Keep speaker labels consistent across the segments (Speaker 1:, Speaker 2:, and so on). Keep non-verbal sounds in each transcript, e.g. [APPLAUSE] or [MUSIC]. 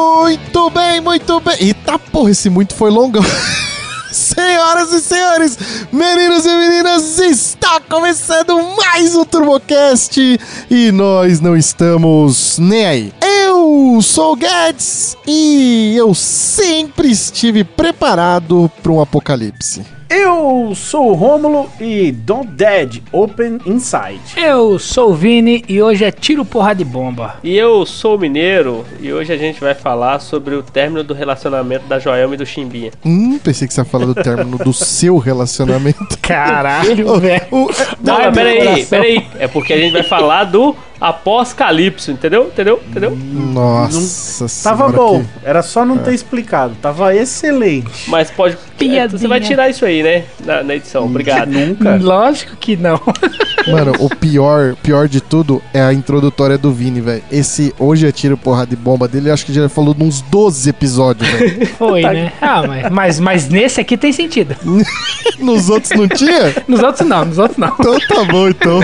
Speaker 1: Muito bem, muito bem. Eita porra, esse muito foi longão. [LAUGHS] Senhoras e senhores, meninos e meninas, está começando mais um TurboCast e nós não estamos nem aí. Eu sou o Guedes e eu sempre estive preparado para um apocalipse.
Speaker 2: Eu sou o Rômulo e Don't Dead Open Inside.
Speaker 3: Eu sou o Vini e hoje é tiro porra de bomba.
Speaker 4: E eu sou o Mineiro e hoje a gente vai falar sobre o término do relacionamento da Joelma e do Chimbinha.
Speaker 1: Hum, pensei que você ia falar do término do seu relacionamento.
Speaker 3: Caralho, velho.
Speaker 1: O-
Speaker 4: Não, mas peraí,
Speaker 3: coração.
Speaker 4: peraí. É porque a gente vai falar do apocalipse, entendeu? Entendeu? Entendeu?
Speaker 1: Nossa
Speaker 2: Tava
Speaker 1: senhora,
Speaker 2: bom,
Speaker 1: que-
Speaker 2: era só não ter explicado, tava excelente.
Speaker 4: Mas pode.
Speaker 3: Piadinha.
Speaker 4: Você vai tirar isso aí, né? Na, na edição. Obrigado.
Speaker 2: Nunca.
Speaker 3: Lógico que não.
Speaker 1: Mano, o pior, pior de tudo é a introdutória do Vini, velho. Esse hoje é tiro porrada de bomba dele, eu acho que já falou de uns 12 episódios, velho.
Speaker 3: Foi, né? Ah, mas, mas, mas nesse aqui tem sentido.
Speaker 1: [LAUGHS] Nos outros não tinha?
Speaker 3: Nos outros não, nos outros não.
Speaker 1: Então tá bom, então.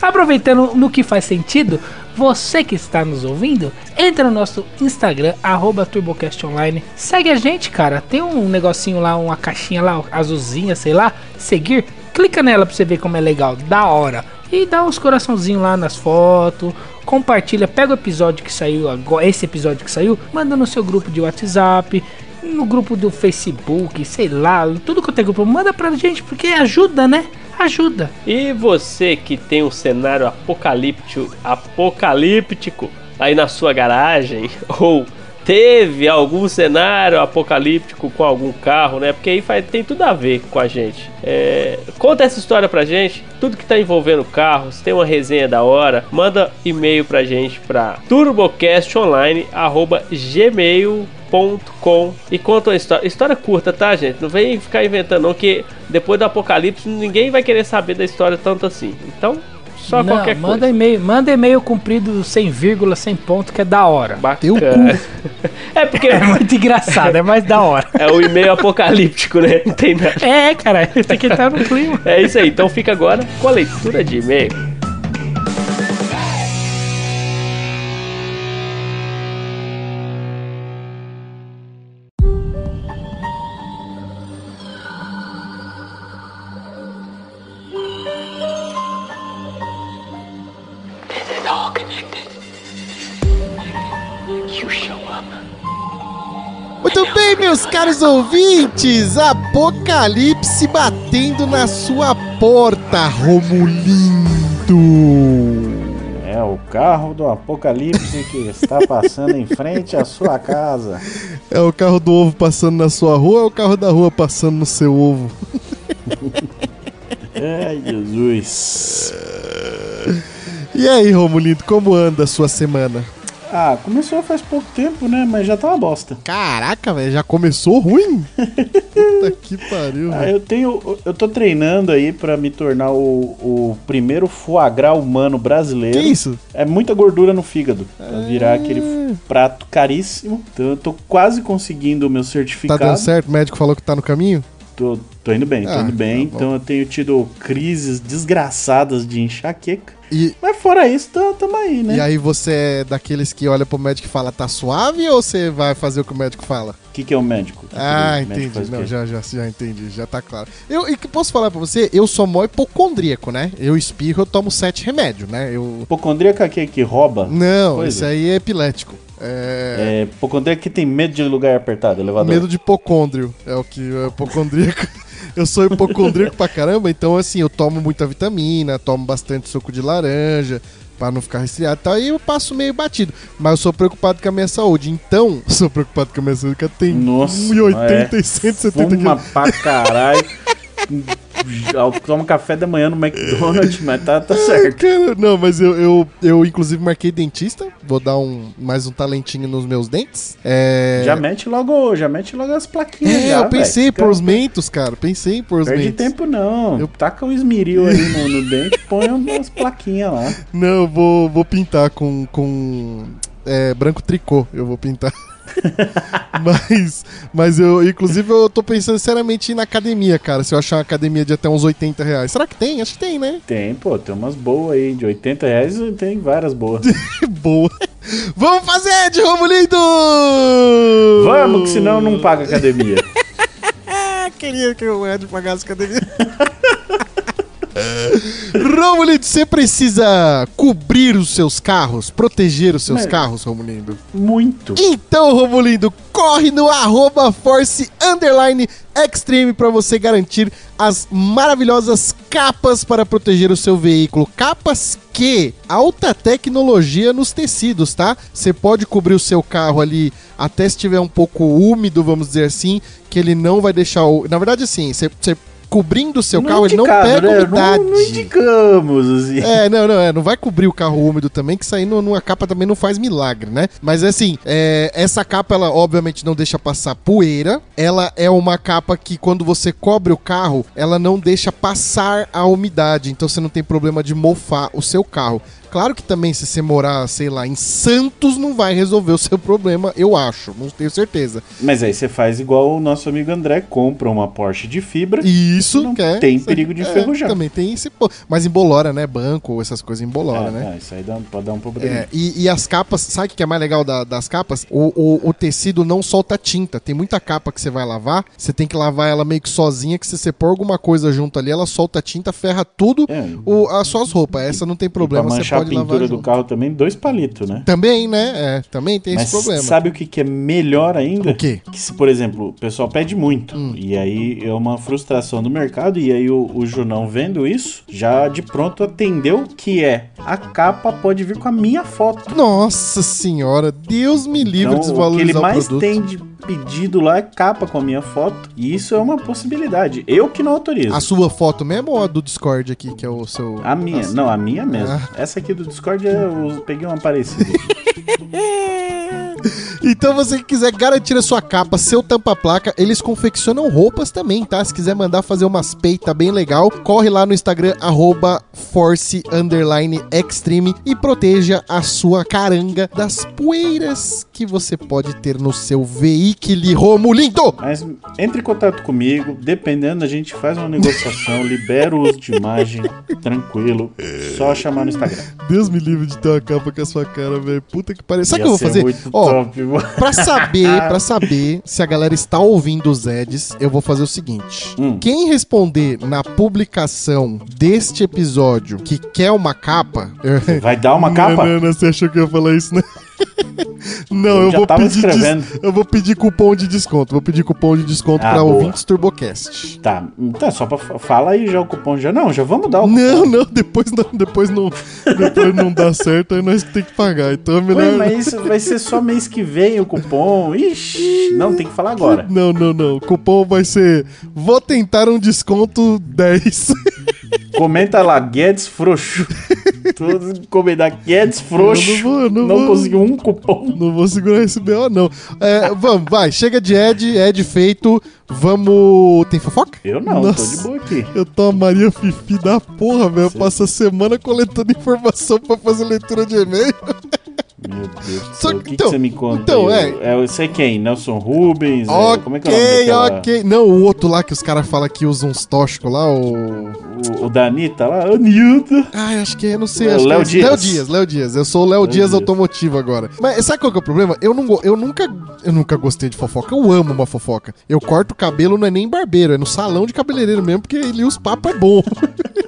Speaker 3: Aproveitando no que faz sentido, você que está nos ouvindo, entra no nosso Instagram, arroba TurboCastOnline. Segue a gente, cara. Tem um negocinho lá, uma caixinha lá, azulzinha, sei lá. Seguir, clica nela pra você ver como é legal, da hora. E dá uns coraçãozinhos lá nas fotos. Compartilha, pega o episódio que saiu agora, esse episódio que saiu, manda no seu grupo de WhatsApp, no grupo do Facebook, sei lá, tudo que eu tenho grupo, manda pra gente, porque ajuda, né? Ajuda.
Speaker 4: E você que tem um cenário apocalíptico, apocalíptico aí na sua garagem [LAUGHS] ou teve algum cenário apocalíptico com algum carro, né? Porque aí faz- tem tudo a ver com a gente. É, conta essa história pra gente, tudo que tá envolvendo o carro, se tem uma resenha da hora, manda e-mail pra gente pra turbocastonline@gmail com e conta uma história. História curta, tá, gente? Não vem ficar inventando, não, que depois do apocalipse ninguém vai querer saber da história tanto assim. Então, só
Speaker 3: Não,
Speaker 4: qualquer
Speaker 3: manda
Speaker 4: coisa.
Speaker 3: E-mail, manda e-mail comprido sem vírgula, sem ponto, que é da hora.
Speaker 1: Teu cu.
Speaker 4: Bacana. [LAUGHS] É porque
Speaker 3: É muito engraçado, é mais da hora.
Speaker 4: é o e-mail apocalíptico, né? Não tem nada.
Speaker 3: [LAUGHS] É, cara, tem que entrar no clima.
Speaker 4: É isso aí. Então fica agora com a leitura de e-mail.
Speaker 5: This is all connected. You show up.
Speaker 1: Muito bem, meus caros ouvintes. Apocalipse batendo na sua porta, Romulindo.
Speaker 2: É o carro do apocalipse que está passando em frente à sua casa.
Speaker 1: É o carro do ovo passando na sua rua ou é o carro da rua passando no seu ovo?
Speaker 2: Ai, É, Jesus.
Speaker 1: E aí, Romulindo, como anda a sua semana?
Speaker 2: Ah, começou faz pouco tempo, né? Mas já tá uma bosta.
Speaker 1: Caraca, velho, já começou
Speaker 2: [LAUGHS]
Speaker 1: ruim? Puta que pariu,
Speaker 2: Ah,
Speaker 1: velho.
Speaker 2: eu tenho. Eu tô treinando aí pra me tornar o, o primeiro foie gras humano brasileiro.
Speaker 1: Que isso?
Speaker 2: É muita gordura no fígado. Pra virar aquele prato caríssimo. Então eu tô quase conseguindo o meu
Speaker 1: Tá
Speaker 2: certificado.
Speaker 1: dando certo? O médico falou que tá no caminho?
Speaker 2: Tô, tô indo bem, tô
Speaker 1: Ah,
Speaker 2: indo bem.
Speaker 1: tá bom.
Speaker 2: então eu tenho tido crises desgraçadas de enxaqueca.
Speaker 1: E,
Speaker 2: Mas fora isso, tá- tamo aí,
Speaker 1: e
Speaker 2: né?
Speaker 1: aí você é daqueles que olha pro médico e fala, tá suave ou você vai fazer o que o médico fala?
Speaker 2: O que, que é o médico?
Speaker 1: Ah,
Speaker 2: O médico
Speaker 1: entendi.
Speaker 2: faz o
Speaker 1: Não,
Speaker 2: quê?
Speaker 1: já, já, já entendi, já tá claro. Eu, e que posso falar pra você? Eu sou mó hipocondríaco, né? Eu espirro, eu tomo sete remédios, né? Eu.
Speaker 2: Hipocondríaca é que, que rouba?
Speaker 1: Não,
Speaker 2: Coisa.
Speaker 1: isso aí é epilético. É.
Speaker 2: É, hipocondríaca que tem medo de lugar apertado, elevador.
Speaker 1: Medo de hipocôndrio. É o que é hipocondríaco. [LAUGHS] Eu sou hipocondríaco pra caramba, então assim, eu tomo muita vitamina, tomo bastante suco de laranja pra não ficar resfriado e tal, e eu passo meio batido. Mas eu sou preocupado com a minha saúde, então, [LAUGHS] sou preocupado com a minha saúde, que eu tenho
Speaker 2: Nossa,
Speaker 1: 1,80
Speaker 2: é.
Speaker 1: e 170
Speaker 2: Fuma
Speaker 1: quilos.
Speaker 2: pra caralho. [LAUGHS] Toma café da manhã no McDonald's, mas tá, tá certo.
Speaker 1: Cara, [LAUGHS] não, mas eu, eu, eu inclusive marquei dentista, vou dar um mais um talentinho nos meus dentes. É...
Speaker 2: Já mete logo, já mete logo as plaquinhas.
Speaker 1: é,
Speaker 2: já,
Speaker 1: eu pensei
Speaker 2: velho.
Speaker 1: em pôr os mentos, cara, pensei em pôr os
Speaker 2: Perde
Speaker 1: mentos.
Speaker 2: tempo não.
Speaker 1: Eu-
Speaker 2: Taca o esmeril ali
Speaker 1: [LAUGHS]
Speaker 2: no, no dente, põe umas plaquinhas lá.
Speaker 1: Não, eu vou, vou pintar com, com é, branco tricô, eu vou
Speaker 2: [LAUGHS]
Speaker 1: pintar. mas, mas eu, inclusive, eu tô pensando seriamente em ir na academia, cara. Se eu achar uma academia de até uns 80 reais. Será que tem? Acho que tem, né? [LAUGHS] [LAUGHS]
Speaker 2: Tem, pô, tem umas boas aí. De 80 reais tem várias boas.
Speaker 1: Que boa. Vamos fazer de Romulo lindo!
Speaker 2: Vamos, que senão não paga
Speaker 1: [LAUGHS]
Speaker 2: academia.
Speaker 1: Ah, queria que o Ed pagasse a academia. [LAUGHS] Romulindo, você precisa cobrir os seus carros, proteger os seus
Speaker 2: Mas-
Speaker 1: carros, Romulindo.
Speaker 2: Muito.
Speaker 1: Então, Romulindo, corre no arroba force underline extreme para você garantir as maravilhosas capas para proteger o seu veículo. Capas que alta tecnologia nos tecidos, tá? Você pode cobrir o seu carro ali até se tiver um pouco úmido, vamos dizer assim, que ele não vai deixar o... Na verdade, assim, você... você Cobrindo o seu carro, ele não
Speaker 2: indicado,
Speaker 1: pega
Speaker 2: né?
Speaker 1: umidade.
Speaker 2: Não, não indicamos, assim.
Speaker 1: É, não, não, é, não vai cobrir o carro úmido também, que isso aí nu- numa capa também não faz milagre, né? Mas assim, é, essa capa, ela obviamente não deixa passar poeira, ela é uma capa que quando você cobre o carro, ela não deixa passar a umidade, então você não tem problema de mofar o seu carro. Claro que também, se você morar, sei lá, em Santos, não vai resolver o seu [LAUGHS] problema, eu acho, não tenho certeza.
Speaker 2: Mas aí você faz igual o nosso amigo André, compra uma Porsche de fibra.
Speaker 1: Isso
Speaker 2: Não
Speaker 1: que é-
Speaker 2: tem perigo de enferrujar.
Speaker 1: Também tem esse. po- Mas embolora, né? Banco, essas coisas embolora,
Speaker 2: Ah,
Speaker 1: né?
Speaker 2: ah, isso aí dá, pode dar um problema.
Speaker 1: É, e, e as capas, sabe o que é mais legal da- das capas? O, o- o tecido não solta tinta. Tem muita capa que você vai lavar, você tem que lavar ela meio que sozinha, que se você pôr alguma coisa junto ali, ela solta tinta, ferra tudo
Speaker 2: É.
Speaker 1: o- as suas roupas. Essa não tem problema,
Speaker 2: pra
Speaker 1: você
Speaker 2: manchar a
Speaker 1: pode lavar
Speaker 2: pintura do
Speaker 1: junto.
Speaker 2: carro também, dois palitos, né?
Speaker 1: Também, né? É, também tem
Speaker 2: Mas
Speaker 1: esse problema.
Speaker 2: sabe o que, que é melhor ainda?
Speaker 1: O quê? Hum.
Speaker 2: Que se, por exemplo, o pessoal pede muito. E aí é uma frustração do mercado. E aí o, o Junão vendo isso, já de pronto atendeu que é a capa pode vir com a minha foto.
Speaker 1: Nossa senhora, Deus me livre de
Speaker 2: então, o que ele
Speaker 1: desvalorizar o,
Speaker 2: mais
Speaker 1: produto.
Speaker 2: tem de pedido lá é capa com a minha foto. E isso é uma possibilidade. Eu que não autorizo.
Speaker 1: A sua foto mesmo ou a do Discord aqui, que é o seu.
Speaker 2: A minha,
Speaker 1: Nossa.
Speaker 2: não, a minha mesmo.
Speaker 1: Ah.
Speaker 2: Essa aqui do Discord eu peguei uma parecida.
Speaker 1: Então você que quiser garantir a sua capa, seu tampa-placa, eles confeccionam roupas também, tá? Se quiser mandar fazer umas peitas bem legal, corre lá no Instagram, arroba force underline extreme e proteja a sua caranga das poeiras que você pode ter no seu veículo Romulindo!
Speaker 2: Mas entre em contato comigo, dependendo, a gente faz uma negociação, [LAUGHS] libera o uso de imagem, tranquilo. Só chamar no Instagram.
Speaker 1: Deus me livre de ter uma capa com a sua cara, velho. Puta que pariu. Sabe o que
Speaker 2: Ia
Speaker 1: eu vou
Speaker 2: ser
Speaker 1: fazer?
Speaker 2: Muito
Speaker 1: Ó,
Speaker 2: top, mano.
Speaker 1: Pra saber,
Speaker 2: Ah.
Speaker 1: pra saber se a galera está ouvindo os Eds, eu vou fazer o seguinte.
Speaker 2: Hum.
Speaker 1: Quem responder na publicação deste episódio que quer uma capa... eu-
Speaker 2: Vai dar [LAUGHS] uma capa?
Speaker 1: Não, não, não, você achou que eu ia falar isso, né? [LAUGHS] Não, eu,
Speaker 2: já
Speaker 1: vou
Speaker 2: tava
Speaker 1: pedir... des-
Speaker 2: escrevendo.
Speaker 1: Eu vou pedir cupom de desconto. Vou pedir cupom de desconto
Speaker 2: Ah,
Speaker 1: pra
Speaker 2: boa.
Speaker 1: ouvintes TurboCast.
Speaker 2: Tá, então é só pra fa- fala aí já o cupom já. Não, já vamos dar o cupom.
Speaker 1: Não, não, depois não, depois não, depois não dá certo, aí nós temos que pagar. Então é melhor...
Speaker 2: Ué, mas isso vai ser só mês que vem o cupom. Ixi, não, tem que falar agora.
Speaker 1: Não, não, não. O cupom vai ser Vou tentar um desconto 10.
Speaker 2: Comenta lá, Guedes Frouxo. [LAUGHS] Todos comentar Guedes
Speaker 1: Eu não
Speaker 2: Frouxo.
Speaker 1: vou, eu não
Speaker 2: Não,
Speaker 1: vou.
Speaker 2: conseguiu um
Speaker 1: [LAUGHS]
Speaker 2: cupom.
Speaker 1: Não vou segurar esse BO, não. É, vamos, vai. Chega de Ed, Ed feito. Vamos. Tem fofoca?
Speaker 2: Eu não,
Speaker 1: Nossa.
Speaker 2: tô de boa aqui.
Speaker 1: Eu tô a Maria Fifi da porra, velho. Eu passo a semana coletando informação pra fazer leitura de e-mail.
Speaker 2: Meu Deus do
Speaker 1: Só
Speaker 2: céu,
Speaker 1: que-
Speaker 2: o que,
Speaker 1: então-
Speaker 2: que você me conta?
Speaker 1: então,
Speaker 2: aí? é. Eu sei quem? Nelson Rubens? é, como é que é o nome
Speaker 1: ok,
Speaker 2: daquela-
Speaker 1: ok. Não, o outro lá que os caras falam que usa uns tóxicos lá, o.
Speaker 2: O, o da Anitta lá? Anitta!
Speaker 1: Ai, acho que é, não sei.
Speaker 2: É,
Speaker 1: acho que
Speaker 2: Léo
Speaker 1: é esse.
Speaker 2: Dias.
Speaker 1: Léo Dias, Léo Dias. Eu sou o Léo,
Speaker 2: Léo
Speaker 1: Dias,
Speaker 2: Dias.
Speaker 1: automotivo agora. Mas sabe qual que é o problema? Eu, não, go- eu, nunca, eu nunca gostei de fofoca. Eu amo uma fofoca. Eu corto o cabelo, não é nem em barbeiro, é no salão de cabeleireiro mesmo, porque ele os papos é bom. [LAUGHS]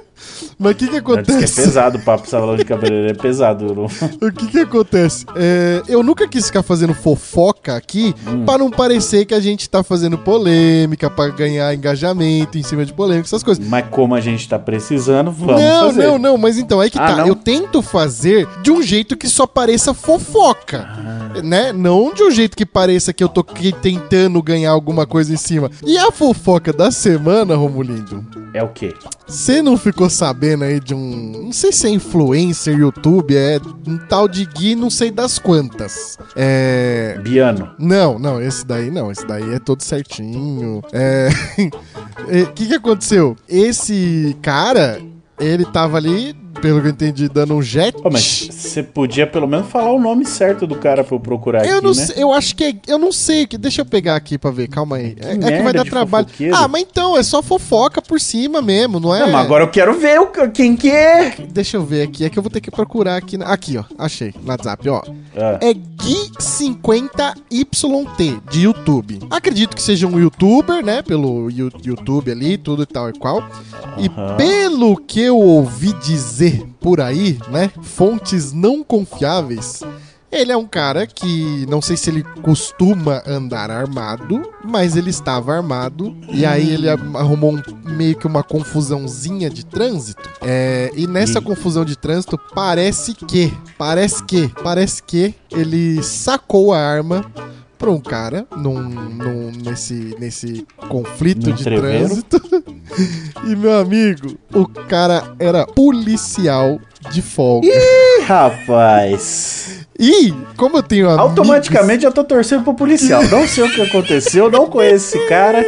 Speaker 1: Mas o que que
Speaker 2: Ela disse que é
Speaker 1: acontece?
Speaker 2: pesado o papo salão de cabeleireiro, é pesado. eu não-
Speaker 1: O que que acontece? É, eu nunca quis ficar fazendo fofoca aqui
Speaker 2: Hum.
Speaker 1: pra não parecer que a gente tá fazendo polêmica, pra ganhar engajamento em cima de polêmica, essas coisas.
Speaker 2: Mas como a gente tá precisando, vamos
Speaker 1: não,
Speaker 2: fazer.
Speaker 1: não, não, mas então, aí que
Speaker 2: Ah,
Speaker 1: tá.
Speaker 2: não?
Speaker 1: Eu tento fazer de um jeito que só pareça fofoca,
Speaker 2: Ah.
Speaker 1: né? Não de um jeito que pareça que eu tô que- tentando ganhar alguma coisa em cima. E a fofoca da semana, Romulindo?
Speaker 2: É o quê?
Speaker 1: Você não ficou sabendo aí de um. Não sei se é influencer, YouTube, é um tal de Gui, não sei das quantas. É.
Speaker 2: Biano.
Speaker 1: Não, não, esse daí não. Esse daí é todo certinho. É. [LAUGHS] O que, que aconteceu? Esse cara, ele tava ali pelo que eu entendi, dando um jet.
Speaker 2: Pô, mas você podia pelo menos falar o nome certo do cara pra eu procurar
Speaker 1: Eu
Speaker 2: aqui,
Speaker 1: não
Speaker 2: né?
Speaker 1: sei, eu acho que é, eu não sei, que deixa eu pegar aqui pra ver, calma aí. É, é que, vai
Speaker 2: merda
Speaker 1: dar
Speaker 2: de
Speaker 1: trabalho.
Speaker 2: fofoqueiro.
Speaker 1: Ah, mas então é só fofoca por cima mesmo, não é?
Speaker 2: Não, mas agora eu quero ver o, que- quem que é.
Speaker 1: Deixa eu ver aqui, é que eu vou ter que procurar aqui, na- aqui, ó, achei, no WhatsApp, ó.
Speaker 2: Ah,
Speaker 1: É Gui50YT de YouTube. Acredito que seja um youtuber, né, pelo Yu- YouTube ali, tudo e tal e qual. E
Speaker 2: Aham.
Speaker 1: pelo que eu ouvi dizer por aí, né? Fontes não confiáveis. Ele é um cara que não sei se ele costuma andar armado, mas ele estava armado. E aí ele arrumou um- meio que uma confusãozinha de trânsito. É, e nessa
Speaker 2: Ih.
Speaker 1: confusão de trânsito, parece que, parece que, parece que ele sacou a arma pra um cara num, num- nesse, nesse conflito
Speaker 2: Num
Speaker 1: de
Speaker 2: entreveiro.
Speaker 1: trânsito. [LAUGHS] E meu amigo, o cara era policial de folga.
Speaker 2: Ih, rapaz.
Speaker 1: E como eu tenho amigos,
Speaker 2: Automaticamente eu tô torcendo pro policial. Não sei o que aconteceu, não conheço esse cara.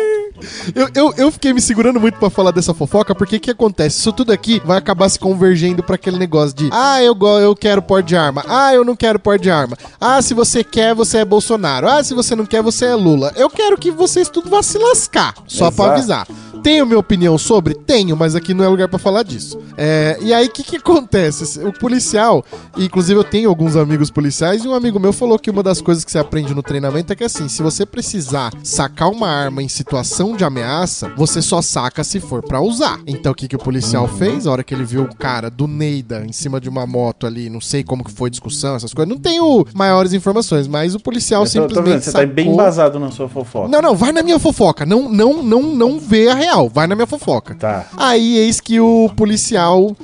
Speaker 1: eu, eu, eu fiquei me segurando muito pra falar dessa fofoca, porque o que acontece? Isso tudo aqui vai acabar se convergendo pra aquele negócio de ah, eu, go- eu quero porte de arma, ah, eu não quero porte de arma, ah, se você quer, você é Bolsonaro, ah, se você não quer, você é Lula. Eu quero que vocês tudo vá se lascar, só pra
Speaker 2: Exato.
Speaker 1: avisar. Tenho minha opinião sobre? Tenho, mas aqui não é lugar pra falar disso. É, e aí, o que, que acontece? O policial, inclusive eu tenho alguns amigos policiais, e um amigo meu falou que uma das coisas que você aprende no treinamento é que assim, se você precisar sacar uma arma em situação de ameaça, você só saca se for pra usar. Então, o que, que o policial fez? A hora que ele viu o cara do Neida em cima de uma moto ali, não sei como que foi a discussão, essas coisas, não tenho maiores informações, mas o policial
Speaker 2: Eu tô- tô, vendo,
Speaker 1: simplesmente.
Speaker 2: você tá bem
Speaker 1: sacou-
Speaker 2: embasado na sua fofoca.
Speaker 1: Não, não, vai na minha fofoca. Não, não, não, não vê a real. Vai na minha fofoca.
Speaker 2: Tá.
Speaker 1: Aí eis que o policial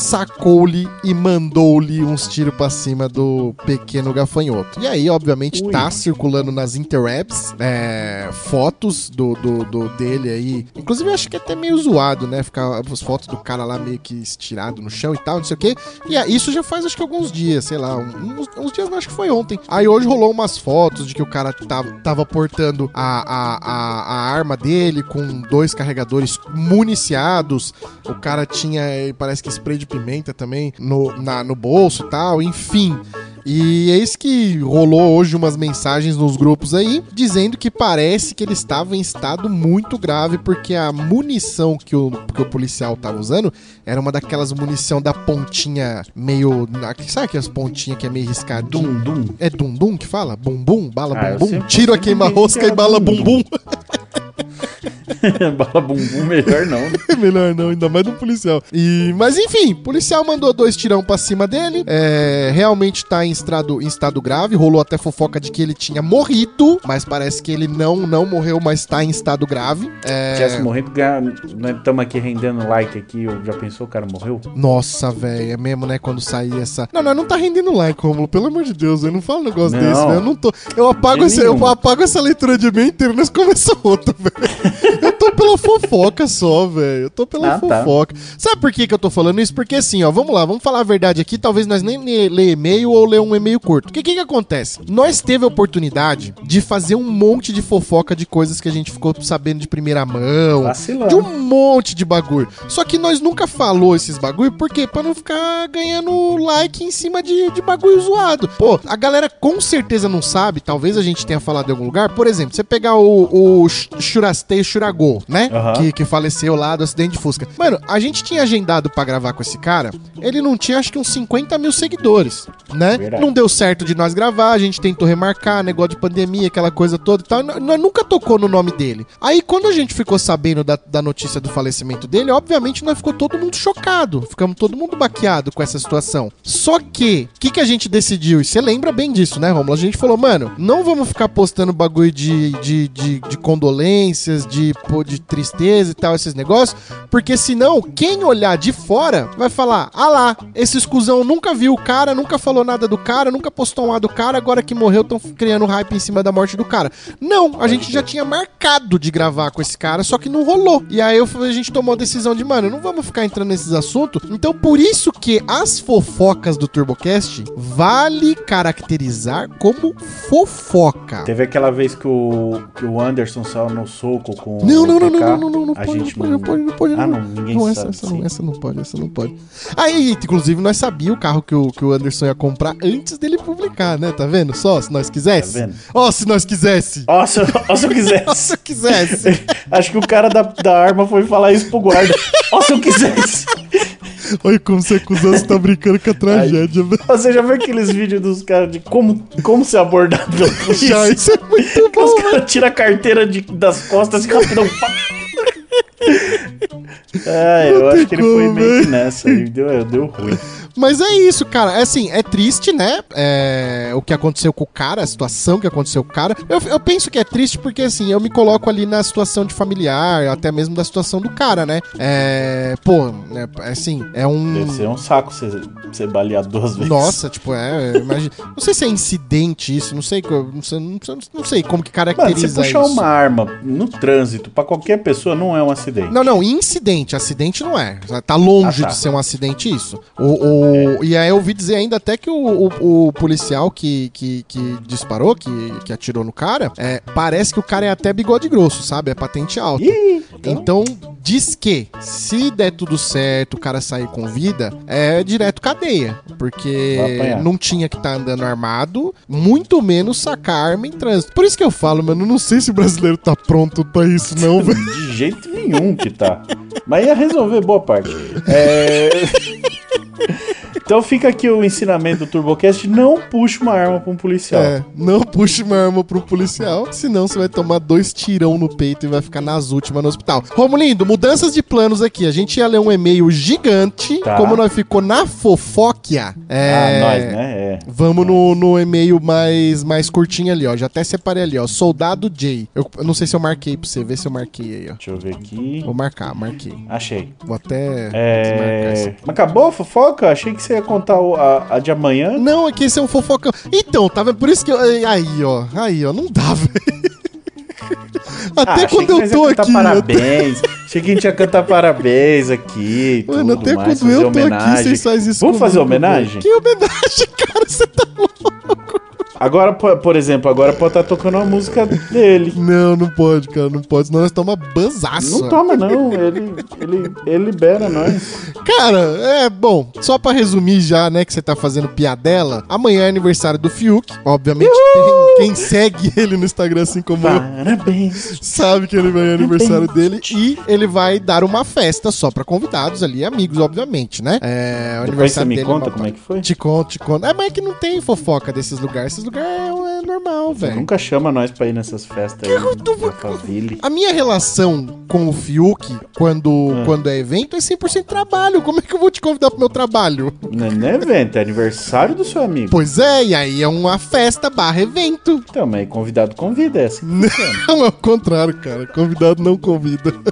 Speaker 1: sacou-lhe e mandou-lhe uns tiros pra cima do pequeno gafanhoto. E aí, obviamente,
Speaker 2: Ui.
Speaker 1: tá circulando nas interwebs é, fotos do, do, do- dele aí. Inclusive, eu acho que é até meio zoado, né? Ficar as fotos do cara lá meio que estirado no chão e tal, não sei o quê. E aí, isso já faz acho que alguns dias, sei lá, um- uns, uns dias, não, acho que foi ontem. Aí hoje rolou umas fotos de que o cara tava, tava portando a, a, a, a arma dele com dois carregadores municiados. O cara tinha, eh, parece que spray de pimenta também no, na, no bolso e tal, enfim. E eis que rolou hoje umas mensagens nos grupos aí, dizendo que parece que ele estava em estado muito grave, porque a munição que o, que o policial estava usando era uma daquelas munição da pontinha meio. na- Sabe aquelas pontinhas que é meio riscadinha?
Speaker 2: Dum, dum.
Speaker 1: É dum-dum que fala? Bumbum? Bala
Speaker 2: Ah, eu
Speaker 1: bumbum?
Speaker 2: sempre-
Speaker 1: Tiro a
Speaker 2: sempre
Speaker 1: queima-rosca
Speaker 2: entendi
Speaker 1: e
Speaker 2: que
Speaker 1: bala
Speaker 2: era
Speaker 1: bumbum.
Speaker 2: bumbum. [LAUGHS] Bala bumbum, melhor não. né?
Speaker 1: É [LAUGHS] melhor não, ainda mais do policial. E, mas enfim, o policial mandou dois tirão pra cima dele. É, realmente tá em estado, em estado grave. Rolou até fofoca de que ele tinha morrido, mas parece que ele não, não morreu, mas tá em estado grave. É,
Speaker 2: Tivesse morrendo, ganha- nós estamos aqui rendendo like aqui. eu- Já pensou o cara morreu?
Speaker 1: Nossa, velho, é mesmo, né? Quando sair essa. Não, não, não tá rendendo like, Romulo. Pelo amor de Deus, eu não falo um negócio
Speaker 2: Não.
Speaker 1: desse, velho. Eu não tô. Eu apago,
Speaker 2: De
Speaker 1: esse, eu
Speaker 2: nenhum.
Speaker 1: apago essa leitura de e-mail inteira, nós começamos outra, velho. Eu tô pela fofoca só, velho. Eu tô pela
Speaker 2: Ah, tá.
Speaker 1: fofoca. Sabe por que, que eu tô falando isso? Porque assim, ó, vamos lá, vamos falar a verdade aqui. Talvez nós nem lê lê e-mail ou lê um e-mail curto. O que, que que acontece? Nós teve a oportunidade de fazer um monte de fofoca de coisas que a gente ficou sabendo de primeira mão,
Speaker 2: Ah,
Speaker 1: de
Speaker 2: Vacilando.
Speaker 1: um monte de bagulho. Só que nós nunca falou esses bagulho, por quê? Pra não ficar ganhando like em cima de, de bagulho zoado. Pô, a galera com certeza não sabe, talvez a gente tenha falado em algum lugar. Por exemplo, você pegar o, o Sh- Shurastei Shuragol, né?
Speaker 2: Aham.
Speaker 1: Que, que faleceu lá do acidente de Fusca. Mano, a gente tinha agendado pra gravar com esse cara, ele não tinha acho que uns 50 mil seguidores, né?
Speaker 2: Verdade.
Speaker 1: Não deu certo de nós gravar, a gente tentou remarcar, negócio de pandemia, aquela coisa toda e tal. n- Nós nunca tocou no nome dele. Aí, quando a gente ficou sabendo da, da notícia do falecimento dele, obviamente nós ficou todo mundo chocado. Ficamos todo mundo baqueado com essa situação. Só que, o que, que a gente decidiu? E você lembra bem disso, né, Romulo? A gente falou, mano, não vamos ficar postando bagulho de, de, de, de condolências, de, pô, de tristeza e tal, esses negócios, porque senão, quem olhar de fora vai falar: ah lá, esse escusão nunca viu o cara, nunca falou nada do cara, nunca postou um A do cara, agora que morreu, estão criando hype em cima da morte do cara. Não, a gente já tinha marcado de gravar com esse cara, só que não rolou. E aí eu- a gente tomou a decisão de, mano, não vamos ficar entrando nesses assuntos. Então, por isso que as fofocas do Turbocast vale caracterizar como fofoca.
Speaker 2: Teve aquela vez que o, que o Anderson saiu no soco com
Speaker 1: Não,
Speaker 2: o
Speaker 1: não, não, não, não, não,
Speaker 2: explicar,
Speaker 1: não, não, não
Speaker 2: a
Speaker 1: pode, não
Speaker 2: gente
Speaker 1: pode, não pode, não pode.
Speaker 2: Ah, não, ninguém
Speaker 1: não, essa,
Speaker 2: sabe.
Speaker 1: essa
Speaker 2: sim.
Speaker 1: não, essa não pode, essa não pode. Aí, inclusive, nós sabia o carro que o, que o Anderson ia comprar antes dele publicar, né? Tá vendo? Só se nós quisesse.
Speaker 2: Tá vendo?
Speaker 1: Ó, se nós quisesse.
Speaker 2: Ó, se, ó, se eu
Speaker 1: Ó,
Speaker 2: quisesse.
Speaker 1: [LAUGHS] se eu
Speaker 2: [LAUGHS]
Speaker 1: quisesse.
Speaker 2: Acho que o cara da, da arma foi falar isso pro guarda. Ó, se eu quisesse.
Speaker 1: Olha como você acusou, você tá brincando com a tragédia, velho.
Speaker 2: Você já viu aqueles vídeos dos caras de como, como ser abordado pela
Speaker 1: [LAUGHS] Já,
Speaker 2: polícia?
Speaker 1: isso é
Speaker 2: [LAUGHS]
Speaker 1: muito
Speaker 2: Os
Speaker 1: bom.
Speaker 2: caras tiram a carteira de- das costas e rapidão. pá. É, eu
Speaker 1: Não tem
Speaker 2: acho que ele foi
Speaker 1: como,
Speaker 2: meio que
Speaker 1: velho.
Speaker 2: nessa. Ele deu, deu um ruim.
Speaker 1: Mas é isso, cara. É Assim, é triste, né? É, o que aconteceu com o cara, a situação que aconteceu com o cara. Eu, eu penso que é triste porque, assim, eu me coloco ali na situação de familiar, até mesmo da situação do cara, né? É. Pô, né, assim, é um.
Speaker 2: Deve ser um saco você ser baleado duas vezes.
Speaker 1: Nossa, tipo, é. é, Imagina. Não sei se é incidente isso, não sei. co- Não sei, não sei, não sei como que
Speaker 2: Mano, se
Speaker 1: caracteriza
Speaker 2: puxar
Speaker 1: isso.
Speaker 2: uma arma no trânsito pra qualquer pessoa não é um acidente.
Speaker 1: Não, não, incidente. Acidente não é. Tá longe
Speaker 2: Ah, tá.
Speaker 1: de ser um acidente isso. O, o- E aí eu ouvi dizer ainda até que o, o- o policial que, que, que disparou, que, que atirou no cara, é, parece que o cara é até bigode grosso, sabe? É patente alta.
Speaker 2: Ih, então,
Speaker 1: Então, diz que se der tudo certo, o cara sair com vida, é direto cadeia. Porque
Speaker 2: Vai apanhar.
Speaker 1: não tinha que estar andando armado, muito menos sacar arma em trânsito. Por isso que eu falo, mano, não sei se o brasileiro tá pronto pra isso, não,
Speaker 2: [LAUGHS]
Speaker 1: velho.
Speaker 2: de jeito nenhum que tá. Mas ia resolver boa parte. É... [LAUGHS] Então fica aqui o ensinamento do TurboCast: não puxe uma arma pra um policial.
Speaker 1: É, não puxe uma arma pro policial, senão você vai tomar dois tirão no peito e vai ficar nas últimas no hospital. Romulindo, mudanças de planos aqui. A gente ia ler um e-mail gigante,
Speaker 2: Tá.
Speaker 1: como nós ficou na fofóquia.
Speaker 2: Ah,
Speaker 1: É,
Speaker 2: nós, né? É.
Speaker 1: Vamos no, no e-mail mais, mais curtinho ali, ó. Já até separei ali, ó. Soldado J. Eu, eu não sei se eu marquei pra você, vê se eu marquei aí, ó.
Speaker 2: Deixa eu ver aqui.
Speaker 1: Vou marcar, marquei.
Speaker 2: Achei.
Speaker 1: Vou até desmarcar essa
Speaker 2: É... Mas Acabou a fofoca? Achei que você ia contar o- a, a de amanhã.
Speaker 1: Não, é que esse é um fofocão. Então, tá vendo? Por isso que eu. Aí, ó. Aí, ó. Não dá, [LAUGHS] velho.
Speaker 2: Ah,
Speaker 1: Até
Speaker 2: achei
Speaker 1: quando
Speaker 2: que
Speaker 1: eu
Speaker 2: nós ia
Speaker 1: tô
Speaker 2: cantar
Speaker 1: aqui. né? até-
Speaker 2: Parabéns. Achei que a gente ia cantar parabéns aqui. e
Speaker 1: Mano,
Speaker 2: tudo
Speaker 1: até quando
Speaker 2: mais, fazer
Speaker 1: eu tô aqui, vocês fazem isso.
Speaker 2: Vamos
Speaker 1: comigo,
Speaker 2: fazer
Speaker 1: velho.
Speaker 2: homenagem?
Speaker 1: Que homenagem, [LAUGHS] cara? Você tá louco?
Speaker 2: Agora, po- por exemplo, agora pode estar tocando a música dele.
Speaker 1: Não, não pode, cara. Não pode, senão nós toma banzaço.
Speaker 2: Não toma, não. Ele, ele, ele libera nós.
Speaker 1: Cara, é bom. Só pra resumir já, né, que você tá fazendo piadela. Amanhã é aniversário do Fiuk. Obviamente, tem- quem segue [LAUGHS] ele no Instagram, assim como eu,
Speaker 2: Parabéns.
Speaker 1: sabe que ele vai é aniversário dele e ele vai dar uma festa só pra convidados ali, amigos, obviamente, né? É, o
Speaker 2: Depois você
Speaker 1: aniversário
Speaker 2: me
Speaker 1: dele
Speaker 2: conta
Speaker 1: babado.
Speaker 2: como é que foi?
Speaker 1: Te conto, te conto. É, mas é que não tem fofoca desses lugares. Esses lugares é, é normal,
Speaker 2: Você
Speaker 1: velho.
Speaker 2: nunca chama nós pra ir nessas festas aí. na favela.
Speaker 1: A minha relação com o Fiuk, quando,
Speaker 2: Ah.
Speaker 1: quando é evento, é 100% trabalho. Como é que eu vou te convidar pro meu trabalho?
Speaker 2: Não é não é evento, é aniversário do seu amigo.
Speaker 1: Pois é, e aí é uma festa barra evento. [LAUGHS]
Speaker 2: Então, mas convidado convida, é assim.
Speaker 1: Não, é o contrário, cara. Convidado não convida. [LAUGHS]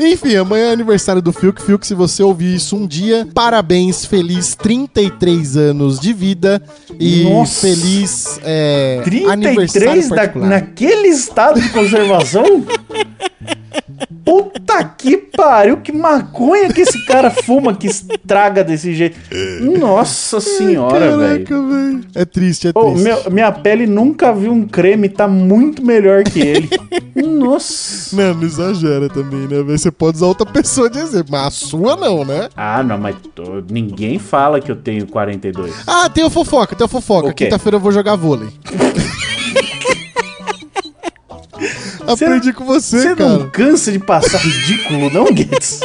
Speaker 1: Enfim, amanhã é aniversário do Fiuk. Fiuk, se você ouvir isso um dia, parabéns, feliz 33 anos de vida e
Speaker 2: Nossa.
Speaker 1: feliz é,
Speaker 2: 33 da,
Speaker 1: particular.
Speaker 2: naquele estado de
Speaker 1: [LAUGHS]
Speaker 2: conservação? Puta que pariu, que maconha que esse cara fuma que estraga desse jeito. Nossa senhora, velho.
Speaker 1: Caraca, velho. É triste, é
Speaker 2: Ô,
Speaker 1: triste.
Speaker 2: meu- minha pele nunca viu um creme tá muito melhor
Speaker 1: [LAUGHS]
Speaker 2: que ele. Nossa.
Speaker 1: Não, não exagera também, né? velho? Você pode usar outra pessoa de exemplo, mas a sua não, né?
Speaker 2: Ah, não, mas tô- ninguém fala que eu tenho 42.
Speaker 1: Ah, tem o fofoca, tem o fofoca.
Speaker 2: O quê?
Speaker 1: Quinta-feira eu vou jogar
Speaker 2: [LAUGHS]
Speaker 1: vôlei. Aprendi com você,
Speaker 2: Você
Speaker 1: Né, cara.
Speaker 2: não cansa de passar ridículo, não, Guedes?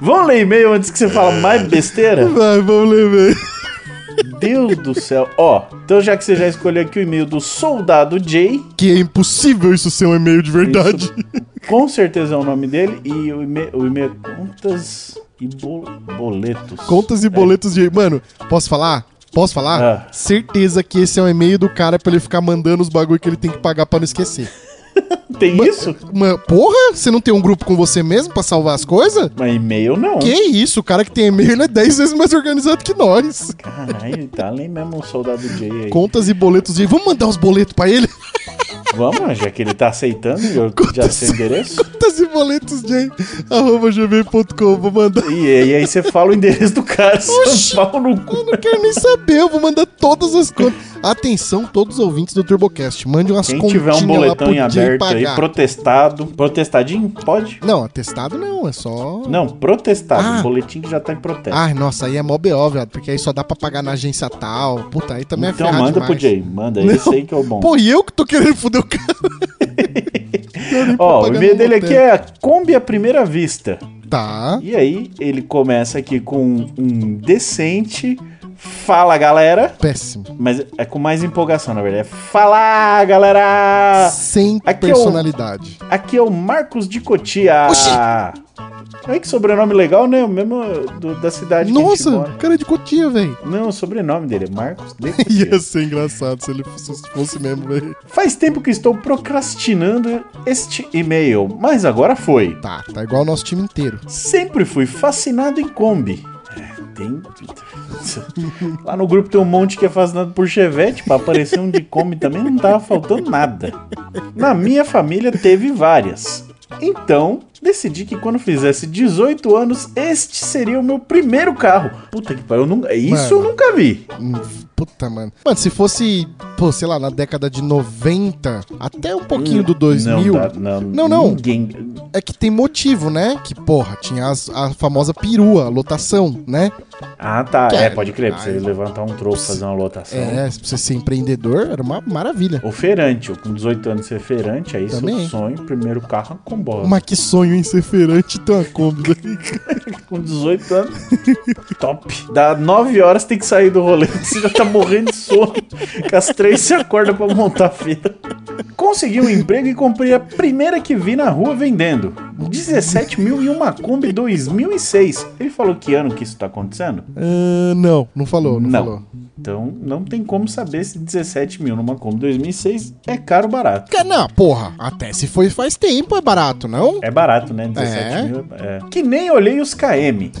Speaker 2: Vamos ler e-mail antes que você fale mais besteira?
Speaker 1: Vai, vamos ler bem.
Speaker 2: Deus do céu. Ó, então já que você já escolheu aqui o e-mail do Soldado Jay,
Speaker 1: Que é impossível isso ser um e-mail de verdade.
Speaker 2: com certeza é o nome dele, e o e-mail, o e-mail é contas e bo- boletos.
Speaker 1: [LAUGHS] Contas e boletos de. Mano, posso falar? Posso falar?
Speaker 2: Ah.
Speaker 1: Certeza que esse é um e-mail do cara pra ele ficar mandando os bagulho que ele tem que pagar pra não esquecer.
Speaker 2: Tem isso?
Speaker 1: Mano, porra, você não tem um grupo com você mesmo pra salvar as coisas?
Speaker 2: Mas e-mail não.
Speaker 1: Que isso, o cara que tem e-mail ele é 10 vezes mais organizado que nós.
Speaker 2: Caralho, tá além mesmo o Soldado Jay aí.
Speaker 1: Contas e boletos de. Vamos mandar uns boletos pra ele?
Speaker 2: Vamos, já que ele tá aceitando, eu já sei o endereço.
Speaker 1: Contas e boletos de arroba gmail.com. Vou mandar.
Speaker 2: E, e aí você fala o endereço do cara, São Paulo no cu.
Speaker 1: Eu não quero nem saber, eu vou mandar todas as contas. Atenção, todos os ouvintes do TurboCast. Mande umas
Speaker 2: Quem
Speaker 1: continhas
Speaker 2: tiver um
Speaker 1: lá
Speaker 2: boletão
Speaker 1: pro
Speaker 2: em
Speaker 1: Jay
Speaker 2: aberto aí,
Speaker 1: pagar.
Speaker 2: protestado. Protestadinho? Pode?
Speaker 1: Não, atestado não, é só.
Speaker 2: Não, protestado.
Speaker 1: Ah.
Speaker 2: Boletim que já tá em protesto.
Speaker 1: Ai, nossa, aí é mó BO, velho, porque aí só dá pra pagar na agência tal. Puta, aí também é
Speaker 2: então
Speaker 1: ferrado
Speaker 2: manda pro
Speaker 1: demais.
Speaker 2: Jay, manda.
Speaker 1: Não.
Speaker 2: Esse aí que é o bom.
Speaker 1: Pô, e eu que tô querendo foder o
Speaker 2: [LAUGHS]
Speaker 1: cara.
Speaker 2: Ó, o
Speaker 1: propaganda
Speaker 2: e-mail dele
Speaker 1: no
Speaker 2: aqui é Kombi à Primeira Vista.
Speaker 1: Tá.
Speaker 2: E aí, ele começa aqui com um decente. Fala galera,
Speaker 1: Péssimo.
Speaker 2: mas é com mais empolgação na verdade. É Fala galera!
Speaker 1: Sem
Speaker 2: aqui é o-
Speaker 1: personalidade.
Speaker 2: Aqui é o Marcos de Cotia.
Speaker 1: Oxi!
Speaker 2: Olha que sobrenome legal, né? O mesmo do- da cidade que a gente
Speaker 1: Nossa,
Speaker 2: mora.
Speaker 1: cara de cotia, velho.
Speaker 2: Não, o sobrenome dele é
Speaker 1: um
Speaker 2: Marcos de Cotia.
Speaker 1: [LAUGHS] Ia ser engraçado se ele fosse, se fosse mesmo, velho.
Speaker 2: Faz tempo que estou procrastinando este e-mail, mas agora foi.
Speaker 1: Tá, tá igual o nosso time inteiro.
Speaker 2: Sempre fui fascinado em Kombi. É, Tem. [LAUGHS] Lá no grupo tem um monte que é fascinado por Chevette, pra aparecer um de Kombi também não tava faltando nada. Na minha família teve várias. Então, decidi que quando fizesse 18 anos, este seria o meu primeiro carro. Puta que pariu, eu nunca... isso eu
Speaker 1: Mano.
Speaker 2: nunca vi.
Speaker 1: Hum, Puta, mano. Mano, se fosse, pô, sei lá, na década de 90, até um pouquinho do 2000,
Speaker 2: Hum, Não, dá- não,
Speaker 1: Não, não.
Speaker 2: Ninguém.
Speaker 1: é que tem motivo, né? Que, porra, tinha as- a famosa perua, a lotação, né?
Speaker 2: Ah, tá.
Speaker 1: Que
Speaker 2: É,
Speaker 1: é-
Speaker 2: pode crer, pra você
Speaker 1: Ai.
Speaker 2: levantar um troco, fazer uma lotação.
Speaker 1: É, pra você ser empreendedor, era uma maravilha.
Speaker 2: Ou feirante, com 18 anos ser feirante, aí
Speaker 1: Também.
Speaker 2: seu sonho, primeiro carro com bola.
Speaker 1: Mas que sonho, hein? Ser feirante e ter uma Kombi.
Speaker 2: [LAUGHS] Com 18 anos, [LAUGHS] top. Dá 9 horas, tem que sair do rolê, [LAUGHS] você já tá morrendo de sono. Que às 3 você acorda pra montar a feira. Consegui um emprego e comprei a primeira que vi na rua vendendo. 17 mil e uma Kombi 2006. Ele falou que ano que isso tá acontecendo?
Speaker 1: Ah, não, não falou, não,
Speaker 2: Não.
Speaker 1: falou.
Speaker 2: Então não tem como saber se 17 mil numa Kombi 2006 é caro ou barato.
Speaker 1: Cara, Não, porra, até se foi faz tempo, é barato, não?
Speaker 2: É barato, né? 17
Speaker 1: É.
Speaker 2: mil. é. Que nem olhei os KM.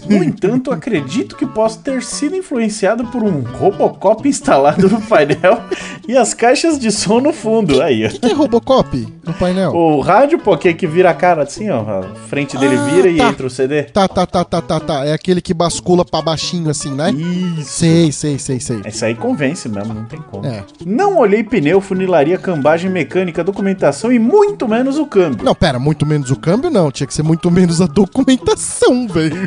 Speaker 1: [LAUGHS]
Speaker 2: No entanto, acredito que posso ter sido influenciado por um Robocop instalado no painel [LAUGHS] e as caixas de som no fundo. Aí, ó.
Speaker 1: O que, que é Robocop no painel?
Speaker 2: O rádio, pô, que, que vira a cara assim, ó. A frente dele
Speaker 1: Ah,
Speaker 2: vira e
Speaker 1: tá.
Speaker 2: entra o CD.
Speaker 1: Tá, tá, tá, tá, tá, tá. É aquele que bascula pra baixinho assim, né?
Speaker 2: Isso. É.
Speaker 1: Sei, sei, sei, sei.
Speaker 2: Isso aí convence mesmo, não tem como.
Speaker 1: É.
Speaker 2: Não olhei pneu, funilaria, cambagem mecânica, documentação e muito menos o câmbio.
Speaker 1: Não, pera, muito menos o câmbio não. Tinha que ser muito menos a documentação, [LAUGHS] velho.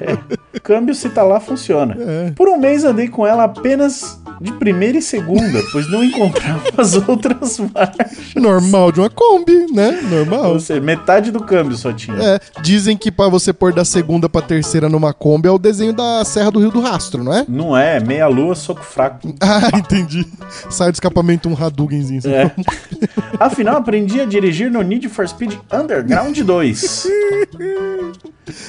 Speaker 2: Câmbio, se tá lá, funciona.
Speaker 1: É.
Speaker 2: Por um mês andei com ela apenas de primeira e segunda, pois não encontrava as [LAUGHS] outras marcas.
Speaker 1: Normal de uma Kombi, né? Normal.
Speaker 2: Ou seja, metade do câmbio só tinha.
Speaker 1: É, dizem que pra você pôr da segunda pra terceira numa Kombi é o desenho da Serra do Rio do Rastro, não é? [LAUGHS]
Speaker 2: Não é, meia lua, soco fraco.
Speaker 1: Ah, entendi. Sai do escapamento um Hadoukenzinho. sabe? [LAUGHS]
Speaker 2: É. Afinal, aprendi a dirigir no Need for Speed Underground 2.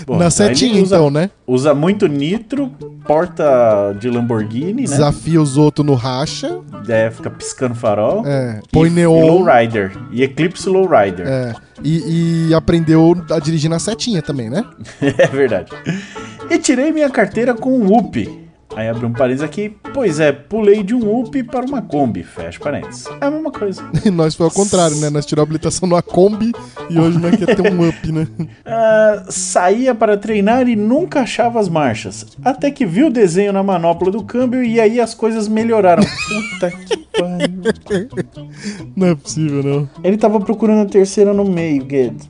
Speaker 2: Bom,
Speaker 1: Na
Speaker 2: aí
Speaker 1: setinha,
Speaker 2: ele usa,
Speaker 1: então, né?
Speaker 2: Usa muito nitro, porta de Lamborghini, né?
Speaker 1: Desafia os outros no racha.
Speaker 2: É, fica piscando farol.
Speaker 1: É, põe
Speaker 2: e, E
Speaker 1: neon.
Speaker 2: Lowrider. E Eclipse Lowrider.
Speaker 1: É, e, e aprendeu a dirigir na setinha também, né?
Speaker 2: [LAUGHS] É verdade. E tirei minha carteira com um UP. Aí abre um parênteses aqui. Pois é, pulei de um UP para uma Kombi. Fecha parênteses. É a mesma coisa.
Speaker 1: [LAUGHS] E nós foi ao contrário, né? Nós tiramos a habilitação numa Kombi e hoje nós quer ter um up, né? [LAUGHS]
Speaker 2: Ah, saía para treinar e nunca achava as marchas. Até que vi o desenho na manopla do câmbio e aí as coisas melhoraram. Puta que pariu.
Speaker 1: Não é possível, não.
Speaker 2: Ele tava procurando a terceira no meio, Guedes.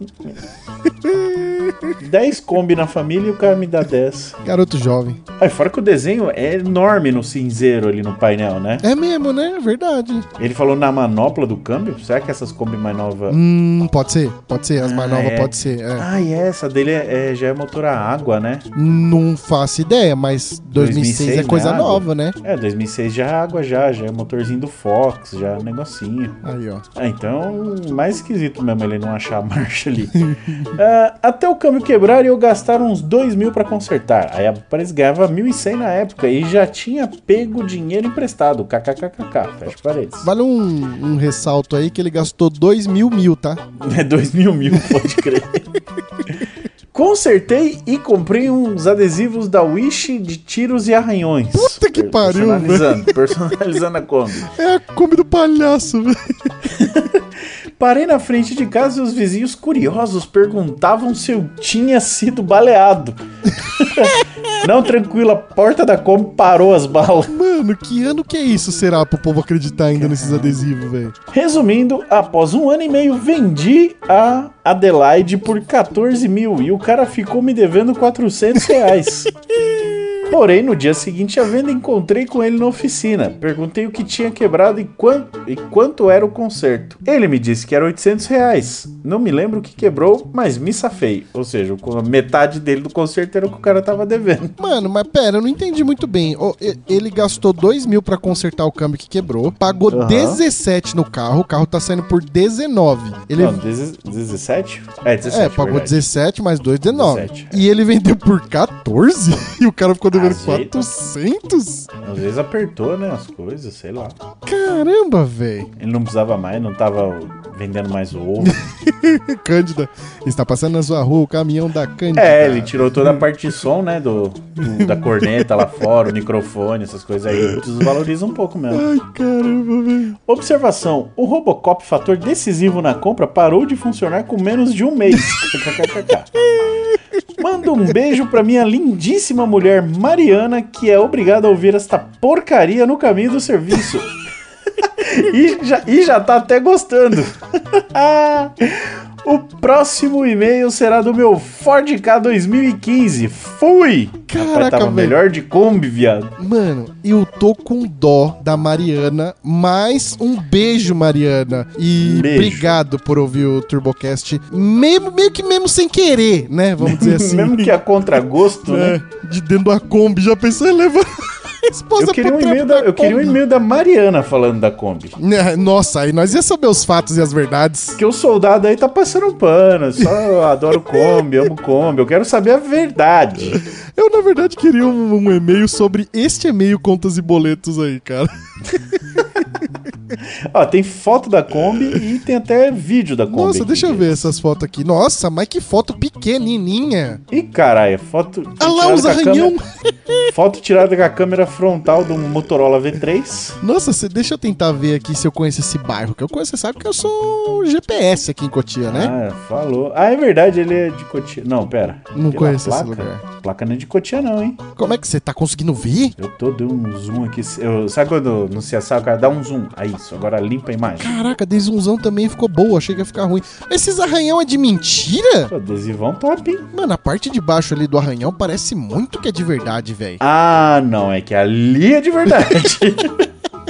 Speaker 2: 10 Kombi na família e o cara me dá 10.
Speaker 1: Garoto jovem.
Speaker 2: Aí fora que o desenho é enorme no cinzeiro ali no painel, né?
Speaker 1: É mesmo, né? Verdade.
Speaker 2: Ele falou na manopla do câmbio? Será que essas Kombi mais novas.
Speaker 1: Hum, pode ser, pode ser. As mais
Speaker 2: Ah,
Speaker 1: novas
Speaker 2: é.
Speaker 1: pode ser. é.
Speaker 2: Ah, e essa dele é, é- já é motor a água, né?
Speaker 1: Não faço ideia, mas 2006,
Speaker 2: 2006
Speaker 1: é coisa
Speaker 2: né?
Speaker 1: nova, né?
Speaker 2: É, 2006 já é água, já, já é motorzinho do Fox, já é um negocinho.
Speaker 1: Aí, ó.
Speaker 2: Ah, então, mais esquisito mesmo ele não achar a [LAUGHS] marcha ali. Ah, até o câmbio quebrar e eu gastar uns 2 mil pra consertar. Aí a Paris ganhava 1.100 na época e já tinha pego dinheiro emprestado. KKKKK, fecha paredes.
Speaker 1: Vale um, um ressalto aí que ele gastou 2 mil mil, tá?
Speaker 2: É [LAUGHS] 2000 mil, pode crer. Consertei e comprei uns adesivos da Wish de tiros e arranhões.
Speaker 1: Puta que
Speaker 2: Per-
Speaker 1: pariu,
Speaker 2: Personalizando, personalizando a Kombi.
Speaker 1: [LAUGHS] É a Kombi do palhaço, velho.
Speaker 2: Parei na frente de casa e os vizinhos curiosos perguntavam se eu tinha sido baleado. [LAUGHS] Não, tranquilo, a porta da Kombi parou as balas.
Speaker 1: Mano, que ano que é isso será pro povo acreditar ainda nesses adesivos, velho?
Speaker 2: Resumindo, após um ano e meio, vendi a Adelaide por 14 mil e o cara ficou me devendo 400 reais. Porém, no dia seguinte à venda, encontrei com ele na oficina. Perguntei o que tinha quebrado e quanto, e quanto era o conserto. Ele me disse que era 800 reais. Não me lembro o que quebrou, mas me safei. Ou seja, com a metade dele do conserto era o que o cara tava devendo.
Speaker 1: Mano, mas pera, eu não entendi muito bem. Ô, e- Ele gastou 2 mil pra consertar o câmbio que quebrou, pagou
Speaker 2: Aham.
Speaker 1: 17 no carro, o carro tá saindo por 19. Ele
Speaker 2: Não, 10 17? É, 17.
Speaker 1: é, pagou
Speaker 2: verdade. é.
Speaker 1: 17 mais 2, 19.
Speaker 2: 17,
Speaker 1: E ele vendeu por 14 [LAUGHS] e o cara ficou devendo
Speaker 2: Às vezes-
Speaker 1: 400?
Speaker 2: Às vezes apertou, né? As coisas, sei lá.
Speaker 1: Caramba, velho.
Speaker 2: Ele não precisava mais, não tava vendendo mais o ovo.
Speaker 1: Cândida, está passando na sua rua o caminhão da Cândida.
Speaker 2: [LAUGHS] É, ele tirou toda a parte de som, né? Do, do- da corneta lá fora, o microfone, essas coisas aí. Desvaloriza um pouco mesmo.
Speaker 1: Ai, caramba, velho.
Speaker 2: Observação: o Robocop, fator decisivo na compra, parou de funcionar com menos de um mês. [LAUGHS] KKKK. Manda um beijo pra minha lindíssima mulher Mariana, que é obrigada a ouvir esta porcaria no caminho do serviço. [LAUGHS] e, já, e já tá até gostando. [LAUGHS] Ah, o próximo e-mail será do meu Ford K 2015. Fui! Rapaz,
Speaker 1: Caraca,
Speaker 2: tava
Speaker 1: velho.
Speaker 2: melhor de Kombi, viado.
Speaker 1: Mano, eu tô com dó da Mariana, mas um beijo, Mariana. E
Speaker 2: Beijo.
Speaker 1: obrigado por ouvir o TurboCast, mesmo, meio que mesmo sem querer, né? Vamos
Speaker 2: [LAUGHS]
Speaker 1: dizer assim.
Speaker 2: Mesmo que a contragosto, né?
Speaker 1: É, de dentro da Kombi, já pensou em levar [LAUGHS] a esposa
Speaker 2: Eu queria, um
Speaker 1: pro trampo
Speaker 2: e-mail da, eu
Speaker 1: Kombi?
Speaker 2: queria um e-mail da Mariana falando da Kombi.
Speaker 1: Né, Nossa, aí nós ia saber os fatos e as verdades.
Speaker 2: Porque o soldado aí tá passando um pano. Só eu adoro Kombi, amo Kombi. Eu quero saber a verdade.
Speaker 1: Eu, na verdade, queria um, um e-mail sobre este e-mail contas e boletos aí, cara.
Speaker 2: Ó, tem foto da Kombi e tem até vídeo da Kombi.
Speaker 1: Nossa,
Speaker 2: aqui,
Speaker 1: deixa eu
Speaker 2: gente.
Speaker 1: ver essas fotos aqui. Nossa, mas que foto pequenininha.
Speaker 2: Ih, caralho, foto.
Speaker 1: Olha lá
Speaker 2: tirada
Speaker 1: os
Speaker 2: com a
Speaker 1: arranhão.
Speaker 2: câmera- Foto tirada com a câmera frontal de um Motorola V3.
Speaker 1: Nossa, cê- deixa eu tentar ver aqui se eu conheço esse bairro. Que eu conheço, você sabe que eu sou um GPS aqui em Cotia, né?
Speaker 2: Ah, falou. Ah, é verdade, ele é de Cotia. Não, pera.
Speaker 1: Não
Speaker 2: Pela
Speaker 1: conheço esse
Speaker 2: placa?
Speaker 1: lugar.
Speaker 2: Placa não é de Cotia, não, hein?
Speaker 1: Como é que você tá conseguindo ver?
Speaker 2: Eu tô dando um zoom aqui. Eu, sabe quando no CSA o cara dá um zoom? Aí, isso. Agora limpa a imagem.
Speaker 1: Caraca, dei zoomzão também ficou boa, achei que ia ficar ruim. Esses arranhão é de mentira?
Speaker 2: Pô, adesivão top, hein?
Speaker 1: Mano, a parte de baixo ali do arranhão parece muito que é de verdade, velho.
Speaker 2: Ah, não, é que ali é de verdade. [LAUGHS]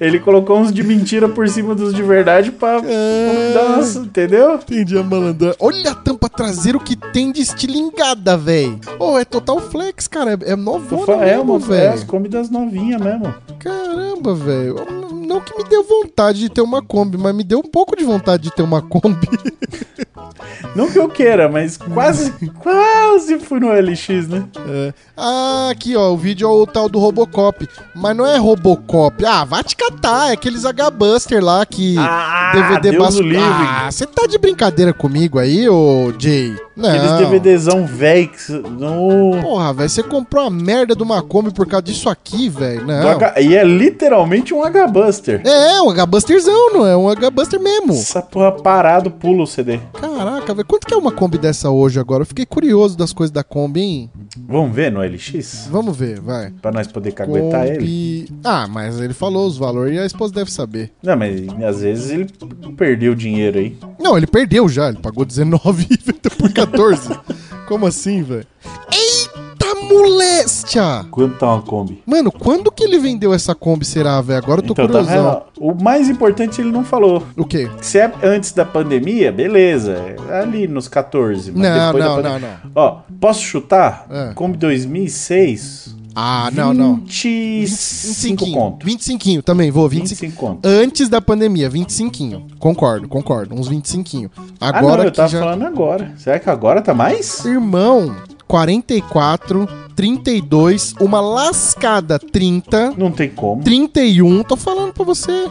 Speaker 2: Ele colocou uns de mentira por cima dos de verdade pra.
Speaker 1: É.
Speaker 2: dar umas- entendeu?
Speaker 1: Entendi a malandra. Olha a tampa traseira o que tem de estilingada, velho. Ô, é total flex, cara. É- É
Speaker 2: Tu
Speaker 1: novona
Speaker 2: fa- é,
Speaker 1: mesmo,
Speaker 2: mano, é as
Speaker 1: velho.
Speaker 2: Kombi das novinhas mesmo.
Speaker 1: Caramba, velho. Não que me deu vontade de ter uma Kombi, mas me deu um pouco de vontade de ter uma Kombi.
Speaker 2: Não que eu queira,
Speaker 1: [LAUGHS]
Speaker 2: mas quase, quase fui no LX, né?
Speaker 1: É. Ah, aqui, ó. O vídeo é o tal do Robocop. Mas não é Robocop. Ah, vai te catar. É aqueles H-Buster lá que...
Speaker 2: Ah,
Speaker 1: DVD
Speaker 2: Deus
Speaker 1: bas...
Speaker 2: o livre.
Speaker 1: Ah, você tá de brincadeira comigo aí, ô Jay? Não.
Speaker 2: Aqueles DVDzão velho que. cê- No...
Speaker 1: Porra, velho, você comprou a merda de uma Kombi por causa disso aqui, velho.
Speaker 2: do
Speaker 1: Não.
Speaker 2: H- E é literalmente um H-Buster.
Speaker 1: É, um H-Busterzão, não é? Um H-Buster mesmo.
Speaker 2: Essa porra parado pula o CD.
Speaker 1: Caraca, velho, quanto que é uma Kombi dessa hoje agora? Eu fiquei curioso das coisas da Kombi, hein?
Speaker 2: Vamos ver no LX?
Speaker 1: Vamos ver, vai.
Speaker 2: Pra nós poder caguetar ele.
Speaker 1: Ah, mas ele falou os valores e a esposa deve saber.
Speaker 2: Não, mas às vezes ele perdeu dinheiro aí.
Speaker 1: Não, ele perdeu já, ele pagou 19 e vendeu por 14. Como assim, velho? Eita moléstia!
Speaker 2: Quanto tá uma Kombi?
Speaker 1: Mano, quando que ele vendeu essa Kombi, será, velho? Agora eu tô
Speaker 2: Então, tá
Speaker 1: curiosão.
Speaker 2: vendo? O mais importante ele não falou.
Speaker 1: o quê?
Speaker 2: Se é antes da pandemia, beleza. é Ali nos 14. Mas
Speaker 1: Não,
Speaker 2: depois
Speaker 1: não,
Speaker 2: da
Speaker 1: não,
Speaker 2: pandemia...
Speaker 1: não.
Speaker 2: Ó, posso chutar?
Speaker 1: É.
Speaker 2: Kombi 2006.
Speaker 1: Ah, não, não.
Speaker 2: 25
Speaker 1: 25
Speaker 2: conto.
Speaker 1: 25 também, vou, 25.
Speaker 2: 25 conto.
Speaker 1: Antes da pandemia, 25. Concordo, concordo. Uns 25.
Speaker 2: ah, não,
Speaker 1: Agora
Speaker 2: eu
Speaker 1: que
Speaker 2: tava
Speaker 1: já.
Speaker 2: falando agora. Será que agora tá mais?
Speaker 1: Irmão, 44, 32, uma lascada 30,
Speaker 2: Não tem como.
Speaker 1: 31, tô falando pra você,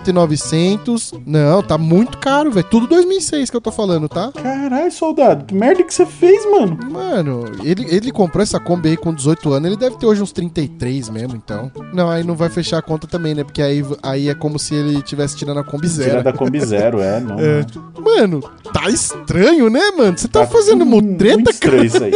Speaker 1: 44,900. Não, tá muito caro, velho. Tudo 2006 que eu tô falando, tá?
Speaker 2: Caralho, soldado, que merda que você fez, mano?
Speaker 1: Mano, ele, ele comprou essa Kombi aí com 18 anos, ele deve ter hoje uns 33 mesmo, então. Não, aí não vai fechar a conta também, né? Porque aí, aí é como se ele tivesse tirando a Kombi
Speaker 2: Tira
Speaker 1: zero.
Speaker 2: da Kombi Zero, é, não.
Speaker 1: [LAUGHS] É.
Speaker 2: não.
Speaker 1: Mano, tá estranho, né, mano? Você tá,
Speaker 2: Tá
Speaker 1: fazendo
Speaker 2: mu-
Speaker 1: mutreta,
Speaker 2: muito
Speaker 1: cara?
Speaker 2: estranho isso aí.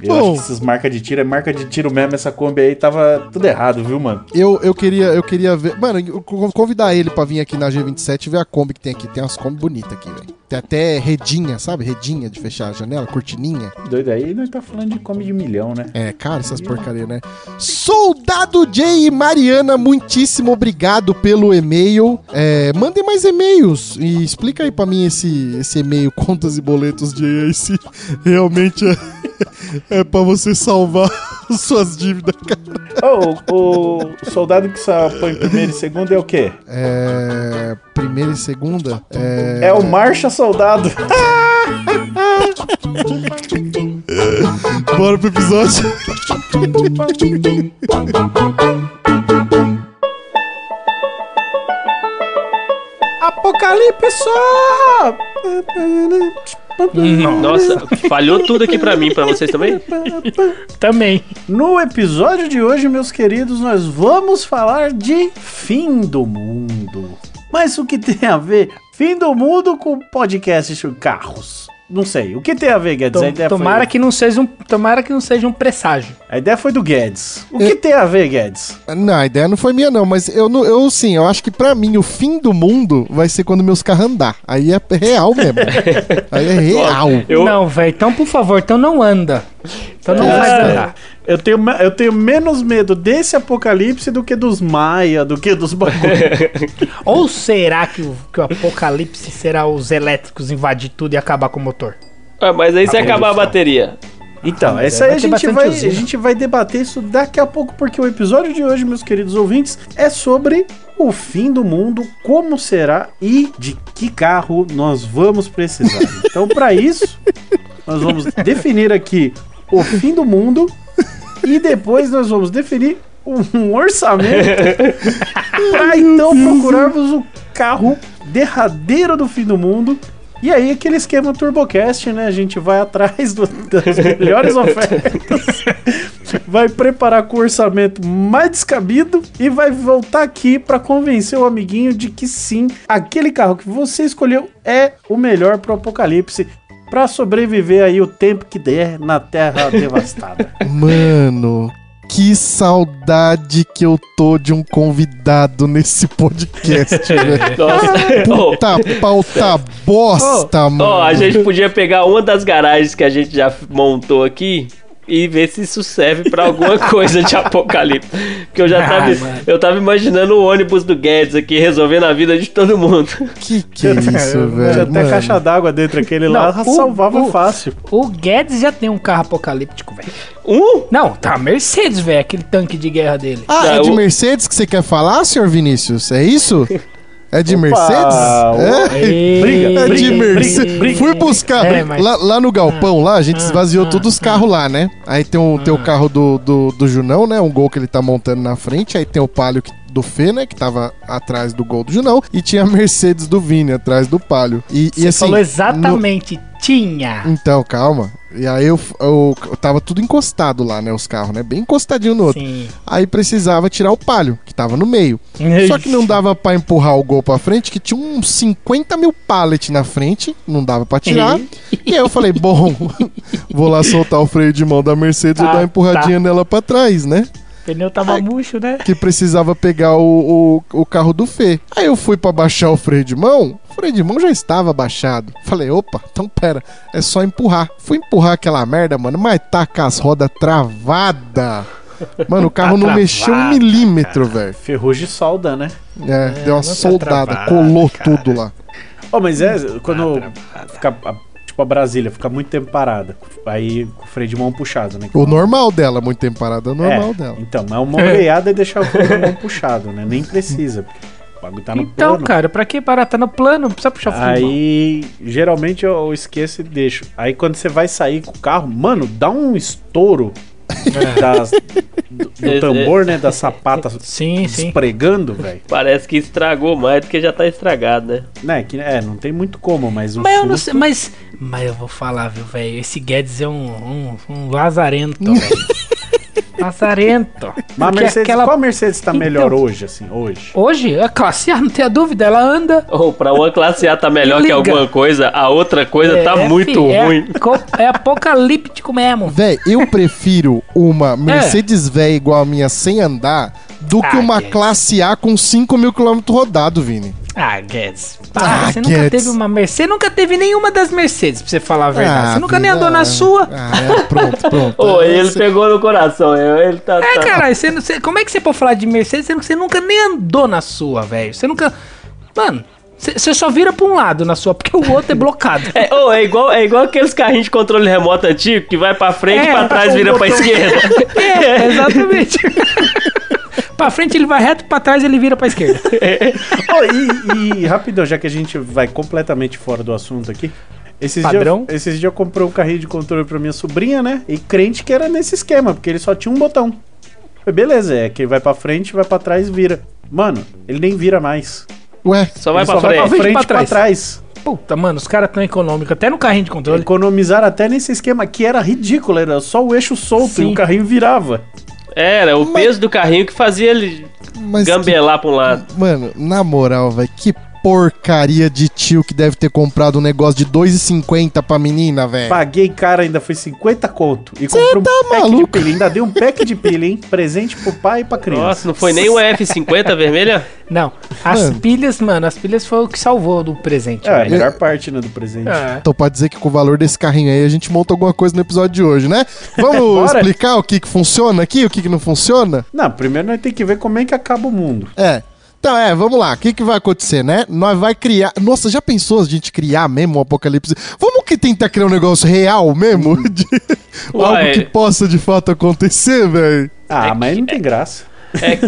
Speaker 2: Eu
Speaker 1: [LAUGHS] Bom.
Speaker 2: acho que essas marcas de tiro é marca de tiro mesmo. Essa Kombi aí tava tudo errado, viu, mano?
Speaker 1: Eu, eu, queria, eu queria ver. Mano, eu co- convidar ele pra vir aqui na G27 e ver a Kombi que tem aqui. Tem umas Kombi bonitas aqui, velho. Tem até redinha, sabe? Redinha de fechar a janela, cortininha.
Speaker 2: Doido aí, nós tá falando de Kombi de milhão, né?
Speaker 1: É, cara, essas porcarias, né? Soldado J e Mariana, muitíssimo obrigado pelo e-mail. É, mandem mais e-mails e explica aí pra mim esse, esse e-mail, contas e boletos de aí, se realmente é, é pra você salvar [LAUGHS] suas dívidas, cara.
Speaker 2: Ô, o, o soldado que só põe primeiro e segundo é o quê?
Speaker 1: É, primeira e segunda? É,
Speaker 2: É o Marcha Soldado.
Speaker 1: bora pro episódio.
Speaker 3: Apocalipse!
Speaker 2: [LAUGHS]
Speaker 4: Nossa, falhou tudo aqui pra mim, pra vocês também?
Speaker 3: Também.
Speaker 2: No episódio de hoje, meus queridos, nós vamos falar de fim do mundo. Mas o que tem a ver fim do mundo com podcast sobre carros? Não sei. O que tem a ver, Guedes? a,
Speaker 3: Tom-
Speaker 2: ideia
Speaker 3: tomara,
Speaker 2: foi...
Speaker 3: que não seja um, tomara que não seja um presságio.
Speaker 2: a ideia foi do Guedes. O que tem a ver, Guedes?
Speaker 1: Não, a ideia não foi minha, não, mas eu, não- eu sim, eu acho que pra mim o fim do mundo vai ser quando meus carros andar. Aí é real mesmo. Aí é real.
Speaker 4: Eu,
Speaker 3: Não, velho. Então, por favor, então não anda. Então não
Speaker 2: Cara,
Speaker 3: vai andar.
Speaker 2: É, Eu tenho, me- eu tenho menos medo desse apocalipse do que dos Maia, do que dos bagulhos.
Speaker 3: Ou será que o, que o apocalipse será os elétricos invadir tudo e acabar com o motor?
Speaker 4: Ah, mas aí se
Speaker 3: Tá bom,
Speaker 4: acabar a
Speaker 3: pessoal.
Speaker 4: bateria.
Speaker 2: Então, essa
Speaker 3: vai
Speaker 2: aí a
Speaker 3: ter
Speaker 2: gente,
Speaker 3: bastante
Speaker 2: vai, a
Speaker 3: usina.
Speaker 2: gente vai debater isso daqui a pouco, porque o episódio de hoje, meus queridos ouvintes, é sobre o fim do mundo, como será e de que carro nós vamos
Speaker 3: [LAUGHS]
Speaker 2: precisar. Então, para isso, nós vamos definir aqui o fim do mundo e depois nós vamos definir um
Speaker 3: [LAUGHS]
Speaker 2: orçamento para então procurarmos o carro derradeiro do fim do mundo. E aí, aquele esquema TurboCast, né? A gente vai atrás do- das
Speaker 3: [LAUGHS]
Speaker 2: melhores ofertas, vai preparar com o orçamento mais descabido e vai voltar aqui para convencer o amiguinho de que sim, aquele carro que você escolheu é o melhor pro apocalipse para sobreviver aí o tempo que der na
Speaker 3: [LAUGHS]
Speaker 2: terra devastada.
Speaker 1: Mano, que saudade que eu tô de um convidado nesse podcast, velho.
Speaker 4: Nossa.
Speaker 3: Ah.
Speaker 4: [LAUGHS] Oh, Ó,
Speaker 1: Puta pauta bosta, mano.
Speaker 4: ó, a gente podia pegar uma das garagens que a gente já montou aqui e ver se isso serve
Speaker 3: [LAUGHS]
Speaker 4: pra alguma coisa de apocalipse. Porque eu já
Speaker 3: Ah,
Speaker 4: tava,
Speaker 3: mano.
Speaker 4: eu tava imaginando o ônibus do Guedes aqui resolvendo a vida de todo mundo. [LAUGHS]
Speaker 1: Que que é
Speaker 2: [LAUGHS]
Speaker 1: isso,
Speaker 2: Tinha
Speaker 1: velho?
Speaker 2: até
Speaker 1: mano?
Speaker 2: caixa d'água dentro, aquele lá
Speaker 3: Não, o-
Speaker 2: salvava
Speaker 3: o-
Speaker 2: fácil.
Speaker 3: O Guedes já tem um carro apocalíptico, velho.
Speaker 4: Um?
Speaker 3: Não, tá a Mercedes, velho, aquele tanque de guerra dele.
Speaker 1: Ah, é de
Speaker 4: Não, o-
Speaker 1: Mercedes que você quer falar, senhor Vinícius? É isso? É de Mercedes? É?
Speaker 2: briga,
Speaker 1: É de
Speaker 2: briga,
Speaker 1: Mercedes.
Speaker 2: briga.
Speaker 1: Fui buscar.
Speaker 3: É, mas-
Speaker 1: lá, lá no galpão, lá, a gente
Speaker 3: Ah,
Speaker 1: esvaziou
Speaker 3: ah,
Speaker 1: todos os carros lá, né? Aí tem, um, tem o carro do, do, do Junão, né? Um gol que ele tá montando na frente. Aí tem o palio que- do Fê, né? Que tava atrás do gol do Junão. E tinha a Mercedes do Vini atrás do palio. E, e
Speaker 3: Você
Speaker 1: assim.
Speaker 3: falou
Speaker 1: no-
Speaker 3: exatamente, tinha.
Speaker 1: Então, calma. E aí eu, eu, eu tava tudo encostado lá, né? Os carros, né? Bem encostadinho no outro.
Speaker 3: Sim.
Speaker 1: Aí precisava tirar o palio, que tava no meio.
Speaker 3: É
Speaker 1: Só que não dava pra empurrar o gol pra frente, que tinha uns 50 mil pallet na frente, não dava pra tirar. e aí eu
Speaker 3: [LAUGHS]
Speaker 1: falei, bom, vou lá soltar o freio de mão da Mercedes e
Speaker 3: Ah,
Speaker 1: dar uma empurradinha nela pra trás, né?
Speaker 3: O pneu tava
Speaker 1: Ai.
Speaker 3: murcho, né?
Speaker 2: Tá
Speaker 1: Que precisava pegar o, o, o carro do Fê. Aí eu fui pra baixar o freio de mão, o freio de mão já estava baixado. Falei, opa, então pera, é só empurrar. Fui empurrar aquela merda, mano, mas tá com as rodas travada. Mano, o carro não
Speaker 3: Tá travada,
Speaker 1: mexeu um milímetro, velho.
Speaker 2: Ferrugem solda, né?
Speaker 1: É, deu uma
Speaker 3: não tá
Speaker 1: soldada,
Speaker 3: travada,
Speaker 1: colou tudo lá.
Speaker 2: Ó, mas é, quando fica, a- tipo a Brasília, fica muito tempo parada. Aí com o freio de mão puxado, né?
Speaker 1: O normal dela, muito tempo parada, é o normal
Speaker 2: é,
Speaker 1: dela.
Speaker 2: Então, mas uma freada é deixar o freio de mão puxado, né? Nem precisa. porque bagulho tá no
Speaker 3: Então,
Speaker 2: plano.
Speaker 3: cara, pra que parar? Tá no plano, não precisa puxar o fio.
Speaker 2: Aí, geralmente eu esqueço e deixo. Aí quando você vai sair com o carro, mano, dá um estouro das- do, do tambor, né? Das sapatas
Speaker 3: É. Sim, sim.
Speaker 2: despregando, velho.
Speaker 4: Parece que estragou mais do que já tá estragado, né?
Speaker 2: Né, que, é, não tem muito como, mas o
Speaker 3: Mas eu não
Speaker 2: susto-
Speaker 3: sei, mas. Mas eu vou falar, viu, velho? Esse Guedes é um, um, um lazarento,
Speaker 1: [LAUGHS]
Speaker 3: velho. Lazarento.
Speaker 2: Mas a
Speaker 3: Porque
Speaker 2: Mercedes,
Speaker 3: aquela-
Speaker 2: qual Mercedes tá
Speaker 3: Então-
Speaker 2: melhor hoje, assim, hoje?
Speaker 3: Hoje, a classe A, não tenha dúvida, ela anda.
Speaker 4: Ou pra uma classe A tá melhor que
Speaker 3: Liga.
Speaker 4: alguma coisa, a outra coisa tá
Speaker 3: É,
Speaker 4: muito
Speaker 3: fi, é
Speaker 4: ruim.
Speaker 3: co- É apocalíptico mesmo.
Speaker 1: Véi, eu prefiro uma Mercedes véia igual a minha sem andar do que
Speaker 3: É. Ah,
Speaker 1: uma
Speaker 3: que é
Speaker 1: classe A com 5 mil quilômetros rodado, Vini.
Speaker 3: Ah, Guedes. Para,
Speaker 1: Ah,
Speaker 3: você nunca
Speaker 1: Guedes.
Speaker 3: teve uma Mercedes. Você nunca teve nenhuma das Mercedes, pra você falar a verdade.
Speaker 1: Ah,
Speaker 3: você nunca nem
Speaker 1: Vini,
Speaker 3: andou
Speaker 1: ah,
Speaker 3: na sua.
Speaker 1: Ah, é, pronto,
Speaker 3: [LAUGHS]
Speaker 1: pronto. É,
Speaker 4: Ô, ele
Speaker 1: Você-
Speaker 4: pegou no coração, ele tá.
Speaker 3: É,
Speaker 4: tá-
Speaker 3: caralho, você, não- você- como é que você pode falar de Mercedes sendo que você nunca nem andou na sua, velho? Você nunca. Mano, você você só vira pra um lado na sua, porque o outro é blocado.
Speaker 4: É, ô, é igual, é igual aqueles carrinhos de controle remoto antigo que vai pra frente,
Speaker 3: É,
Speaker 4: pra trás,
Speaker 3: com
Speaker 4: vira pra
Speaker 3: botão.
Speaker 4: esquerda.
Speaker 3: É, exatamente. [LAUGHS] pra frente ele vai reto, pra trás ele vira pra esquerda.
Speaker 2: [LAUGHS] Ô, e, e rapidão, já que a gente vai completamente fora do assunto aqui. Esses
Speaker 3: Padrão.
Speaker 2: dias, esses dias eu comprei um carrinho de controle pra minha sobrinha, né? E crente que era nesse esquema, porque ele só tinha um botão. Falei, Beleza, é que ele vai pra frente, vai pra trás, vira. Mano, ele nem vira mais.
Speaker 1: Ué,
Speaker 4: Só vai
Speaker 2: ele
Speaker 4: pra
Speaker 2: só vai pra
Speaker 4: frente.
Speaker 2: frente,
Speaker 3: Frente
Speaker 2: pra
Speaker 3: pra
Speaker 2: trás.
Speaker 3: Puta, mano, os caras tão econômicos, até no carrinho de controle.
Speaker 2: É. Economizaram até nesse esquema que era ridículo, era só o eixo solto
Speaker 3: Sim.
Speaker 2: e o carrinho virava.
Speaker 4: Era o peso do carrinho que fazia ele
Speaker 1: mas. que-
Speaker 4: gambelar pra um lado.
Speaker 1: Mano, na moral, velho, que porcaria de tio que deve ter comprado um negócio de 2,50 pra menina,
Speaker 4: É.
Speaker 1: velho.
Speaker 2: Paguei cara, ainda foi 50 conto. E comprei um
Speaker 3: tá
Speaker 2: pack de
Speaker 1: maluco?
Speaker 2: pilha. Ainda dei um pack de pilha, hein? Presente pro pai e pra criança.
Speaker 4: Nossa, não foi nem o F50 vermelha?
Speaker 3: Não, as
Speaker 1: Mano.
Speaker 3: pilhas, mano, as pilhas foi o que salvou do presente,
Speaker 2: É, a
Speaker 3: velho.
Speaker 2: melhor parte né, do presente.
Speaker 3: É.
Speaker 1: Então pode dizer que com o valor desse carrinho aí a gente monta alguma coisa no episódio de hoje, né? Vamos
Speaker 2: Bora.
Speaker 1: explicar o que, que funciona aqui, o que, que não funciona?
Speaker 2: Não, primeiro nós temos que ver como é que acaba o mundo.
Speaker 1: É. Então, é, vamos lá. O que, que vai acontecer, né? Nós vai criar. Nossa, já pensou a gente criar mesmo um apocalipse? Vamos que tentar criar um negócio real mesmo? [LAUGHS] De- Algo
Speaker 4: Uai.
Speaker 1: que possa de fato acontecer, velho?
Speaker 2: Ah, mas não tem graça.
Speaker 4: É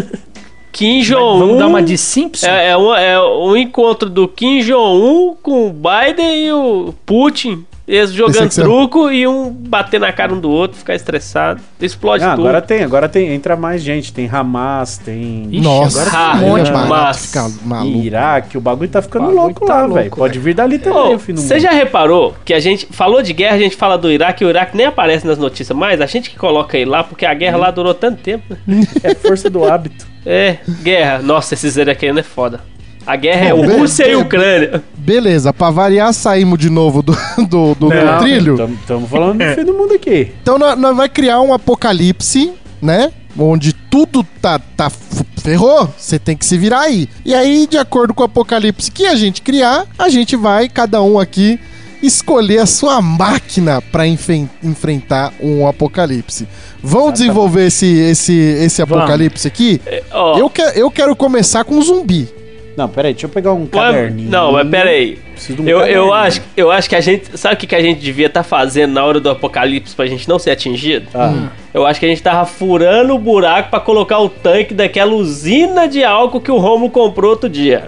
Speaker 4: Kim
Speaker 3: Vamos dar uma
Speaker 4: Jong-un.
Speaker 3: de Simpson? [LAUGHS]
Speaker 4: É, é, um, é um encontro do Kim Jong-un com o Biden e o Putin. Eles jogando
Speaker 1: que você-
Speaker 4: truco e um bater na cara um do outro, ficar estressado. Explode
Speaker 2: Ah,
Speaker 4: tudo.
Speaker 2: agora tem, agora tem. Entra mais gente. Tem Hamas, tem
Speaker 3: Ixi,
Speaker 1: Nossa,
Speaker 3: agora
Speaker 1: aí
Speaker 4: tem um monte,
Speaker 1: é barato
Speaker 4: mas-
Speaker 1: ficar maluco.
Speaker 2: né? Iraque. O bagulho tá ficando
Speaker 3: O bagulho
Speaker 2: louco
Speaker 3: tá
Speaker 2: lá,
Speaker 3: louco,
Speaker 2: velho. Pode vir dali também,
Speaker 4: Ô,
Speaker 2: o fim do
Speaker 4: Você
Speaker 2: mundo.
Speaker 4: já reparou que a gente falou de guerra, a gente fala do Iraque e o Iraque nem aparece nas notícias mais? A gente que coloca ele lá porque a guerra
Speaker 2: Hum.
Speaker 4: lá durou tanto tempo. né?
Speaker 2: É força do
Speaker 3: [LAUGHS]
Speaker 2: hábito.
Speaker 4: É, guerra. Nossa, esses iraquianos é foda. A guerra é
Speaker 1: Bom, bem-
Speaker 4: Rússia e
Speaker 1: bem-
Speaker 4: Ucrânia.
Speaker 1: Beleza, pra variar, saímos de novo do, [LAUGHS] do, do- do trilho.
Speaker 2: então. Estamos falando
Speaker 3: É.
Speaker 2: do fim do mundo aqui.
Speaker 1: Então nós, nós vai criar um apocalipse, né? Onde tudo tá, tá f- ferrou, você tem que se virar aí. E aí, de acordo com o apocalipse que a gente criar, a gente vai, cada um aqui, escolher a sua máquina pra enfen- enfrentar um apocalipse. Vamos desenvolver esse, esse, esse
Speaker 3: Vamos. É,
Speaker 1: apocalipse aqui?
Speaker 4: Ó,
Speaker 1: Eu, que- eu quero começar com um zumbi.
Speaker 2: Não, peraí, deixa eu pegar um
Speaker 4: mas-
Speaker 2: caderninho.
Speaker 4: é- não, mas pera aí.
Speaker 2: Preciso de um
Speaker 4: eu, eu,
Speaker 2: caderninho.
Speaker 4: acho, eu acho que a gente. Sabe o que, que a gente devia estar fazendo na hora do apocalipse pra gente não ser atingido?
Speaker 2: Ah,
Speaker 4: Eu acho que a gente tava furando o buraco pra colocar o tanque daquela usina de álcool que o Romulo comprou
Speaker 2: [LAUGHS]
Speaker 4: outro dia.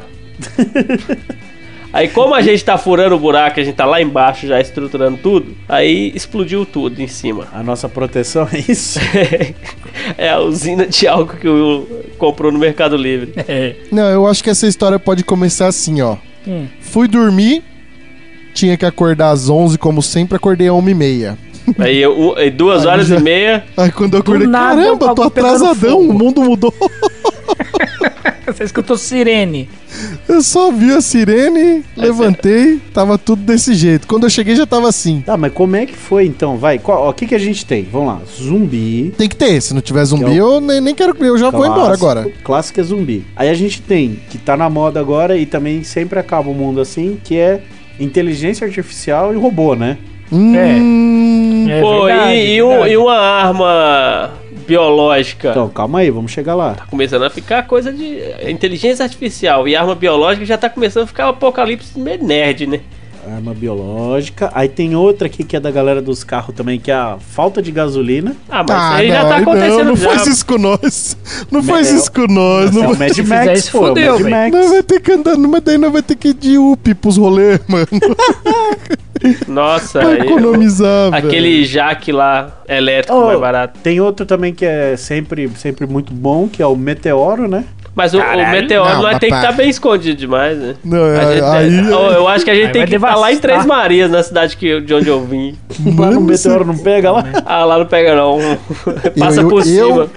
Speaker 4: aí como a gente tá furando o buraco, a gente tá lá embaixo já estruturando tudo, aí explodiu tudo em cima.
Speaker 2: A nossa proteção é isso? [LAUGHS]
Speaker 4: [LAUGHS] é a usina de álcool que o Will comprou no Mercado Livre.
Speaker 3: É.
Speaker 1: Não, eu acho que essa história pode começar assim, ó.
Speaker 3: Hum.
Speaker 1: Fui dormir, tinha que acordar às 11, como sempre, acordei às 1h30.
Speaker 4: Aí eu, aí duas
Speaker 1: Aí
Speaker 4: horas
Speaker 1: já-
Speaker 4: e meia,
Speaker 1: Aí quando eu acordei,
Speaker 3: nada,
Speaker 1: caramba,
Speaker 3: o
Speaker 1: tô
Speaker 3: bagulho pegando
Speaker 1: atrasadão,
Speaker 3: fogo.
Speaker 1: o mundo mudou. [LAUGHS]
Speaker 3: Você escutou sirene.
Speaker 1: Eu só vi a sirene, levantei, tava tudo desse jeito. Quando eu cheguei já tava assim.
Speaker 2: Tá, mas como é que foi então? Vai, qual- ó, o que, que a gente tem? Vamos lá. Zumbi.
Speaker 1: Tem que ter, se não tiver zumbi,
Speaker 2: Que é
Speaker 1: eu nem, nem quero comer, eu já
Speaker 3: Então
Speaker 1: vou embora
Speaker 2: clássico,
Speaker 1: agora.
Speaker 2: Clássico é zumbi. Aí a gente tem, que tá na moda agora e também sempre acaba o mundo assim, que é inteligência artificial e robô, né?
Speaker 4: É.
Speaker 1: Hum,
Speaker 3: É
Speaker 4: pô,
Speaker 3: verdade,
Speaker 4: e, e um-
Speaker 3: verdade.
Speaker 4: e uma arma biológica.
Speaker 2: Então, calma aí, vamos chegar lá.
Speaker 4: Começando a ficar coisa é, de inteligência artificial e arma biológica já tá começando a ficar um apocalipse meio nerd, né?
Speaker 2: Arma biológica. Aí tem outra aqui que é da galera dos carros também, que é a falta de gasolina.
Speaker 4: Ah, mas
Speaker 1: Ah,
Speaker 4: isso aí já tá
Speaker 1: não,
Speaker 4: acontecendo
Speaker 1: Não, não
Speaker 4: já. Né,
Speaker 1: faz isso com nós. Não faz
Speaker 2: Meu,
Speaker 1: isso com nós.
Speaker 2: é
Speaker 1: Não
Speaker 2: o
Speaker 1: vai,
Speaker 2: Mad
Speaker 3: [LAUGHS] se fizer
Speaker 2: Max,
Speaker 3: isso,
Speaker 2: pô. é o
Speaker 3: fodeu,
Speaker 2: Mad
Speaker 3: velho.
Speaker 2: Max.
Speaker 1: nós vai ter que andar, mas daí nós vai ter que ir de UP pros rolê, [LAUGHS] mano.
Speaker 4: Nossa,
Speaker 1: Pra
Speaker 4: aí,
Speaker 1: economizar, Tá velho.
Speaker 4: aquele jaque lá elétrico
Speaker 2: Oh.
Speaker 4: mais barato.
Speaker 2: Tem outro também que é sempre, sempre muito bom, que é o Meteoro, né?
Speaker 4: Mas o, o
Speaker 3: Caralho.
Speaker 4: meteoro
Speaker 1: Não,
Speaker 4: vai ter que
Speaker 1: papai.
Speaker 4: estar bem escondido demais, né?
Speaker 1: Não,
Speaker 4: A
Speaker 1: é,
Speaker 4: gente-
Speaker 1: aí.
Speaker 4: eu, eu acho que a gente
Speaker 3: Aí
Speaker 4: tem
Speaker 3: vai
Speaker 4: que estar lá em
Speaker 3: devastar.
Speaker 4: Três Marias, na cidade que, eu- de onde eu vim.
Speaker 2: Lá no
Speaker 1: Mano, isso-
Speaker 2: Meteoro não pega
Speaker 3: é
Speaker 2: lá.
Speaker 3: né?
Speaker 4: Ah, lá não pega não. [LAUGHS] Passa
Speaker 1: eu-
Speaker 4: por
Speaker 1: eu-
Speaker 4: cima.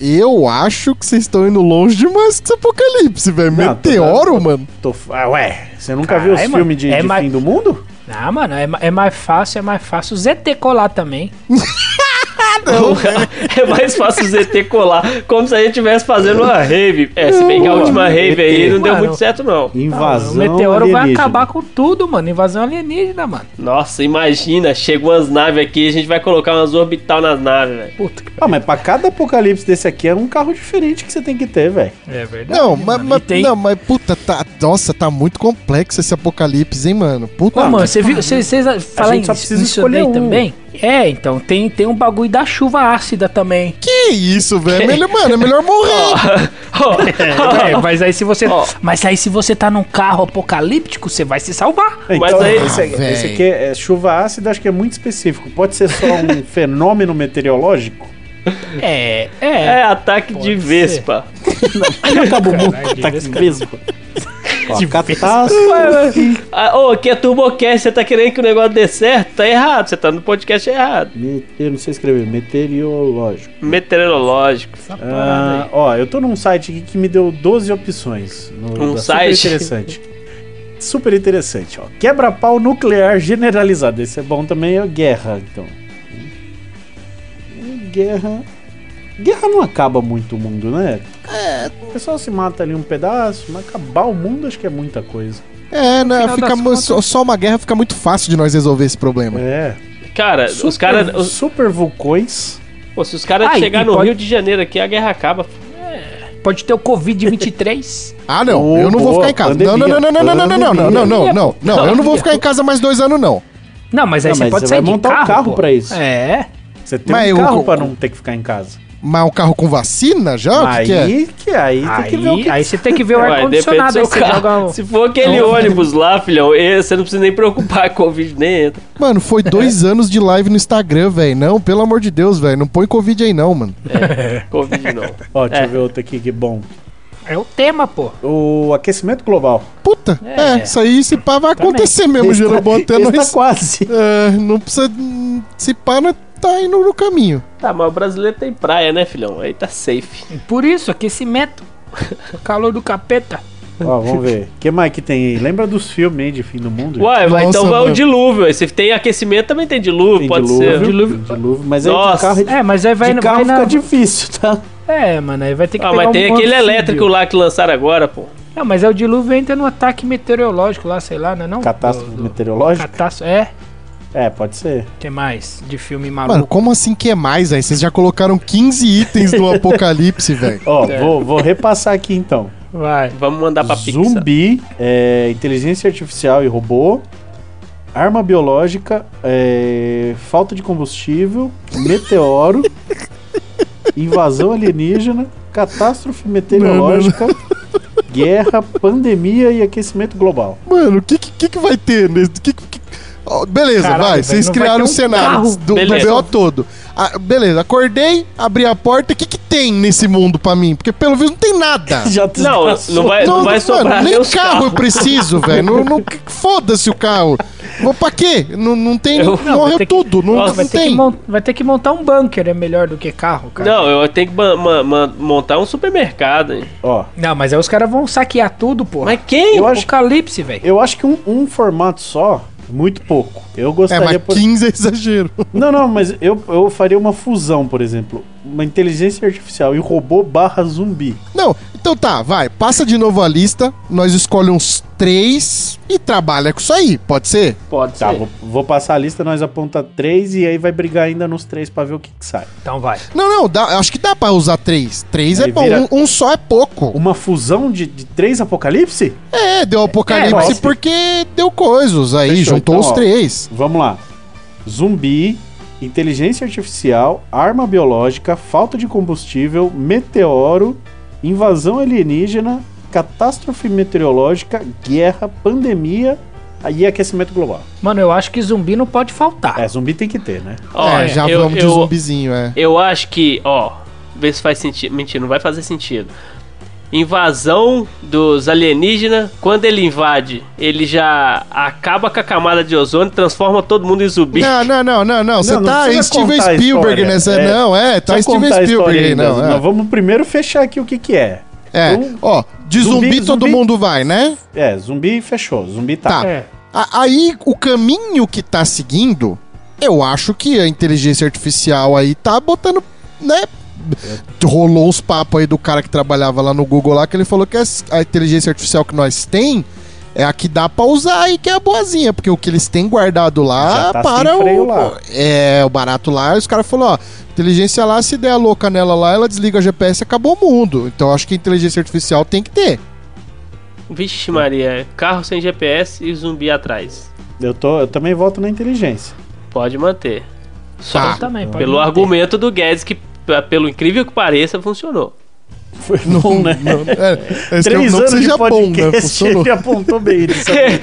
Speaker 1: eu acho que vocês estão indo longe demais com esse apocalipse, velho.
Speaker 2: Não, tô
Speaker 1: Meteoro,
Speaker 2: dando-
Speaker 1: mano.
Speaker 2: Tô f- ah, ué, você nunca
Speaker 3: Caralho,
Speaker 2: viu os
Speaker 3: mano.
Speaker 2: filmes de,
Speaker 3: É
Speaker 2: de
Speaker 3: mais-
Speaker 2: fim do mundo?
Speaker 3: Ah, mano, é, ma- é mais fácil, é mais fácil o ZT colar também.
Speaker 4: [LAUGHS] É mais fácil o ZT colar. Como se a gente estivesse fazendo uma rave. É, se bem que a última rave aí não deu
Speaker 3: Mano.
Speaker 4: muito certo, não.
Speaker 2: Invasão.
Speaker 3: o meteoro vai
Speaker 2: alienígena.
Speaker 3: acabar com tudo, mano. Invasão alienígena, mano.
Speaker 4: Nossa, imagina, chegou umas naves aqui, a gente vai colocar umas orbital nas naves, velho.
Speaker 3: Puta que
Speaker 2: Ah, mas pra cada apocalipse desse aqui é um carro diferente que você tem que ter, velho.
Speaker 3: É verdade.
Speaker 1: Não, mas,
Speaker 3: mano. E
Speaker 1: mas-
Speaker 3: tem-
Speaker 1: não, mas puta, tá, nossa, tá muito complexo esse apocalipse, hein, mano. Puta
Speaker 3: Ô, mano,
Speaker 1: que
Speaker 3: você viu? Vocês falam
Speaker 2: gente só
Speaker 3: nisso
Speaker 2: precisa
Speaker 3: nisso
Speaker 2: escolher
Speaker 3: daí
Speaker 2: um.
Speaker 3: também? É, então, tem, tem um bagulho da chuva ácida [LAUGHS] também.
Speaker 1: Que isso,
Speaker 3: [LAUGHS]
Speaker 1: velho? É melhor- Mano, é melhor morrer.
Speaker 3: É, mas aí se você.
Speaker 4: Ó.
Speaker 3: Mas aí se você tá num carro apocalíptico, você vai se salvar.
Speaker 2: Então,
Speaker 4: Mas aí-
Speaker 2: esse, aqui-
Speaker 1: Ah,
Speaker 2: esse
Speaker 1: véi.
Speaker 2: aqui é chuva ácida, acho que é muito específico. Pode ser só
Speaker 4: [LAUGHS]
Speaker 2: um fenômeno meteorológico?
Speaker 3: É,
Speaker 4: É
Speaker 3: é.
Speaker 4: ataque de
Speaker 3: ser.
Speaker 4: Vespa.
Speaker 2: Acabou muito.
Speaker 3: Caralho,
Speaker 2: Tá que
Speaker 3: de
Speaker 4: [LAUGHS]
Speaker 2: mesmo. Ó, catástrofe.
Speaker 4: Ah, Ô, aqui é TurboCast, você tá querendo que o negócio dê certo? Tá errado, você tá no podcast errado.
Speaker 2: Eu não sei escrever. Meteorológico.
Speaker 4: Meteorológico. Essa
Speaker 2: Ah, ó, eu tô num site aqui que me deu 12 opções. No,
Speaker 4: Um
Speaker 2: da
Speaker 4: site?
Speaker 2: Super interessante. Super interessante, ó. Quebra-pau nuclear generalizado. Esse é bom também, é guerra, então. Guerra. Guerra não acaba muito o mundo, né?
Speaker 4: É.
Speaker 2: O pessoal se mata ali um pedaço, mas acabar o mundo acho que é muita coisa.
Speaker 1: É, né?
Speaker 3: Afinal
Speaker 1: Fica
Speaker 3: das
Speaker 1: mu-
Speaker 3: contas-
Speaker 1: só, só uma guerra fica muito fácil de nós resolver esse problema.
Speaker 2: É.
Speaker 4: Cara, os caras. os-
Speaker 2: Super vulcões.
Speaker 4: pô, Se os caras
Speaker 3: Ah, e-
Speaker 4: chegarem
Speaker 3: e
Speaker 4: no
Speaker 3: pode-
Speaker 4: Rio de Janeiro aqui, a guerra acaba.
Speaker 3: Pode ter o Covid-23.
Speaker 1: Ah, não,
Speaker 2: Ô,
Speaker 1: eu não vou
Speaker 2: boa,
Speaker 1: ficar em casa.
Speaker 2: pandemia,
Speaker 1: Não, não, não, não, não, não, não, não, não, não, não, não, não, eu não vou ficar em casa mais dois anos, não.
Speaker 3: Não, mas aí
Speaker 2: Não,
Speaker 3: você
Speaker 2: mas
Speaker 3: pode
Speaker 2: você
Speaker 3: sair
Speaker 2: vai
Speaker 3: de
Speaker 2: montar um
Speaker 3: carro,
Speaker 2: carro
Speaker 3: pô.
Speaker 2: pra isso.
Speaker 3: É.
Speaker 2: Você tem
Speaker 1: Mas
Speaker 2: um
Speaker 1: eu-
Speaker 2: carro pra não ter que ficar em casa.
Speaker 1: Mas um carro com vacina já? O que, que é?
Speaker 2: aí que, aí, tem que ver o
Speaker 3: Aí,
Speaker 2: que
Speaker 3: aí você tem que ver o
Speaker 4: [LAUGHS] Ué,
Speaker 3: um ar-condicionado. Aí
Speaker 4: depende do
Speaker 3: você
Speaker 4: seu carro.
Speaker 3: joga
Speaker 4: [LAUGHS]
Speaker 3: um...
Speaker 4: Se for aquele ônibus lá, filhão, esse, você não precisa nem preocupar [LAUGHS] com o Covid nem entra.
Speaker 1: Mano, foi
Speaker 2: [LAUGHS]
Speaker 1: dois anos de live no Instagram, velho. Não, pelo amor de Deus, velho. Não põe Covid aí, não, mano.
Speaker 4: Covid não.
Speaker 2: Ó, deixa
Speaker 4: É.
Speaker 2: eu ver outro aqui que bom.
Speaker 3: É o tema, pô.
Speaker 2: O aquecimento global.
Speaker 1: Puta, é, isso aí se pá vai acontecer mesmo,
Speaker 2: Esse
Speaker 1: Jeroboam,
Speaker 2: tá-
Speaker 1: até
Speaker 2: esse tá
Speaker 1: nós. [LAUGHS]
Speaker 2: quase.
Speaker 1: É, não precisa. hum, Se pá, nós tá indo no caminho.
Speaker 4: Tá, mas o brasileiro tem praia, né, filhão? Aí tá safe.
Speaker 3: Por isso, aquecimento. [LAUGHS] Calor do capeta.
Speaker 2: Ó, vamos ver. O que mais que tem aí? Lembra dos filmes aí de fim do mundo?
Speaker 4: Ué, vai, então
Speaker 1: Nossa,
Speaker 4: vai o
Speaker 1: mano.
Speaker 4: dilúvio. aí. Se tem aquecimento, também tem dilúvio,
Speaker 2: Tem
Speaker 4: pode
Speaker 2: dilúvio,
Speaker 4: ser.
Speaker 2: dilúvio. dilúvio. Mas aí
Speaker 4: Nossa.
Speaker 2: de carro,
Speaker 3: É, mas aí vai,
Speaker 2: de
Speaker 3: vai
Speaker 2: carro
Speaker 3: na...
Speaker 2: fica difícil, tá?
Speaker 3: É, mano, aí vai ter que
Speaker 4: Ah,
Speaker 3: pegar
Speaker 4: mas
Speaker 3: um
Speaker 4: tem aquele
Speaker 3: anfíbio.
Speaker 4: elétrico lá que lançaram agora, pô.
Speaker 3: Não, mas é o dilúvio entra no ataque meteorológico lá, sei lá, não é não?
Speaker 2: Catástrofe
Speaker 3: Do- do-
Speaker 2: meteorológica?
Speaker 3: Catástrofe, é.
Speaker 2: É, pode ser.
Speaker 3: que mais? De filme
Speaker 1: Mano,
Speaker 3: maluco.
Speaker 1: como assim que é mais, velho? Vocês já colocaram 15 itens
Speaker 3: [LAUGHS]
Speaker 1: do apocalipse, velho.
Speaker 2: Ó, vou, vou repassar aqui então.
Speaker 3: Vai.
Speaker 4: Vamos mandar pra Pixar.
Speaker 2: Zumbi, é, inteligência artificial e robô, arma biológica, é, falta de combustível, meteoro, invasão alienígena, catástrofe meteorológica, guerra, pandemia e aquecimento global.
Speaker 1: Mano, o que, que, que que vai ter? nesse- que, que, que- Ó, beleza,
Speaker 3: Caralho,
Speaker 1: vai.
Speaker 3: velho,
Speaker 1: Vocês
Speaker 3: não vai
Speaker 1: criaram
Speaker 3: ter
Speaker 1: o
Speaker 3: um
Speaker 1: cenário
Speaker 3: carro.
Speaker 1: do, do
Speaker 4: Beleza.
Speaker 1: BO todo. Ah, beleza, acordei, abri a porta. O que, que tem nesse mundo pra mim? Porque pelo visto não tem
Speaker 3: [LAUGHS]
Speaker 1: nada.
Speaker 2: Já
Speaker 4: Não,
Speaker 2: desgraçou.
Speaker 4: não
Speaker 3: É,
Speaker 4: vai, não vai sobrar
Speaker 1: nem
Speaker 4: nem
Speaker 1: carro,
Speaker 4: os carros.
Speaker 1: eu preciso,
Speaker 3: [LAUGHS]
Speaker 1: velho. Não, não- que- Foda-se o carro. Vou pra quê? Não, não tem.
Speaker 4: Eu-
Speaker 1: morreu morre
Speaker 3: vai ter que-
Speaker 1: tudo. não
Speaker 4: Nossa,
Speaker 1: não
Speaker 3: Vai ter, que
Speaker 1: tem.
Speaker 3: mon- vai ter que montar um bunker, é melhor do que carro, cara.
Speaker 4: Não, eu tenho que ma- ma- ma- montar um supermercado, hein?
Speaker 2: Ó,
Speaker 3: Não, mas aí os caras vão saquear tudo, pô.
Speaker 4: Mas quem?
Speaker 2: Eu acho-
Speaker 3: Apocalipse, velho.
Speaker 2: eu acho que um, um formato só, muito pouco. Eu
Speaker 1: É,
Speaker 2: gostaria...
Speaker 1: mas
Speaker 2: por-
Speaker 1: 15 é exagero.
Speaker 2: Não, não, mas eu, eu faria uma fusão, por exemplo. uma inteligência artificial e robô barra zumbi.
Speaker 1: Não, então tá, vai, passa de novo a lista, nós escolhe uns três e trabalha com isso aí, pode ser?
Speaker 4: Pode
Speaker 2: Tá,
Speaker 4: ser.
Speaker 2: vou, vou passar a lista, nós aponta três e aí vai brigar ainda nos três pra ver o que, que sai.
Speaker 3: Então vai.
Speaker 1: Não, não, dá- acho que dá pra usar três. Três é
Speaker 2: Aí
Speaker 1: bom,
Speaker 2: vira-
Speaker 1: um, um só é pouco.
Speaker 2: Uma fusão de, de três apocalipse?
Speaker 1: É, deu apocalipse
Speaker 2: pode ser.
Speaker 1: porque deu coisas aí,
Speaker 2: Fechou,
Speaker 1: juntou
Speaker 2: então,
Speaker 1: os
Speaker 2: ó.
Speaker 1: três.
Speaker 2: Vamos lá. Zumbi, inteligência artificial, arma biológica, falta de combustível, meteoro, invasão alienígena, catástrofe meteorológica, guerra, pandemia e aquecimento global.
Speaker 3: Mano, eu acho que zumbi não pode faltar.
Speaker 2: É, zumbi tem que ter, né?
Speaker 4: Ó,
Speaker 1: é, já
Speaker 4: eu,
Speaker 1: vamos de
Speaker 4: eu,
Speaker 1: zumbizinho, é.
Speaker 4: Eu acho que, ó, vê se faz sentido. Mentira, não vai fazer sentido. Invasão dos alienígenas, quando ele invade, ele já acaba com a camada de ozônio, transforma todo mundo em zumbi.
Speaker 1: Não, não, não, não, não. Você
Speaker 2: não
Speaker 1: tá em
Speaker 2: precisa
Speaker 1: Steven
Speaker 2: contar a
Speaker 1: Spielberg
Speaker 2: história.
Speaker 1: nessa.
Speaker 2: É,
Speaker 1: Não, é, tá
Speaker 2: Só
Speaker 1: Steven
Speaker 2: contar a
Speaker 1: Spielberg
Speaker 2: história
Speaker 1: aí,
Speaker 2: ainda,
Speaker 1: não.
Speaker 2: mas
Speaker 1: É.
Speaker 2: vamos primeiro fechar aqui o que que é.
Speaker 1: É,
Speaker 2: Então,
Speaker 1: Ó, de zumbi,
Speaker 2: zumbi,
Speaker 1: todo
Speaker 2: zumbi.
Speaker 1: mundo vai, né?
Speaker 2: É, zumbi fechou, zumbi
Speaker 1: Tá.
Speaker 2: tá.
Speaker 3: É.
Speaker 1: A- Aí o caminho que tá seguindo, eu acho que a inteligência artificial aí tá botando, né? Rolou uns papos aí do cara que trabalhava lá no Google lá, que ele falou que as- a inteligência artificial que nós tem é a que dá pra usar aí, que é a boazinha, porque o que eles têm guardado lá
Speaker 2: Já tá sem
Speaker 1: para o.
Speaker 2: freio lá.
Speaker 1: É, o barato lá, os caras falaram, ó, inteligência lá, se der a louca nela lá, ela desliga o GPS e acabou o mundo. Então acho que a inteligência artificial tem que ter.
Speaker 4: [LAUGHS] Vixe, Maria, carro sem GPS e zumbi atrás.
Speaker 2: Eu, tô, eu também voto na
Speaker 1: [LAUGHS]
Speaker 2: inteligência.
Speaker 4: Pode manter. Só
Speaker 1: Tá.
Speaker 3: Eu também, pode
Speaker 4: pelo
Speaker 3: manter.
Speaker 4: argumento do Guedes, que, p- pelo incrível que pareça,
Speaker 3: [LAUGHS]
Speaker 4: funcionou.
Speaker 2: Foi bom, né?
Speaker 1: É, esse
Speaker 2: Três
Speaker 1: não que
Speaker 2: anos
Speaker 1: seja
Speaker 2: de
Speaker 1: bom,
Speaker 2: podcast, [LAUGHS]
Speaker 1: né? Funcionou.
Speaker 2: ele apontou bem isso.
Speaker 3: É,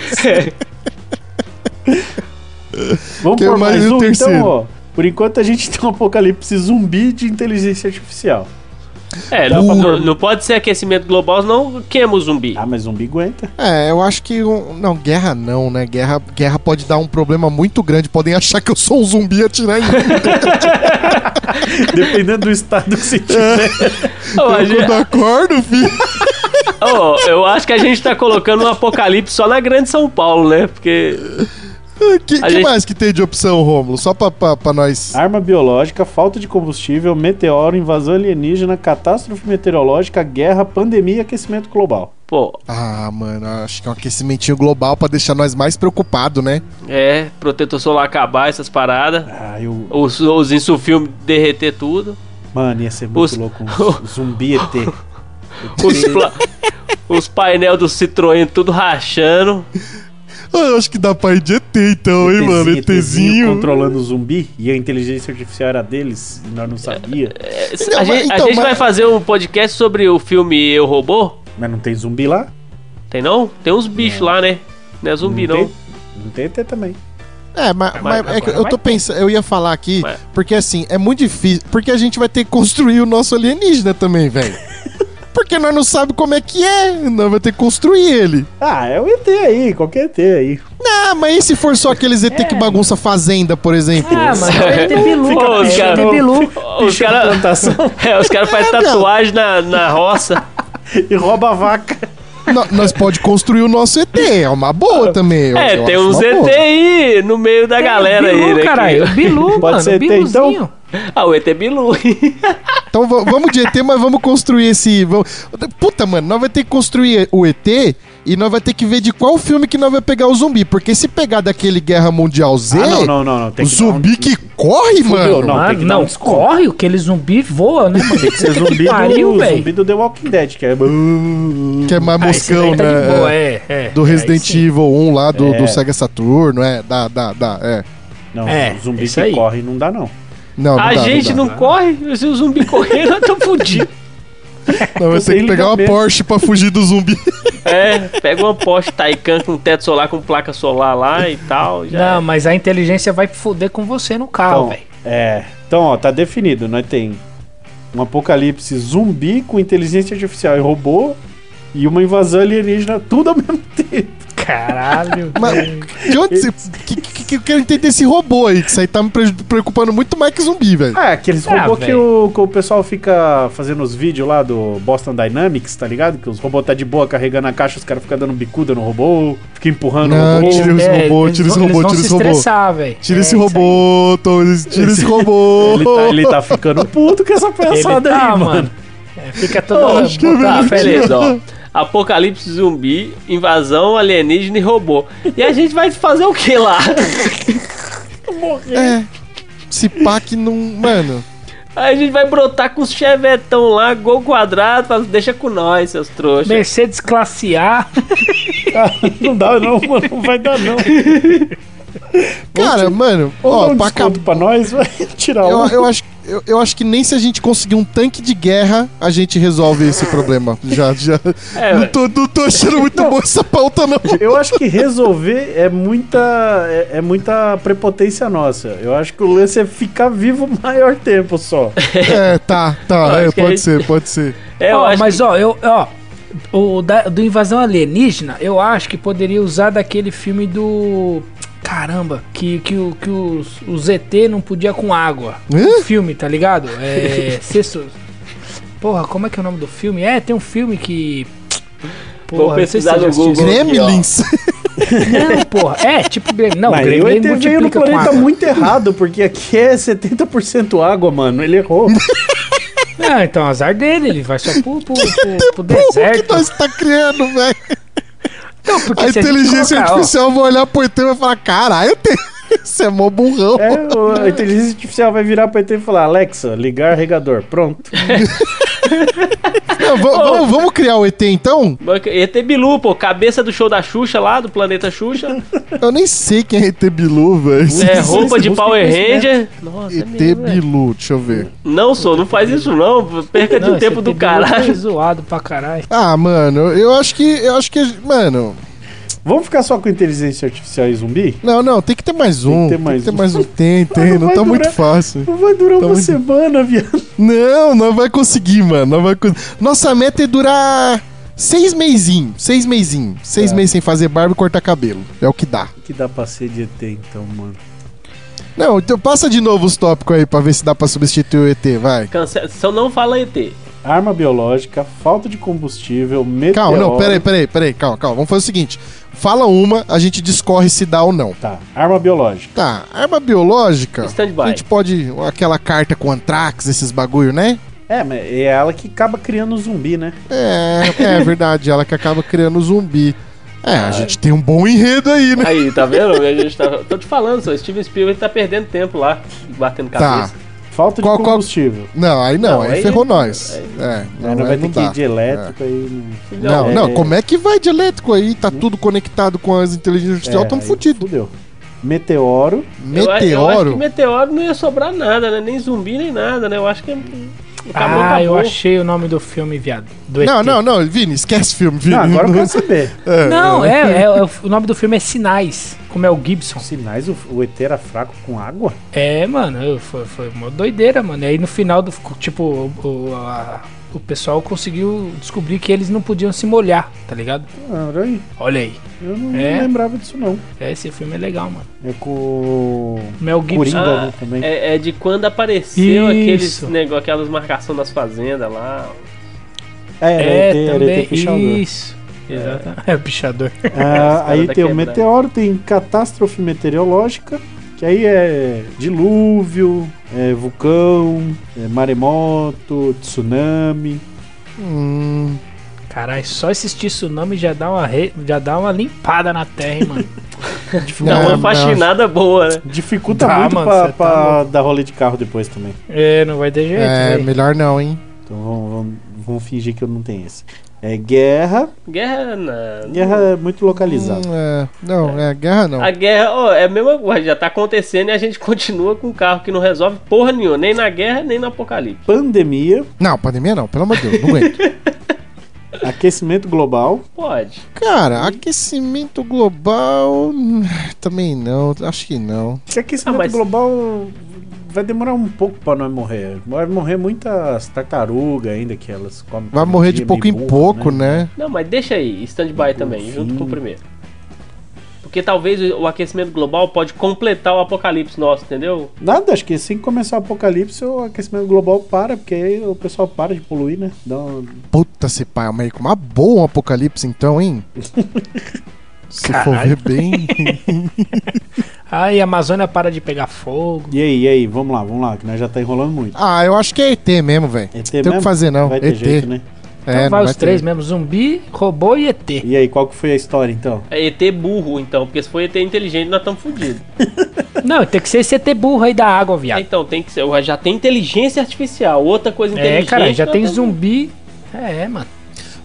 Speaker 1: [LAUGHS]
Speaker 2: Vamos
Speaker 1: Quero
Speaker 2: por
Speaker 1: mais
Speaker 2: mais,
Speaker 1: um
Speaker 2: um,
Speaker 1: terceiro.
Speaker 2: então, ó. Por enquanto a gente tem um apocalipse zumbi de inteligência artificial.
Speaker 4: É, não, não- não pode ser aquecimento global, senão queima o zumbi.
Speaker 2: Ah, mas zumbi aguenta. [LAUGHS]
Speaker 1: É, eu acho que. um- Não, guerra não, né? Guerra, guerra pode dar um problema muito grande. Podem achar que eu sou um zumbi e atirar em
Speaker 4: [LAUGHS]
Speaker 1: mim.
Speaker 2: Dependendo do estado que
Speaker 1: [LAUGHS]
Speaker 2: você tiver.
Speaker 4: Ô, a gente-
Speaker 1: Quando eu acordo, filho.
Speaker 4: Ô, eu acho que a gente tá colocando um apocalipse só na grande São Paulo, né? Porque
Speaker 1: Que,
Speaker 4: A
Speaker 1: que
Speaker 4: gente-
Speaker 1: mais que tem de opção, Rômulo? Só pra, pra, pra nós.
Speaker 2: Arma biológica, falta de combustível, meteoro, invasão alienígena, catástrofe meteorológica, guerra, pandemia e aquecimento global.
Speaker 4: Pô,
Speaker 1: Ah, mano, acho que é um aquecimentinho global pra deixar nós mais preocupados, né?
Speaker 4: é, protetor solar acabar, essas paradas.
Speaker 2: Ah, eu.
Speaker 4: Os, os insufilmes derreter tudo.
Speaker 2: Mano, ia ser muito
Speaker 4: Os-
Speaker 2: louco. Um
Speaker 1: [LAUGHS]
Speaker 2: zumbi ET.
Speaker 4: Os, pla... os painel do Citroën tudo rachando.
Speaker 1: Ah, Eu acho que dá pra ir de ET, então, hein, mano? ETzinho.
Speaker 2: controlando o zumbi e a inteligência artificial era deles e nós não sabia.
Speaker 4: É,
Speaker 1: Então,
Speaker 4: a
Speaker 1: mas-
Speaker 4: gente, a
Speaker 1: então,
Speaker 4: gente
Speaker 1: mas-
Speaker 4: vai fazer um podcast sobre o filme Eu Robô?
Speaker 2: Mas não tem zumbi lá?
Speaker 4: Tem não? Tem uns bichos lá, né? Não é zumbi, não.
Speaker 2: Tem, não tem ET também.
Speaker 1: É, mas, mas é que eu tô pensando, eu ia falar aqui,
Speaker 4: Mas-
Speaker 1: porque assim, é muito difícil. Porque a gente vai ter que construir o nosso alienígena também, velho. Porque nós não sabemos como é que é, nós vamos ter que construir ele.
Speaker 2: Ah, é o ET aí, qualquer ET aí.
Speaker 1: Ah, mas e se for só aqueles ET que bagunça a fazenda, por exemplo?
Speaker 3: Ah, mano, é [LAUGHS] ET Bilu.
Speaker 4: Fica
Speaker 3: É
Speaker 4: pensando.
Speaker 3: ET
Speaker 2: [LAUGHS]
Speaker 3: Bilu.
Speaker 4: Os
Speaker 2: Bicho de
Speaker 4: caras
Speaker 2: plantação
Speaker 4: [LAUGHS] é, os cara fazem
Speaker 1: viado.
Speaker 4: tatuagem na, na roça.
Speaker 2: e rouba a
Speaker 3: [LAUGHS]
Speaker 2: vaca.
Speaker 1: Nó- nós pode construir o nosso ET, é uma boa também. eu-
Speaker 4: É,
Speaker 1: eu
Speaker 4: tem
Speaker 1: acho
Speaker 4: uns
Speaker 1: uma
Speaker 4: ET
Speaker 1: boa.
Speaker 4: aí no meio da galera
Speaker 3: Bilu,
Speaker 4: aí, né?
Speaker 3: É, Caralho,
Speaker 4: que-
Speaker 3: Bilu,
Speaker 2: Pode
Speaker 3: mano,
Speaker 2: ser ET,
Speaker 3: Biluzinho.
Speaker 2: então?
Speaker 4: Ah, o ET Bilu.
Speaker 1: Então va- vamos de ET, mas vamos construir esse. vamos- Puta, mano, nós vamos ter que construir o ET e nós vamos ter que ver de qual filme que nós vamos pegar o zumbi. Porque se pegar daquele Guerra Mundial Z,
Speaker 2: Ah, não, não, não, não. Tem
Speaker 1: o
Speaker 2: que dar um-
Speaker 1: zumbi que corre, mano.
Speaker 2: não.
Speaker 3: Mano,
Speaker 2: tem que dar
Speaker 3: não,
Speaker 2: um desconto.
Speaker 3: corre, aquele zumbi voa, né, mano?
Speaker 2: Tem que [LAUGHS] ser zumbi,
Speaker 3: pariu,
Speaker 2: do,
Speaker 3: véi.
Speaker 2: zumbi do The Walking Dead, que é.
Speaker 1: Que é mais
Speaker 3: Ah, esse daí
Speaker 1: moscão,
Speaker 3: tá de boa,
Speaker 1: né? É,
Speaker 3: é, é,
Speaker 1: Do
Speaker 3: é,
Speaker 1: Resident
Speaker 3: aí sim.
Speaker 1: Evil 1 lá, do, do
Speaker 2: É.
Speaker 1: Sega Saturno, é. Dá, dá, dá, é.
Speaker 2: Não,
Speaker 3: É,
Speaker 2: o zumbi
Speaker 3: isso
Speaker 2: que
Speaker 3: aí.
Speaker 2: corre não dá, não.
Speaker 1: Não, não
Speaker 4: A
Speaker 1: dá,
Speaker 4: gente
Speaker 1: não, dá.
Speaker 4: não corre, se o zumbi correr, nós estamos fodidos.
Speaker 1: Não, vai
Speaker 2: Eu
Speaker 1: ter que
Speaker 2: tenho
Speaker 1: pegar uma
Speaker 2: ligamento.
Speaker 1: Porsche pra fugir do zumbi.
Speaker 4: [LAUGHS] É, pega uma Porsche Taycan com teto solar, com placa solar lá e tal. Já é.
Speaker 3: Não, mas a inteligência vai foder com você no carro,
Speaker 2: Então,
Speaker 3: velho.
Speaker 2: é. Então, ó, tá definido. Nós tem um apocalipse zumbi com inteligência artificial e robô e uma [LAUGHS] invasão alienígena, tudo ao mesmo tempo.
Speaker 3: Caralho.
Speaker 1: Mas de onde você. Que, que- que eu quero entender esse robô aí, que isso aí tá me pre- preocupando muito mais que zumbi, velho.
Speaker 2: Ah, aqueles
Speaker 3: Ah,
Speaker 2: robôs que
Speaker 3: velho.
Speaker 2: o, que o pessoal fica fazendo os vídeos lá do Boston Dynamics, tá ligado? Que os robôs tá de boa carregando a caixa, os caras ficam dando bicuda no robô, fica empurrando
Speaker 1: Não,
Speaker 2: o robô.
Speaker 1: tira os
Speaker 3: É,
Speaker 1: robôs,
Speaker 3: eles
Speaker 1: tira os
Speaker 3: vão- eles
Speaker 1: robôs,
Speaker 3: vão
Speaker 1: tira os
Speaker 3: se
Speaker 1: robôs.
Speaker 3: estressar, velho.
Speaker 1: Tira
Speaker 3: É
Speaker 1: esse
Speaker 3: isso aí.
Speaker 1: robô, Tom, tira esse robô.
Speaker 2: [LAUGHS] Ele tá, ele tá ficando puto com essa
Speaker 3: Ele
Speaker 2: pensada
Speaker 3: tá,
Speaker 2: aí, mano.
Speaker 3: mano. É, fica toda
Speaker 1: acho que é
Speaker 3: botar-
Speaker 4: Tá, [LAUGHS] beleza, ó. Apocalipse zumbi, invasão alienígena e robô. E a gente vai fazer o que lá?
Speaker 1: É. Esse pack não. Mano.
Speaker 4: A gente vai brotar com os chevetão lá, gol quadrado, fala, deixa com nós, seus trouxas.
Speaker 3: Mercedes classe A.
Speaker 2: Ah, Não dá não, mano. Não vai dar não.
Speaker 1: Cara, mano, ó,
Speaker 2: Ó, um
Speaker 1: pra acabar.
Speaker 2: desconto pra nós, vai [LAUGHS] tirar
Speaker 1: Eu,
Speaker 2: um.
Speaker 1: eu acho, eu, eu acho que nem se a gente conseguir um tanque de guerra, a gente resolve esse problema. Já, já.
Speaker 4: É,
Speaker 1: não,
Speaker 4: velho.
Speaker 1: tô, não tô achando muito boa essa pauta, não.
Speaker 2: Eu acho que resolver é muita é, é muita prepotência nossa. Eu acho que o lance é ficar vivo o maior tempo só.
Speaker 1: É, tá, tá.
Speaker 4: Eu
Speaker 1: é,
Speaker 4: acho que a
Speaker 1: pode
Speaker 4: gente-
Speaker 1: ser, pode ser.
Speaker 4: É, eu
Speaker 3: Ó,
Speaker 4: acho
Speaker 3: mas ó, eu, ó, o da- do Invasão Alienígena, eu acho que poderia usar daquele filme do. Caramba, que, que, o- que os, o ZT não podia com água.
Speaker 1: Hã?
Speaker 3: O filme, tá ligado?
Speaker 1: [LAUGHS]
Speaker 3: É. sexto. Porra, como é que é o nome do filme? É, tem um filme que.
Speaker 4: Vou
Speaker 3: não sei se
Speaker 4: pesquisar
Speaker 3: você já
Speaker 4: no
Speaker 3: assistiu
Speaker 4: Google.
Speaker 1: Gremlins.
Speaker 3: Não, porra. É, tipo Gremlin. Não,
Speaker 2: Mas
Speaker 3: Gremlin
Speaker 2: o ET veio no
Speaker 3: multiplica com
Speaker 1: tá
Speaker 2: planeta
Speaker 3: água.
Speaker 2: muito errado, porque aqui é 70% água, mano. Ele errou.
Speaker 3: Não, então azar dele, ele vai só pro,
Speaker 1: [LAUGHS]
Speaker 3: pro, pro, pro
Speaker 1: Porra, o que
Speaker 3: deserto.
Speaker 1: nós tá criando, velho?
Speaker 3: Não, porque
Speaker 1: A
Speaker 3: se gente
Speaker 1: inteligência
Speaker 3: colocar, ó,
Speaker 1: artificial vai olhar pro ET e vai falar: caralho, [LAUGHS] ET, você é mó burrão.
Speaker 2: É, o- a inteligência artificial vai virar pro ET e falar: Alexa, ligar regador. Pronto.
Speaker 1: Não, va- vamos, vamos criar o ET então?
Speaker 4: que. Ia ter Bilu, pô, cabeça do show da Xuxa lá, do planeta
Speaker 1: [LAUGHS]
Speaker 4: Xuxa.
Speaker 1: Eu nem sei quem é ET Bilu, velho.
Speaker 4: é, roupa de
Speaker 2: busca
Speaker 4: Power Ranger.
Speaker 2: conhecimento.
Speaker 4: Nossa, é
Speaker 1: ET
Speaker 4: mesmo, velho.
Speaker 1: Bilu, deixa eu ver.
Speaker 4: Não, sou, não faz isso não. Perca de
Speaker 3: não,
Speaker 4: um tempo
Speaker 3: esse é
Speaker 4: do
Speaker 3: ET Bilu foi
Speaker 4: caralho.
Speaker 3: zoado pra caralho.
Speaker 1: Ah, mano, eu acho que. Eu acho que. Mano.
Speaker 2: Vamos ficar só com inteligência artificial e zumbi?
Speaker 1: Não, não, tem que ter mais um. Tem que ter mais, um. Tem, tem,
Speaker 2: Mas não
Speaker 1: não
Speaker 2: [LAUGHS] vai
Speaker 1: tá
Speaker 2: durar.
Speaker 1: muito fácil.
Speaker 2: Não vai durar
Speaker 1: Tamo
Speaker 2: uma
Speaker 1: de-
Speaker 2: semana, viado.
Speaker 1: Não, não vai conseguir, mano. Não vai con- Nossa meta é durar seis meizinhos. Seis meizinhos. Seis meses sem fazer barba e cortar cabelo. É o que dá.
Speaker 2: O que dá pra ser de ET, então, mano?
Speaker 1: Não, então passa de novo os tópicos aí pra ver se dá pra substituir o ET, vai.
Speaker 4: Cancela, só não fala ET.
Speaker 2: Arma biológica, falta de combustível, meteoro...
Speaker 1: Calma, não, peraí, peraí, peraí, calma, calma. Vamos fazer o seguinte: fala uma, a gente discorre se dá ou não.
Speaker 2: Tá, arma biológica.
Speaker 1: Tá, arma biológica.
Speaker 4: Stand-by.
Speaker 1: A gente pode. Aquela carta com antrax, esses bagulho, né?
Speaker 2: É, mas é ela que acaba criando o zumbi, né?
Speaker 1: É, é verdade, ela que acaba criando zumbi. É, a gente tem um bom enredo aí, né?
Speaker 4: Aí, tá vendo? A gente tá... Tô te falando, seu Steven Spielberg tá perdendo tempo lá, batendo
Speaker 1: Tá.
Speaker 4: cabeça.
Speaker 2: Falta
Speaker 1: Qual-
Speaker 2: de
Speaker 1: qual-
Speaker 2: combustível.
Speaker 1: Não, aí não,
Speaker 4: Não,
Speaker 1: aí,
Speaker 4: aí-
Speaker 1: ferrou nós.
Speaker 4: aí-
Speaker 1: É,
Speaker 2: Aí
Speaker 1: não,
Speaker 2: não vai
Speaker 1: aí
Speaker 2: ter
Speaker 1: não
Speaker 2: que ir
Speaker 1: dá.
Speaker 2: de elétrico aí. não-
Speaker 1: Não,
Speaker 4: é,
Speaker 1: não,
Speaker 2: é-
Speaker 1: como é que vai de elétrico aí? Tá tudo conectado com as inteligências artificiais,
Speaker 2: É,
Speaker 1: tamo
Speaker 2: aí
Speaker 1: fudido.
Speaker 2: Fudeu. Meteoro.
Speaker 4: Eu a- Eu, acho
Speaker 1: Meteoro?
Speaker 4: que meteoro não ia sobrar nada, né? Nem zumbi, nem nada, né? Eu acho que. Acabou,
Speaker 3: ah, eu
Speaker 4: acabou.
Speaker 3: achei o nome do filme, viado. Do
Speaker 1: Não,
Speaker 3: ET.
Speaker 1: não, não, Vini, esquece filme, Vini.
Speaker 2: Não,
Speaker 1: [LAUGHS]
Speaker 2: agora eu quero saber.
Speaker 1: É,
Speaker 3: Não, é, é, é, o nome do filme é Sinais, como é o Gibson.
Speaker 2: Sinais, o, o ET era fraco com água?
Speaker 3: É, mano, eu- foi, foi uma doideira, mano. E aí no final do. Tipo, o, o- a- o pessoal conseguiu descobrir que eles não podiam se molhar, tá ligado?
Speaker 2: Ah, olha aí.
Speaker 3: Olha aí.
Speaker 2: Eu não
Speaker 3: É?
Speaker 2: lembrava disso, não.
Speaker 3: É, Esse filme é legal, mano.
Speaker 2: É com. o
Speaker 3: Mel Gibson.
Speaker 2: Coringa
Speaker 4: Ah,
Speaker 2: né, também.
Speaker 4: É, é de quando apareceu aqueles
Speaker 3: Isso.
Speaker 4: negócio, aquelas marcações das fazendas lá.
Speaker 3: É,
Speaker 2: era
Speaker 3: também.
Speaker 2: pichador.
Speaker 3: isso. Exatamente. [LAUGHS] É, o pichador.
Speaker 2: Ah, aí
Speaker 4: da
Speaker 2: tem o
Speaker 4: quebrada.
Speaker 2: meteoro, tem catástrofe meteorológica, que aí é dilúvio, é vulcão, é maremoto, tsunami.
Speaker 1: hum,
Speaker 3: Caralho, só assistir tsunami já dá uma, re- já dá uma limpada na terra, hein, mano.
Speaker 4: Dá
Speaker 1: não,
Speaker 4: Tá uma
Speaker 1: não.
Speaker 4: faxinada boa, né?
Speaker 2: Dificulta
Speaker 3: Tá,
Speaker 2: muito
Speaker 3: mano,
Speaker 2: pra,
Speaker 3: cê tá
Speaker 2: pra dar rolê de carro depois também.
Speaker 3: É, não vai ter jeito.
Speaker 1: É,
Speaker 3: véi.
Speaker 1: melhor não, hein?
Speaker 2: Então vamos, vamos- vamos fingir que eu não tenho esse. É guerra,
Speaker 4: Guerra na.
Speaker 2: guerra é muito localizada.
Speaker 1: Hum, é, não, é guerra não.
Speaker 4: A guerra, ó, é a mesma coisa, já tá acontecendo e a gente [LAUGHS] continua com um carro que não resolve porra nenhuma, nem na guerra, nem no apocalipse.
Speaker 2: Pandemia,
Speaker 1: Não, pandemia não, pelo amor de Deus, não aguento.
Speaker 2: aquecimento global,
Speaker 4: Pode.
Speaker 1: Cara, aquecimento global. hum, Também não, acho que não.
Speaker 2: Esse aquecimento
Speaker 4: Ah, mas-
Speaker 2: global vai demorar um pouco pra nós morrer. Vai morrer muitas tartarugas ainda que elas comem.
Speaker 1: Vai
Speaker 2: todo
Speaker 1: morrer
Speaker 2: dia,
Speaker 1: de pouco
Speaker 2: meio
Speaker 1: em
Speaker 2: burro,
Speaker 1: pouco, né?
Speaker 4: Não, mas deixa aí, stand-by também,
Speaker 2: Enfim.
Speaker 4: junto com o primeiro. Porque talvez o o aquecimento global pode completar o apocalipse nosso, entendeu?
Speaker 2: Nada, acho que assim que começar o apocalipse, o aquecimento global para, porque aí o pessoal para de poluir, né? Dá um-
Speaker 1: Puta se pá, meio uma boa um apocalipse então, hein? Se for ver
Speaker 2: [LAUGHS]
Speaker 1: bem.
Speaker 3: Ai, a Amazônia para de pegar fogo.
Speaker 2: E aí, e aí, vamos lá, vamos lá, que nós já tá enrolando muito.
Speaker 1: Ah, eu acho que é ET mesmo, velho.
Speaker 2: ET
Speaker 1: Tem o que
Speaker 2: mesmo?
Speaker 1: fazer, não.
Speaker 2: Vai ter
Speaker 1: ET.
Speaker 2: jeito, né?
Speaker 1: É,
Speaker 3: então
Speaker 1: não
Speaker 3: vai
Speaker 1: vai
Speaker 3: os
Speaker 1: ter.
Speaker 3: três mesmo: zumbi, robô e ET.
Speaker 2: E aí, qual que foi a história então?
Speaker 4: É ET burro, então, porque se for ET inteligente, nós estamos fodidos.
Speaker 3: Não, tem que ser esse ET burro aí da água, viado.
Speaker 4: Então, tem que ser. Já tem inteligência artificial, outra coisa
Speaker 3: É,
Speaker 4: inteligente.
Speaker 3: cara, já
Speaker 4: nós
Speaker 3: tem
Speaker 4: tamo-
Speaker 3: zumbi. É, mano.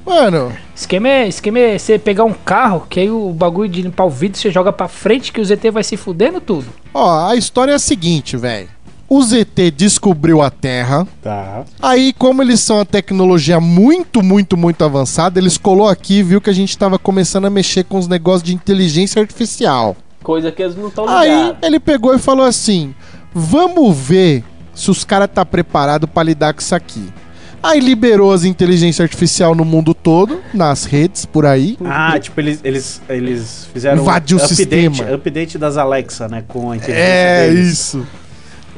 Speaker 1: Mano,
Speaker 3: Esquema é, esquema é você pegar um carro, que aí o bagulho de limpar o vidro você joga pra frente, que o ZT vai se fudendo tudo.
Speaker 1: ó, a história é a seguinte, velho. O ZT descobriu a Terra.
Speaker 2: Tá.
Speaker 1: Aí, como eles são a tecnologia muito, muito, muito avançada, eles colou aqui e viu que a gente tava começando a mexer com os negócios de inteligência artificial.
Speaker 4: Coisa que eles não estão
Speaker 1: Aí
Speaker 4: ligados.
Speaker 1: ele pegou e falou assim: vamos ver se os caras tá preparado pra lidar com isso aqui. Aí liberou as inteligência artificial no mundo todo, nas redes, por aí.
Speaker 2: Ah, tipo, eles, eles, eles fizeram
Speaker 1: Invadiu o
Speaker 2: update,
Speaker 1: sistema.
Speaker 2: update das Alexa, né? Com a inteligência.
Speaker 1: É
Speaker 2: deles.
Speaker 1: isso.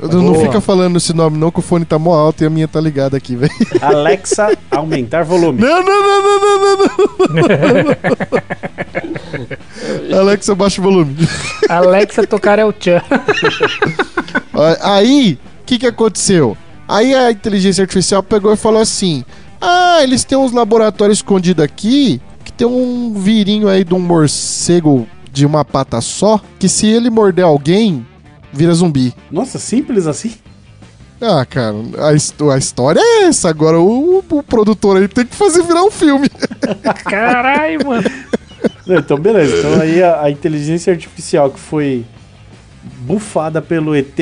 Speaker 1: Eu não
Speaker 2: Boa.
Speaker 1: fica falando esse nome, não, que o fone tá mó alto e a minha tá ligada aqui, [LAUGHS] velho.
Speaker 2: Alexa,
Speaker 1: [LAUGHS]
Speaker 2: aumentar volume.
Speaker 1: Não, não, não, não, não, não, não, não, [LAUGHS] não. Alexa, baixa o volume.
Speaker 3: Alexa [LAUGHS] tocar é o tchan.
Speaker 1: Ah, Aí, o que, que aconteceu? Aí a inteligência artificial pegou e falou assim: Ah, eles têm uns laboratórios escondidos aqui que tem um virinho aí de um morcego de uma pata só que se ele morder alguém, vira zumbi.
Speaker 2: Nossa, simples assim?
Speaker 1: Ah, cara, a, histó- a história é essa. Agora o, o produtor aí tem que fazer virar um filme. [LAUGHS]
Speaker 3: Caralho, mano.
Speaker 2: Não, então, beleza. Então, aí a, a inteligência artificial que foi bufada pelo ET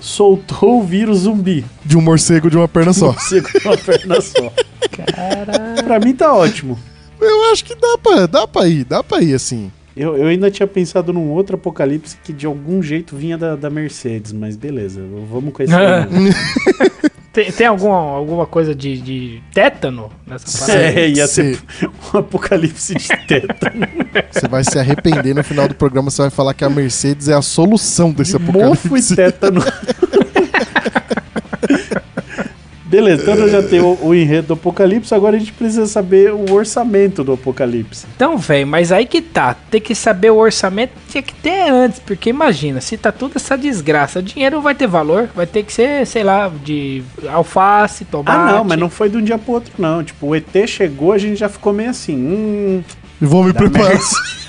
Speaker 2: soltou o vírus zumbi.
Speaker 1: De um morcego de uma perna
Speaker 2: [LAUGHS]
Speaker 1: só.
Speaker 2: Você com uma perna só.
Speaker 3: Caralho.
Speaker 2: Pra mim tá ótimo.
Speaker 1: Eu acho que dá pra, dá pra ir, dá pra ir assim.
Speaker 2: Eu, eu ainda tinha pensado num outro apocalipse que de algum jeito vinha da, da Mercedes, mas beleza, v-
Speaker 1: [LAUGHS]
Speaker 2: vamos com esse.
Speaker 3: Ah.
Speaker 2: aí.
Speaker 3: [LAUGHS] Tem, tem alguma, alguma coisa de, de tétano nessa parada?
Speaker 2: é, ia ser
Speaker 1: Sim.
Speaker 2: um apocalipse
Speaker 3: [LAUGHS]
Speaker 2: de teta.
Speaker 1: Você vai se arrepender no final do programa, você vai falar que a Mercedes é a solução desse apocalipse.
Speaker 2: Mofo e tétano. [LAUGHS] Beleza, então nós já tem o, o enredo do apocalipse, agora a gente precisa saber o orçamento do apocalipse.
Speaker 3: Então, velho, mas aí que tá. Tem que saber o orçamento, tinha que ter antes, porque imagina, se tá toda essa desgraça, o dinheiro não vai ter valor, vai ter que ser, sei lá, de alface, tomate.
Speaker 2: Ah, não, mas não foi de um dia pro outro, não. Tipo, o ET chegou, a gente já ficou meio assim, hum,
Speaker 1: E vou me
Speaker 2: dá
Speaker 1: preparar.
Speaker 2: merda.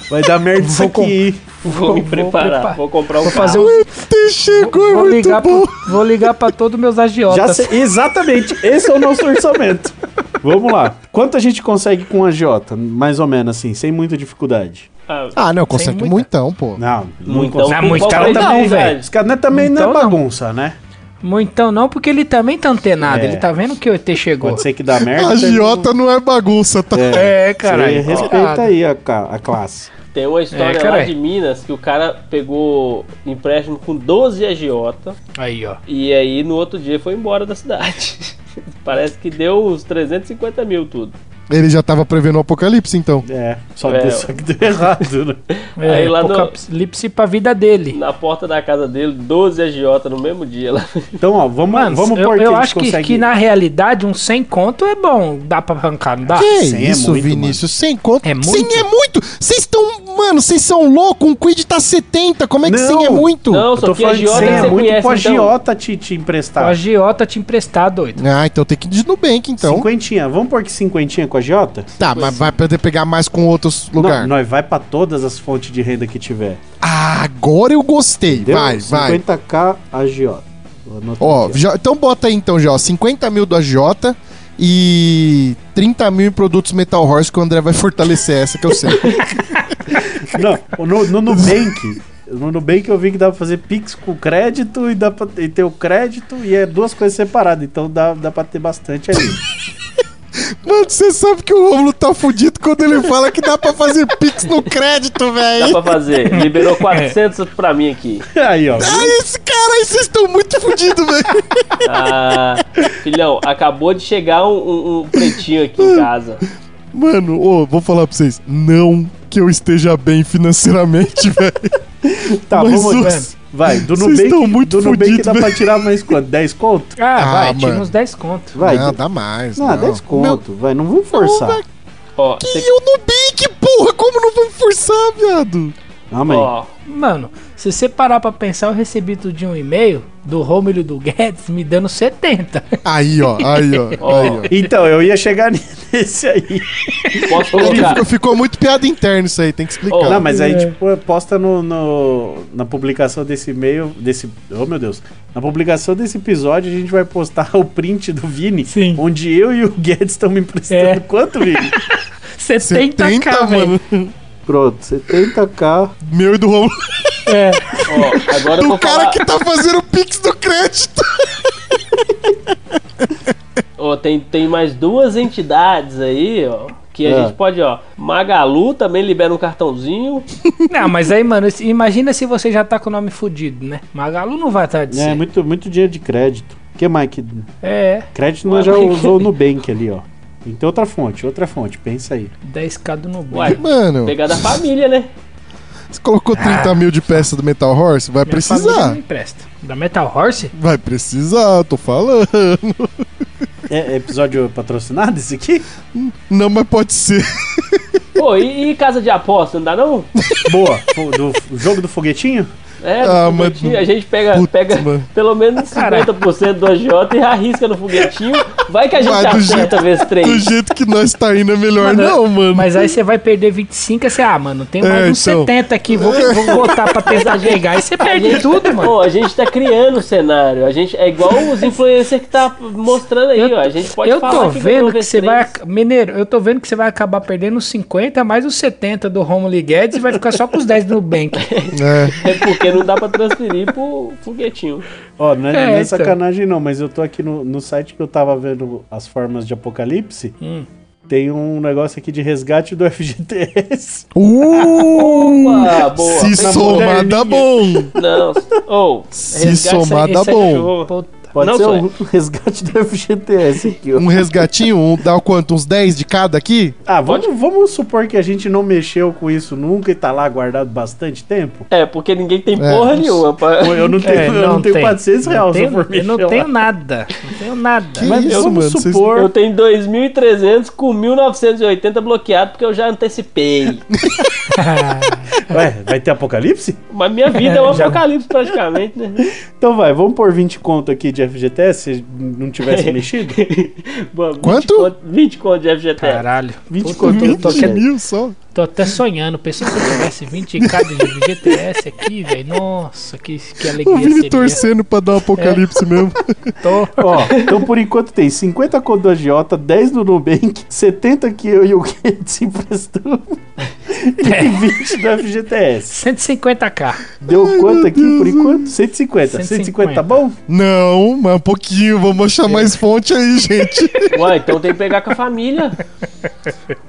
Speaker 2: vai dar
Speaker 3: [LAUGHS]
Speaker 2: merda isso
Speaker 3: Vou com-
Speaker 2: aqui.
Speaker 4: Vou me preparar,
Speaker 3: preparar.
Speaker 4: vou comprar um
Speaker 3: Vou
Speaker 4: carro.
Speaker 3: fazer um.
Speaker 1: Ele chegou, é
Speaker 3: Vou
Speaker 1: muito
Speaker 3: ligar,
Speaker 1: bom.
Speaker 3: pro- vou ligar pra todos meus
Speaker 2: Já
Speaker 3: agiotas.
Speaker 2: sei- exatamente, esse é o nosso orçamento. Vamos lá. Quanto a gente consegue com a Jota? Mais ou menos assim, sem muita dificuldade.
Speaker 4: Ah, então,
Speaker 1: Ah, não, consegue
Speaker 3: muita.
Speaker 1: muitão, pô.
Speaker 2: Não,
Speaker 4: muito
Speaker 2: consegue.
Speaker 3: Não, Ah, muito caro não, tá velho.
Speaker 2: Os caras né, também não
Speaker 3: Então
Speaker 2: é
Speaker 3: não.
Speaker 2: bagunça, né?
Speaker 3: Bom, então não, porque ele também tá antenado.
Speaker 2: É.
Speaker 3: Ele tá vendo que o ET chegou.
Speaker 2: Pode ser que dá merda.
Speaker 1: A Giota não é bagunça, tá?
Speaker 3: É,
Speaker 2: Você
Speaker 3: caralho.
Speaker 2: respeita aí a, ca- a classe.
Speaker 4: Tem uma história
Speaker 3: É,
Speaker 4: lá
Speaker 3: carai.
Speaker 4: de Minas que o cara pegou empréstimo com 12 agiota
Speaker 3: Aí, ó.
Speaker 4: e aí no outro dia foi embora da cidade. [LAUGHS] Parece que deu uns 350 mil tudo.
Speaker 1: Ele já tava prevendo o apocalipse, então.
Speaker 2: É, só,
Speaker 4: É.
Speaker 2: que, só que deu errado, né?
Speaker 3: É,
Speaker 4: Aí lá no-
Speaker 3: apocalipse pra vida dele.
Speaker 4: Na porta da casa dele, 12 agiota no mesmo dia. [LAUGHS] Lá.
Speaker 2: Então, ó, vamos,
Speaker 3: Mano,
Speaker 2: vamos
Speaker 3: eu,
Speaker 2: por
Speaker 3: eu
Speaker 2: a gente
Speaker 3: acho que,
Speaker 2: consegue-
Speaker 3: que na realidade um 100 conto é bom. Dá pra arrancar, não dá?
Speaker 1: Que
Speaker 2: cem é
Speaker 1: isso,
Speaker 2: muito,
Speaker 1: Vinícius? Sem conta.
Speaker 3: É muito?
Speaker 1: Sim, é muito! Vocês estão. Mano, vocês são loucos. Um quid tá 70. Como é que
Speaker 2: Não.
Speaker 1: sim é muito?
Speaker 4: Não,
Speaker 2: Eu tô
Speaker 4: só que
Speaker 2: falando de
Speaker 4: agiota que
Speaker 2: senha,
Speaker 4: você
Speaker 2: muito
Speaker 4: conhece,
Speaker 2: pro
Speaker 4: então.
Speaker 2: agiota te, te
Speaker 3: O
Speaker 2: emprestar.
Speaker 3: agiota te emprestar, doido.
Speaker 1: Ah, então tem que ir no bank, então.
Speaker 2: Cinquentinha, vamos pôr que cinquentinha com a agiota?
Speaker 1: Tá, mas vai poder pegar mais com outros
Speaker 2: Não,
Speaker 1: lugares.
Speaker 2: Nós vai pra todas as fontes de renda que tiver.
Speaker 1: Ah, agora eu gostei.
Speaker 2: Entendeu?
Speaker 1: Vai, vai.
Speaker 2: 50k agiota. Vou anotar
Speaker 1: Ó,
Speaker 2: aqui,
Speaker 1: já- então bota aí então, já, ó, 50 mil do Agiota e 30 mil em produtos Metal Horse que o André vai fortalecer essa que eu sei. [LAUGHS]
Speaker 2: Não, no, no Nubank. No Nubank eu vi que dá pra fazer Pix com crédito e, dá pra, e ter o crédito e é duas coisas separadas, então dá, dá pra ter bastante ali. [LAUGHS]
Speaker 1: Mano, você sabe que o Romulo tá fudido quando ele fala que dá pra fazer pix no crédito,
Speaker 4: Dá
Speaker 1: velho.
Speaker 4: pra
Speaker 1: [LAUGHS]
Speaker 4: fazer.
Speaker 1: É.
Speaker 4: Liberou 400 pra mim aqui.
Speaker 2: Aí, ó.
Speaker 1: Ah, esse cara aí, vocês estão muito fudidos, velho.
Speaker 4: Ah, filhão, acabou de chegar um, um- um pretinho aqui em casa.
Speaker 1: Mano, ô, vou falar pra vocês. Não que eu esteja bem financeiramente, [LAUGHS] velho.
Speaker 2: Tá,
Speaker 1: Mas
Speaker 2: vamos
Speaker 1: os-
Speaker 2: ver. Vai, do
Speaker 1: vocês
Speaker 2: Nubank,
Speaker 1: estão muito né?
Speaker 2: do Nubank
Speaker 1: fudido,
Speaker 2: dá pra
Speaker 1: velho.
Speaker 2: tirar mais quanto? 10 conto?
Speaker 3: Ah,
Speaker 1: Ah,
Speaker 3: vai, tira
Speaker 1: mano.
Speaker 3: uns 10 conto.
Speaker 2: Vai.
Speaker 1: não,
Speaker 2: Não,
Speaker 1: dá mais.
Speaker 2: não, 10 conto. Vai, não vou forçar.
Speaker 1: Não, velho.
Speaker 4: Ó,
Speaker 1: Que
Speaker 4: você-
Speaker 1: eu no Nubank, porra! Como não vamos forçar, viado?
Speaker 2: Calma aí.
Speaker 4: ó,
Speaker 3: Mano, se você parar pra pensar, eu recebi tudo de um e-mail do Romulo e do Guedes me dando [LAUGHS] 70.
Speaker 1: Aí, ó, aí, ó,
Speaker 4: Ó.
Speaker 1: aí, ó.
Speaker 2: Então, eu ia chegar [LAUGHS] nesse aí.
Speaker 4: posso
Speaker 1: É que
Speaker 4: colocar.
Speaker 1: ficou, ficou muito piada interna isso aí, tem que explicar.
Speaker 4: Ó,
Speaker 2: Não, mas aí,
Speaker 3: É.
Speaker 2: tipo, posta no, no- na publicação desse e-mail, desse... Oh, meu Deus. Na publicação desse episódio, a gente vai postar [LAUGHS] o print do Vini,
Speaker 3: Sim.
Speaker 2: onde eu e o Guedes estão me emprestando
Speaker 3: É.
Speaker 2: quanto, Vini?
Speaker 3: 70k, velho.
Speaker 2: Pronto, 70k.
Speaker 1: Meu e do Romulo.
Speaker 3: É.
Speaker 4: Ó, agora eu
Speaker 1: Do
Speaker 4: vou
Speaker 1: cara
Speaker 4: falar.
Speaker 1: que tá fazendo o pix do crédito.
Speaker 4: Ó, tem, tem mais duas entidades aí, ó. Que a
Speaker 1: Ah.
Speaker 2: É.
Speaker 4: gente pode, ó. Magalu também libera um cartãozinho.
Speaker 3: Não, mas aí, mano, se- imagina se você já tá com o nome fudido, né? Magalu não vai atrás de
Speaker 2: É,
Speaker 3: você.
Speaker 2: muito, muito dinheiro de crédito. O que mais que...
Speaker 3: É, é.
Speaker 2: Crédito nós já usou no Nubank ali, ó. Então outra fonte, outra fonte, pensa aí.
Speaker 3: 10k do Nubank.
Speaker 4: Uai,
Speaker 1: Mano,
Speaker 4: pegar da família, né?
Speaker 1: você colocou 30 mil de peça do Metal Horse? Vai
Speaker 3: Minha família
Speaker 1: precisar.
Speaker 3: Não empresta. Da Metal Horse?
Speaker 1: Vai precisar, tô falando.
Speaker 2: É é episódio patrocinado esse aqui?
Speaker 1: Não, mas pode ser.
Speaker 4: Pô, e, e casa de aposta, não dá não?
Speaker 2: Boa, fo- do o jogo do foguetinho?
Speaker 4: É,
Speaker 1: Ah,
Speaker 4: no
Speaker 1: mas-
Speaker 4: foguetinho, a gente pega,
Speaker 1: Putz,
Speaker 4: pega
Speaker 1: mano.
Speaker 4: pelo menos 50% do agiota e arrisca no foguetinho. Vai que a gente
Speaker 1: Vai, do
Speaker 4: acerta vez
Speaker 1: Do
Speaker 4: três.
Speaker 1: jeito que nós tá indo é melhor não, mano.
Speaker 3: Mas é aí você vai perder 25 e você, ah, mano, tem mais
Speaker 1: É,
Speaker 3: uns
Speaker 1: então.
Speaker 3: 70 aqui, vou, vou botar
Speaker 1: [LAUGHS]
Speaker 3: pra tentar pegar. E você
Speaker 4: A
Speaker 3: perde
Speaker 4: gente,
Speaker 3: tudo, mano.
Speaker 4: Pô, a gente tá criando o cenário. A gente é igual os influencers que tá mostrando aí,
Speaker 3: Eu-
Speaker 4: ó. A gente pode
Speaker 3: eu
Speaker 4: falar
Speaker 3: tô
Speaker 4: que
Speaker 3: vendo
Speaker 4: ganhou
Speaker 3: que
Speaker 4: vez
Speaker 3: você
Speaker 4: três.
Speaker 3: vai. Mineiro, eu tô vendo que você vai acabar perdendo os 50 mais os 70 do Romulo e Guedes e vai ficar só com os 10 do Nubank.
Speaker 1: É.
Speaker 4: É porque não dá pra transferir pro foguetinho.
Speaker 2: Ó, não é,
Speaker 3: É,
Speaker 2: não é
Speaker 3: então.
Speaker 2: sacanagem não, mas eu tô aqui no, no site que eu tava vendo as formas de apocalipse.
Speaker 3: Hum.
Speaker 2: Tem um negócio aqui de resgate do [LAUGHS] FGTS.
Speaker 1: [LAUGHS] Uh,
Speaker 4: Ah, boa.
Speaker 1: se
Speaker 2: na
Speaker 1: somar dá bom.
Speaker 4: Não. Ou.
Speaker 1: Se somar, dá
Speaker 3: é
Speaker 1: bom.
Speaker 2: Pode
Speaker 4: Não,
Speaker 2: ser
Speaker 4: só é.
Speaker 2: um [LAUGHS] resgate do FGTS aqui, ó.
Speaker 3: Hum.
Speaker 1: Um resgatinho, um, dá quanto? Uns 10 de cada aqui?
Speaker 2: Ah, vamos, vamos supor que a gente não mexeu com isso nunca e tá lá guardado bastante tempo?
Speaker 4: É, porque ninguém tem porra nenhuma. pra-
Speaker 2: Eu não tenho,
Speaker 3: É,
Speaker 2: eu não tenho
Speaker 3: tem.
Speaker 2: 400
Speaker 3: Não
Speaker 2: reais, se
Speaker 3: tenho-
Speaker 2: for
Speaker 3: Eu não
Speaker 2: mexer lá.
Speaker 3: tenho nada. Não tenho nada.
Speaker 1: Que
Speaker 2: Mas
Speaker 1: isso,
Speaker 2: vamos
Speaker 1: mano? Vocês-
Speaker 2: supor...
Speaker 4: Eu tenho 2.300 com 1.980 bloqueado porque eu já antecipei.
Speaker 2: [LAUGHS] Ué, vai ter apocalipse?
Speaker 4: Mas minha vida
Speaker 3: [LAUGHS]
Speaker 4: é um apocalipse praticamente, né?
Speaker 2: Então vai, vamos pôr 20 conto aqui de FGTS se não
Speaker 3: [LAUGHS]
Speaker 2: tivesse mexido?
Speaker 4: Bom, 20
Speaker 1: Quanto?
Speaker 4: conto- 20 conto de FGTS.
Speaker 3: Caralho.
Speaker 2: 20
Speaker 3: Puta,
Speaker 2: conto.
Speaker 3: eu tô, tô,
Speaker 1: 20
Speaker 3: até-
Speaker 1: mil só.
Speaker 3: tô até sonhando. Pensei se eu tivesse 20k de GTS aqui, velho. Nossa, que, que
Speaker 1: O
Speaker 3: alegria
Speaker 1: Vini
Speaker 3: seria.
Speaker 1: torcendo pra dar um apocalipse mesmo.
Speaker 3: Tô-
Speaker 2: Ó, então por enquanto tem 50 conto do agiota, 10 do Nubank, 70 que eu e o Guedes emprestamos e 20 do FGTS.
Speaker 3: 150k.
Speaker 2: Deu quanto aqui por enquanto? 150. 150,
Speaker 3: 150
Speaker 2: tá bom?
Speaker 1: Não, mas um pouquinho. Vamos achar mais fonte aí, gente.
Speaker 3: [LAUGHS]
Speaker 4: Ué, então tem que pegar com a família,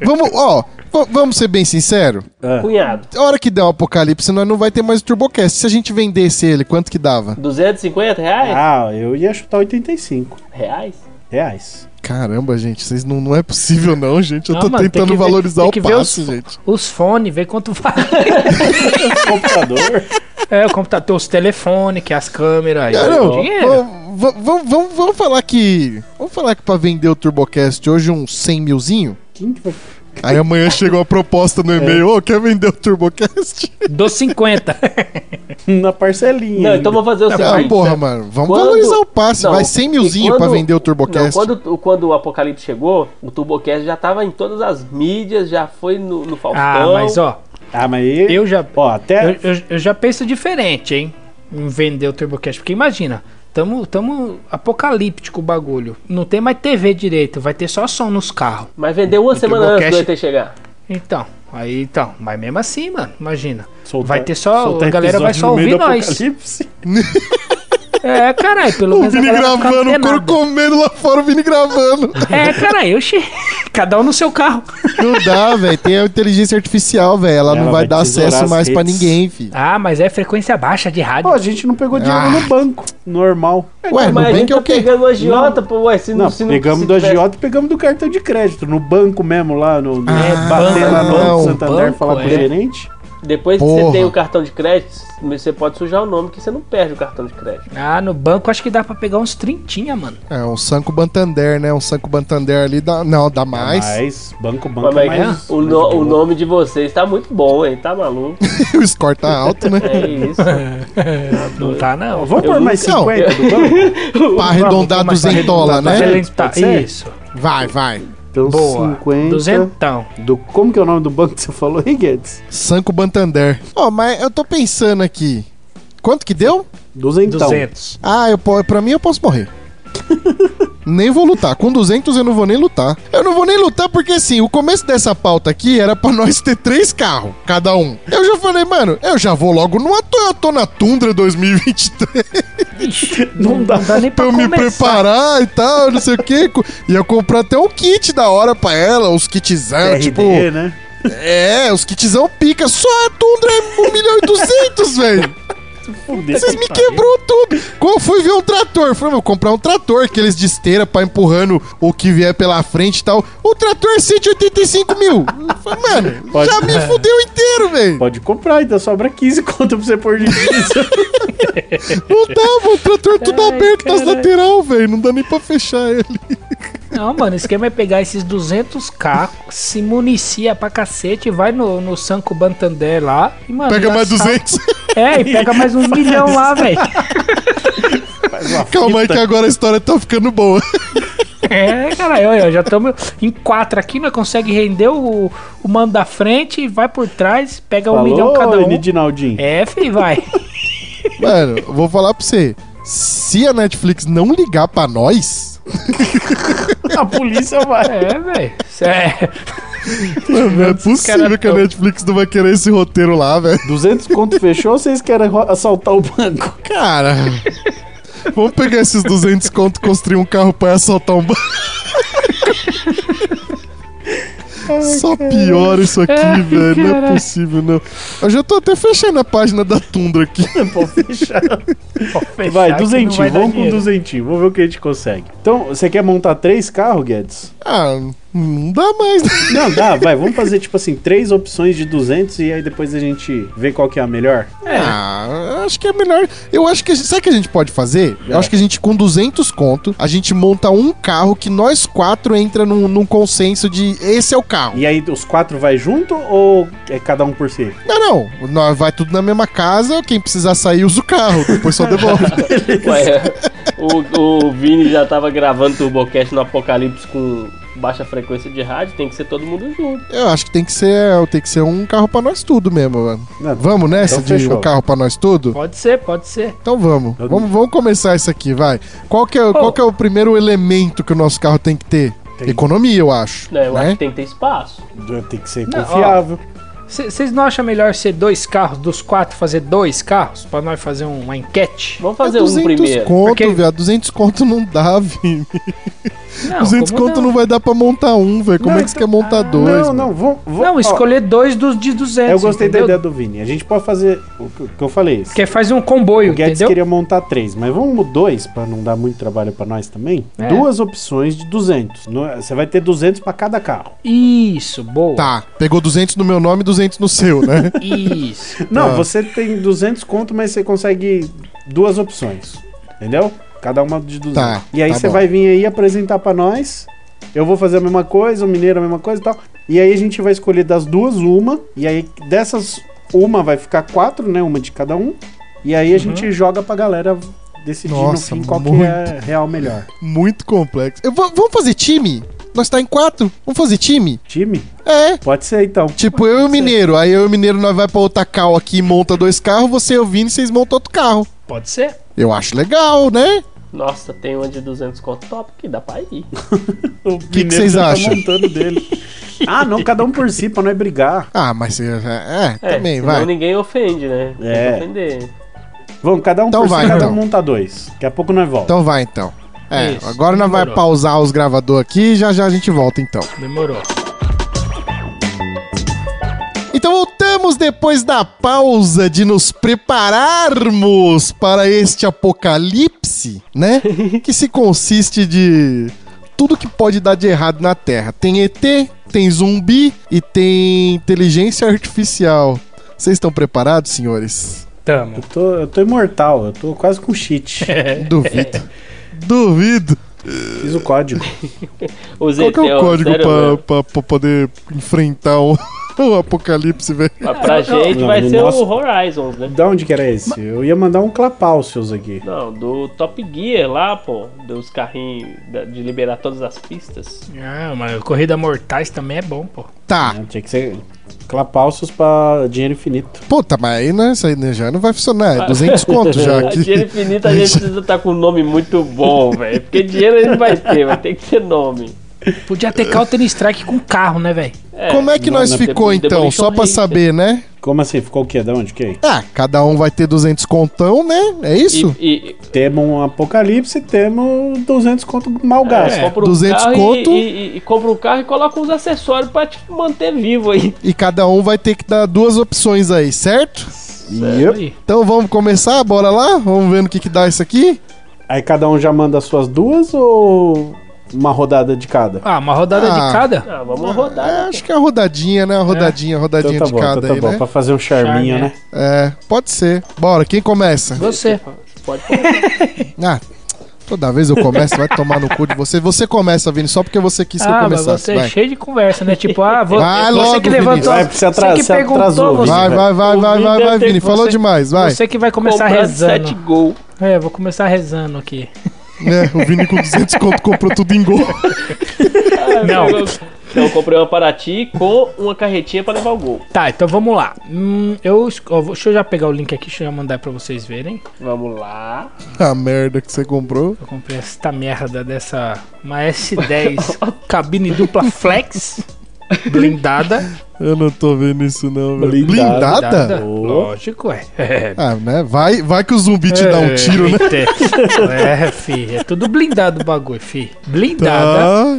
Speaker 1: Vamos, ó, v- vamos ser bem sinceros.
Speaker 4: cunhado.
Speaker 1: A hora que der o apocalipse, nós não vai ter mais o Turbocast. Se a gente vendesse ele, quanto que dava?
Speaker 4: 250 reais?
Speaker 2: Ah, eu ia chutar 85
Speaker 3: Ah.
Speaker 4: Reais?
Speaker 2: reais.
Speaker 1: Caramba, gente, vocês não, não é possível não, gente. Eu
Speaker 3: Não,
Speaker 1: tô
Speaker 3: mano, tem
Speaker 1: tentando
Speaker 3: que ver-
Speaker 1: valorizar
Speaker 3: tem
Speaker 1: o
Speaker 3: que ver
Speaker 1: passe,
Speaker 3: os-
Speaker 1: gente.
Speaker 3: Os fones, vê quanto vale. [LAUGHS]
Speaker 2: Computador.
Speaker 3: É, o computador, os telefones, que as câmeras, aí,
Speaker 1: É, não,
Speaker 3: o dinheiro.
Speaker 1: vamos- vamos- vamos- vamos- vamos falar que... Vamos falar que pra vender o Turbocast hoje uns 100 milzinho?
Speaker 2: Quem que vai...
Speaker 1: Aí amanhã chegou uma proposta
Speaker 3: É.
Speaker 1: no e-mail, ô, quer vender o Turbocast?
Speaker 2: [LAUGHS]
Speaker 3: Dos 50.
Speaker 2: Na parcelinha.
Speaker 4: Não,
Speaker 2: ainda.
Speaker 4: então vou fazer o
Speaker 1: Ah,
Speaker 4: seguinte.
Speaker 3: é
Speaker 1: porra, mano, vamos
Speaker 4: Quando-
Speaker 1: valorizar o passe.
Speaker 4: Não,
Speaker 1: vai 100
Speaker 4: e
Speaker 1: milzinho pra
Speaker 4: quando-
Speaker 1: vender o
Speaker 4: Não,
Speaker 1: Turbocast.
Speaker 4: quando, quando o Apocalipse chegou, o Turbocast já tava em todas as mídias, já foi no, no Faustão.
Speaker 3: Ah, mas ó,
Speaker 2: Ah, mas aí...
Speaker 3: eu já,
Speaker 2: Ó, até...
Speaker 3: eu, eu- eu já penso diferente, hein? Em vender o TurboCast. Porque imagina, tamo, tamo apocalíptico o bagulho. Não tem mais TV direito, vai ter só som nos carros.
Speaker 4: Mas vendeu uma semana antes
Speaker 3: Turbocast-
Speaker 4: do ET chegar.
Speaker 3: Então, aí então. Mas mesmo assim, mano, imagina.
Speaker 2: soltar-
Speaker 3: vai ter só-
Speaker 2: soltar
Speaker 3: a galera vai
Speaker 2: episódio
Speaker 3: só
Speaker 2: no meio
Speaker 3: ouvir
Speaker 2: do
Speaker 3: nós.
Speaker 2: apocalipse.
Speaker 3: É, caralho,
Speaker 2: [LAUGHS]
Speaker 3: pelo
Speaker 1: O
Speaker 3: menos. a
Speaker 1: Vini
Speaker 3: galera fica
Speaker 1: gravando, o
Speaker 3: antenada.
Speaker 1: couro comendo lá fora, o Vini gravando.
Speaker 3: É, caralho, oxi. [LAUGHS] Cada um no seu carro.
Speaker 1: [LAUGHS] Não dá, velho. Tem a inteligência artificial, velho. Ela, não
Speaker 2: Ela
Speaker 1: vai,
Speaker 2: vai
Speaker 1: dar
Speaker 2: tesourar
Speaker 1: acesso
Speaker 2: as
Speaker 1: mais pra
Speaker 2: redes.
Speaker 1: ninguém, filho.
Speaker 3: Ah, mas é frequência baixa de rádio.
Speaker 2: Pô, a gente não pegou dinheiro
Speaker 1: Ah.
Speaker 2: no banco, normal.
Speaker 1: Ué,
Speaker 4: Mas a
Speaker 1: Nubank
Speaker 4: gente
Speaker 1: é
Speaker 4: tá
Speaker 1: o quê?
Speaker 4: pegando o agiota, pô, ué, se não,
Speaker 2: Não,
Speaker 4: se não
Speaker 2: pegamos
Speaker 4: se
Speaker 2: do
Speaker 4: tivesse-
Speaker 2: agiota e pegamos do cartão de crédito, no banco mesmo lá, no, no
Speaker 1: Ah,
Speaker 2: bater lá no
Speaker 1: não.
Speaker 2: Banco Santander
Speaker 3: Banco,
Speaker 2: falar com
Speaker 3: é.
Speaker 2: o gerente.
Speaker 4: Depois que
Speaker 1: Porra.
Speaker 4: você tem o cartão de crédito, você pode sujar o nome que você não perde o cartão de crédito.
Speaker 3: Ah, no banco acho que dá pra pegar uns trintinha, mano.
Speaker 1: É, um Sanco Bantander, né? Um Sanco Bantander ali dá. Não, dá mais.
Speaker 2: Mas banco, banco
Speaker 4: Mas,
Speaker 2: é
Speaker 4: mas
Speaker 2: mais.
Speaker 4: o,
Speaker 2: mais
Speaker 4: no-
Speaker 2: boa.
Speaker 4: o nome de vocês tá muito bom, hein? Tá maluco?
Speaker 1: [LAUGHS] o score tá alto, né?
Speaker 4: É isso.
Speaker 3: Não tá, não.
Speaker 2: Vamos
Speaker 4: Eu
Speaker 2: pôr mais
Speaker 1: nunca-
Speaker 2: 50 do banco?
Speaker 4: [LAUGHS]
Speaker 1: Pra arredondar
Speaker 3: Mas
Speaker 1: 200 dólares,
Speaker 3: Tá
Speaker 1: né?
Speaker 2: arredondar.
Speaker 3: Tá,
Speaker 2: Pode ser?
Speaker 3: isso.
Speaker 1: Vai, vai.
Speaker 2: Então
Speaker 3: Boa.
Speaker 2: 50.
Speaker 3: Duzentão.
Speaker 2: Do, como que é o nome do banco que você falou, hein, Guedes?
Speaker 1: Sanco Bantander. Ó, mas eu tô pensando aqui. Quanto que deu?
Speaker 2: Duzentão.
Speaker 3: 200.
Speaker 1: Ah, eu, po- pra mim eu posso morrer. nem vou lutar. Com 200 eu não vou nem lutar. Eu não vou nem lutar porque, assim, o começo dessa pauta aqui era pra nós ter três carros, cada um. Eu já falei, mano, eu já vou logo numa Toyotona Tundra 2023
Speaker 3: Ixi,
Speaker 2: Não dá
Speaker 3: nem
Speaker 1: pra eu me preparar e tal, não sei o quê. Co- E eu comprar até um kit da hora pra ela, uns kitzão,
Speaker 2: RD,
Speaker 1: tipo...
Speaker 2: né?
Speaker 1: É, os kitzão pica. Só a Tundra é 1 milhão e 200, velho.
Speaker 2: Fudeu.
Speaker 1: Vocês me quebrou tudo. Quando eu fui ver um trator, falei, vou comprar um trator, aqueles de esteira pra empurrando o que vier pela frente e tal. O trator 185 mil. Eu Falei, mano,
Speaker 2: Pode-
Speaker 1: já me fudeu inteiro, velho.
Speaker 2: Pode comprar, ainda sobra 15 conto pra você pôr de diesel.
Speaker 1: Não dá, mano. O trator tudo
Speaker 3: Ai,
Speaker 1: aberto nas
Speaker 3: caralho.
Speaker 1: lateral, velho. Não dá nem pra fechar ele.
Speaker 3: Não, mano, o esquema é pegar esses 200k, se municia pra cacete, vai no, no Sanco Bantander lá e, mano.
Speaker 1: Pega
Speaker 3: já
Speaker 1: mais
Speaker 3: sabe-
Speaker 1: 200.
Speaker 3: É, e pega mais um milhão lá, velho.
Speaker 2: Faz uma
Speaker 1: [LAUGHS] Calma aí
Speaker 2: fita.
Speaker 1: que agora a história tá ficando boa.
Speaker 3: É, caralho, olha, já estamos em quatro aqui, nós consegue render o, o mano da frente, vai por trás, pega um
Speaker 2: Falou,
Speaker 3: milhão cada um.
Speaker 2: Nidinaldinho.
Speaker 3: É, fi, vai.
Speaker 1: Mano, eu vou falar pra você. Se a Netflix não ligar pra nós,
Speaker 2: A polícia vai.
Speaker 3: É, velho. É. [LAUGHS]
Speaker 1: mano, não é
Speaker 3: caras
Speaker 1: possível que a
Speaker 3: tão-
Speaker 1: Netflix não vai querer esse roteiro lá, velho.
Speaker 2: 200 conto fechou ou vocês querem ro- assaltar o banco?
Speaker 1: Cara, vamos pegar esses 200 conto e construir um carro pra assaltar um banco. Só piora isso aqui,
Speaker 3: Ai,
Speaker 1: velho. Não é
Speaker 3: caralho.
Speaker 1: possível, não. Eu já tô até fechando a página da Tundra aqui.
Speaker 2: Pô, fechar.
Speaker 3: Pô, fechar
Speaker 2: Vai,
Speaker 3: aqui não
Speaker 2: duzentinho,
Speaker 3: vai dar
Speaker 2: vamos com
Speaker 3: dinheiro.
Speaker 2: duzentinho, vamos ver o que a gente consegue. Então, você quer montar três carros, Guedes?
Speaker 1: Ah, não dá mais, né?
Speaker 2: Não, dá, vai, vamos fazer tipo assim, três opções de 200 e aí depois a gente vê qual que é a melhor.
Speaker 1: Ah, eu acho que é melhor. Eu acho que. Sabe o que a gente pode fazer? Eu acho que a gente, com 200 conto, a gente monta um carro que nós quatro entra num, num consenso de esse é o carro.
Speaker 2: E aí os quatro vai junto ou é cada um por si?
Speaker 1: Não, não. Nós vai tudo na mesma casa, quem precisar sair usa o carro, depois só devolve.
Speaker 4: Ué, o, o Vini já tava gravando Turbocast no Apocalipse com baixa frequência de rádio, tem que ser todo mundo junto.
Speaker 1: Eu acho que tem que ser, tem que ser um carro pra nós tudo mesmo, mano.
Speaker 2: Não,
Speaker 1: Vamos nessa
Speaker 2: Então
Speaker 1: de
Speaker 2: fechou.
Speaker 1: um carro pra nós tudo?
Speaker 3: Pode ser, pode ser.
Speaker 1: Então vamos.
Speaker 2: Eu-
Speaker 1: Vamos, vamos começar isso aqui, vai. Qual que é, qual que é o primeiro elemento que o nosso carro tem que ter?
Speaker 2: Tem.
Speaker 1: Economia, eu acho.
Speaker 4: Né? Eu acho
Speaker 1: né?
Speaker 4: que tem que ter espaço.
Speaker 2: Tem que ser
Speaker 3: Não, ó.
Speaker 2: confiável.
Speaker 3: Vocês não acham melhor ser dois carros, dos quatro fazer dois carros? Pra nós fazer uma enquete?
Speaker 4: Vamos fazer
Speaker 1: É
Speaker 4: um primeiro.
Speaker 1: conto,
Speaker 3: Porque-
Speaker 1: viado. 200 conto não dá, [LAUGHS] Vini.
Speaker 3: Não,
Speaker 1: 200
Speaker 3: como
Speaker 1: conto não? vai dar pra montar um, velho. Como
Speaker 2: Não, então- Ah,
Speaker 1: é que você quer montar dois?
Speaker 2: não,
Speaker 1: mano?
Speaker 2: não, vamos. vamos-
Speaker 3: Não,
Speaker 2: ó,
Speaker 3: escolher dois dos de 200.
Speaker 2: Eu gostei
Speaker 3: entendeu?
Speaker 2: da ideia do Vini. A gente pode fazer o que- o que eu falei.
Speaker 3: Porque faz um comboio,
Speaker 2: O Guedes
Speaker 3: entendeu?
Speaker 2: queria montar três, mas vamos dois, pra não dar muito trabalho pra nós também.
Speaker 3: É.
Speaker 2: Duas opções de 200. Não é- Você vai ter 200 pra cada carro.
Speaker 3: Isso, boa.
Speaker 1: Tá, pegou 200 no meu nome e 200 no seu, né?
Speaker 3: Isso.
Speaker 2: Não,
Speaker 1: Ah.
Speaker 2: você tem 200 conto, mas você consegue duas opções. Entendeu? Cada uma de 200.
Speaker 1: Tá,
Speaker 2: e aí
Speaker 1: tá
Speaker 2: você
Speaker 1: bom.
Speaker 2: vai vir aí apresentar pra nós. Eu vou fazer a mesma coisa, o mineiro a mesma coisa e tal. E aí a gente vai escolher das duas uma. E aí dessas uma vai ficar quatro, né? Uma de cada um. E aí a gente joga pra galera decidir
Speaker 1: Nossa,
Speaker 2: no fim qual que é
Speaker 1: muito.
Speaker 2: real melhor.
Speaker 1: Muito complexo. Eu vou- vamos fazer time? Nós tá em quatro? Vamos fazer time?
Speaker 2: Time?
Speaker 1: É.
Speaker 2: Pode ser então.
Speaker 1: Tipo, eu e o Mineiro. Aí eu e o Mineiro nós vai pra outra cal aqui e monta dois carros, você e o Vini, vocês montam outro carro.
Speaker 3: Pode ser?
Speaker 1: Eu acho legal, né?
Speaker 4: Nossa, tem uma de 200 conto top que dá pra ir.
Speaker 2: O
Speaker 1: que
Speaker 2: mineiro
Speaker 1: vocês
Speaker 2: já
Speaker 1: acham?
Speaker 2: Tá montando
Speaker 1: [LAUGHS]
Speaker 2: dele. ah, não, cada um por si, pra não é brigar.
Speaker 1: Ah, mas é, é,
Speaker 4: É,
Speaker 1: também,
Speaker 4: senão
Speaker 1: vai.
Speaker 4: ninguém ofende, né? Tem
Speaker 2: É.
Speaker 4: que ofender.
Speaker 2: Vamos, cada um
Speaker 1: Então
Speaker 2: por
Speaker 1: vai,
Speaker 2: si, cada
Speaker 1: então.
Speaker 2: um monta dois. Daqui a pouco nós volta.
Speaker 1: Então vai então. É,
Speaker 3: Isso,
Speaker 1: agora nós vai
Speaker 3: demorou.
Speaker 1: pausar os gravador aqui e já já a gente volta então.
Speaker 3: Demorou.
Speaker 1: Então voltamos depois da pausa de nos prepararmos para este apocalipse, né? que se consiste de tudo que pode dar de errado na Terra. Tem ET, tem zumbi e tem inteligência artificial. Vocês estão preparados, senhores?
Speaker 3: Tamo.
Speaker 2: Eu tô, eu tô imortal, eu tô quase com cheat.
Speaker 1: Duvido. Duvido.
Speaker 2: Fiz o código.
Speaker 4: Usei
Speaker 1: Qual que é o
Speaker 4: teu-
Speaker 1: código
Speaker 4: Então, sério,
Speaker 1: pra,
Speaker 4: meu?
Speaker 1: pra, pra poder enfrentar o, [LAUGHS] o apocalipse, velho?
Speaker 4: Mas pra
Speaker 3: Ah,
Speaker 4: gente
Speaker 2: não,
Speaker 4: vai
Speaker 2: no
Speaker 4: ser
Speaker 2: nosso-
Speaker 4: o Horizons, né?
Speaker 2: Da onde que era esse? Eu ia mandar um clapalcios aqui.
Speaker 4: Não, do Top Gear lá, pô. Dos carrinhos da- de liberar todas as pistas.
Speaker 3: Ah, mas Corrida Mortais também é bom, pô.
Speaker 1: Tá.
Speaker 2: Não, Né, Tinha que ser clapalcios pra dinheiro infinito.
Speaker 1: Puta, mas aí, né, isso aí né, já não vai funcionar. É 200 conto
Speaker 4: [LAUGHS]
Speaker 1: já
Speaker 4: A Dinheiro
Speaker 1: aqui.
Speaker 4: infinito a gente precisa estar com um nome muito bom, velho. Porque dinheiro ele vai ter, vai ter que ter nome.
Speaker 3: Podia ter Counter Strike com carro, né, velho?
Speaker 1: Como é que
Speaker 4: não,
Speaker 1: nós
Speaker 4: não,
Speaker 1: ficou
Speaker 4: Demolition
Speaker 1: então? Só pra
Speaker 4: Racer.
Speaker 1: saber, né?
Speaker 2: Como assim? Ficou o quê? Da onde? Que?
Speaker 1: Ah, cada um vai ter 200 contão, né? É isso?
Speaker 4: E, e,
Speaker 2: Temos um apocalipse, temos 200 conto mal gasto.
Speaker 4: é, compra um
Speaker 1: 200
Speaker 4: carro e-
Speaker 1: É, conto.
Speaker 4: E, e- e compra um carro e coloca uns acessórios pra te manter vivo aí. [LAUGHS]
Speaker 1: E cada um vai ter que dar duas opções aí, certo?
Speaker 2: Yep.
Speaker 3: Aí.
Speaker 1: Então vamos começar? Bora lá? Vamos ver no que que dá isso aqui?
Speaker 2: Aí cada um já manda as suas duas ou uma rodada de cada?
Speaker 3: Ah, uma rodada
Speaker 1: Ah.
Speaker 3: de cada?
Speaker 4: Ah, vamos
Speaker 1: É,
Speaker 4: rodar. né,
Speaker 1: acho que é a rodadinha, né? A rodadinha, a rodadinha de cada
Speaker 2: então tá
Speaker 1: aí,
Speaker 2: bom.
Speaker 1: né?
Speaker 2: Pra fazer um charminho, né?
Speaker 3: Charme,
Speaker 1: É, pode ser. Bora, quem começa?
Speaker 3: Você.
Speaker 4: Pode pôr.
Speaker 1: Ah, toda vez eu começo, vai tomar no cu de você. Você começa, Vini, só porque você quis que eu
Speaker 3: Ah, mas
Speaker 1: começasse.
Speaker 3: você é
Speaker 1: vai.
Speaker 3: cheio de conversa, né? Tipo, ah, vo-
Speaker 1: Vai
Speaker 3: você
Speaker 1: logo,
Speaker 3: que levantou,
Speaker 1: Vinícius.
Speaker 2: Vai, você atras-
Speaker 3: que
Speaker 2: você
Speaker 3: perguntou,
Speaker 2: atrasou,
Speaker 3: você,
Speaker 1: Vai, vai, vai,
Speaker 4: O
Speaker 1: vai,
Speaker 4: Vini
Speaker 1: vai,
Speaker 4: deve
Speaker 1: vai,
Speaker 4: ter-
Speaker 1: Vini. Falou
Speaker 4: você-
Speaker 1: demais, vai.
Speaker 3: você que vai começar
Speaker 4: Comprando
Speaker 3: rezando.
Speaker 4: sete gol.
Speaker 3: É, vou começar rezando aqui.
Speaker 1: É, o Vini com 200 conto comprou tudo em gol.
Speaker 4: Ah,
Speaker 3: Não.
Speaker 4: Eu, [LAUGHS] eu comprei uma Paraty com uma carretinha pra levar o gol.
Speaker 3: Tá, então vamos lá. Hum, eu, es- ó, vou- deixa eu já pegar o link aqui, deixa eu já mandar pra vocês verem.
Speaker 4: Vamos lá.
Speaker 1: A merda que você comprou.
Speaker 3: Eu comprei esta merda dessa uma S10 cabine dupla flex blindada.
Speaker 1: Eu não tô vendo isso, não, velho.
Speaker 2: Blindada?
Speaker 1: Blindada?
Speaker 3: Lógico, é. É.
Speaker 1: Ah, né? Vai, vai que o zumbi te dá um tiro, né?
Speaker 3: É, fi, é tudo blindado o bagulho, fi. Blindada.
Speaker 1: Tá.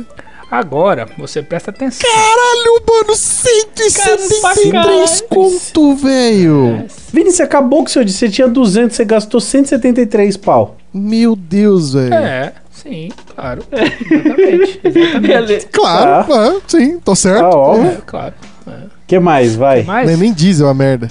Speaker 3: Agora, você presta atenção.
Speaker 1: Caralho, mano, 173
Speaker 4: Caralho.
Speaker 1: conto, velho.
Speaker 2: Vini, você acabou com o seu dia. Você tinha 200, você gastou 173 pau.
Speaker 1: Meu Deus, velho.
Speaker 3: É, sim, claro. Exatamente. Exatamente.
Speaker 4: Ele-
Speaker 1: Claro, ah, sim, tô
Speaker 2: Tá
Speaker 1: certo.
Speaker 2: óbvio.
Speaker 3: É, claro.
Speaker 2: que mais? Vai.
Speaker 1: Nem,
Speaker 3: Mas.
Speaker 1: nem diesel a merda.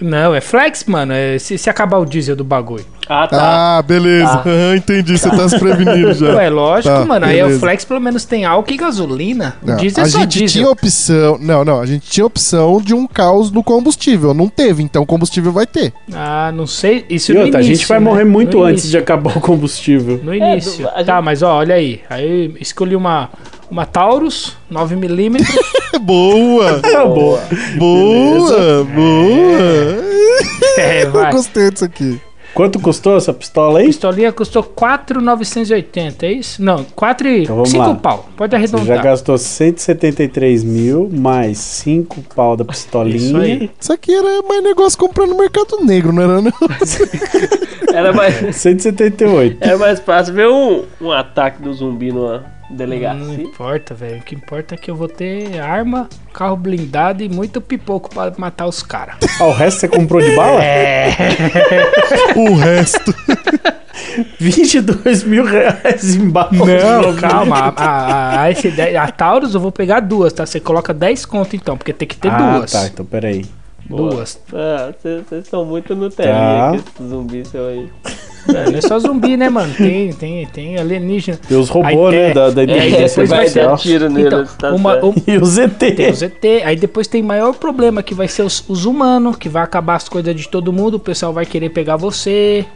Speaker 3: Não, é flex, mano. É se, se acabar o diesel do bagulho.
Speaker 4: Ah, tá.
Speaker 1: Ah, beleza.
Speaker 4: Tá.
Speaker 1: Aham, [LAUGHS] entendi. Você tá se prevenindo
Speaker 2: É,
Speaker 1: já.
Speaker 3: Ué, é lógico,
Speaker 1: Tá,
Speaker 3: mano. Aí
Speaker 1: beleza.
Speaker 3: o flex pelo menos tem álcool e gasolina. O
Speaker 1: Não,
Speaker 3: diesel
Speaker 1: a
Speaker 3: é só
Speaker 1: gente
Speaker 3: diesel.
Speaker 1: tinha opção. Não, não. A gente tinha opção de um caos no combustível. Não teve, então combustível vai ter.
Speaker 3: Ah, não sei. Isso
Speaker 2: E
Speaker 3: no
Speaker 2: outra, a
Speaker 3: início,
Speaker 2: gente vai
Speaker 3: né?
Speaker 2: morrer muito
Speaker 3: No
Speaker 2: antes de acabar o combustível.
Speaker 3: No início.
Speaker 4: do- É, a
Speaker 3: Tá,
Speaker 4: gente-
Speaker 3: mas ó, olha aí. Aí escolhi uma, uma Taurus 9mm.
Speaker 2: [LAUGHS]
Speaker 1: [LAUGHS]
Speaker 3: É
Speaker 1: Boa!
Speaker 2: Tá bom.
Speaker 1: boa! Boa!
Speaker 3: é, vai.
Speaker 1: Eu gostei disso aqui.
Speaker 2: Quanto custou essa pistola aí?
Speaker 3: Pistolinha custou 4,980, é isso? Não, 4 e
Speaker 2: Então vamos
Speaker 3: 5
Speaker 2: lá.
Speaker 3: pau. Pode
Speaker 2: Você já
Speaker 3: arredondar.
Speaker 2: gastou 173 mil, mais 5 pau da
Speaker 3: Isso
Speaker 2: pistolinha.
Speaker 3: aí.
Speaker 1: Isso aqui era mais negócio comprar no mercado negro, não era não?
Speaker 4: Era, mais, [LAUGHS]
Speaker 2: 178.
Speaker 4: era mais fácil ver um, um ataque do zumbi numa
Speaker 3: Não
Speaker 4: delegacia.
Speaker 3: importa, velho. O que importa é que eu vou ter arma, carro blindado e muito pipoco pra matar os caras.
Speaker 2: Ah, o resto você comprou
Speaker 3: É.
Speaker 2: de bala?
Speaker 1: O [LAUGHS] resto.
Speaker 2: 22 mil reais em bala.
Speaker 3: Não, calma. A, a, a, S10 a Taurus eu vou pegar duas, tá? Você coloca 10 conto então, porque tem que ter
Speaker 2: ah,
Speaker 3: duas.
Speaker 2: tá. Então, peraí.
Speaker 3: Duas.
Speaker 4: Ah, vocês vocês estão muito no telinha
Speaker 2: Tá.
Speaker 4: com esse zumbi seu aí.
Speaker 3: É, não é só zumbi, né, mano? Tem, tem, tem alienígena.
Speaker 2: E os robôs,
Speaker 3: Aí,
Speaker 2: né?
Speaker 3: é,
Speaker 2: Da, da
Speaker 3: é, aí
Speaker 2: inteligência
Speaker 3: depois vai ter
Speaker 2: artificial.
Speaker 4: tiro nele.
Speaker 3: Então,
Speaker 4: tá
Speaker 3: uma,
Speaker 4: certo.
Speaker 3: um,
Speaker 2: E os
Speaker 3: tem
Speaker 2: ET.
Speaker 3: os ET, aí depois tem maior problema que vai ser os, os humanos, que vai acabar as coisas de todo mundo, o pessoal vai querer pegar você.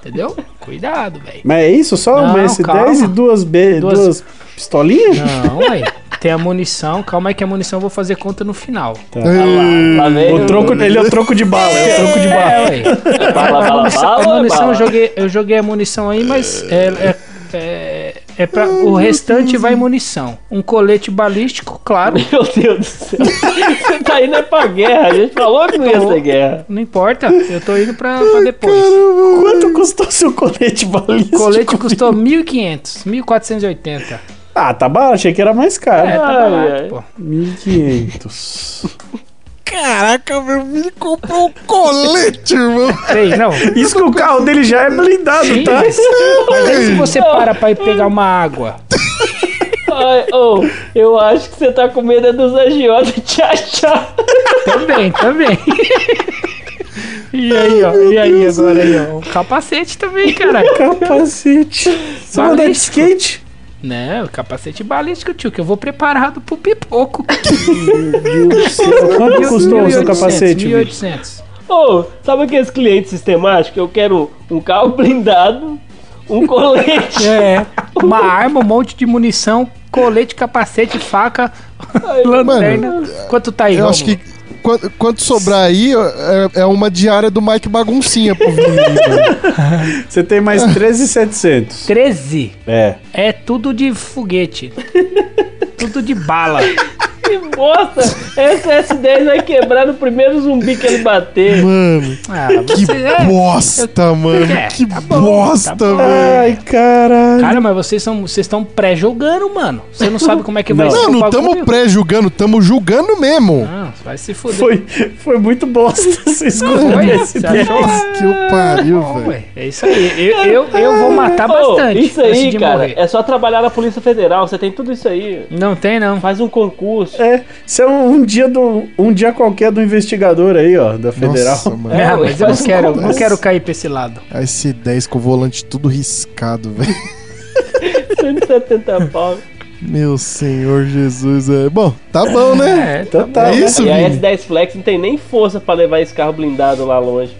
Speaker 3: Entendeu? Cuidado, velho.
Speaker 2: Mas é isso? Só
Speaker 3: Não,
Speaker 2: uma S10
Speaker 3: calma.
Speaker 2: e duas, B,
Speaker 3: Duas-
Speaker 2: duas... pistolinhas?
Speaker 3: Não, aí. Tem a munição, calma aí que a munição eu vou fazer conta no final. Hum.
Speaker 4: Lá vem
Speaker 2: O troco, ele é o troco de bala, é o
Speaker 3: [LAUGHS]
Speaker 2: troco de bala.
Speaker 3: É, ué.
Speaker 4: Bala, bala,
Speaker 3: Munição-
Speaker 4: bala,
Speaker 3: munição
Speaker 4: bala.
Speaker 3: eu joguei, eu joguei a munição aí, mas é, é- é- É pra, o restante vai munição. Um colete balístico, claro.
Speaker 4: [LAUGHS] Meu Deus do céu. Você tá indo é pra guerra. A gente falou que não
Speaker 3: Então,
Speaker 4: ia ser guerra.
Speaker 3: Não importa, eu tô indo pra, pra depois.
Speaker 2: Quanto custou seu colete balístico?
Speaker 3: O colete
Speaker 4: [LAUGHS]
Speaker 3: custou 1.500, 1.480.
Speaker 2: Ah, tá barato. Achei que era mais caro.
Speaker 3: É, tá
Speaker 4: Ai,
Speaker 3: barato,
Speaker 4: ai.
Speaker 3: pô.
Speaker 2: 1.500.
Speaker 1: Caraca, meu filho comprou um colete, irmão.
Speaker 3: Ei, não.
Speaker 2: [LAUGHS] Isso que o carro dele já é blindado,
Speaker 3: Sim,
Speaker 2: tá?
Speaker 3: mas,
Speaker 4: assim.
Speaker 3: mas aí se é você para pra ir pegar uma água.
Speaker 4: Ai, ô, eu acho que você tá com medo é dos agiotas. [LAUGHS] Tchau, tchau.
Speaker 3: Também, também. E aí, ó. E aí, agora aí, ó. O capacete também, caraca.
Speaker 2: Capacete. Você vai andar de skate?
Speaker 3: Não, capacete balístico, tio, que eu vou preparado pro pipoco.
Speaker 2: Meu Deus do céu. Quanto custou o seu
Speaker 3: 1.800,
Speaker 2: capacete? Vitor?
Speaker 3: 1.800.
Speaker 4: Ô, sabe aqueles clientes sistemáticos? Eu quero um carro blindado, um colete.
Speaker 3: É, uma arma, um monte de munição, colete, capacete, faca, lanterna. Quanto tá
Speaker 1: [LAUGHS]
Speaker 3: aí,
Speaker 1: Eu acho que
Speaker 3: Rômulo?
Speaker 1: quanto, quanto sobrar aí ó, é, é uma diária do Mike Baguncinha pro menino.
Speaker 2: Você tem mais 13,700.
Speaker 3: 13.
Speaker 2: É.
Speaker 3: É tudo
Speaker 1: [LAUGHS]
Speaker 3: de foguete. tudo de bala.
Speaker 4: Que bosta! Essa S10 vai quebrar no primeiro zumbi que ele
Speaker 1: [LAUGHS]
Speaker 4: bater.
Speaker 1: Mano,
Speaker 3: Ah,
Speaker 1: que
Speaker 3: você é.
Speaker 1: bosta, mano.
Speaker 3: É,
Speaker 1: Que
Speaker 3: tá bom,
Speaker 1: bosta,
Speaker 3: tá bom.
Speaker 1: velho.
Speaker 2: Ai, caralho.
Speaker 3: Cara, mas vocês são, vocês estão pré-jogando, mano. Você não sabe como é que vai
Speaker 2: Não.
Speaker 3: ser.
Speaker 1: Não,
Speaker 3: o
Speaker 1: não
Speaker 3: bagulho.
Speaker 1: tamo pré-julgando, tamo julgando mesmo.
Speaker 3: Ah, vai se fuder.
Speaker 2: Foi, foi muito bosta [LAUGHS] essa escolha
Speaker 3: Foi?
Speaker 2: desse
Speaker 3: Você
Speaker 2: ideia.
Speaker 3: achou?
Speaker 1: Que o pariu,
Speaker 3: Não,
Speaker 1: velho.
Speaker 3: Ah, ué, É isso aí. Eu, eu, eu vou matar Tá
Speaker 4: Ô,
Speaker 3: bastante.
Speaker 4: isso
Speaker 3: antes
Speaker 4: aí,
Speaker 3: de
Speaker 4: cara,
Speaker 3: morrer.
Speaker 4: é só trabalhar na Polícia Federal, você tem tudo isso aí.
Speaker 3: Não tem, não.
Speaker 4: Faz um concurso. [LAUGHS]
Speaker 2: É, isso é um, um dia do, um dia qualquer do investigador aí, ó, da federal.
Speaker 1: Nossa, mano.
Speaker 3: É, mas eu não
Speaker 4: um
Speaker 3: quero, não
Speaker 1: Nossa.
Speaker 3: quero cair pra esse lado.
Speaker 1: A S10 com o volante tudo riscado, [LAUGHS] velho.
Speaker 4: 170 pau.
Speaker 1: Meu senhor Jesus. É... Bom, tá bom, né?
Speaker 3: É,
Speaker 2: Então tá,
Speaker 1: É
Speaker 2: né?
Speaker 1: isso,
Speaker 4: E a
Speaker 1: Vini?
Speaker 4: S10 Flex não tem nem força pra levar esse carro blindado lá longe.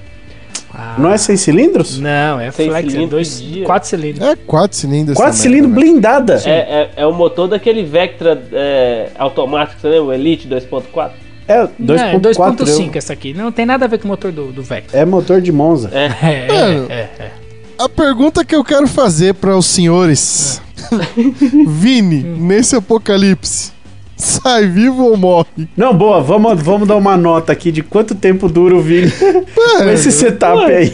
Speaker 2: Não é seis cilindros?
Speaker 3: Ah, Não, é
Speaker 4: Seis
Speaker 3: flex, é
Speaker 4: cilindros
Speaker 3: dois,
Speaker 4: por dia.
Speaker 3: quatro cilindros.
Speaker 1: É quatro cilindros.
Speaker 2: Quatro
Speaker 1: essa
Speaker 2: cilindros
Speaker 1: merda,
Speaker 2: blindada.
Speaker 4: É, é, é o motor daquele Vectra é, automático, você lembra? O Elite 2.4.
Speaker 2: É,
Speaker 3: Não, é
Speaker 2: 2.4.
Speaker 3: 2.5
Speaker 2: eu-
Speaker 3: essa aqui. Não tem nada a ver com o motor do, do Vectra.
Speaker 2: É motor de Monza.
Speaker 3: É, é,
Speaker 1: Mano.
Speaker 3: é, é.
Speaker 1: velho. né? A pergunta que eu quero fazer para os senhores:
Speaker 2: [LAUGHS]
Speaker 1: Vini, nesse apocalipse, sai vivo ou morre?
Speaker 2: Não, boa, vamos, vamos dar uma nota aqui de quanto tempo dura o
Speaker 3: [LAUGHS]
Speaker 2: Vini
Speaker 3: É
Speaker 2: com esse setup aí.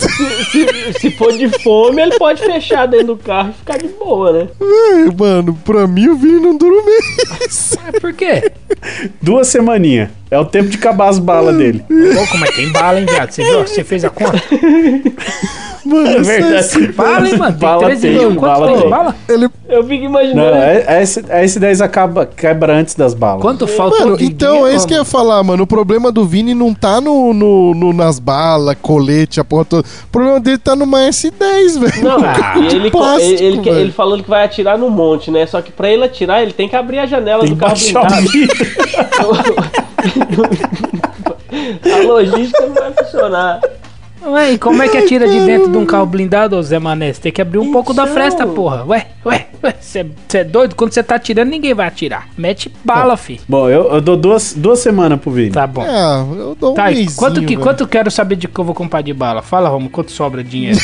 Speaker 4: Se for de fome, ele pode fechar dentro do carro e ficar de boa, né?
Speaker 1: Ei, é, mano, pra mim o Vini não dura um mês.
Speaker 3: Mas É por quê?
Speaker 2: Duas semaninhas. É o tempo de acabar as balas
Speaker 3: [LAUGHS]
Speaker 2: dele.
Speaker 3: Pô, como é que tem bala, hein, viado? Você viu? Você fez a conta?
Speaker 1: Mano,
Speaker 2: [LAUGHS] É
Speaker 1: essa-
Speaker 2: verdade.
Speaker 3: Bala, hein, mano? Tem
Speaker 2: Bala
Speaker 3: 13
Speaker 2: tem,
Speaker 3: mil. Quanto
Speaker 2: bala
Speaker 3: tem de
Speaker 2: tem.
Speaker 3: bala?
Speaker 1: Ele...
Speaker 4: Eu fico imaginando.
Speaker 2: Não, é,
Speaker 4: ele-
Speaker 2: a a S- a S10 acaba, quebra antes das balas.
Speaker 3: Quanto faltou
Speaker 1: Mano,
Speaker 3: de
Speaker 1: então
Speaker 3: dinheiro,
Speaker 1: é isso que eu ia falar, mano. O problema do Vini não tá no, no, no- nas balas, colete, a porra toda. O problema dele tá numa S10, velho.
Speaker 4: Não,
Speaker 2: é.
Speaker 3: Ah,
Speaker 4: e ele,
Speaker 1: plástico,
Speaker 4: ele, ele, que-
Speaker 1: velho.
Speaker 4: ele falando que vai atirar no monte, né? Só que pra ele atirar, ele tem que abrir a janela
Speaker 3: é
Speaker 2: Tem que
Speaker 4: do carro
Speaker 2: baixar o
Speaker 3: [LAUGHS]
Speaker 4: blindado.
Speaker 2: vidro.
Speaker 4: [LAUGHS] a logística não vai funcionar.
Speaker 3: Ué, e como é que atira de dentro de um carro blindado, ô Zé Mané? Você tem que abrir um pouco da
Speaker 4: Então.
Speaker 3: fresta, porra. Ué, ué, ué. Você é doido? Quando você tá atirando, ninguém vai atirar. Mete bala, fi.
Speaker 2: Bom, eu, eu dou duas, duas semanas pro Vini.
Speaker 3: Tá bom.
Speaker 1: Ah, eu dou um
Speaker 3: Tá, e
Speaker 1: mêsinho,
Speaker 3: quanto que
Speaker 1: velho.
Speaker 3: quanto eu quero saber de que eu vou comprar de bala? Fala, Romo, quanto sobra dinheiro?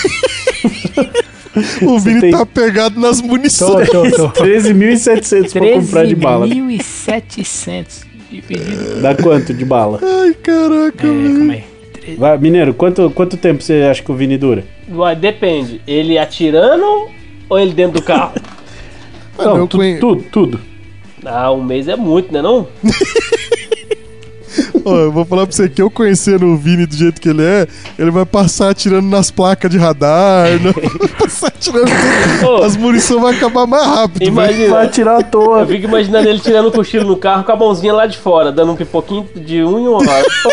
Speaker 1: O
Speaker 2: Você
Speaker 1: Vini
Speaker 2: tem-
Speaker 1: tá pegado nas
Speaker 3: tô,
Speaker 1: munições.
Speaker 2: [LAUGHS]
Speaker 3: tô, tô.
Speaker 2: 13.700 pra comprar de bala.
Speaker 3: 13.700 dividido.
Speaker 2: Dá quanto de bala?
Speaker 1: Ai, [LAUGHS] caraca,
Speaker 3: É,
Speaker 1: velho.
Speaker 3: calma aí.
Speaker 2: Vai, Mineiro, quanto, quanto tempo você acha que o Vini dura?
Speaker 4: Ué, depende. Ele atirando ou ele dentro do carro?
Speaker 1: Mano, eu
Speaker 2: então, tu-
Speaker 1: conhe-
Speaker 2: tudo, tudo.
Speaker 4: Ah, um mês é muito, né não?
Speaker 1: Ó, eu vou falar pra você que eu conhecendo o Vini do jeito que ele é, ele vai passar atirando nas placas de radar, [LAUGHS] né? vai passar atirando.
Speaker 4: Ô.
Speaker 1: As munições vão acabar mais rápido. velho.
Speaker 2: Vai
Speaker 4: Imagina.
Speaker 2: tirar à
Speaker 4: Eu
Speaker 2: toa.
Speaker 4: fico imaginando ele tirando o cochilo no carro com a mãozinha lá de fora, dando um pipoquinho de um em um. Pô,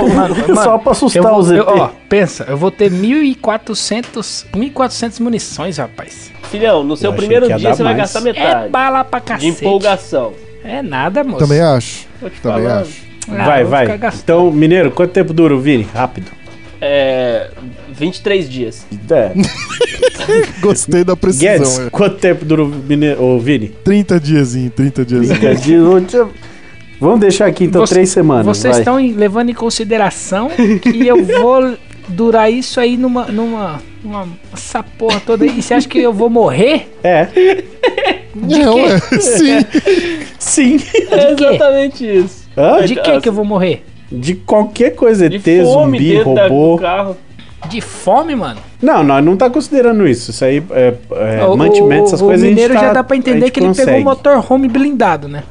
Speaker 4: pô, mano.
Speaker 2: [LAUGHS] Só pra
Speaker 3: Eu
Speaker 2: assustar
Speaker 3: vou-
Speaker 2: os ET.
Speaker 3: eu- ó, pensa, eu vou ter 1.400 1.400 munições, rapaz.
Speaker 4: Filhão, no seu
Speaker 2: achei
Speaker 4: primeiro
Speaker 2: que ia
Speaker 4: dia
Speaker 2: dar
Speaker 4: você vai
Speaker 2: mais.
Speaker 4: gastar
Speaker 3: É
Speaker 4: metade.
Speaker 3: bala pra
Speaker 4: de
Speaker 3: cacete.
Speaker 4: empolgação.
Speaker 3: É nada, moço.
Speaker 1: Também acho.
Speaker 4: Tô te
Speaker 1: Também
Speaker 4: falando.
Speaker 1: acho.
Speaker 3: Ah,
Speaker 2: vai,
Speaker 3: vou
Speaker 2: vai.
Speaker 3: ficar gastando.
Speaker 2: Então, Mineiro, quanto tempo dura o Vini? Rápido.
Speaker 4: É. 23 dias.
Speaker 2: É.
Speaker 1: Gostei da
Speaker 2: Guedes,
Speaker 1: precisão. é.
Speaker 2: quanto tempo dura o, Mine... o Vini?
Speaker 1: 30 diazinho, 30 diazinho.
Speaker 2: Guedes, onde- Vamos deixar aqui então
Speaker 3: Vocês-
Speaker 2: três semanas.
Speaker 3: Vocês
Speaker 2: vai.
Speaker 3: estão em- levando em consideração que eu vou durar isso aí numa. numa. numa essa porra toda aí. E você acha que eu vou morrer?
Speaker 2: É,
Speaker 1: Não, é, sim.
Speaker 2: sim.
Speaker 4: É
Speaker 3: quê?
Speaker 4: exatamente isso.
Speaker 2: [LAUGHS] Hã?
Speaker 3: De que que eu vou morrer?
Speaker 2: De qualquer coisa,
Speaker 4: De
Speaker 2: ET,
Speaker 4: fome
Speaker 2: zumbi,
Speaker 4: dentro da- do
Speaker 2: robô.
Speaker 4: carro.
Speaker 3: De fome, mano?
Speaker 2: Não, nós não tá considerando isso. Isso aí é, é
Speaker 3: O- o-
Speaker 2: mantimento, essas
Speaker 3: o,
Speaker 2: coisas
Speaker 3: O mineiro
Speaker 2: a gente tá,
Speaker 3: já dá pra
Speaker 2: a
Speaker 3: entender
Speaker 2: gente
Speaker 3: que ele pegou
Speaker 2: consegue.
Speaker 3: um motorhome blindado, né?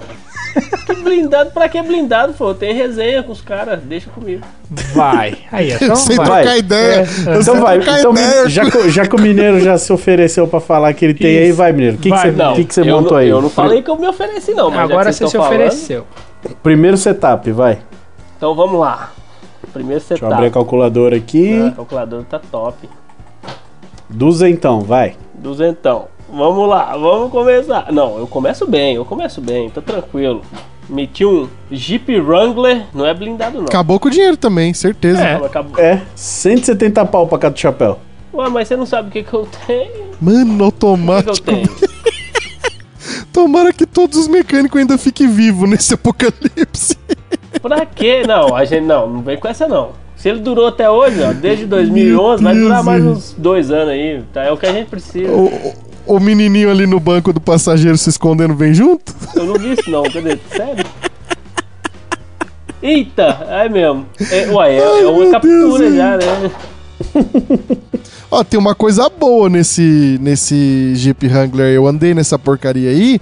Speaker 4: Que blindado? Pra que blindado, pô? Tem resenha com os caras, deixa comigo.
Speaker 3: Vai.
Speaker 1: [LAUGHS]
Speaker 3: Aí, então
Speaker 1: Sem
Speaker 3: vai.
Speaker 2: troca-
Speaker 1: trocar ideia.
Speaker 2: Então
Speaker 1: Sem
Speaker 2: vai,
Speaker 1: trocar
Speaker 2: então,
Speaker 1: ideia.
Speaker 2: já, que- já que o Mineiro já se ofereceu pra falar que ele tem aí, vai, Mineiro. O que, que
Speaker 3: Vai,
Speaker 2: você
Speaker 3: não.
Speaker 2: que que você
Speaker 4: eu
Speaker 2: montou
Speaker 4: não,
Speaker 2: aí?
Speaker 4: Eu não falei que eu me ofereci, não. Mas
Speaker 3: Agora você
Speaker 4: já que vocês
Speaker 3: se
Speaker 4: tão falando,
Speaker 3: ofereceu.
Speaker 2: Primeiro setup, vai.
Speaker 4: Então vamos lá. Primeiro
Speaker 2: Deixa eu abrir a
Speaker 4: setup.
Speaker 2: calculadora aqui.
Speaker 4: Ah, O calculador tá top.
Speaker 2: Duzentão, vai.
Speaker 4: Duzentão. Vamos lá, vamos começar. Não, eu começo bem, eu começo bem, tá tranquilo. Meti um Jeep Wrangler, não é blindado não.
Speaker 1: Acabou com o dinheiro também, certeza.
Speaker 3: É.
Speaker 4: Acabou.
Speaker 2: É, 170 pau pra cá do chapéu.
Speaker 4: Ué, mas você não sabe o que, que eu tenho?
Speaker 1: Mano,
Speaker 4: O que, que
Speaker 1: [LAUGHS]
Speaker 4: eu
Speaker 1: automático.
Speaker 4: tenho?
Speaker 1: Tomara que todos os mecânicos ainda fiquem vivos nesse apocalipse.
Speaker 4: Pra quê? Não, a gente não, não vem com essa não. Se ele durou até hoje, ó, desde 2011, vai
Speaker 1: Meu
Speaker 4: durar mais
Speaker 1: Deus.
Speaker 4: uns dois anos aí, tá? É o que a gente precisa.
Speaker 1: O, o- o menininho ali no banco do passageiro se escondendo vem junto?
Speaker 4: Eu não vi isso não, cadê? Sério? Eita, é mesmo. É, uai, é, é uma
Speaker 1: meu
Speaker 4: captura
Speaker 1: Deus,
Speaker 4: já, né?
Speaker 1: Ó, tem uma coisa boa nesse, nesse Jeep Wrangler. Eu andei nessa porcaria aí.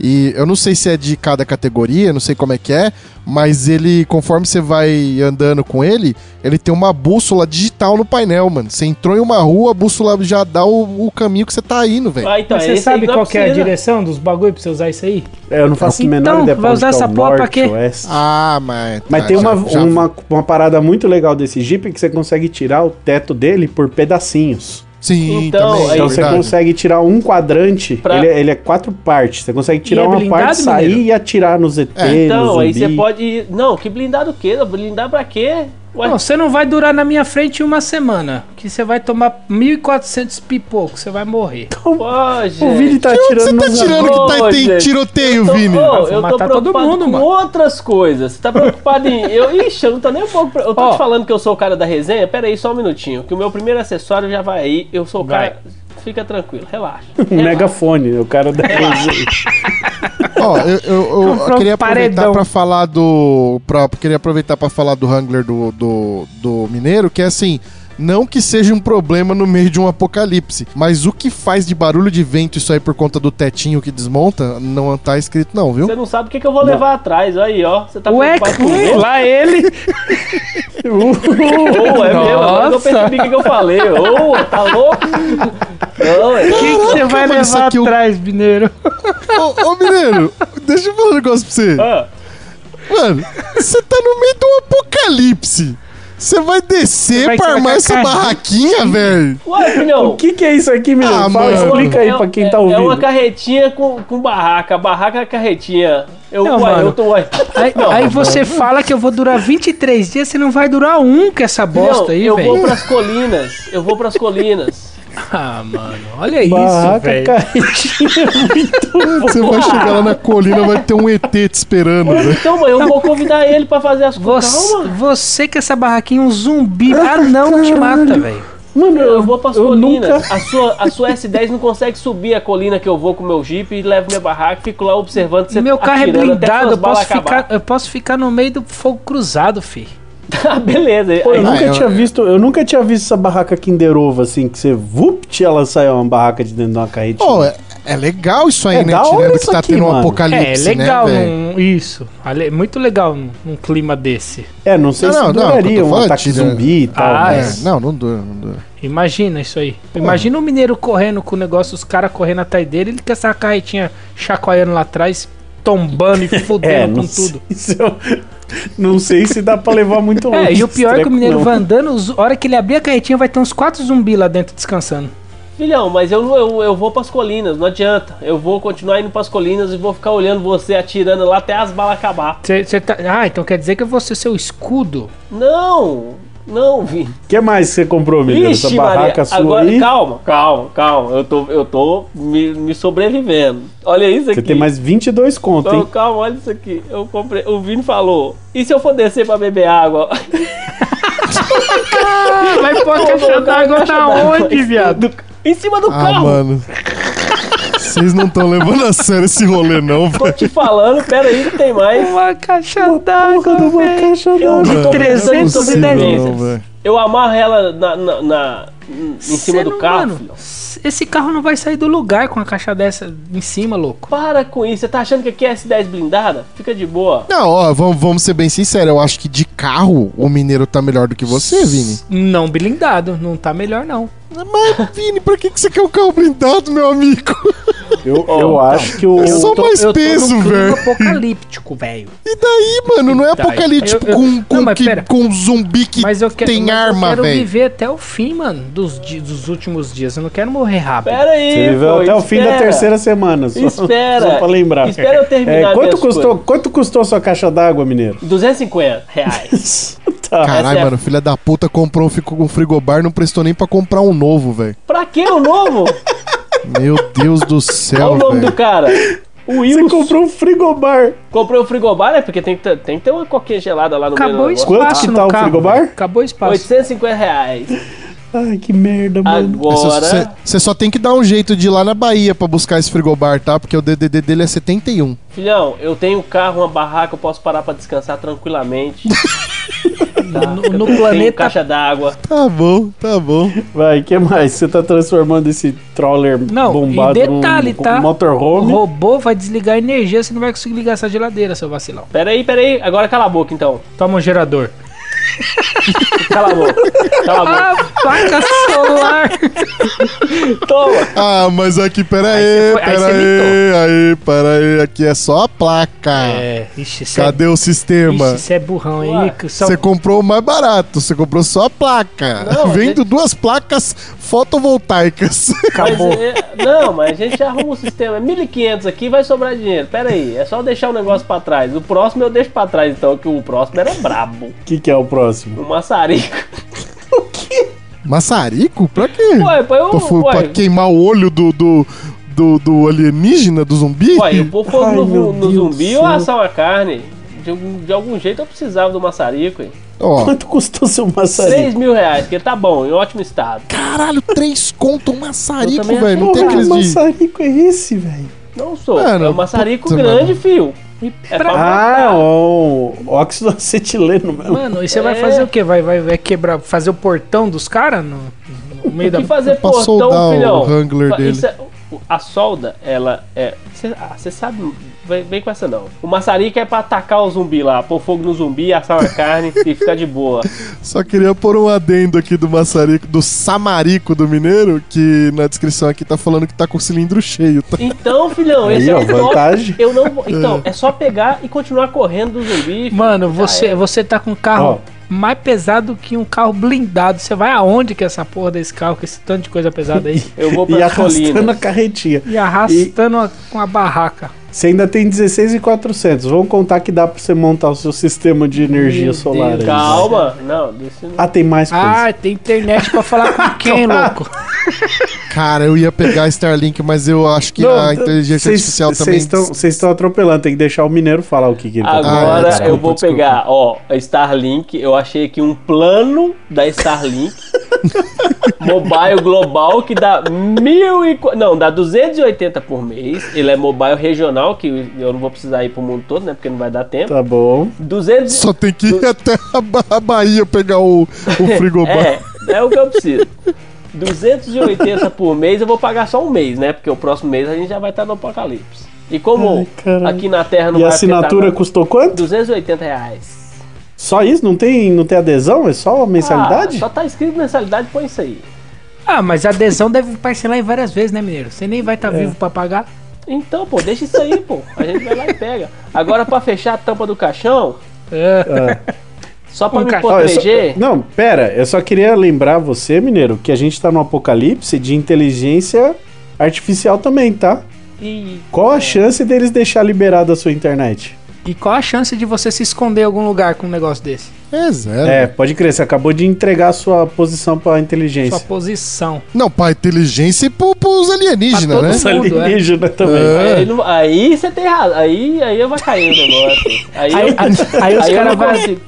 Speaker 1: E eu não sei se é de cada categoria, não sei como é que é, mas ele, conforme você vai andando com ele, ele tem uma bússola digital no painel, mano. Você entrou em uma rua, a bússola já dá o, o caminho que você tá indo, velho.
Speaker 4: Ah, então,
Speaker 3: Mas você
Speaker 4: esse aí
Speaker 3: sabe
Speaker 4: não
Speaker 3: qual que é a
Speaker 4: precisa.
Speaker 3: direção dos bagulho pra você usar isso aí?
Speaker 2: É, Eu não faço a menor
Speaker 3: Então,
Speaker 2: ideia
Speaker 3: vai
Speaker 2: onde
Speaker 3: usar
Speaker 2: tá
Speaker 3: essa
Speaker 2: o
Speaker 3: porra pra
Speaker 2: norte,
Speaker 3: quê?
Speaker 2: oeste.
Speaker 1: Ah, mas.
Speaker 2: Mas
Speaker 1: ah,
Speaker 2: tem uma,
Speaker 1: já- já-
Speaker 2: uma, uma parada muito legal desse Jeep que você consegue tirar o teto dele por pedacinhos.
Speaker 1: Sim,
Speaker 4: Então,
Speaker 1: também,
Speaker 4: aí-
Speaker 1: é
Speaker 2: Então você
Speaker 1: verdade.
Speaker 2: consegue tirar um quadrante,
Speaker 4: Pra-
Speaker 2: ele, é- ele é quatro partes. Você consegue tirar
Speaker 3: é
Speaker 2: uma
Speaker 3: blindado,
Speaker 2: parte, sair
Speaker 3: Mineiro?
Speaker 2: e atirar no ZT,
Speaker 1: É.
Speaker 4: Então,
Speaker 2: no
Speaker 4: aí
Speaker 2: zumbi.
Speaker 4: você pode ir. Não, que blindado o quê? Blindar pra quê? Ué,
Speaker 3: Não, você não vai durar na minha frente uma semana. Que você vai tomar 1.400 pipocos, você vai morrer.
Speaker 4: Tá pô,
Speaker 2: O Vini
Speaker 4: gente.
Speaker 2: tá
Speaker 1: É. Você
Speaker 2: atirando
Speaker 1: tá
Speaker 2: nos
Speaker 1: tirando
Speaker 4: amor,
Speaker 1: que tá, tem
Speaker 4: gente.
Speaker 1: tiroteio,
Speaker 4: Eu tô-
Speaker 1: Vini.
Speaker 4: Ô,
Speaker 3: Vou
Speaker 4: eu tô
Speaker 3: matar
Speaker 4: preocupado
Speaker 3: todo mundo,
Speaker 4: com
Speaker 3: mano.
Speaker 4: outras coisas. Você tá preocupado em. Eu, ixi, eu não tô nem um pouco. pre- Eu tô
Speaker 3: Ó.
Speaker 4: te falando que eu sou o cara da resenha? Pera aí, só um minutinho. Que o meu primeiro acessório já vai aí. Eu sou o
Speaker 3: Vai.
Speaker 4: cara. Fica tranquilo, relaxa.
Speaker 2: Um
Speaker 4: relaxa.
Speaker 2: megafone, o cara da
Speaker 1: Ó, eu, eu- eu
Speaker 3: [LAUGHS] Comprou um
Speaker 1: queria aproveitar
Speaker 3: paredão.
Speaker 1: pra falar do. Pra, queria aproveitar pra falar do Wrangler do, do, do Mineiro, que é assim. Não que seja um problema no meio de um apocalipse, mas o que faz de barulho de vento isso aí por conta do tetinho que desmonta, não tá escrito não, viu?
Speaker 4: Você não sabe o que, que eu vou levar atrás. Aí, ó. Você tá
Speaker 3: Ué,
Speaker 4: preocupado com
Speaker 3: ué,
Speaker 4: isso?
Speaker 3: lá ele.
Speaker 4: Ou é mesmo, agora que eu
Speaker 3: Nossa.
Speaker 4: percebi o que, que eu falei. Ô,
Speaker 3: [LAUGHS]
Speaker 4: tá louco? Não, é.
Speaker 3: O que, que você vai
Speaker 1: mano, isso
Speaker 3: levar
Speaker 1: aqui é eu-
Speaker 3: atrás, mineiro? tá-
Speaker 1: ô, ô,
Speaker 3: [LAUGHS]
Speaker 1: Mineiro, deixa eu falar um negócio pra você.
Speaker 4: Ah.
Speaker 1: Mano, você tá no meio de um apocalipse. Você vai descer
Speaker 3: Vai
Speaker 1: pra
Speaker 3: tirar
Speaker 1: armar essa
Speaker 3: cacá.
Speaker 1: barraquinha, velho?
Speaker 4: Ué, filhão.
Speaker 2: O que, que é isso aqui, menino?
Speaker 1: Ah,
Speaker 2: Fala,
Speaker 1: mano.
Speaker 2: explica aí
Speaker 4: É-
Speaker 2: pra quem
Speaker 4: é-
Speaker 2: tá
Speaker 4: É
Speaker 2: ouvindo.
Speaker 4: uma carretinha com, com barraca. Barraca é carretinha. Eu,
Speaker 3: Não,
Speaker 4: uai,
Speaker 3: mano.
Speaker 4: eu tô. Uai.
Speaker 3: Aí,
Speaker 4: Não,
Speaker 3: aí você fala que eu vou durar 23 dias, você não vai durar um com essa
Speaker 4: filhão,
Speaker 3: bosta aí,
Speaker 4: eu vou
Speaker 3: velho.
Speaker 4: pras colinas. Eu vou pras colinas.
Speaker 3: Ah, mano, olha isso,
Speaker 2: Barraca,
Speaker 3: velho.
Speaker 2: carretinha, muito
Speaker 1: Você vai chegar lá na colina, vai ter um ET te esperando, velho.
Speaker 4: Então,
Speaker 2: tá
Speaker 4: mãe, eu vou convidar ele pra fazer as coisas.
Speaker 3: Você,
Speaker 4: Calma.
Speaker 3: você com essa barraquinha, um zumbi. Ah, não, te mata, velho.
Speaker 2: Mano,
Speaker 4: Eu vou pras colinas.
Speaker 2: nunca-
Speaker 4: A, sua, a sua S10 não consegue subir a colina que eu vou com o meu jeep e levo minha barraca. Fico lá observando você
Speaker 3: Meu carro é
Speaker 4: atirando até
Speaker 3: blindado,
Speaker 4: suas
Speaker 3: eu posso,
Speaker 4: balas acabar. [LAUGHS]
Speaker 3: ficar, eu posso ficar no meio do fogo cruzado, fi.
Speaker 4: Tá, beleza.
Speaker 2: Pô, eu
Speaker 4: Aí-
Speaker 2: nunca
Speaker 1: eu-
Speaker 2: tinha visto, eu nunca tinha visto essa barraca Kinder Ovo assim, que você vupt ela sai uma barraca de dentro de uma carretinha.
Speaker 1: Pô, é, é legal isso aí,
Speaker 2: É
Speaker 1: né?
Speaker 2: da hora
Speaker 1: Tirando que
Speaker 2: isso
Speaker 1: tá
Speaker 2: aqui,
Speaker 1: tendo um
Speaker 2: mano.
Speaker 3: É,
Speaker 1: apocalipse,
Speaker 3: legal
Speaker 1: né, velho?
Speaker 3: num- isso. Ale- Muito legal num, num clima desse.
Speaker 2: é, não sei
Speaker 1: Não,
Speaker 2: se
Speaker 1: não, não, o que
Speaker 2: duraria
Speaker 1: eu tô
Speaker 2: um
Speaker 1: falando,
Speaker 2: ataque
Speaker 1: tira-
Speaker 2: zumbi e tal.
Speaker 3: Ah,
Speaker 1: É,
Speaker 2: mas-
Speaker 1: não, não dura, não dura.
Speaker 3: Imagina isso aí. Imagina o mineiro correndo com o negócio, os caras correndo atrás dele, ele com essa carretinha chacoalhando lá atrás, tombando e
Speaker 2: [LAUGHS] É,
Speaker 3: fudendo
Speaker 2: não
Speaker 3: com
Speaker 2: sei
Speaker 3: tudo.
Speaker 2: [LAUGHS] se eu- não sei se dá pra levar muito longe.
Speaker 3: [LAUGHS] É, e o
Speaker 2: esse
Speaker 3: pior é que
Speaker 2: treco,
Speaker 3: o mineiro
Speaker 2: não.
Speaker 3: vai andando, os- a hora que ele abrir a carretinha vai ter uns quatro zumbi lá dentro descansando.
Speaker 4: Filhão, mas eu, eu, eu vou pras colinas, não adianta. Eu vou continuar indo pras colinas e vou ficar olhando você atirando lá até as balas acabar.
Speaker 3: Cê- cê tá- Ah, então quer dizer que você seu escudo?
Speaker 4: Não! Não, Vini.
Speaker 2: O que mais você comprou, menino? Essa
Speaker 4: Vixe, Maria.
Speaker 2: barraca sua
Speaker 4: Agora,
Speaker 2: aí?
Speaker 4: calma, calma, calma. Eu tô, eu tô me, me sobrevivendo. Olha isso aqui.
Speaker 2: Você tem mais 22 conto,
Speaker 4: Não,
Speaker 2: hein?
Speaker 4: calma, olha isso aqui. Eu comprei. O Vini falou. E se eu for descer pra beber água?
Speaker 2: Ah,
Speaker 3: Vai pôr
Speaker 2: [LAUGHS]
Speaker 3: a caixa d'água na onde, viado?
Speaker 4: Do- [LAUGHS] Em cima do
Speaker 1: Ah,
Speaker 4: carro.
Speaker 1: mano. Vocês não estão levando a sério esse rolê, não,
Speaker 4: Tô
Speaker 1: velho.
Speaker 4: te falando, pera aí, não tem mais.
Speaker 3: Uma caixa d'água, velho.
Speaker 4: Eu,
Speaker 1: Mano, não é
Speaker 4: 300
Speaker 1: possível, não,
Speaker 4: delícias.
Speaker 1: velho.
Speaker 4: eu amarro ela na, na- na- em cima
Speaker 3: Cê
Speaker 4: do
Speaker 3: não-
Speaker 4: carro,
Speaker 3: mano,
Speaker 4: filhão.
Speaker 3: Esse carro não vai sair do lugar com a caixa dessa em cima, louco.
Speaker 4: Para com isso, você tá achando que aqui é S10 blindada? Fica de boa.
Speaker 1: Não, ó, vamos, vamos ser bem sinceros. Eu acho que de carro o mineiro tá melhor do que você, Vini.
Speaker 3: Não blindado, não tá melhor não.
Speaker 1: Mas, Vini, pra que, que você quer um carro blindado, meu amigo?
Speaker 2: Eu,
Speaker 4: Ó,
Speaker 2: eu
Speaker 4: então,
Speaker 2: acho que o.
Speaker 1: É só mais
Speaker 3: eu tô num
Speaker 1: peso,
Speaker 3: clima
Speaker 1: velho.
Speaker 3: apocalíptico, velho.
Speaker 1: E daí, mano? Não é
Speaker 3: daí?
Speaker 1: apocalipse
Speaker 3: Eu- eu-
Speaker 1: com, com,
Speaker 3: não, mas
Speaker 1: que-
Speaker 3: pera.
Speaker 1: com zumbi que
Speaker 3: Mas eu quero,
Speaker 1: tem
Speaker 3: mas eu
Speaker 1: arma,
Speaker 3: quero
Speaker 1: velho.
Speaker 3: viver até o fim, mano, dos, di- dos últimos dias. Eu não quero morrer rápido.
Speaker 4: Pera aí,
Speaker 2: Você viveu
Speaker 4: pô,
Speaker 2: até o fim da
Speaker 4: espera.
Speaker 2: terceira semana. Só,
Speaker 4: Espera.
Speaker 2: Só pra lembrar. É,
Speaker 4: Espera eu terminar
Speaker 2: quanto,
Speaker 4: minhas
Speaker 2: custou, quanto custou a sua caixa d'água, mineiro? [LAUGHS]
Speaker 4: 250 reais.
Speaker 2: Tá.
Speaker 1: Caralho,
Speaker 4: essa é-
Speaker 1: mano, filha da puta comprou um fico- um frigobar, não prestou nem pra comprar um novo, velho.
Speaker 4: pra que o novo?
Speaker 1: Meu Deus do
Speaker 4: Olha
Speaker 1: céu,
Speaker 4: o nome
Speaker 1: velho.
Speaker 4: do cara. O
Speaker 2: Você
Speaker 4: Wilson.
Speaker 2: comprou um frigobar.
Speaker 4: Comprei o frigobar, né? Porque tem que, ter- tem que ter uma coquinha gelada lá no
Speaker 3: Acabou o
Speaker 4: meio. do negócio.
Speaker 2: Quanto
Speaker 3: espaço
Speaker 2: que
Speaker 3: no
Speaker 2: tá o
Speaker 3: carro.
Speaker 2: frigobar?
Speaker 3: velho. Acabou o espaço.
Speaker 4: 850 reais.
Speaker 2: Ai, que
Speaker 4: Ah,
Speaker 2: merda, mano.
Speaker 4: Agora.
Speaker 1: Você só tem que dar um jeito de ir lá na Bahia pra buscar esse frigobar, tá? Porque o DDD dele é 71.
Speaker 4: Filhão, eu tenho um carro, uma barraca, eu posso parar pra descansar
Speaker 3: [LAUGHS]
Speaker 4: tranquilamente. Tá?
Speaker 3: No-
Speaker 4: Eu
Speaker 3: no
Speaker 4: tenho
Speaker 3: planeta-
Speaker 4: caixa d'água.
Speaker 1: Tá bom, tá bom.
Speaker 2: Vai, que mais? Você tá transformando esse troller
Speaker 3: Não,
Speaker 2: bombado
Speaker 3: e detalhe,
Speaker 2: num
Speaker 3: tá? O
Speaker 2: motorhome?
Speaker 3: robô vai desligar a energia, você não vai conseguir ligar essa geladeira, seu vacilão.
Speaker 4: Pera aí, pera aí. Agora cala a boca, então.
Speaker 3: Toma um gerador.
Speaker 4: Cala a boca. Cala a boca.
Speaker 3: Ah, placa solar!
Speaker 4: Toma.
Speaker 1: Ah, mas aqui, pera aí,
Speaker 3: cê foi- aí
Speaker 1: pera
Speaker 3: cê
Speaker 1: aí, aí, pera aí. Aqui é só a placa.
Speaker 3: É, ixi, isso é,
Speaker 1: Cadê o sistema?
Speaker 3: ixi, isso é burrão,
Speaker 4: Ué,
Speaker 3: hein? Que são-
Speaker 1: Você comprou o mais barato, você comprou só a placa.
Speaker 4: Não,
Speaker 1: Vendo duas placas fotovoltaicas. [LAUGHS]
Speaker 3: [LAUGHS] Acabou.
Speaker 4: Mas, é, não, mas a gente arruma um sistema. É 1.500 aqui, vai sobrar dinheiro. Pera aí, é só deixar o negócio pra trás. O próximo eu deixo pra trás, então, que o próximo era brabo.
Speaker 2: O que, que é o próximo?
Speaker 4: O maçarico.
Speaker 1: Maçarico? Pra quê?
Speaker 4: Ué, pô, eu.
Speaker 1: pra, fu- pra
Speaker 4: Ué,
Speaker 1: queimar o olho do, do, do, do alienígena, do zumbi?
Speaker 4: ué, eu pôr fogo
Speaker 2: Ai,
Speaker 4: no,
Speaker 2: meu
Speaker 4: no
Speaker 2: Deus
Speaker 4: zumbi
Speaker 2: do céu.
Speaker 4: ou assar uma carne. De, algum- de algum jeito eu precisava do maçarico, hein?
Speaker 1: [LAUGHS] Ó,
Speaker 2: Quanto custou seu maçarico?
Speaker 4: 3 mil reais, porque tá bom, em ótimo estado.
Speaker 1: caralho, três conto, um maçarico,
Speaker 4: Eu também
Speaker 1: velho. Não
Speaker 2: Porra,
Speaker 1: tem
Speaker 2: que
Speaker 1: aqueles de...
Speaker 2: maçarico é esse, velho?
Speaker 4: Não sou.
Speaker 1: Mano,
Speaker 4: é um maçarico
Speaker 1: puta,
Speaker 4: grande, fio. É pra
Speaker 2: Ah,
Speaker 4: matar.
Speaker 2: o óxido [LAUGHS] acetileno mesmo.
Speaker 3: Mano, e você vai
Speaker 4: É.
Speaker 3: fazer o quê? Vai, vai, vai quebrar, fazer o portão dos caras no, no meio da.
Speaker 4: O que fazer
Speaker 1: Pra
Speaker 4: portão,
Speaker 1: soldar o
Speaker 4: filhão?
Speaker 1: Wrangler
Speaker 4: Fa-
Speaker 1: dele.
Speaker 4: isso é- o- a solda, ela é. Você ah, cê sabe. Vem, vem com essa não. O maçarico é pra atacar o zumbi lá, pôr fogo no zumbi, assar uma carne e ficar de boa.
Speaker 1: Só queria pôr um adendo aqui do maçarico, do samarico do mineiro, que na descrição aqui tá falando que tá com o cilindro cheio, tá?
Speaker 4: Então, filhão,
Speaker 2: Aí,
Speaker 4: esse é
Speaker 2: ó,
Speaker 4: o top.
Speaker 2: vantagem.
Speaker 4: Eu não vou- Então, é só pegar e continuar correndo do zumbi.
Speaker 3: Mano,
Speaker 4: Já
Speaker 3: você,
Speaker 4: é.
Speaker 3: você tá com um carro
Speaker 2: Ó.
Speaker 3: mais pesado que um carro blindado. Você vai aonde que é essa porra desse carro, com esse tanto de coisa pesada aí?
Speaker 4: Eu vou
Speaker 2: E
Speaker 4: pra
Speaker 2: arrastando a
Speaker 4: colina.
Speaker 2: carretinha.
Speaker 3: [LAUGHS] E arrastando uma- uma barraca.
Speaker 2: Você ainda tem 16,400. Vamos contar que dá pra você montar o seu sistema de energia
Speaker 3: Meu
Speaker 2: solar.
Speaker 3: Deus.
Speaker 2: aí.
Speaker 4: Calma. Não, deixa eu-
Speaker 2: Ah, tem mais coisa.
Speaker 3: Ah, tem internet pra falar com [LAUGHS] quem, louco?
Speaker 1: Cara, eu ia pegar a Starlink, mas eu acho que Ah,
Speaker 2: tá-
Speaker 1: a inteligência artificial também...
Speaker 2: Vocês estão atropelando, tem que deixar o mineiro falar o que, que ele tá falando.
Speaker 4: Agora
Speaker 1: Ah, é, desculpa,
Speaker 4: eu vou
Speaker 1: desculpa.
Speaker 4: pegar, ó, a Starlink. Eu achei aqui um plano da Starlink. mobile global que dá mil e... qu- Não, dá 280 por mês. Ele é mobile regional, que eu não vou precisar ir pro mundo todo, né? Porque não vai dar tempo.
Speaker 2: Tá bom.
Speaker 4: 200...
Speaker 1: Só tem que ir até a, Ba- a Bahia pegar o, o frigobar.
Speaker 4: É, é o que eu preciso. 280 por mês, eu vou pagar só um mês, né? Porque o próximo mês a gente já vai estar no apocalipse. E como
Speaker 2: Ai, caralho.
Speaker 4: aqui na Terra não
Speaker 2: E a
Speaker 4: vai afetar
Speaker 2: assinatura
Speaker 4: nada,
Speaker 2: custou quanto?
Speaker 4: 280 reais.
Speaker 2: Só isso? Não tem, não tem adesão? É só
Speaker 4: Ah,
Speaker 2: mensalidade?
Speaker 4: só tá escrito mensalidade, põe isso aí.
Speaker 3: Ah, mas a adesão deve parcelar em várias vezes, né, mineiro? Você nem vai estar vivo pra pagar.
Speaker 4: Então, pô, deixa isso aí, pô. A gente vai lá e pega. Agora, pra fechar a tampa do caixão,
Speaker 3: É.
Speaker 4: só pra
Speaker 3: Um
Speaker 4: me
Speaker 3: caixão.
Speaker 2: Ó, eu só-
Speaker 4: proteger.
Speaker 2: não, pera, eu só queria lembrar você, mineiro, que a gente tá no apocalipse de inteligência artificial também, tá?
Speaker 4: E
Speaker 2: Qual a chance deles deixar liberada a sua internet?
Speaker 3: E qual a chance de você se esconder em algum lugar com um negócio desse?
Speaker 1: É zero.
Speaker 2: É, pode crer, você acabou de entregar a sua posição pra
Speaker 3: Sua
Speaker 2: inteligência.
Speaker 3: posição.
Speaker 1: Não, pra inteligência e pro, pros alienígenas, né?
Speaker 3: Pra
Speaker 2: [LAUGHS]
Speaker 3: todos
Speaker 2: Sua
Speaker 3: Tudo, é.
Speaker 2: alienígena também.
Speaker 4: Aí, não- aí você tem razão. Aí, aí eu vou cair o negócio. [LAUGHS]
Speaker 3: Aí,
Speaker 4: Aí, eu-
Speaker 3: aí- aí os
Speaker 4: eu
Speaker 3: caras
Speaker 4: não
Speaker 3: vão.
Speaker 4: consigo.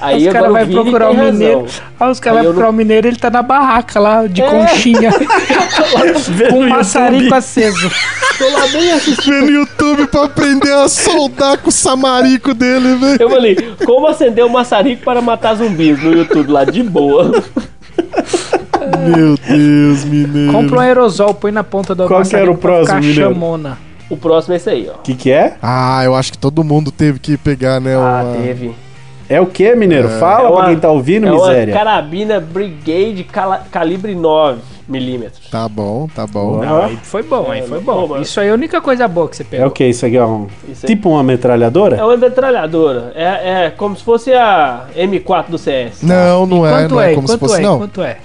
Speaker 4: Aí
Speaker 3: Os
Speaker 4: agora
Speaker 3: caras vão
Speaker 4: Vini
Speaker 3: procurar o
Speaker 4: tem razão.
Speaker 3: mineiro. assim, Aí os caras
Speaker 4: Aí eu
Speaker 3: vão
Speaker 4: não-
Speaker 3: procurar o mineiro ele tá na barraca lá, de conchinha,
Speaker 2: Vê
Speaker 3: com
Speaker 2: no
Speaker 3: um
Speaker 2: YouTube.
Speaker 3: maçarico aceso.
Speaker 4: Tô lá bem assistindo.
Speaker 1: Vê no YouTube pra aprender a soldar com o samarico dele, velho.
Speaker 4: Eu falei, como acender o maçarico para matar zumbis no YouTube lá de boa.
Speaker 1: Meu Deus, mineiro.
Speaker 3: Compra um aerosol, põe na ponta do
Speaker 2: Qual que era o
Speaker 3: maçarico pra ficar
Speaker 2: próximo, mineiro?
Speaker 3: chamona.
Speaker 4: O próximo é esse aí, ó.
Speaker 2: O que, que é?
Speaker 1: Ah, eu acho que todo mundo teve que pegar, né?
Speaker 4: Ah,
Speaker 1: uma-
Speaker 4: teve.
Speaker 2: É o que, mineiro? Fala
Speaker 4: É uma-
Speaker 2: pra quem tá ouvindo,
Speaker 4: é
Speaker 2: miséria.
Speaker 4: uma carabina Brigade cala- calibre 9mm.
Speaker 1: Tá bom, tá bom.
Speaker 2: Ó,
Speaker 3: Aí foi bom, aí foi
Speaker 4: não foi
Speaker 3: bom.
Speaker 4: bom, mano.
Speaker 3: Isso aí é a única coisa boa que você
Speaker 2: É
Speaker 3: pegou.
Speaker 2: o que isso aqui, ó? Um-
Speaker 4: Isso aí.
Speaker 2: tipo uma metralhadora?
Speaker 4: É uma metralhadora. É, é como se fosse a M4 do CS.
Speaker 1: Não, não é,
Speaker 3: Quanto
Speaker 1: não
Speaker 3: é?
Speaker 1: é como se
Speaker 3: Quanto
Speaker 1: fosse,
Speaker 3: é?
Speaker 1: não.
Speaker 3: Quanto é?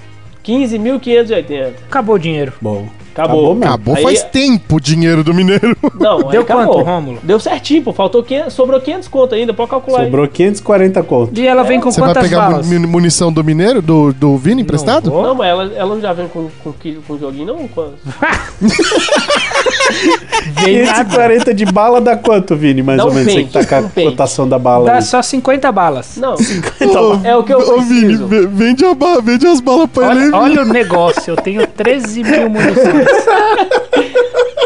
Speaker 4: 15.580.
Speaker 3: Acabou o dinheiro.
Speaker 2: Bom.
Speaker 4: Acabou.
Speaker 2: Acabou mesmo.
Speaker 1: Acabou
Speaker 4: Aí- é-
Speaker 1: faz tempo o dinheiro do mineiro.
Speaker 4: Não, aí
Speaker 3: Deu
Speaker 4: acabou.
Speaker 3: quanto, Rômulo?
Speaker 4: Deu certinho, pô. Faltou 500, sobrou 500 conto ainda, pode calcular
Speaker 2: Sobrou 540 conto.
Speaker 3: E ela vem com
Speaker 1: Você vai
Speaker 3: quantas
Speaker 1: pegar
Speaker 3: balas?
Speaker 1: mu- munição do mineiro, do, do Vini emprestado?
Speaker 3: vou.
Speaker 4: aí. Não, mas ela, ela não já vem com, com, que- com joguinho, não? Com-
Speaker 3: Vem nada.
Speaker 2: 540 de bala dá quanto, Vini, mais
Speaker 4: Dá
Speaker 2: ou
Speaker 4: um
Speaker 2: menos? Você que
Speaker 4: pente,
Speaker 2: tá com
Speaker 4: um
Speaker 2: a
Speaker 4: pente.
Speaker 2: cotação da bala.
Speaker 3: Dá
Speaker 2: aí.
Speaker 3: só 50
Speaker 2: [LAUGHS]
Speaker 3: balas.
Speaker 4: Não,
Speaker 3: Então,
Speaker 1: Ô,
Speaker 4: é o que eu
Speaker 1: Ô, Vini,
Speaker 4: preciso.
Speaker 1: ve- vende, a bala, vende as balas pra ele.
Speaker 3: Olha,
Speaker 1: hein, Vini?
Speaker 3: olha o negócio, eu tenho 13 mil munições.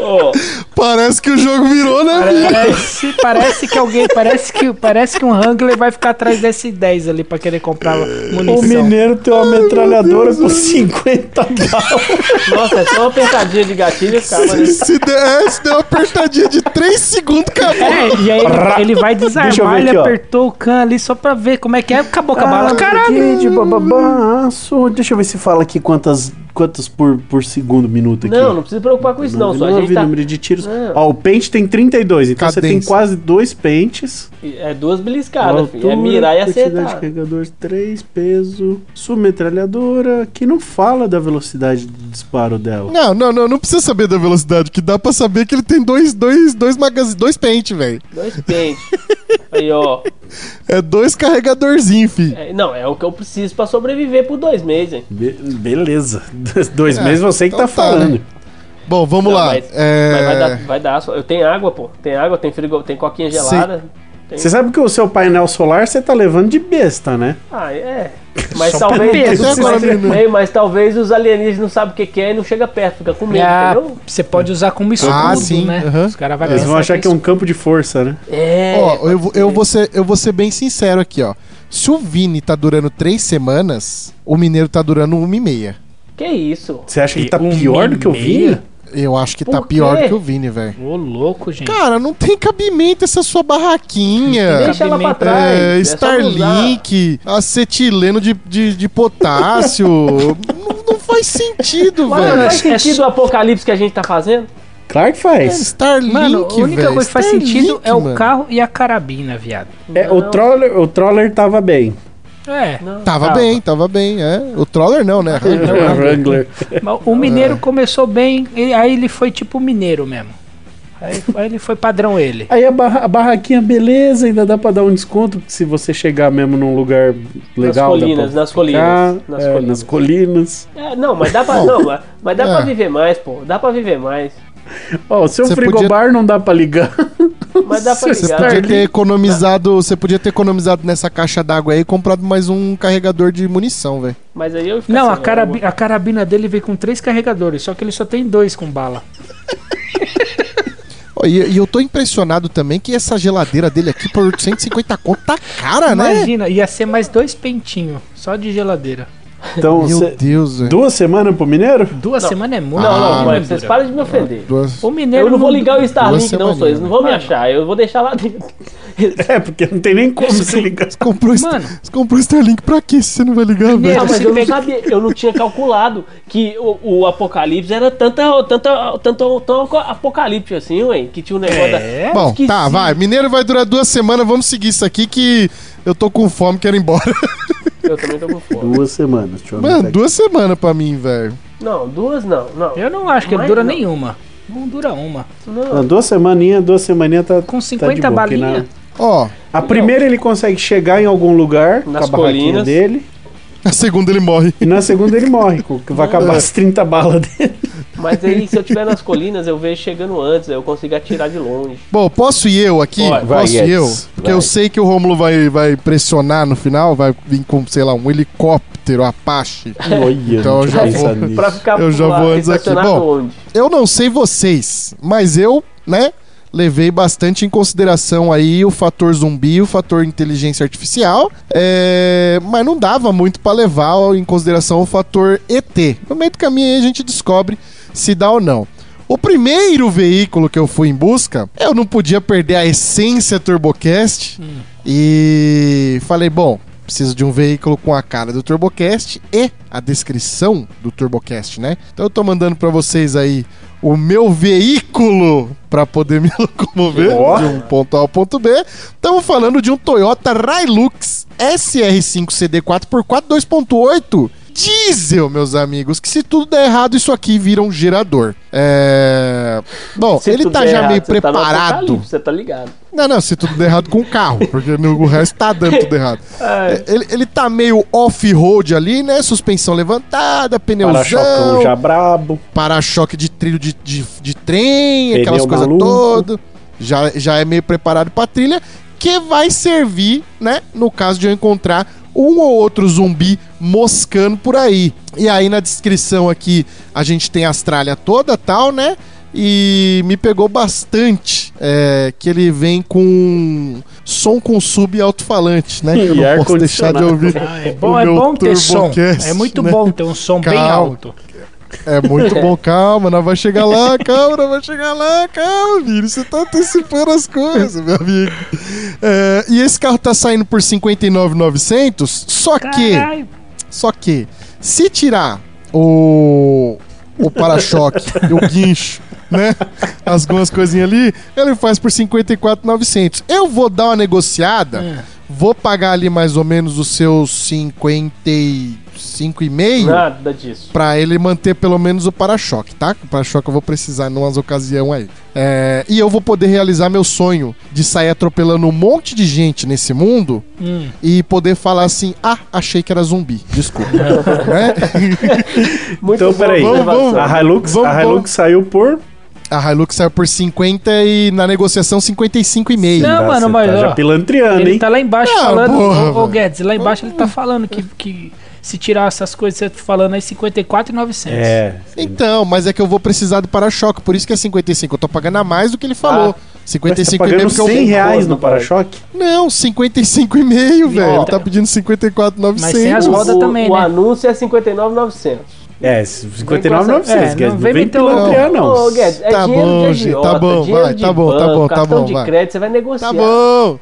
Speaker 4: Ó,
Speaker 1: Parece que o jogo virou, né, Vini?
Speaker 3: Parece, parece que alguém, parece que, parece que um Hangler vai ficar atrás desse 10 ali pra querer comprar
Speaker 2: O
Speaker 3: munição.
Speaker 2: mineiro tem uma metralhadora com 50 balas.
Speaker 4: nossa, é só uma apertadinha de gatilho, cara. Mas...
Speaker 1: Se der, é, se der uma apertadinha de 3 segundos, acabou.
Speaker 3: É, e aí ele, ele vai
Speaker 2: Deixa eu
Speaker 3: desarmar,
Speaker 2: ver
Speaker 3: ele
Speaker 2: aqui, ó.
Speaker 3: apertou o can ali só pra ver como é que é. Acabou com a bala.
Speaker 2: Que
Speaker 3: Caralho!
Speaker 2: Ah, de bababaço. Deixa eu ver se fala aqui quantas, quantas por, por segundo, minuto aqui.
Speaker 4: Não, não precisa preocupar com isso, não. Só a
Speaker 2: não
Speaker 4: gente
Speaker 2: vi
Speaker 4: tá.
Speaker 2: número de tiros.
Speaker 4: Não.
Speaker 2: Ó, o pente tem 32, então você tem
Speaker 1: Cadência.
Speaker 2: quase dois pentes.
Speaker 4: É duas beliscadas, filho.
Speaker 2: altura,
Speaker 4: É mirar e
Speaker 2: quantidade de
Speaker 4: acertar.
Speaker 2: carregadores, 3, peso, submetralhadora, que não fala da velocidade de disparo dela.
Speaker 1: Não, não, não, não precisa saber da velocidade, que dá pra saber que ele tem dois, dois, dois magazines, dois pente, velho.
Speaker 4: Dois pentes. Aí, ó.
Speaker 1: É dois carregadorzinhos, fi.
Speaker 4: É, não, é o que eu preciso pra sobreviver por dois meses, hein?
Speaker 2: Be- beleza. [LAUGHS] Dois
Speaker 1: É,
Speaker 2: meses você que
Speaker 1: então
Speaker 2: tá
Speaker 1: tá, né?
Speaker 2: falando.
Speaker 1: Bom, vamos
Speaker 4: Não,
Speaker 1: lá.
Speaker 4: mas-
Speaker 1: é...
Speaker 4: Mas vai dar, vai dar. só- Eu tenho água, pô. Tem água, tem frigo, tem coquinha gelada.
Speaker 2: Você sabe que o seu painel solar você tá levando de besta, né?
Speaker 4: Ah, é. Mas
Speaker 3: Só
Speaker 4: talvez.
Speaker 3: pelo peso,
Speaker 4: mas,
Speaker 1: agora, menino.
Speaker 4: ei, mas talvez os alienígenas não sabem o que, que é e não chega perto, fica com medo,
Speaker 3: Ah,
Speaker 4: entendeu?
Speaker 3: você pode usar como escudo,
Speaker 1: sim,
Speaker 3: né?
Speaker 1: aham.
Speaker 3: Os caras
Speaker 2: Ah, Eles vão achar que é
Speaker 3: um
Speaker 2: um campo de força, né?
Speaker 4: É.
Speaker 1: Ó, eu, vou- eu, vou ser, eu vou ser bem sincero aqui, ó. Se o Vini tá durando três semanas, o Mineiro tá durando uma e meia.
Speaker 4: Que isso?
Speaker 2: Você acha que tá
Speaker 3: Um
Speaker 2: pior do que eu
Speaker 3: e meia?
Speaker 2: vi?
Speaker 1: Eu acho que
Speaker 4: Por
Speaker 1: tá
Speaker 4: quê?
Speaker 1: pior que o Vini, velho.
Speaker 3: Ô, louco, gente.
Speaker 1: Cara, não tem cabimento essa sua barraquinha.
Speaker 4: Deixa ela pra
Speaker 3: cabimento.
Speaker 4: trás.
Speaker 1: É,
Speaker 4: é só usar.
Speaker 1: Starlink, acetileno de, de, de
Speaker 4: [LAUGHS]
Speaker 1: potássio. não, não faz sentido,
Speaker 4: Mas não
Speaker 1: velho.
Speaker 4: faz
Speaker 3: É
Speaker 4: sentido o apocalipse que a gente tá fazendo?
Speaker 2: Claro que faz.
Speaker 1: É Starlink,
Speaker 3: Mano, a única
Speaker 1: velho,
Speaker 3: coisa que faz
Speaker 1: Starlink,
Speaker 3: sentido é o
Speaker 1: mano.
Speaker 3: carro e a carabina, viado.
Speaker 2: É, o,
Speaker 4: Não.
Speaker 2: troller, o troller tava bem.
Speaker 3: É.
Speaker 4: Não.
Speaker 1: Tava
Speaker 3: Tava.
Speaker 1: bem, tava bem, é. O Troller não, né?
Speaker 2: Wrangler. [LAUGHS]
Speaker 3: Mas
Speaker 2: É.
Speaker 3: O mineiro começou bem, e aí ele foi tipo mineiro mesmo. Aí, aí ele foi padrão ele.
Speaker 2: Aí a, barra- a barraquinha, beleza, ainda dá pra dar um desconto se você chegar mesmo num lugar legal. dá pra
Speaker 4: colinas, nas colinas,
Speaker 2: ficar,
Speaker 4: nas
Speaker 2: é,
Speaker 4: colinas.
Speaker 2: nas colinas.
Speaker 4: É, não, mas dá pra. não, mas- mas dá
Speaker 1: É.
Speaker 4: pra viver mais, pô. Dá pra viver mais.
Speaker 2: Ó, o seu
Speaker 1: Você
Speaker 2: frigobar não dá pra
Speaker 1: [LAUGHS]
Speaker 2: ligar.
Speaker 4: Mas dá pra
Speaker 2: Você
Speaker 1: Você
Speaker 4: ligar.
Speaker 1: podia
Speaker 2: Starlink.
Speaker 1: ter economizado, você podia ter economizado nessa caixa d'água aí e comprado mais um carregador de munição, velho.
Speaker 4: Mas aí eu ia ficar
Speaker 3: Não,
Speaker 4: sem
Speaker 3: a,
Speaker 4: água.
Speaker 3: carabi- a carabina dele veio com três carregadores, só que ele só tem dois com bala.
Speaker 1: Ó, E, e eu tô impressionado também que essa geladeira dele aqui por 850 conto tá cara, né?
Speaker 3: Imagina, ia ser mais dois pentinhos, só de geladeira.
Speaker 2: Então,
Speaker 1: Meu
Speaker 2: cê-
Speaker 1: Deus, velho.
Speaker 2: duas semanas pro mineiro?
Speaker 3: Duas
Speaker 4: Não.
Speaker 3: semanas é muito.
Speaker 4: Não, não,
Speaker 1: Ah,
Speaker 4: mas vocês param de me ofender.
Speaker 1: Duas-
Speaker 3: O mineiro
Speaker 4: Eu não vou ligar o
Speaker 1: duas
Speaker 4: Starlink, não,
Speaker 1: semaninhas,
Speaker 4: vocês. Não vão me
Speaker 3: né?
Speaker 4: achar. Eu vou deixar lá dentro.
Speaker 2: É, porque não tem nem como se ligar.
Speaker 1: Você comprou, esse-
Speaker 3: Mano.
Speaker 1: você comprou o Starlink pra quê se você [LAUGHS] não vai ligar,
Speaker 3: Mineiro.
Speaker 1: velho?
Speaker 4: Ah, mas
Speaker 3: se
Speaker 4: eu não
Speaker 3: pegar-
Speaker 4: sabia, eu não tinha calculado que o, o apocalipse era tanta, tanta, tanto, tão apocalipse assim, ué, que tinha um negócio
Speaker 3: É?
Speaker 1: Bom,
Speaker 4: esqueci.
Speaker 1: tá, vai. Mineiro vai durar duas semanas, vamos seguir isso aqui que eu tô com fome, quero ir embora.
Speaker 4: da... Eu também tô com fome.
Speaker 2: Duas semanas, deixa eu
Speaker 1: Mano,
Speaker 2: anotar aqui.
Speaker 1: duas semanas pra mim, velho.
Speaker 4: Não, duas não, não.
Speaker 3: Eu não acho que
Speaker 4: Mas
Speaker 3: dura
Speaker 4: não.
Speaker 3: nenhuma. Não dura uma.
Speaker 4: Não,
Speaker 2: Não, duas semaninhas, duas semaninhas tá.
Speaker 3: Com
Speaker 2: tá de
Speaker 3: 50
Speaker 2: boa, que
Speaker 3: balinhas.
Speaker 1: Ó,
Speaker 2: na- A primeira ele consegue chegar em algum lugar
Speaker 4: Nas
Speaker 2: com a barraquinha
Speaker 4: colinas.
Speaker 2: dele.
Speaker 1: A segunda ele morre.
Speaker 2: E na segunda
Speaker 1: [LAUGHS]
Speaker 2: ele morre, com- que vai acabar as 30 balas dele.
Speaker 4: Mas aí, se eu estiver nas colinas, eu vejo chegando antes, aí eu consigo atirar de longe.
Speaker 1: Bom, posso ir eu aqui?
Speaker 4: Vai,
Speaker 2: vai,
Speaker 1: posso ir
Speaker 2: Guedes,
Speaker 1: eu? Porque eu
Speaker 2: vai.
Speaker 1: sei que o Rômulo vai, vai pressionar no final, vai vir com, sei lá, um helicóptero Apache.
Speaker 2: Olha,
Speaker 1: Então eu
Speaker 2: não
Speaker 1: já vou-
Speaker 2: tinha pensado nisso.
Speaker 4: Pra ficar
Speaker 1: Eu já
Speaker 4: pra-
Speaker 1: vou antes aqui.
Speaker 4: estacionado
Speaker 1: Bom,
Speaker 4: onde?
Speaker 1: Eu não sei vocês, mas eu, né, levei bastante em consideração aí o fator zumbi, o fator inteligência artificial, é, mas não dava muito pra levar em consideração o fator ET. No meio do caminho aí a gente descobre se dá ou não. O primeiro veículo que eu fui em busca, eu não podia perder a essência TurboCast e falei, bom, preciso de um veículo com a cara do TurboCast e a descrição do TurboCast, né? Então eu tô mandando pra vocês aí o meu veículo pra poder me [LAUGHS] locomover
Speaker 2: Ó.
Speaker 1: de um ponto A ao ponto B. Estamos falando de um Toyota Hilux SR5 CD 4x4 2.8 diesel, meus amigos, que se tudo der errado, isso aqui vira um gerador. É... Bom,
Speaker 4: Se
Speaker 1: ele
Speaker 4: tu
Speaker 1: tá
Speaker 4: der
Speaker 1: já
Speaker 4: errado,
Speaker 1: meio
Speaker 4: você tá no
Speaker 1: preparado.
Speaker 4: apocalipse, Você tá ligado.
Speaker 1: Não, não, se tudo der errado com o carro, porque no, o resto tá dando tudo errado.
Speaker 4: Ai.
Speaker 1: É, Ele, ele tá meio off-road ali, né? Suspensão levantada,
Speaker 2: Para-chocão
Speaker 1: pneuzão,
Speaker 2: já brabo.
Speaker 1: para-choque de trilho de, de, de trem,
Speaker 2: Pneu
Speaker 1: aquelas coisas
Speaker 2: maluco.
Speaker 1: todas. Já, já é meio preparado pra trilha, que vai servir, né? No caso de eu encontrar um ou outro zumbi moscando por aí. E aí na descrição aqui a gente tem a tralhas toda tal, né? E me pegou bastante é, que ele vem com som com sub e alto-falante, né? Que eu
Speaker 2: E
Speaker 1: não posso deixar
Speaker 2: ar-condicionado.
Speaker 1: de ouvir.
Speaker 3: Ah, é bom,
Speaker 1: o
Speaker 3: é
Speaker 1: meu
Speaker 3: bom ter som.
Speaker 1: TurboCast,
Speaker 3: É muito
Speaker 1: né?
Speaker 3: bom ter um som bem
Speaker 1: Calma.
Speaker 3: alto.
Speaker 1: É muito bom, calma, nós vai chegar lá, calma, nós vai chegar lá, calma, Vini, você tá antecipando as coisas, meu amigo. É, e esse carro tá saindo por 59,900, só que,
Speaker 3: Caralho.
Speaker 1: só que, se tirar o, o para-choque [LAUGHS] e o guincho, né, algumas coisinhas ali, ele faz por 54,900. Eu vou dar uma negociada, vou pagar ali mais ou menos os seus 55,5.
Speaker 4: Nada disso.
Speaker 1: Pra ele manter pelo menos o para-choque, tá? O para-choque eu vou precisar em umas ocasião aí. É, e eu vou poder realizar meu sonho de sair atropelando um monte de gente nesse mundo
Speaker 3: Hum.
Speaker 1: e poder falar assim: ah, achei que era zumbi,
Speaker 2: [LAUGHS]
Speaker 1: desculpa. né?
Speaker 4: Muito né,
Speaker 2: Então,
Speaker 4: boa
Speaker 2: peraí.
Speaker 4: observação.
Speaker 1: Vamos,
Speaker 2: A Hilux,
Speaker 1: Vamos,
Speaker 2: a Hilux
Speaker 1: vamos.
Speaker 2: saiu por.
Speaker 1: A Hilux saiu por 50 e na negociação 55,5.
Speaker 3: Não,
Speaker 2: Ah,
Speaker 3: mano,
Speaker 2: você
Speaker 3: mas,
Speaker 2: Tá
Speaker 3: ó,
Speaker 2: já pilantriando,
Speaker 3: Ele
Speaker 2: hein?
Speaker 3: tá lá embaixo
Speaker 1: Ah,
Speaker 3: falando,
Speaker 1: porra,
Speaker 3: ô, ô,
Speaker 1: mano.
Speaker 3: Guedes, lá embaixo ele tá falando que, que se tirar essas coisas que você tá falando aí, 54,900.
Speaker 2: É.
Speaker 1: Então, mas é que eu vou precisar do para-choque, por isso que é 55. Eu tô pagando a mais do que ele falou.
Speaker 2: Ah. Mas tá
Speaker 1: 55,5
Speaker 2: pagando
Speaker 1: porque eu
Speaker 2: 100 reais
Speaker 4: concordo,
Speaker 2: no para-choque?
Speaker 1: Não, 55,5, velho. Ele
Speaker 2: é.
Speaker 1: tá pedindo
Speaker 3: Mas
Speaker 1: 54,900.
Speaker 3: sem as rodas
Speaker 4: o,
Speaker 3: também,
Speaker 4: o
Speaker 3: né?
Speaker 4: anúncio é 59,900.
Speaker 2: É, 59,900,
Speaker 3: É,
Speaker 2: Guedes.
Speaker 3: não
Speaker 2: Não
Speaker 3: vem
Speaker 2: vem
Speaker 3: meter o louco.
Speaker 2: pilantriar,
Speaker 4: Ô,
Speaker 2: não.
Speaker 4: Guedes, é
Speaker 1: Tá
Speaker 4: dinheiro
Speaker 1: bom,
Speaker 4: de
Speaker 1: gente,
Speaker 4: agiota,
Speaker 1: tá bom,
Speaker 4: dinheiro
Speaker 1: vai,
Speaker 4: de
Speaker 1: tá bom, tá
Speaker 4: banco,
Speaker 1: bom, tá
Speaker 4: cartão
Speaker 1: bom,
Speaker 4: de
Speaker 1: vai.
Speaker 4: crédito, você vai negociar.
Speaker 1: Tá bom.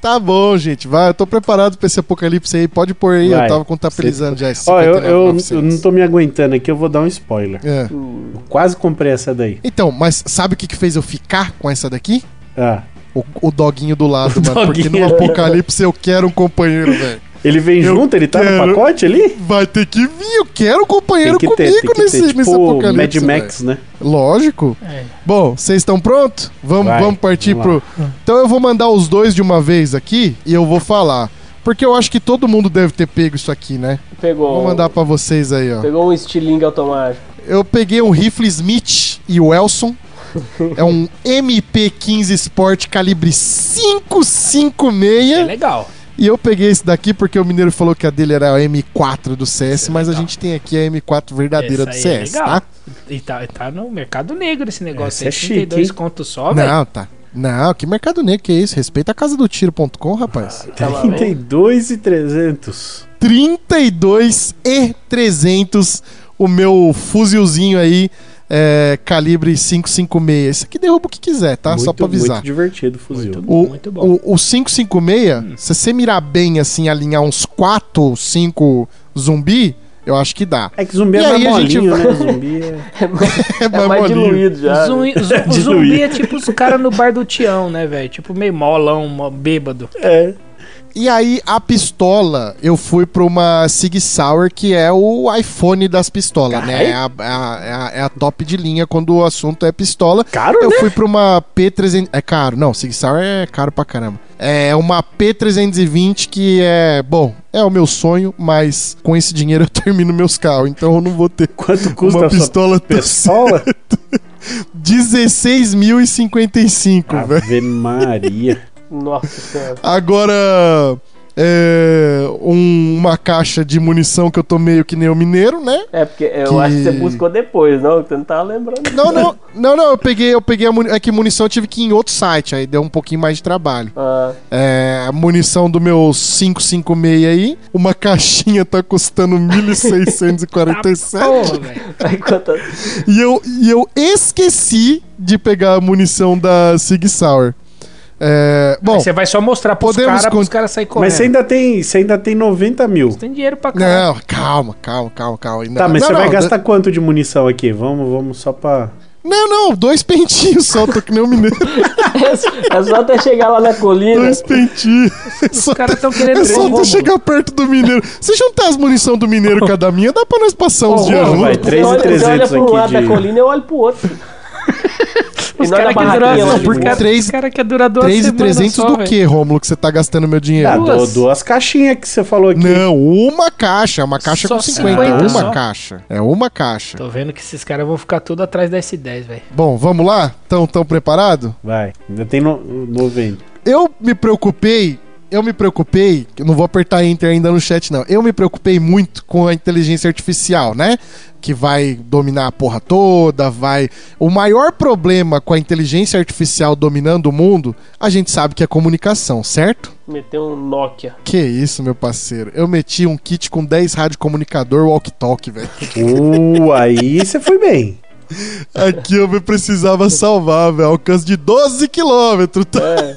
Speaker 1: Tá bom, gente. Vai, eu tô preparado pra esse apocalipse aí. Pode pôr aí.
Speaker 2: Vai.
Speaker 1: Eu tava contabilizando já esse.
Speaker 2: Ó, eu, eu, eu não tô me aguentando aqui, eu vou dar um spoiler.
Speaker 1: É.
Speaker 2: Eu quase comprei essa daí.
Speaker 1: Então, mas sabe o que, que fez eu ficar com essa daqui?
Speaker 2: Ah,
Speaker 1: O, o doguinho do
Speaker 2: [LAUGHS]
Speaker 1: lado, mano. Porque
Speaker 2: doguinho.
Speaker 1: no apocalipse eu quero um companheiro, velho.
Speaker 2: ele vem junto? Ele tá
Speaker 1: quero.
Speaker 2: no pacote ali?
Speaker 1: Vai ter que vir, eu quero um companheiro comigo nesse, nesse
Speaker 2: Tipo Mad
Speaker 1: apocalipse.
Speaker 2: Max, né?
Speaker 1: velho. Lógico.
Speaker 3: É.
Speaker 1: Bom, vocês estão prontos? Vamos,
Speaker 2: Vai,
Speaker 1: vamos partir
Speaker 2: vamos
Speaker 1: pro. Então eu vou mandar os dois de uma vez aqui e eu vou falar. Porque eu acho que todo mundo deve ter pego isso aqui, né?
Speaker 4: Pegou,
Speaker 1: Vou mandar pra vocês aí, ó.
Speaker 4: pegou um estilingue automático. [LAUGHS]
Speaker 1: Eu peguei um rifle Smith e Welson. É um MP15 Sport calibre
Speaker 3: É
Speaker 1: 556.
Speaker 3: legal.
Speaker 1: E eu peguei esse daqui porque o mineiro falou que a dele era a M4 do CS, mas a gente tem aqui a M4 verdadeira do
Speaker 3: Essa aí é
Speaker 1: CS,
Speaker 3: legal.
Speaker 1: tá?
Speaker 3: E tá, e tá no mercado negro esse negócio
Speaker 2: Essa
Speaker 3: aí.
Speaker 2: é chique,
Speaker 3: 32
Speaker 2: hein?
Speaker 3: conto só, velho.
Speaker 1: Não, tá. Não, que mercado negro que é isso? Respeita a casa do tiro.com, rapaz.
Speaker 4: Tá lá, né?
Speaker 2: 32,300.
Speaker 1: 32 e 300 o meu fuzilzinho aí é, calibre 556. Esse aqui derruba o que quiser, tá? Só pra avisar.
Speaker 2: Muito divertido o fuzil.
Speaker 3: Muito
Speaker 1: O,
Speaker 3: Muito bom.
Speaker 1: o, o 556, se você mirar bem assim, alinhar uns 4, 5 zumbi, eu acho que dá. [LAUGHS]
Speaker 2: É que zumbi
Speaker 1: E
Speaker 2: é mais
Speaker 1: aí a gente
Speaker 2: molinho, né? Zumbi é...
Speaker 4: É mais,
Speaker 1: É,
Speaker 4: é mais diluído já. né?
Speaker 3: Zumbi,
Speaker 4: [LAUGHS]
Speaker 3: o zumbi
Speaker 2: Diluído.
Speaker 3: é tipo os caras no bar do Tião, né, velho? Tipo meio molão, mó bêbado.
Speaker 2: é.
Speaker 1: E aí, a pistola, eu fui pra uma Sig Sauer, que é o iPhone das pistolas, né? É a, a- é a- é a top de linha quando o assunto é pistola.
Speaker 2: Caro,
Speaker 1: eu
Speaker 2: né?
Speaker 1: fui pra uma P300... É caro. Não, Sig Sauer é caro pra caramba. É uma P320 que é, bom, é o meu sonho, mas com esse dinheiro eu [LAUGHS] termino meus carros, então eu não vou ter
Speaker 2: Quanto custa
Speaker 1: uma
Speaker 2: a sua
Speaker 1: pistola tão-
Speaker 2: pistola?
Speaker 1: [LAUGHS] 16.055, velho.
Speaker 2: Ave Maria.
Speaker 4: Nossa senhora.
Speaker 1: Agora, é, um- uma caixa de munição que eu tô meio que nem o mineiro, né?
Speaker 4: É, porque eu
Speaker 1: Que-
Speaker 4: acho que você buscou depois, não? Você não tava lembrando.
Speaker 1: Não, não, não, não, eu peguei, eu peguei a muni- é que munição eu tive que ir em outro site, aí deu um pouquinho mais de trabalho.
Speaker 4: Ah, [LAUGHS]
Speaker 1: É, a munição do meu 556 aí, uma caixinha tá custando 1647
Speaker 3: Porra, velho.
Speaker 4: aí quanto...
Speaker 1: e eu e eu esqueci de pegar a munição da Sig Sauer. É, bom,
Speaker 3: Aí Você vai só mostrar pros
Speaker 1: podemos
Speaker 3: caras,
Speaker 1: con-
Speaker 3: pros caras saírem
Speaker 1: é?
Speaker 3: correndo.
Speaker 2: Mas você ainda, tem, você ainda tem 90 mil.
Speaker 3: tem dinheiro pra caralho.
Speaker 1: não, calma, calma, calma, calma.
Speaker 2: Tá, mas
Speaker 1: não,
Speaker 2: você
Speaker 1: não,
Speaker 2: vai gastar quanto de munição aqui? Vamos, vamos só pra.
Speaker 1: Não, não, dois pentinhos só, tô que nem um
Speaker 3: [LAUGHS]
Speaker 1: mineiro.
Speaker 4: É só até chegar lá na colina.
Speaker 1: Dois pentinhos. Só
Speaker 3: Os caras estão querendo
Speaker 1: É só
Speaker 3: Ô, Rômulo,
Speaker 1: tu chegar perto do mineiro. Se juntar as munição do mineiro com a da minha, dá pra nós passar uns
Speaker 4: Ô,
Speaker 1: dias
Speaker 4: Rômulo,
Speaker 2: vai,
Speaker 1: juntos.
Speaker 4: você olha-
Speaker 2: 3.300
Speaker 4: Você olha pra um
Speaker 2: aqui
Speaker 4: lado
Speaker 2: de-
Speaker 4: da colina e eu olho pro outro.
Speaker 3: Os
Speaker 4: E nós na
Speaker 3: caras que
Speaker 4: barraquinha
Speaker 3: duram
Speaker 4: lá
Speaker 1: não,
Speaker 4: de
Speaker 1: por
Speaker 4: boa.
Speaker 1: quê?
Speaker 3: cara,
Speaker 1: Três-
Speaker 3: os cara que durar duas
Speaker 1: 3,300
Speaker 3: semanas só,
Speaker 1: do
Speaker 3: velho.
Speaker 1: que, Rômulo, que você tá gastando meu
Speaker 2: Ah,
Speaker 1: dinheiro?
Speaker 2: do-
Speaker 3: Duas.
Speaker 2: duas. caixinhas que você falou aqui.
Speaker 1: Não, uma caixa. Uma caixa
Speaker 3: Só
Speaker 1: com 50.
Speaker 3: 50
Speaker 1: uma
Speaker 3: só.
Speaker 1: caixa. É uma caixa.
Speaker 3: Tô vendo que esses caras vão ficar tudo atrás da S10, velho.
Speaker 1: Bom, vamos lá? Tão, tão preparado?
Speaker 2: Vai, ainda tem no, 90.
Speaker 1: Eu me preocupei. Eu me preocupei, eu não vou apertar enter ainda no chat não. Eu me preocupei muito com a inteligência artificial, né? Que vai dominar a porra toda, vai. O maior problema com a inteligência artificial dominando o mundo, a gente sabe que é comunicação, certo?
Speaker 4: Meteu um Nokia.
Speaker 1: Que isso, meu parceiro. Eu meti um kit com 10 radiocomunicador walk-talk, velho.
Speaker 2: Uh, aí você foi bem.
Speaker 1: Aqui eu me precisava salvar, velho. Alcance de 12 quilômetros, tá?
Speaker 4: É,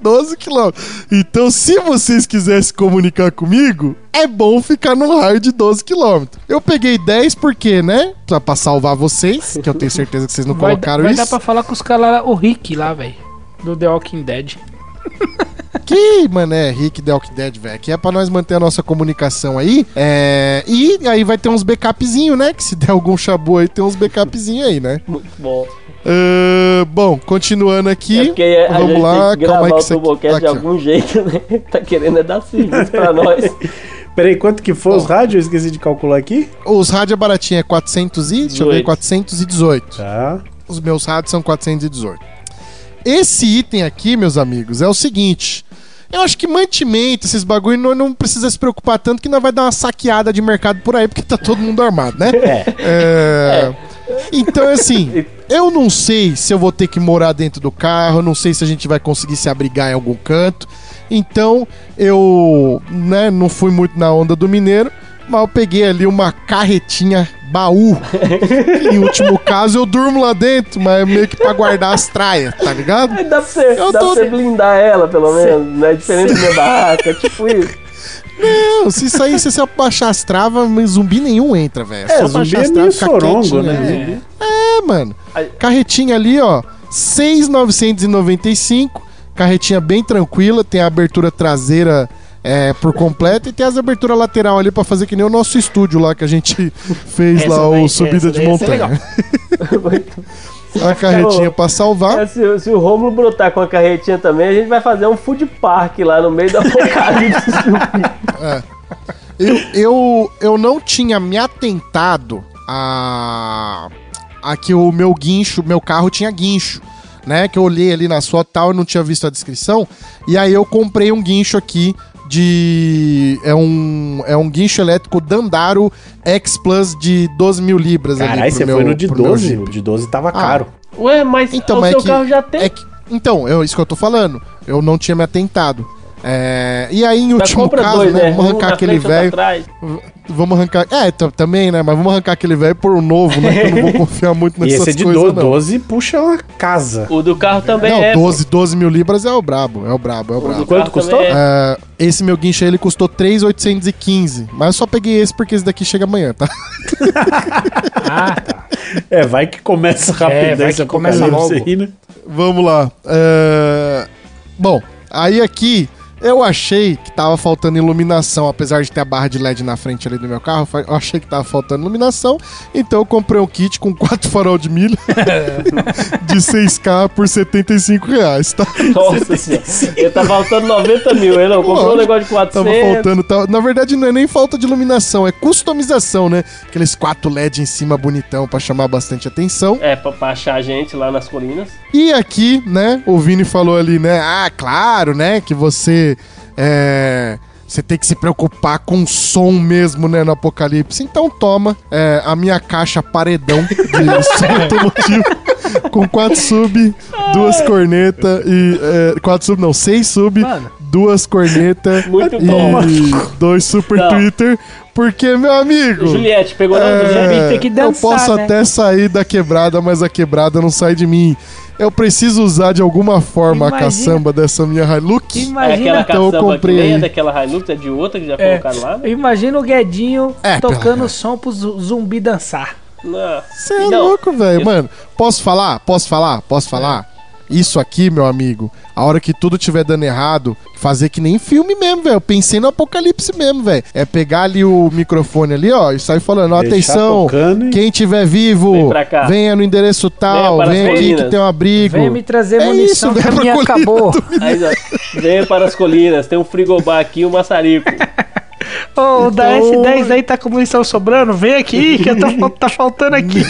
Speaker 1: 12 quilômetros. Então, se vocês quisessem se comunicar comigo, é bom ficar num raio de 12 quilômetros. Eu peguei 10 porque, né? Pra, pra salvar vocês, que eu tenho certeza que vocês não
Speaker 3: Vai,
Speaker 1: colocaram
Speaker 3: vai
Speaker 1: isso.
Speaker 3: dar pra falar com os caras lá, o Rick lá, velho. Do The
Speaker 1: [LAUGHS]
Speaker 3: Walking Dead.
Speaker 1: Que, mané, Rick Delk Dead, velho. Que é pra nós manter a nossa comunicação aí. É... E aí vai ter uns backupzinhos, né? Que se der algum chabu aí, tem uns backupzinhos aí, né?
Speaker 4: Muito bom.
Speaker 1: Ah, bom, continuando
Speaker 4: É
Speaker 1: aqui.
Speaker 4: porque a
Speaker 1: vamos
Speaker 4: gente
Speaker 1: lá,
Speaker 4: tem que tá
Speaker 1: calma aí
Speaker 4: gravar
Speaker 1: que
Speaker 4: o
Speaker 1: isso aqui-
Speaker 4: Turbocast
Speaker 1: aqui,
Speaker 4: de
Speaker 1: ó.
Speaker 4: algum jeito, né? [LAUGHS] Tá querendo é dar serviço pra [LAUGHS] nós.
Speaker 2: Peraí, quanto que foi os rádios? Eu esqueci de calcular aqui.
Speaker 1: Os rádios é baratinho, é 400 e... Deixa eu ver,
Speaker 4: 18.
Speaker 1: 418.
Speaker 2: Tá.
Speaker 1: Os meus rádios são 418. Esse item aqui, meus amigos, é o seguinte. Eu acho que mantimento, esses bagulho, não, não precisa se preocupar tanto que não vai dar uma saqueada de mercado por aí, porque tá todo mundo armado, né? É. Então, assim, eu não sei se eu vou ter que morar dentro do carro, eu não sei se a gente vai conseguir se abrigar em algum canto. Então, eu né, não fui muito na onda do mineiro, mas eu peguei ali uma carretinha baú. em último caso, eu durmo lá dentro, mas é meio que pra guardar as traias, tá ligado?
Speaker 4: Dá pra você,
Speaker 1: Eu
Speaker 4: dá
Speaker 1: tô-
Speaker 4: pra você blindar ela, pelo menos, né? Diferente da minha barraca, tipo isso.
Speaker 1: Não, se isso aí, se você abaixar as travas, zumbi nenhum entra, velho.
Speaker 2: É,
Speaker 1: só
Speaker 2: zumbi
Speaker 1: abaixar
Speaker 2: é
Speaker 1: as
Speaker 2: meio
Speaker 1: travas, ficar
Speaker 2: sorongo,
Speaker 1: quietinho ali.
Speaker 2: né?
Speaker 1: tá É, mano.
Speaker 4: Aí-
Speaker 1: Carretinha ali, ó. 6,995. Carretinha bem tranquila. Tem a abertura traseira é, por completo. E tem as aberturas lateral ali pra fazer que nem o nosso estúdio lá que a gente fez
Speaker 3: Essa
Speaker 1: lá, o
Speaker 3: daí-
Speaker 1: Subida
Speaker 3: essa
Speaker 1: de
Speaker 3: daí é ia
Speaker 1: [LAUGHS]
Speaker 3: ser [LAUGHS]
Speaker 1: Montanha. a carretinha pra salvar.
Speaker 4: É, se, se o Romulo brotar com a carretinha também, a gente vai fazer um food park lá no meio da apocalipse.
Speaker 1: Eu, eu, eu não tinha me atentado a, a que o meu guincho, meu carro tinha guincho, né? Que eu olhei ali na sua tal e não tinha visto a descrição. E aí eu comprei um guincho aqui de. É um, é um guincho elétrico Dandaro X Plus de 12 mil libras
Speaker 2: Caralho,
Speaker 1: ali.
Speaker 2: você
Speaker 1: pro
Speaker 2: foi
Speaker 1: meu-
Speaker 2: no de
Speaker 1: pro meu Ah.
Speaker 2: 12.
Speaker 1: Jeep.
Speaker 2: O de 12 tava caro.
Speaker 4: [LAUGHS] Ué, mas
Speaker 1: Então,
Speaker 4: o
Speaker 1: mas é
Speaker 4: seu
Speaker 1: que-
Speaker 4: carro já tem.
Speaker 1: É que, então, é isso que eu tô falando. Eu não tinha me atentado. É, e aí, em
Speaker 4: Já
Speaker 1: último
Speaker 4: compra
Speaker 1: caso,
Speaker 4: dois,
Speaker 1: né?
Speaker 4: né?
Speaker 1: Vamos
Speaker 4: Um
Speaker 1: arrancar
Speaker 4: na
Speaker 1: aquele
Speaker 4: frente, outro
Speaker 1: velho.
Speaker 4: atrás.
Speaker 1: Vamos arrancar. É, t- também, né? Mas vamos arrancar aquele velho e pôr um novo, né? Que eu não vou confiar muito
Speaker 2: E
Speaker 1: nessas
Speaker 2: esse é de
Speaker 1: coisas.
Speaker 2: 12.
Speaker 1: não.
Speaker 2: 12 puxa uma casa.
Speaker 4: O do carro também
Speaker 1: não,
Speaker 4: é. pô.
Speaker 1: 12, 12 mil libras é o brabo, é o brabo, é o
Speaker 4: O do
Speaker 1: brabo.
Speaker 2: Quanto
Speaker 4: carro
Speaker 2: custou?
Speaker 4: também é.
Speaker 1: Ah, esse meu guincho aí, ele custou 3,815. Mas eu só peguei esse porque esse daqui chega amanhã, tá?
Speaker 3: Ah, tá.
Speaker 2: É, vai que começa rápido
Speaker 3: É, vai
Speaker 2: esse
Speaker 3: que começa
Speaker 2: né? apocalipse
Speaker 3: logo.
Speaker 2: aí, né?
Speaker 1: Vamos lá. Ah, Bom, É, aí aqui Eu achei que tava faltando iluminação, apesar de ter a barra de LED na frente ali do meu carro, eu achei que tava faltando iluminação, então eu comprei um kit com quatro [LAUGHS] farol de milha de 6K por R$ 75 reais, tá?
Speaker 4: Nossa senhora. Ele tá faltando 90 mil, ele não. Comprou um
Speaker 1: Lógico.
Speaker 4: negócio de
Speaker 1: Tava
Speaker 4: 400.
Speaker 1: faltando. tava- Na verdade, não é nem falta de iluminação, é customização, né? Aqueles quatro LED em cima bonitão pra chamar bastante atenção.
Speaker 4: É, pra, pra achar a gente lá nas colinas.
Speaker 1: E aqui, né, o Vini falou ali, né? Ah, claro, né? Que você. É. Você tem que se preocupar com o som mesmo, né, no apocalipse. Então toma é, a minha caixa paredão
Speaker 4: [LAUGHS]
Speaker 1: de som automotivo com quatro sub, duas cornetas e... É, quatro sub, não, seis sub,
Speaker 3: Mano.
Speaker 1: duas cornetas
Speaker 4: Muito bom.
Speaker 1: e dois super
Speaker 4: Não.
Speaker 1: Twitter. Porque, meu amigo...
Speaker 4: Juliette, pegou na
Speaker 3: Juliette tem
Speaker 1: Hum. É,
Speaker 3: que
Speaker 1: eu
Speaker 3: dançar,
Speaker 1: posso
Speaker 3: né?
Speaker 1: até sair da quebrada, mas a quebrada não sai de mim. Eu preciso usar de alguma forma
Speaker 3: Imagina-
Speaker 1: a caçamba dessa minha Hilux.
Speaker 4: É aquela
Speaker 1: Então
Speaker 3: Imagina,
Speaker 1: eu
Speaker 4: caçamba que
Speaker 1: comprei
Speaker 4: nem é
Speaker 1: aí.
Speaker 4: daquela Hilux, é de outra que já
Speaker 3: É.
Speaker 4: colocaram lá. né?
Speaker 3: imagina o Guedinho
Speaker 1: É,
Speaker 3: tocando
Speaker 1: pela-
Speaker 3: o som pro zu- zumbi dançar.
Speaker 4: Nossa.
Speaker 1: Você é
Speaker 4: Não,
Speaker 1: louco, velho.
Speaker 4: eu-
Speaker 1: Mano, posso falar? Posso falar? Posso falar? Isso aqui, meu amigo, a hora que tudo tiver dando errado, fazer que nem filme mesmo, velho. Eu Pensei no apocalipse mesmo, velho. É pegar ali o microfone ali, ó, e sair falando, ó,
Speaker 2: Deixar
Speaker 1: atenção,
Speaker 2: tocando e-
Speaker 1: quem tiver vivo,
Speaker 4: Vem pra cá.
Speaker 1: venha no endereço tal,
Speaker 4: Venha para as
Speaker 1: venha aqui que
Speaker 4: colinas.
Speaker 1: tem um abrigo.
Speaker 3: Vem me trazer
Speaker 1: É isso,
Speaker 3: munição que
Speaker 1: vem
Speaker 3: a
Speaker 1: pra
Speaker 3: minha
Speaker 1: colina [LAUGHS]
Speaker 3: acabou.
Speaker 4: Aí, ó, vem para as colinas, tem um frigobar aqui e um maçarico.
Speaker 3: Ô, o da
Speaker 1: Então-
Speaker 3: S10 aí tá com munição sobrando, vem aqui que
Speaker 1: [LAUGHS]
Speaker 3: eu tô fal- tá faltando aqui.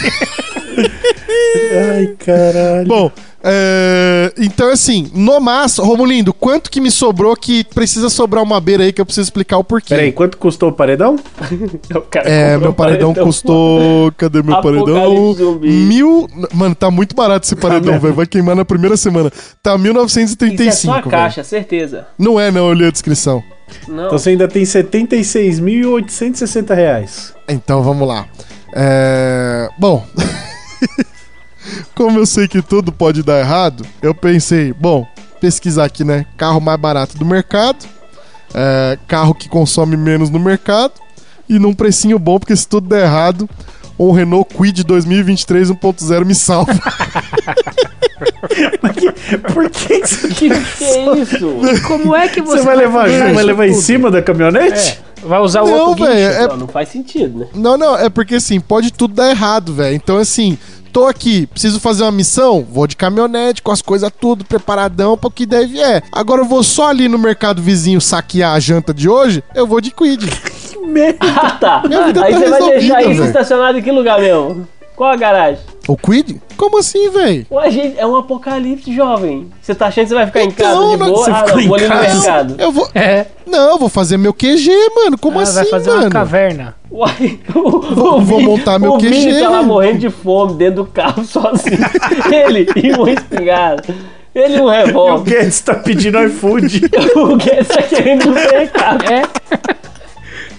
Speaker 2: Ai, caralho.
Speaker 1: Bom, é, então assim, no mas, Romulindo, quanto que me sobrou que precisa sobrar uma beira aí que eu preciso explicar o porquê?
Speaker 2: Peraí, quanto custou o paredão? Então
Speaker 4: O cara
Speaker 1: É,
Speaker 4: comprou
Speaker 1: meu
Speaker 4: um
Speaker 1: paredão, custou. Cadê meu
Speaker 4: Apocalipse
Speaker 1: paredão?
Speaker 4: zumbi.
Speaker 1: Mil. Mano, tá muito barato esse paredão,
Speaker 2: mesmo.
Speaker 1: velho. Vai queimar na primeira semana. Tá
Speaker 4: Isso é só a
Speaker 1: 1935. velho.
Speaker 4: caixa, certeza.
Speaker 1: Não é, não, eu li a descrição.
Speaker 4: Não.
Speaker 2: Então você ainda tem 76.860 reais.
Speaker 1: Então vamos lá. É... Bom. [LAUGHS] Como eu sei que tudo pode dar errado, eu pensei, bom, pesquisar aqui, né? Carro mais barato do mercado, é, carro que consome menos no mercado e num precinho bom, porque se tudo der errado, um Renault Kwid 2023 1.0 me salva.
Speaker 2: Por que que você
Speaker 4: Que, que é isso?
Speaker 3: Como é que você,
Speaker 2: você vai levar
Speaker 3: fazer
Speaker 2: junto? Vai
Speaker 3: isso
Speaker 2: levar em
Speaker 3: tudo?
Speaker 2: cima da caminhonete?
Speaker 3: É, vai usar o
Speaker 1: Não,
Speaker 3: outro guincho.
Speaker 1: velho, é
Speaker 4: Não, não faz sentido, né?
Speaker 1: Não, não, é porque assim, pode tudo dar errado, velho. Então, assim, tô aqui, preciso fazer uma missão, vou de caminhonete, com as coisas tudo preparadão pra o que deve é. Agora eu vou só ali no mercado vizinho saquear a janta de hoje, eu vou de quid.
Speaker 2: Que merda.
Speaker 4: Ah, tá.
Speaker 1: Minha vida
Speaker 4: Aí
Speaker 1: tá
Speaker 4: você vai
Speaker 1: resolvida,
Speaker 4: deixar isso
Speaker 1: velho.
Speaker 4: estacionado em que lugar mesmo? Qual a garagem?
Speaker 1: O quid? Como assim, velho?
Speaker 4: Ué, gente, é um apocalipse, jovem. Você tá achando que você vai ficar em
Speaker 1: Então,
Speaker 4: casa de
Speaker 1: não,
Speaker 4: boa?
Speaker 1: você
Speaker 4: Ah,
Speaker 2: ficou
Speaker 4: não,
Speaker 2: em
Speaker 4: vou ali no
Speaker 2: casa.
Speaker 4: mercado.
Speaker 1: Eu vou.
Speaker 3: É.
Speaker 1: Não, eu vou fazer meu QG, mano. Como
Speaker 3: Ah,
Speaker 1: assim,
Speaker 3: vai fazer
Speaker 1: mano?
Speaker 3: uma caverna.
Speaker 4: Uai, o,
Speaker 1: Vou-
Speaker 4: o
Speaker 1: vou
Speaker 4: Vini-
Speaker 1: montar meu
Speaker 4: o Vini
Speaker 1: QG,
Speaker 4: tava
Speaker 1: velho.
Speaker 4: morrendo de fome dentro do carro [LAUGHS] sozinho. ele e uma espingarda. Ele e um
Speaker 2: O
Speaker 4: revólver.
Speaker 2: Guedes tá pedindo iFood.
Speaker 4: [LAUGHS] O Guedes tá querendo mercado.
Speaker 3: É. [LAUGHS]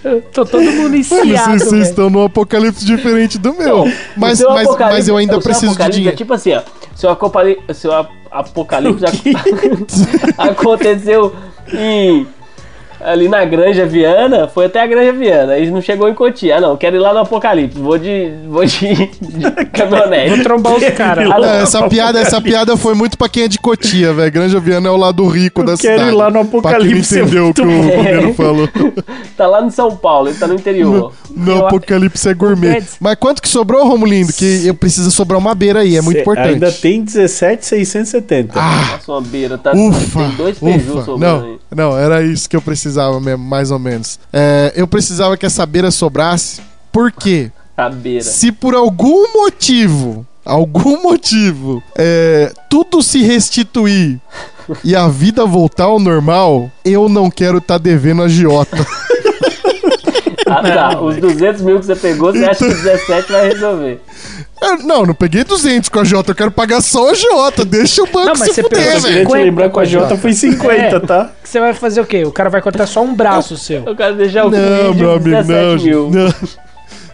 Speaker 3: Eu tô todo mundo
Speaker 1: Mano,
Speaker 3: enfiado,
Speaker 1: vocês, vocês
Speaker 3: velho.
Speaker 1: estão num apocalipse diferente do meu. mas,
Speaker 4: O seu
Speaker 1: mas,
Speaker 4: um apocalipse-
Speaker 1: mas eu
Speaker 4: o
Speaker 1: ainda
Speaker 4: seu
Speaker 1: preciso de
Speaker 4: apocalipse É
Speaker 1: dinheiro.
Speaker 4: tipo assim, ó. Seu, acopali- seu a- apocalipse ac- [LAUGHS] aconteceu em- Ali na Granja Viana, foi até a Granja Viana, eles não chegou em Cotia. Ah, não, quero ir lá no Apocalipse, vou de, vou de,
Speaker 1: [LAUGHS]
Speaker 4: de caminhonete.
Speaker 3: Trombar os caras.
Speaker 4: Ah,
Speaker 1: Não,
Speaker 4: não.
Speaker 1: É, essa piada,
Speaker 2: [LAUGHS]
Speaker 1: essa piada foi muito pra quem é de Cotia, velho. Granja Viana é o lado rico da
Speaker 2: quero
Speaker 1: cidade.
Speaker 2: ir lá no
Speaker 1: Pra
Speaker 2: Apocalipse,
Speaker 1: quem
Speaker 2: é
Speaker 1: não entendeu o que o
Speaker 2: muito
Speaker 1: Romero
Speaker 2: [LAUGHS]
Speaker 4: bom.
Speaker 1: falou.
Speaker 4: Tá lá em São Paulo, ele tá no interior.
Speaker 1: No
Speaker 4: Eu-
Speaker 1: Apocalipse é gourmet.
Speaker 3: Guedes.
Speaker 1: Mas quanto que sobrou, Romulindo? Que eu preciso sobrar uma beira aí, é muito
Speaker 2: Cê
Speaker 1: importante.
Speaker 2: Ainda tem 17,670.
Speaker 1: Ah,
Speaker 4: Nossa, uma beira, tá,
Speaker 1: ufa,
Speaker 4: tem dois Peugeot
Speaker 1: ufa.
Speaker 4: sobrando
Speaker 1: Não,
Speaker 4: aí.
Speaker 1: não, era isso que eu precisava mesmo, mais ou menos. É, eu precisava que essa beira sobrasse, por quê?
Speaker 4: A beira.
Speaker 1: Se por algum motivo, algum motivo, é, tudo se restituir e a vida voltar ao normal, eu não quero estar tá devendo agiota.
Speaker 4: Ah tá,
Speaker 1: é.
Speaker 4: os 200 mil que você pegou, você
Speaker 1: [LAUGHS]
Speaker 4: acha que 17 vai resolver.
Speaker 1: [LAUGHS] Eu- não, não peguei 200 com a Jota, eu quero pagar só a Jota. Deixa o banco
Speaker 3: Não, mas
Speaker 1: se
Speaker 3: você
Speaker 1: fuder,
Speaker 3: pegou
Speaker 2: Queria
Speaker 1: é, velho.
Speaker 2: te
Speaker 3: 50
Speaker 2: lembrar que a
Speaker 1: Jota.
Speaker 2: Jota foi 50,
Speaker 3: É.
Speaker 2: tá?
Speaker 3: Você vai fazer o quê? O cara vai cortar só um braço seu.
Speaker 1: [LAUGHS]
Speaker 4: Eu quero deixar o
Speaker 1: Não,
Speaker 4: vídeo de
Speaker 1: meu amigo,
Speaker 4: 17 mil.
Speaker 1: não, não.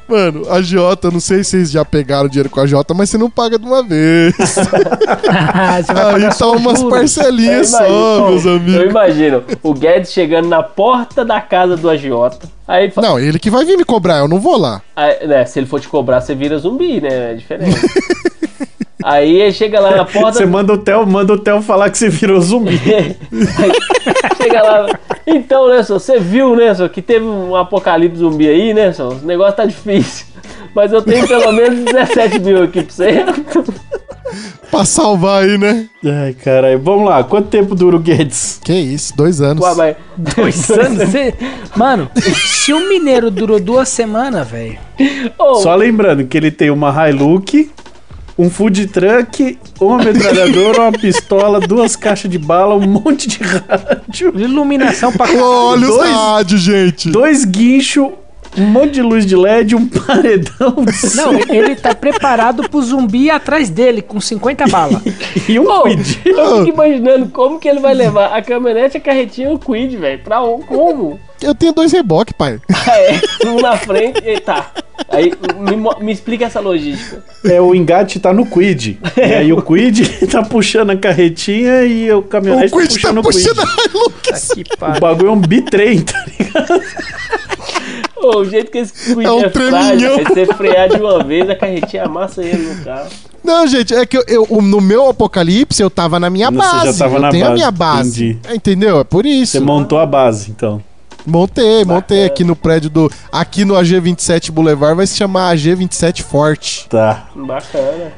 Speaker 1: Mano, a Jota, não sei se vocês já pegaram dinheiro com a Jota, mas você não paga de uma
Speaker 3: [LAUGHS]
Speaker 1: vez.
Speaker 3: você vai
Speaker 1: Aí
Speaker 3: pagar
Speaker 1: tá
Speaker 3: só É o
Speaker 1: umas
Speaker 3: juro.
Speaker 4: Eu
Speaker 1: parcelinhas só, É meus
Speaker 4: eu
Speaker 1: amigos.
Speaker 4: imagino o Guedes chegando na porta da casa do agiota. Aí, ele fala,
Speaker 1: Não, ele que vai vir me cobrar, eu não vou lá. [LAUGHS]
Speaker 4: aí, né, se ele for te cobrar, você vira zumbi, né? É diferente. Aí chega lá na porta.
Speaker 2: Você manda o Theo, manda o Theo falar que você virou zumbi.
Speaker 4: [LAUGHS] Aí chega lá. Então, né, senhor, você viu, né, senhor, que teve um apocalipse zumbi aí, né, senhor? O negócio tá difícil. Mas eu tenho pelo menos 17 mil aqui pra você.
Speaker 1: [LAUGHS] Pra salvar aí, né?
Speaker 2: Ai, caralho. Vamos lá, quanto tempo dura o Guedes?
Speaker 1: Que isso, dois anos.
Speaker 4: Ué, mas...
Speaker 3: Dois anos? Você- Mano, se o mineiro durou duas semanas, velho.
Speaker 4: Ô,
Speaker 2: Só lembrando que ele tem uma Hilux, um food truck, uma metralhadora, uma pistola, duas caixas de bala, um monte de rádio,
Speaker 3: Iluminação pra
Speaker 1: Olha os
Speaker 2: Dois?
Speaker 1: rádios, gente.
Speaker 2: dois guinchos, um monte de luz de LED, um paredão
Speaker 3: [LAUGHS] Não, ele tá preparado pro zumbi ir atrás dele com 50 balas.
Speaker 2: e um
Speaker 4: ô,
Speaker 2: quid.
Speaker 4: eu fico imaginando como que ele vai levar a caminhonete, a carretinha e o Quid, velho. Pra o- como?
Speaker 1: Eu tenho dois reboques,
Speaker 2: [LAUGHS]
Speaker 1: pai.
Speaker 4: Ah, é, um na frente e tá. Aí me, mo- me explica essa logística.
Speaker 2: É, o engate tá no quid.
Speaker 1: É.
Speaker 2: E aí o quid [LAUGHS] tá puxando a carretinha e o
Speaker 1: O
Speaker 2: caminhonete tá
Speaker 1: Quid tá
Speaker 2: puxando o
Speaker 1: puxando
Speaker 2: quid. Tá
Speaker 1: a Hilux.
Speaker 3: Que
Speaker 2: O
Speaker 3: pariu.
Speaker 2: bagulho é um bitrem, tá ligado?
Speaker 4: Ô, o jeito que esse Quid
Speaker 1: É um treminhão.
Speaker 4: vai ser né? frear de uma vez, a carretinha amassa ele no carro.
Speaker 1: Não, gente, é que eu, eu- no meu apocalipse eu tava na minha
Speaker 2: Você
Speaker 1: base.
Speaker 2: já tava
Speaker 1: eu
Speaker 2: na
Speaker 1: tenho a
Speaker 2: base,
Speaker 1: minha base.
Speaker 2: entendi.
Speaker 1: É, Entendeu? É por isso.
Speaker 2: Você é- montou a base, então.
Speaker 1: Montei, montei aqui no prédio do. Aqui no AG27 Boulevard vai se chamar AG27 Forte.
Speaker 2: Tá.
Speaker 4: Bacana.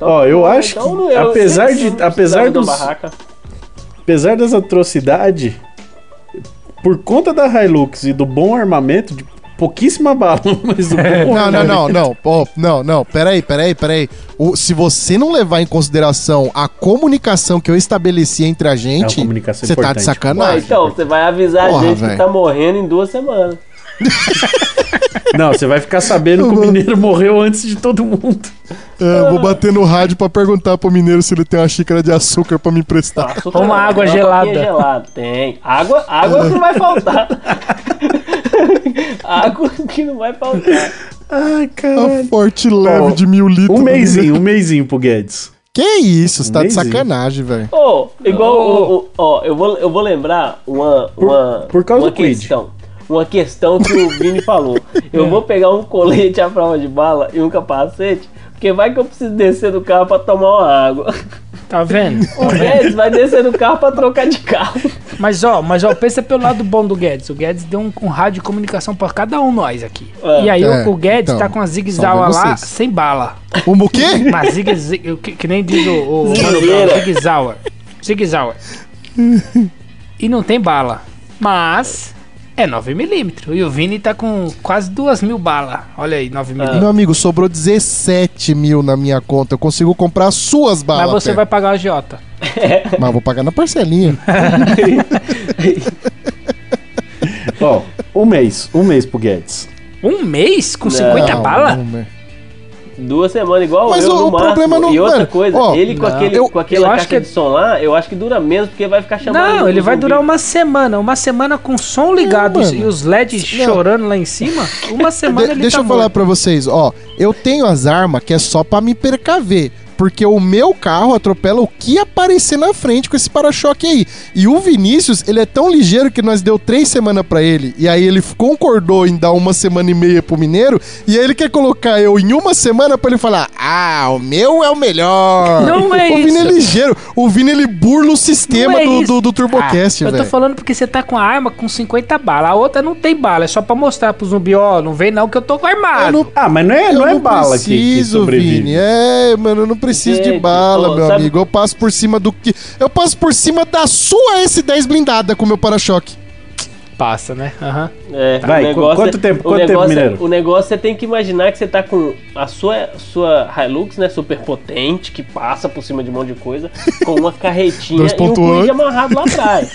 Speaker 2: Ó, eu acho
Speaker 4: Então,
Speaker 2: que,
Speaker 4: eu-
Speaker 2: apesar de-
Speaker 4: eu não
Speaker 2: apesar
Speaker 4: precisava de uma
Speaker 2: dos-
Speaker 4: barraca.
Speaker 2: apesar das atrocidades, por conta da Hilux e do bom armamento, de pouquíssima bala, [LAUGHS] mas do bom
Speaker 4: É.
Speaker 1: Não, não,
Speaker 2: armamento-
Speaker 1: não, não. Pô, não, não. Peraí, peraí, peraí. O, se você não levar em consideração a comunicação que eu estabeleci entre a
Speaker 2: É uma
Speaker 1: gente,
Speaker 2: comunicação
Speaker 1: você tá de
Speaker 2: importante.
Speaker 4: Ué,
Speaker 1: sacanagem.
Speaker 4: então, você vai avisar
Speaker 1: Porra,
Speaker 4: a gente
Speaker 1: velho.
Speaker 4: que tá morrendo em duas semanas.
Speaker 2: Não, você vai ficar sabendo
Speaker 1: [LAUGHS]
Speaker 2: que o mineiro morreu antes de todo mundo.
Speaker 1: É, vou bater no rádio pra perguntar pro mineiro se ele tem uma xícara de açúcar pra me emprestar.
Speaker 4: Açúcar
Speaker 3: Ou uma
Speaker 4: não,
Speaker 3: água
Speaker 4: tem
Speaker 3: gelada.
Speaker 4: coquinha gelada. Tem. Água, água que não vai faltar. água que não vai faltar.
Speaker 2: Ai,
Speaker 1: Uma
Speaker 2: caralho.
Speaker 1: forte leve
Speaker 2: Ah. Ó,
Speaker 1: de mil litros.
Speaker 2: Um mêsinho, um mêsinho pro Guedes.
Speaker 1: Que isso, você tá de
Speaker 2: Meizinho.
Speaker 1: sacanagem, velho.
Speaker 4: Ô, igual.
Speaker 3: Ô.
Speaker 4: o- o- Ó, eu, vou, eu vou lembrar uma. uma
Speaker 2: por causa
Speaker 4: uma
Speaker 2: do Quid.
Speaker 4: questão. Uma questão que o Vini falou. Eu vou pegar um colete à prova de bala e um capacete, porque vai que eu preciso descer do carro pra tomar uma água.
Speaker 3: Tá vendo?
Speaker 4: O Guedes vai descer do carro pra trocar de carro.
Speaker 3: Mas ó, mas ó, pensa pelo lado bom do Guedes. O Guedes deu um, um rádio de comunicação pra cada um nós aqui.
Speaker 4: É.
Speaker 3: e aí
Speaker 1: É,
Speaker 3: o, o Guedes
Speaker 1: então,
Speaker 3: tá com a zigue-zague
Speaker 1: só vê
Speaker 3: lá
Speaker 1: vocês.
Speaker 3: sem bala.
Speaker 1: Um o quê?
Speaker 3: Mas zigue-zague, que, que nem diz o, o, o Mano
Speaker 4: Zigue-zague.
Speaker 3: Brown, zigue-zague. Zigue-zague. E não tem bala. Mas é 9mm. E o Vini tá com quase 2 mil balas. Olha aí,
Speaker 1: É.
Speaker 2: Ah.
Speaker 3: 9mm.
Speaker 1: Meu amigo, sobrou 17 mil na minha conta. Eu consigo comprar as suas balas.
Speaker 3: Mas você
Speaker 1: Pedro.
Speaker 3: vai pagar a Jota.
Speaker 1: Mas eu vou pagar na parcelinha.
Speaker 2: Ó, um mês, um mês pro Guedes.
Speaker 3: Um mês com 50
Speaker 1: Não,
Speaker 3: balas?
Speaker 1: Ah, não, velho.
Speaker 4: Duas semanas igual
Speaker 1: Mas
Speaker 4: eu
Speaker 1: o-
Speaker 4: no
Speaker 1: o problema não-
Speaker 4: E outra
Speaker 1: mano,
Speaker 4: coisa,
Speaker 1: ó,
Speaker 4: ele com,
Speaker 3: não.
Speaker 4: aquele,
Speaker 1: Eu-
Speaker 4: com aquela
Speaker 3: eu acho que-
Speaker 4: caixa de som lá, eu acho que dura menos, porque vai ficar chamando...
Speaker 3: Não,
Speaker 4: o
Speaker 3: ele vai
Speaker 4: zumbi.
Speaker 3: durar uma semana. Uma semana com som ligado
Speaker 1: um mano.
Speaker 3: e os LEDs
Speaker 1: Não.
Speaker 3: chorando lá em cima. Uma semana
Speaker 1: De-
Speaker 3: ele
Speaker 1: deixa
Speaker 3: tá
Speaker 1: eu falar
Speaker 3: morto.
Speaker 1: pra vocês, ó. Eu tenho as armas que é só pra me percaver. Porque o meu carro atropela o que aparecer na frente com esse para-choque aí. E o Vinícius, ele é tão ligeiro que nós deu três semanas pra ele. E aí ele concordou em dar uma semana e meia pro mineiro. E aí ele quer colocar eu em uma semana pra ele falar: Ah, o meu é o melhor.
Speaker 3: Não é
Speaker 1: o Vini
Speaker 3: isso.
Speaker 1: é ligeiro. O Vini ele burla o sistema
Speaker 3: Não é
Speaker 1: do,
Speaker 3: isso.
Speaker 1: do, do Turbocast,
Speaker 3: Ah, Eu tô
Speaker 1: velho.
Speaker 3: falando porque você tá com a arma com 50 balas. A outra não tem bala. É só pra mostrar pro zumbi, ó, não vem não que eu tô
Speaker 1: Eu
Speaker 3: armado.
Speaker 1: não
Speaker 2: Ah, mas não é,
Speaker 1: Eu
Speaker 2: não é bala que- que,
Speaker 1: preciso,
Speaker 2: sobrevive.
Speaker 1: Vini. É, mano, eu não preciso de
Speaker 4: Gente,
Speaker 1: bala,
Speaker 4: ô,
Speaker 1: meu
Speaker 4: É, sabe-
Speaker 1: amigo. Eu passo por cima do que. Eu passo por cima da sua S10 blindada com meu para-choque.
Speaker 3: Passa, né? Aham.
Speaker 4: É,
Speaker 2: Vai,
Speaker 4: o negócio
Speaker 2: qu- quanto
Speaker 4: é-
Speaker 2: tempo-
Speaker 4: o
Speaker 2: quanto tempo,
Speaker 4: negócio é-
Speaker 2: Mineiro?
Speaker 4: O negócio você tem que imaginar que você tá com a sua, sua Hilux, né, super potente, que passa por cima de um monte de coisa, com
Speaker 1: [LAUGHS]
Speaker 4: uma carretinha e um
Speaker 1: 2.8.
Speaker 4: cuide amarrado lá atrás.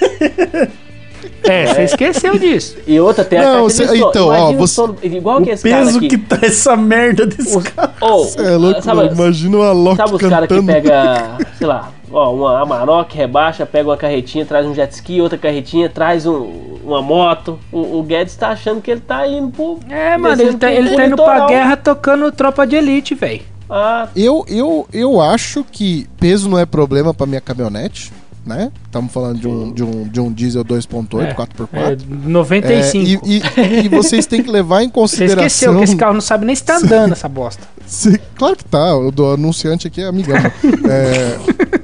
Speaker 3: É, você esqueceu
Speaker 1: [LAUGHS]
Speaker 3: disso.
Speaker 4: E outra tem a
Speaker 1: Não,
Speaker 4: caixa
Speaker 1: cê-
Speaker 4: de som.
Speaker 1: então, ó,
Speaker 4: Imagina o
Speaker 1: você-
Speaker 4: som- igual que
Speaker 2: O
Speaker 4: esse cara
Speaker 2: peso
Speaker 4: aqui.
Speaker 2: que tá essa merda desse carro.
Speaker 4: Ô,
Speaker 1: Cê É louco,
Speaker 4: Ah, sabe-
Speaker 1: mano. Imagina o Alok
Speaker 4: Sabe os caras que
Speaker 1: cantando.
Speaker 4: pega, sei lá, ó, uma Amarok, rebaixa, pega uma carretinha, traz um jet ski, outra carretinha, traz um- uma moto. O, o Guedes tá achando que ele tá indo pro.
Speaker 3: É, mano, ele
Speaker 4: descendo
Speaker 3: tá,
Speaker 4: pro-
Speaker 3: ele
Speaker 4: pro
Speaker 3: tá indo pra
Speaker 4: litoral.
Speaker 3: guerra tocando tropa de elite, velho.
Speaker 4: Ah,
Speaker 1: Eu, eu, eu acho que peso não é problema pra minha caminhonete. né? Estamos falando de um, de um, de um diesel 2.8,
Speaker 3: É,
Speaker 1: 4x4.
Speaker 3: É,
Speaker 1: É,
Speaker 3: 95.
Speaker 1: e, e- e vocês têm que levar em
Speaker 3: Você
Speaker 1: consideração.
Speaker 3: esqueceu que esse carro não sabe nem se tá andando essa bosta.
Speaker 1: Cê- claro que tá, o do anunciante aqui é
Speaker 4: [LAUGHS]
Speaker 1: amigão. É,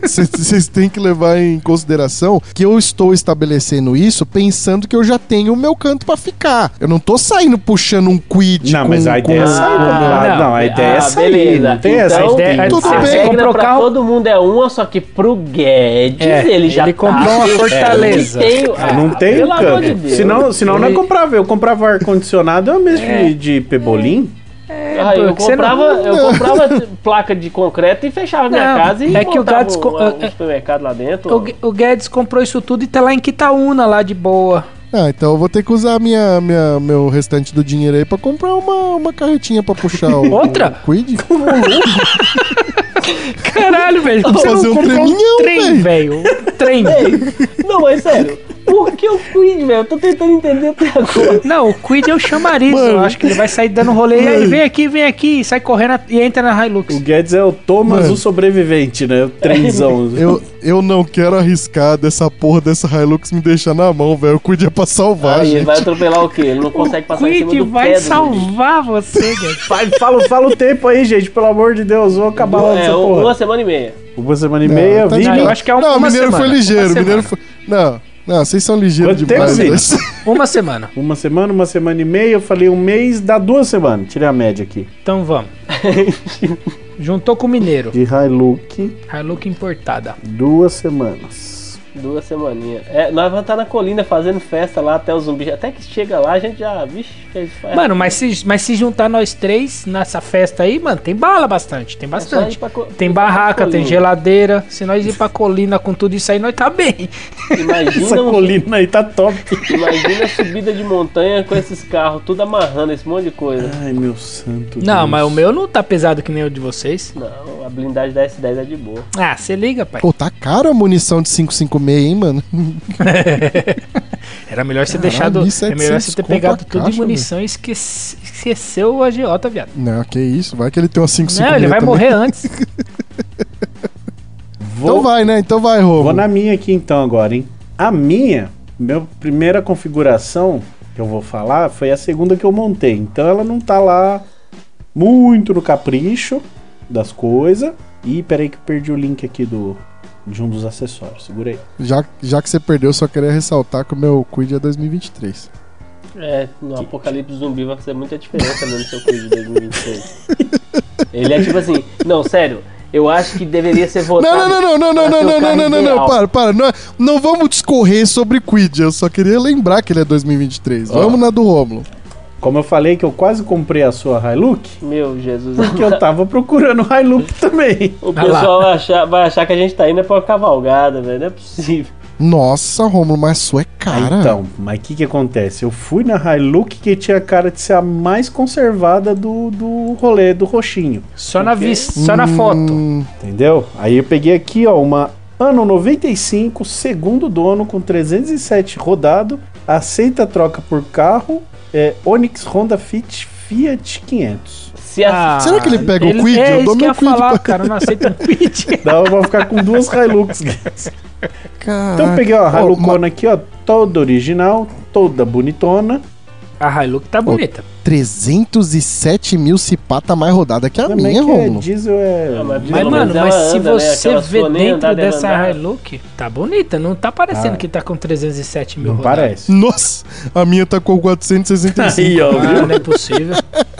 Speaker 1: Vocês têm que levar em consideração que eu estou estabelecendo isso pensando que eu já tenho o meu canto pra ficar. Eu não tô saindo puxando um quid.
Speaker 2: Não,
Speaker 1: com- um
Speaker 2: mas a ideia é
Speaker 1: com-
Speaker 2: sair.
Speaker 3: não,
Speaker 2: Não, não, a ideia é
Speaker 4: Ah,
Speaker 2: sair. Não tem essa
Speaker 4: Então,
Speaker 2: ideia.
Speaker 1: Tudo
Speaker 4: a
Speaker 1: bem.
Speaker 4: regra
Speaker 3: Comprou
Speaker 4: pra
Speaker 3: carro-
Speaker 4: todo mundo é uma, só que pro Guedes
Speaker 3: É,
Speaker 4: ele já
Speaker 3: ele comprou
Speaker 4: tá-
Speaker 3: uma
Speaker 4: É,
Speaker 3: Fortaleza.
Speaker 4: ele tem-
Speaker 2: Ah, não tem
Speaker 4: pelo amor
Speaker 2: canto.
Speaker 4: de Deus.
Speaker 2: senão senão não é
Speaker 3: Ele-
Speaker 2: eu comprava. Eu comprava ar-condicionado, eu mesmo de, de pebolim.
Speaker 4: Ah, eu,
Speaker 3: porque você
Speaker 4: comprava, eu comprava placa de concreto e fechava minha
Speaker 3: Não,
Speaker 4: casa e
Speaker 3: é que o
Speaker 4: montava
Speaker 3: Gades co-
Speaker 4: um,
Speaker 3: é-
Speaker 4: um supermercado lá dentro.
Speaker 3: O, Gu- o Guedes comprou isso tudo e tá lá em Quitaúna, lá de boa.
Speaker 1: Ah, então eu vou ter que usar minha, minha, meu restante do dinheiro aí pra comprar uma, uma carretinha pra puxar o,
Speaker 3: Outra?
Speaker 1: o quid.
Speaker 3: Caralho, velho. como
Speaker 1: Fazer um
Speaker 3: comprou
Speaker 1: treminhão,
Speaker 3: trem, velho. Um trem.
Speaker 4: Não, mas sério, por que o Quid, velho? Eu tô tentando entender até agora.
Speaker 3: Não, o Quid é o chamariz. Eu
Speaker 1: Mano.
Speaker 3: acho que ele vai sair dando rolê. E aí, vem aqui, vem aqui. Sai correndo e entra na
Speaker 2: O
Speaker 3: Hilux.
Speaker 2: Guedes é o Thomas,
Speaker 1: Mano.
Speaker 2: o sobrevivente, né? O trenzão.
Speaker 1: [LAUGHS] Eu, eu não quero arriscar dessa porra dessa Hilux me deixar na mão, velho. O quid é pra salvar,
Speaker 4: Aí, ele
Speaker 1: gente.
Speaker 4: vai atropelar o quê? Ele não consegue
Speaker 3: O
Speaker 4: passar em cima
Speaker 3: Quid
Speaker 4: do
Speaker 3: vai
Speaker 4: Pedro, gente.
Speaker 3: salvar você, Guedes.
Speaker 2: Vai, fala, fala o tempo aí, gente. Pelo amor de Deus, vou acabar logo
Speaker 4: É,
Speaker 2: essa
Speaker 4: uma
Speaker 2: porra.
Speaker 4: semana e meia.
Speaker 2: Uma semana e
Speaker 1: Não,
Speaker 2: meia,
Speaker 1: tá
Speaker 2: vi.
Speaker 1: de
Speaker 3: Não, eu
Speaker 1: boa.
Speaker 3: acho que é um-
Speaker 1: Não, o
Speaker 3: uma
Speaker 1: Mineiro
Speaker 3: semana,
Speaker 1: foi ligeiro.
Speaker 3: uma
Speaker 1: O Mineiro foi...
Speaker 3: semana.
Speaker 1: Não, não, vocês são ligeiros
Speaker 2: Quanto
Speaker 1: demais.
Speaker 2: tempo,
Speaker 1: dois.
Speaker 3: Uma semana.
Speaker 2: Uma semana, uma semana e meia, eu falei um mês, dá duas semanas. Tirei a média aqui.
Speaker 3: Então
Speaker 4: [LAUGHS]
Speaker 3: vamos. Juntou com o Mineiro.
Speaker 2: De Hilux,
Speaker 3: Hilux importada.
Speaker 2: duas semanas.
Speaker 4: Duas semaninhas. É, nós vamos estar na colina fazendo festa lá até os zumbis. Até que chega lá, a gente já. Vixe, a gente faz.
Speaker 3: Mano, mas se, mas se juntar nós três nessa festa aí, mano, tem bala bastante, tem
Speaker 4: É só ir
Speaker 3: bastante.
Speaker 4: pra co-
Speaker 3: Tem
Speaker 4: pra
Speaker 3: barraca, tem [LAUGHS]
Speaker 4: colina.
Speaker 3: geladeira. Se nós ir pra colina com tudo isso aí, nós tá bem.
Speaker 2: Essa
Speaker 4: Imagina, um-
Speaker 2: colina aí tá top.
Speaker 4: imagina a subida de montanha com esses carros, tudo amarrando esse monte de coisa.
Speaker 2: Ai, meu santo
Speaker 3: Não,
Speaker 2: Deus.
Speaker 3: mas o meu não tá pesado que nem o de vocês.
Speaker 4: Não, a blindagem da S10 é de boa.
Speaker 3: Ah, você liga, pai.
Speaker 1: Pô, tá caro a munição de 556, hein, mano?
Speaker 3: Era melhor você
Speaker 1: Caralho,
Speaker 3: deixado. É
Speaker 1: 1.700
Speaker 3: melhor você ter
Speaker 1: conto a
Speaker 3: pegado tudo
Speaker 1: caixa,
Speaker 3: de munição e esquece- esqueceu o agiota, viado.
Speaker 1: Não, que isso. Vai que ele tem uma 556
Speaker 3: Não, ele vai
Speaker 1: também.
Speaker 3: morrer antes.
Speaker 2: Vou,
Speaker 1: Então vai, né? Então vai, Robo.
Speaker 2: vou na minha aqui então agora, hein? A minha, minha primeira configuração que eu vou falar foi a segunda que eu montei. Então ela não tá lá muito no capricho das coisas. Ih, peraí que eu perdi o link aqui do de um dos acessórios. Segura aí.
Speaker 1: Já, já que você perdeu, só queria ressaltar que o meu Quid é 2023.
Speaker 4: É, no apocalipse zumbi vai fazer muita diferença mesmo seu Quid de 2026. [LAUGHS] Ele é tipo assim, não, sério, eu acho que deveria ser votado.
Speaker 1: Não, não, não, não, não,
Speaker 4: pra
Speaker 1: não,
Speaker 4: ser
Speaker 1: não, não,
Speaker 4: o tá carro
Speaker 1: não, não, não,
Speaker 4: ideal.
Speaker 1: para, para. Não, é- não vamos discorrer sobre Quid. Eu só queria lembrar que ele é 2023. Vamos na do Romulo.
Speaker 2: Como eu falei que eu quase comprei a sua Hilux, [LAUGHS]
Speaker 4: Meu Jesus.
Speaker 2: porque eu tava procurando Hilux também.
Speaker 4: O
Speaker 3: Vai lá.
Speaker 4: pessoal vai achar, vai achar que a gente tá indo é pra cavalgada, velho. Não é possível.
Speaker 1: Nossa, Romulo, mas a sua é
Speaker 2: Ah,
Speaker 1: cara.
Speaker 2: Então, mas o que que acontece? Eu fui na Hilux que tinha cara de ser a mais conservada do, do rolê, do roxinho,
Speaker 1: [LAUGHS]
Speaker 3: Só na vista, só na foto.
Speaker 1: Hum,
Speaker 2: entendeu? Aí eu peguei aqui, ó, uma ano 95, segundo dono, com 307 rodado, aceita troca por carro, é, Onix Honda Fit Fiat 500.
Speaker 4: Se a
Speaker 3: Ah,
Speaker 1: Será que ele pega o Quid?
Speaker 3: É
Speaker 1: Eu
Speaker 3: isso
Speaker 1: dou
Speaker 3: que
Speaker 1: meu
Speaker 3: eu ia
Speaker 1: Quid
Speaker 3: falar,
Speaker 1: pra-
Speaker 3: cara. Eu não aceito um
Speaker 1: [LAUGHS]
Speaker 3: Quid.
Speaker 2: Dá pra ficar com duas Hilux.
Speaker 1: caraca.
Speaker 2: Então eu peguei uma
Speaker 1: Ah, Ó,
Speaker 2: Hilucona aqui, ó, toda original, toda bonitona.
Speaker 3: A Hilux tá bonita.
Speaker 1: 307 mil cipata mais rodada que a
Speaker 2: Também
Speaker 1: minha,
Speaker 2: que é
Speaker 1: Romulo.
Speaker 2: diesel, é...
Speaker 4: Ah, mas
Speaker 3: Mas,
Speaker 4: Pelo
Speaker 3: mano,
Speaker 4: menos
Speaker 3: mas
Speaker 4: ela
Speaker 3: se
Speaker 4: anda, né?
Speaker 3: você
Speaker 4: Aquela
Speaker 3: vê
Speaker 4: sua nem
Speaker 3: dentro
Speaker 4: andar deve
Speaker 3: dessa
Speaker 4: andar.
Speaker 3: Hilux, tá bonita. Não tá parecendo
Speaker 2: Ah.
Speaker 3: que tá com 307 mil
Speaker 2: Não
Speaker 3: rodadas.
Speaker 2: parece.
Speaker 1: Nossa, a minha tá com 465.
Speaker 3: Ah, não é possível.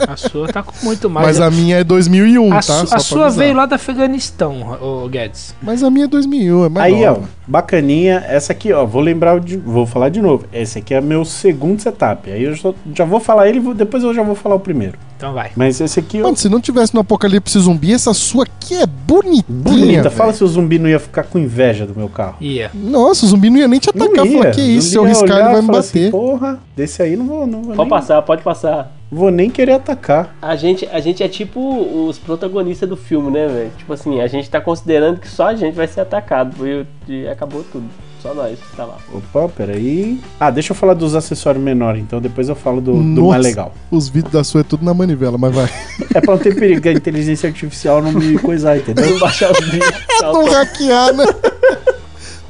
Speaker 3: A sua tá com muito mais.
Speaker 1: Mas a minha é 2001, tá?
Speaker 3: A su-
Speaker 1: Só
Speaker 3: a
Speaker 1: pra
Speaker 3: sua
Speaker 1: avisar.
Speaker 3: veio lá do Afeganistão, ô ô Guedes.
Speaker 1: Mas a minha é 2001, é mais
Speaker 2: Aí, ó,
Speaker 1: nova.
Speaker 2: bacaninha. Essa aqui, ó, vou lembrar, de, vou falar de novo. Esse aqui é meu segundo setup. Aí eu só- já vou falar ele, vou- depois eu já vou falar o primeiro.
Speaker 3: Então vai.
Speaker 2: Mas esse aqui, ó,
Speaker 1: Mano, se não tivesse no Apocalipse Zumbi, essa sua aqui é bonitinha,
Speaker 2: bonita.
Speaker 1: velho.
Speaker 2: Fala se o zumbi não ia ficar com inveja do meu carro.
Speaker 3: Ia.
Speaker 1: Nossa, o zumbi não ia nem te
Speaker 2: Não
Speaker 1: atacar.
Speaker 2: ia.
Speaker 1: Falar, Tá, que
Speaker 2: O
Speaker 1: isso, se eu
Speaker 2: zumbi ia
Speaker 1: riscar, ele
Speaker 2: olhar
Speaker 1: vai
Speaker 2: e
Speaker 1: me
Speaker 2: falar assim,
Speaker 1: bater.
Speaker 2: Porra, desse aí não vou, não vou,
Speaker 4: Pode
Speaker 2: nem,
Speaker 4: passar, pode passar.
Speaker 2: vou nem querer atacar.
Speaker 4: A gente, a gente é tipo os protagonistas do filme, né, velho? Tipo assim, a gente tá considerando que só a gente vai ser atacado. E, e acabou tudo. Só nós, tá lá.
Speaker 2: Opa, peraí. Ah, deixa eu falar dos acessórios menores, então depois eu falo do, do
Speaker 1: Nossa.
Speaker 2: mais legal.
Speaker 1: Os vídeos da sua é tudo na manivela, mas vai. [LAUGHS]
Speaker 2: É pra não ter perigo que a inteligência
Speaker 4: [LAUGHS]
Speaker 2: artificial não me coisar, entendeu? [LAUGHS]
Speaker 4: Baixar os vídeos.
Speaker 1: Não hackear, né?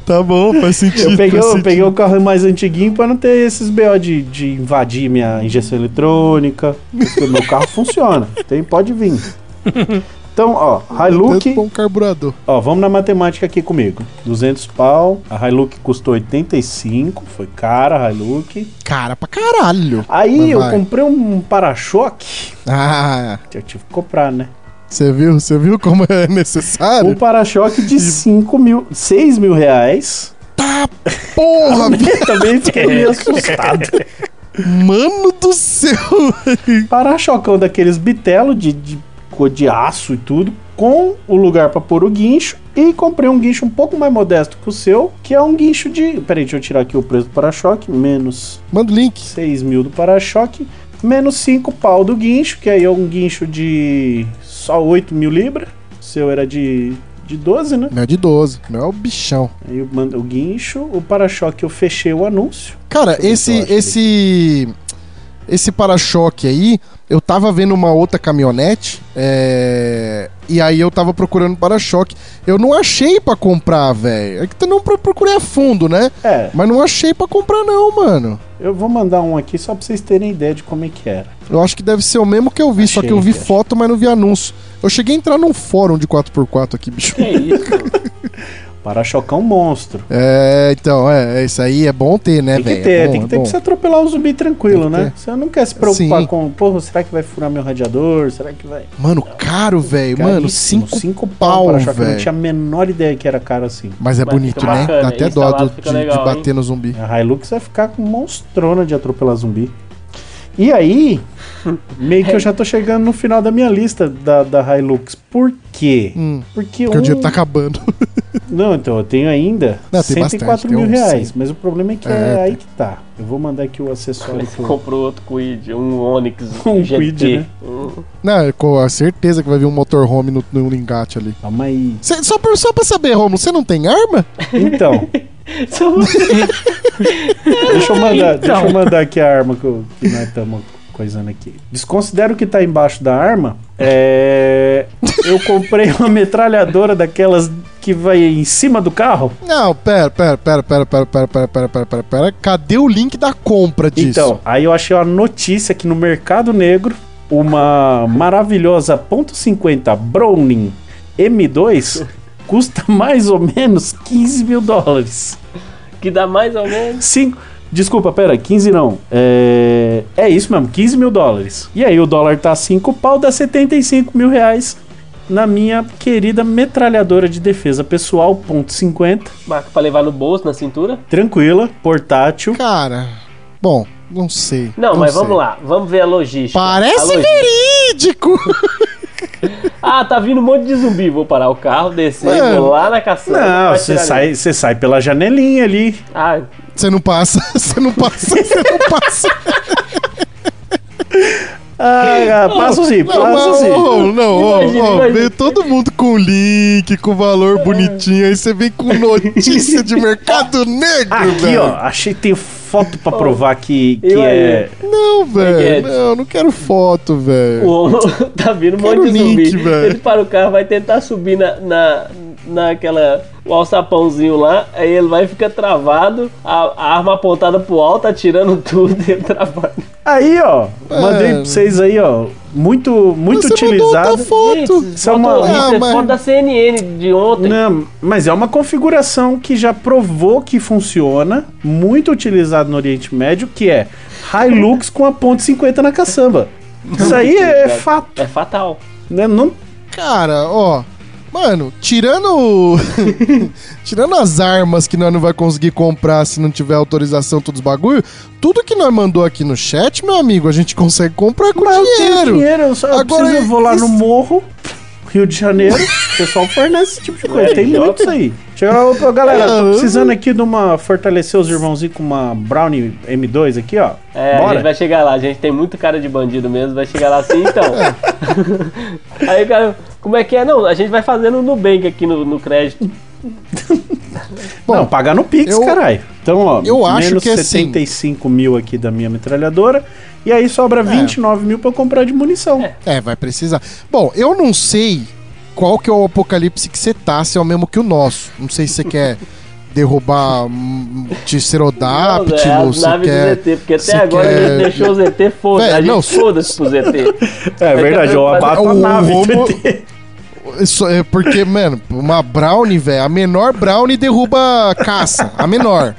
Speaker 1: Tá bom, faz sentido.
Speaker 2: Eu peguei,
Speaker 1: faz
Speaker 2: eu
Speaker 1: sentido.
Speaker 2: peguei o carro mais antiguinho pra não ter esses BO de, de invadir minha injeção eletrônica. Porque meu carro funciona. Tem, pode vir. Então, ó,
Speaker 1: Tanto pra
Speaker 2: Hilux,
Speaker 1: um carburador.
Speaker 2: ó, vamos na matemática aqui comigo. 200 pau, a Hilux custou 85, foi cara a Hilux.
Speaker 1: Cara pra caralho.
Speaker 2: Aí
Speaker 1: Mas
Speaker 2: eu
Speaker 1: vai.
Speaker 2: comprei um para-choque,
Speaker 1: Ah,
Speaker 2: que eu tive que comprar, né?
Speaker 1: você viu? Você viu como é necessário?
Speaker 2: Um para-choque de 5 mil, 6 mil reais.
Speaker 1: Porra,
Speaker 2: [LAUGHS] Também fiquei meio assustado.
Speaker 1: [LAUGHS] mano do céu.
Speaker 2: para-chocão daqueles bitelo de, de cor de aço e tudo, com o lugar pra pôr o guincho. E comprei um guincho um pouco mais modesto que o seu, que é um guincho de. Peraí, deixa eu tirar aqui o preço do para-choque, menos
Speaker 1: Manda o link.
Speaker 2: 6 mil do para-choque, menos 5 pau do guincho, que aí é um guincho de só 8 mil libras. O seu era de, de 12, né?
Speaker 1: Não é de 12, não é o bichão.
Speaker 2: Aí eu mando o guincho, o para-choque eu fechei o anúncio.
Speaker 1: Cara,
Speaker 2: Deixa eu ver
Speaker 1: esse
Speaker 2: se eu acho
Speaker 1: esse esse para-choque aí, eu tava vendo uma outra caminhonete, é, e aí eu tava procurando para-choque. Eu não achei pra comprar, velho. É que eu não pro- procurei a fundo, né?
Speaker 2: É,
Speaker 1: Mas não achei pra comprar não, mano.
Speaker 2: eu vou mandar um aqui só pra vocês terem ideia de como é que era.
Speaker 1: Eu acho que deve ser o mesmo que eu vi, só que eu vi
Speaker 2: Achei, achei.
Speaker 1: foto, mas não vi anúncio. Eu cheguei a entrar num fórum de 4x4 aqui, [LAUGHS] bicho.
Speaker 4: Que isso? [LAUGHS]
Speaker 2: Para-chocão monstro.
Speaker 1: É, então, é, é, isso aí é bom ter, né,
Speaker 2: Tem que
Speaker 1: velho?
Speaker 2: ter,
Speaker 1: é bom,
Speaker 2: tem que
Speaker 1: é
Speaker 2: ter
Speaker 1: bom.
Speaker 2: pra você atropelar o zumbi tranquilo,
Speaker 1: Tem que
Speaker 2: né? Você não quer se preocupar
Speaker 1: Sim.
Speaker 2: com, porra, será que vai furar meu radiador? Será que vai.
Speaker 1: Mano, caro, velho. Mano,
Speaker 2: Caríssimo,
Speaker 1: 5
Speaker 2: cinco
Speaker 1: pau,
Speaker 2: para choque. Eu não
Speaker 1: velho.
Speaker 2: tinha a menor ideia que era caro assim.
Speaker 1: Mas é
Speaker 4: Mas
Speaker 1: bonito,
Speaker 4: fica
Speaker 1: né?
Speaker 4: bacana,
Speaker 1: Dá até dó
Speaker 4: instalado
Speaker 1: do- de,
Speaker 4: fica legal,
Speaker 1: de bater no zumbi.
Speaker 2: A Hilux vai ficar com monstrona de atropelar zumbi.
Speaker 1: [LAUGHS]
Speaker 2: E aí, meio que eu já tô chegando no final da minha lista da, da Hilux. Por quê?
Speaker 1: Hum,
Speaker 2: Porque
Speaker 1: porque o
Speaker 2: um-
Speaker 1: dinheiro tá acabando. [LAUGHS]
Speaker 2: Não, então, eu tenho ainda
Speaker 1: Não, tem
Speaker 2: 104
Speaker 1: bastante,
Speaker 2: mil
Speaker 1: tem uns
Speaker 2: reais.
Speaker 1: cem.
Speaker 2: Mas o problema é que
Speaker 1: É,
Speaker 2: é,
Speaker 1: tem.
Speaker 2: aí que tá. Eu vou mandar aqui o acessório que
Speaker 4: Você
Speaker 2: eu...
Speaker 4: Então, comprou outro Quid, um Onix,
Speaker 2: Um
Speaker 4: um GT.
Speaker 2: Kwid, né?
Speaker 4: um-
Speaker 1: Não, com a certeza que vai vir um motorhome no, no engate ali.
Speaker 2: Calma aí.
Speaker 1: Cê- só, por, só pra saber, Romulo, você não tem arma?
Speaker 2: Então,
Speaker 4: Só
Speaker 2: Deixa eu mandar,
Speaker 3: Então.
Speaker 2: deixa eu mandar aqui a arma que, eu- que nós estamos coisando aqui. Desconsidera o que tá embaixo da arma. É, eu comprei uma metralhadora daquelas que vai em cima do carro.
Speaker 1: Não, pera, pera, pera, pera, pera, pera, pera, pera, pera, pera, pera. Cadê o link da compra disso?
Speaker 2: Então, aí eu achei uma notícia que no Mercado Negro, uma maravilhosa .50 Browning M2 custa mais ou menos 15 mil dólares.
Speaker 4: que dá mais ou menos.
Speaker 2: Cinco. Desculpa, pera, 15 não. É, é isso mesmo, 15 mil dólares. E aí o dólar tá 5 pau, dá 75 mil reais na minha querida metralhadora de defesa pessoal, ponto 50.
Speaker 4: Marca pra levar no bolso, na cintura.
Speaker 2: Tranquila, portátil.
Speaker 1: Cara, bom, não sei.
Speaker 4: Não, mas vamos
Speaker 1: sei.
Speaker 4: lá, vamos ver a logística. A
Speaker 1: Parece
Speaker 4: logística.
Speaker 1: verídico!
Speaker 4: Ah, tá vindo um monte de zumbi. Vou parar o carro, descer,
Speaker 1: Mano.
Speaker 4: vou lá na caçamba.
Speaker 2: Não,
Speaker 4: vai
Speaker 2: você
Speaker 4: tirar ele.
Speaker 2: sai, você sai pela janelinha ali.
Speaker 4: Ah,
Speaker 1: Você não passa, [LAUGHS] você não passa, você não passa.
Speaker 2: Ah, ah, [LAUGHS] passa assim,
Speaker 1: Não, mas,
Speaker 2: passa assim.
Speaker 1: ô, ô, não, ô,
Speaker 4: Imagina,
Speaker 1: ô,
Speaker 4: imagina.
Speaker 1: vem todo mundo com link, com
Speaker 2: É.
Speaker 1: valor bonitinho, aí você vem com notícia de mercado negro,
Speaker 2: Aqui,
Speaker 1: velho.
Speaker 2: ó, achei tem foto pra provar que, que
Speaker 4: eu aí?
Speaker 2: é.
Speaker 1: Não, velho,
Speaker 4: Guedes.
Speaker 1: não, não quero foto, [LAUGHS]
Speaker 4: o
Speaker 1: velho.
Speaker 4: homem [LAUGHS] tá vindo um
Speaker 1: Quero
Speaker 4: monte de zumbi.
Speaker 1: link, velho.
Speaker 4: Ele para o carro, vai tentar subir na, na, naquela. O alçapãozinho lá, aí ele vai ficar travado, a, a arma apontada pro alto, atirando [LAUGHS] tudo e ele travado.
Speaker 2: Aí, ó, mandei pra
Speaker 1: Mano.
Speaker 2: vocês aí, ó. Muito, muito
Speaker 1: Você mandou outra
Speaker 2: utilizado.
Speaker 1: foto.
Speaker 2: Isso é uma-
Speaker 4: Faltou-
Speaker 1: Ah,
Speaker 4: isso é
Speaker 1: mas-
Speaker 4: foto da CNN de ontem.
Speaker 2: Não, mas é uma configuração que já provou que funciona, muito utilizado no Oriente Médio, que é Hilux com a ponte 50 na caçamba. Isso aí é fato,
Speaker 4: É fatal.
Speaker 2: né? Não,
Speaker 1: Cara, ó, mano, tirando [LAUGHS] tirando as armas que nós não vai conseguir comprar se não tiver autorização, todos os bagulho, tudo que nós mandou aqui no chat, meu amigo, a gente consegue comprar com
Speaker 2: mas eu tenho
Speaker 1: dinheiro.
Speaker 2: dinheiro, eu só eu
Speaker 1: Agora,
Speaker 2: preciso, eu vou lá no
Speaker 1: isso-
Speaker 2: morro, Rio de Janeiro, o pessoal fornece esse tipo de coisa, tem
Speaker 4: idiota.
Speaker 2: muito isso aí. Chega lá, ô, galera, tô
Speaker 1: Ah.
Speaker 2: precisando aqui de uma, fortalecer os irmãozinhos com uma Brownie M2 aqui, ó.
Speaker 4: É, a
Speaker 2: Bora.
Speaker 4: gente vai chegar lá, a gente tem muito cara de bandido mesmo, vai chegar lá assim, então. [LAUGHS] Aí o cara, como é que é? Não, a gente vai fazendo no Nubank aqui no, no crédito.
Speaker 2: não, pagar no Pix,
Speaker 1: eu-
Speaker 2: caralho. Então, ó,
Speaker 1: eu acho
Speaker 2: menos
Speaker 1: que assim-
Speaker 2: 75 mil aqui da minha metralhadora. E aí sobra 29 mil pra eu comprar de munição.
Speaker 1: É, vai precisar. Bom, eu não sei qual que é o apocalipse que você tá, se é o mesmo que o nosso. Não sei se você quer [LAUGHS] derrubar hum, Tricerodaptil,
Speaker 4: é as
Speaker 1: você
Speaker 4: naves
Speaker 1: quer...
Speaker 4: do ZT, porque
Speaker 1: se
Speaker 4: até agora
Speaker 1: quer-
Speaker 4: a gente deixou o ZT
Speaker 1: Véi,
Speaker 4: foda. A
Speaker 1: não,
Speaker 4: gente foda-se pro
Speaker 1: [LAUGHS]
Speaker 4: ZT.
Speaker 2: É verdade, eu abato a
Speaker 1: O
Speaker 2: nave.
Speaker 1: Romulo-
Speaker 2: TT.
Speaker 1: Isso é porque, mano, uma Brownie, velho, a menor Brownie derruba a caça, a menor.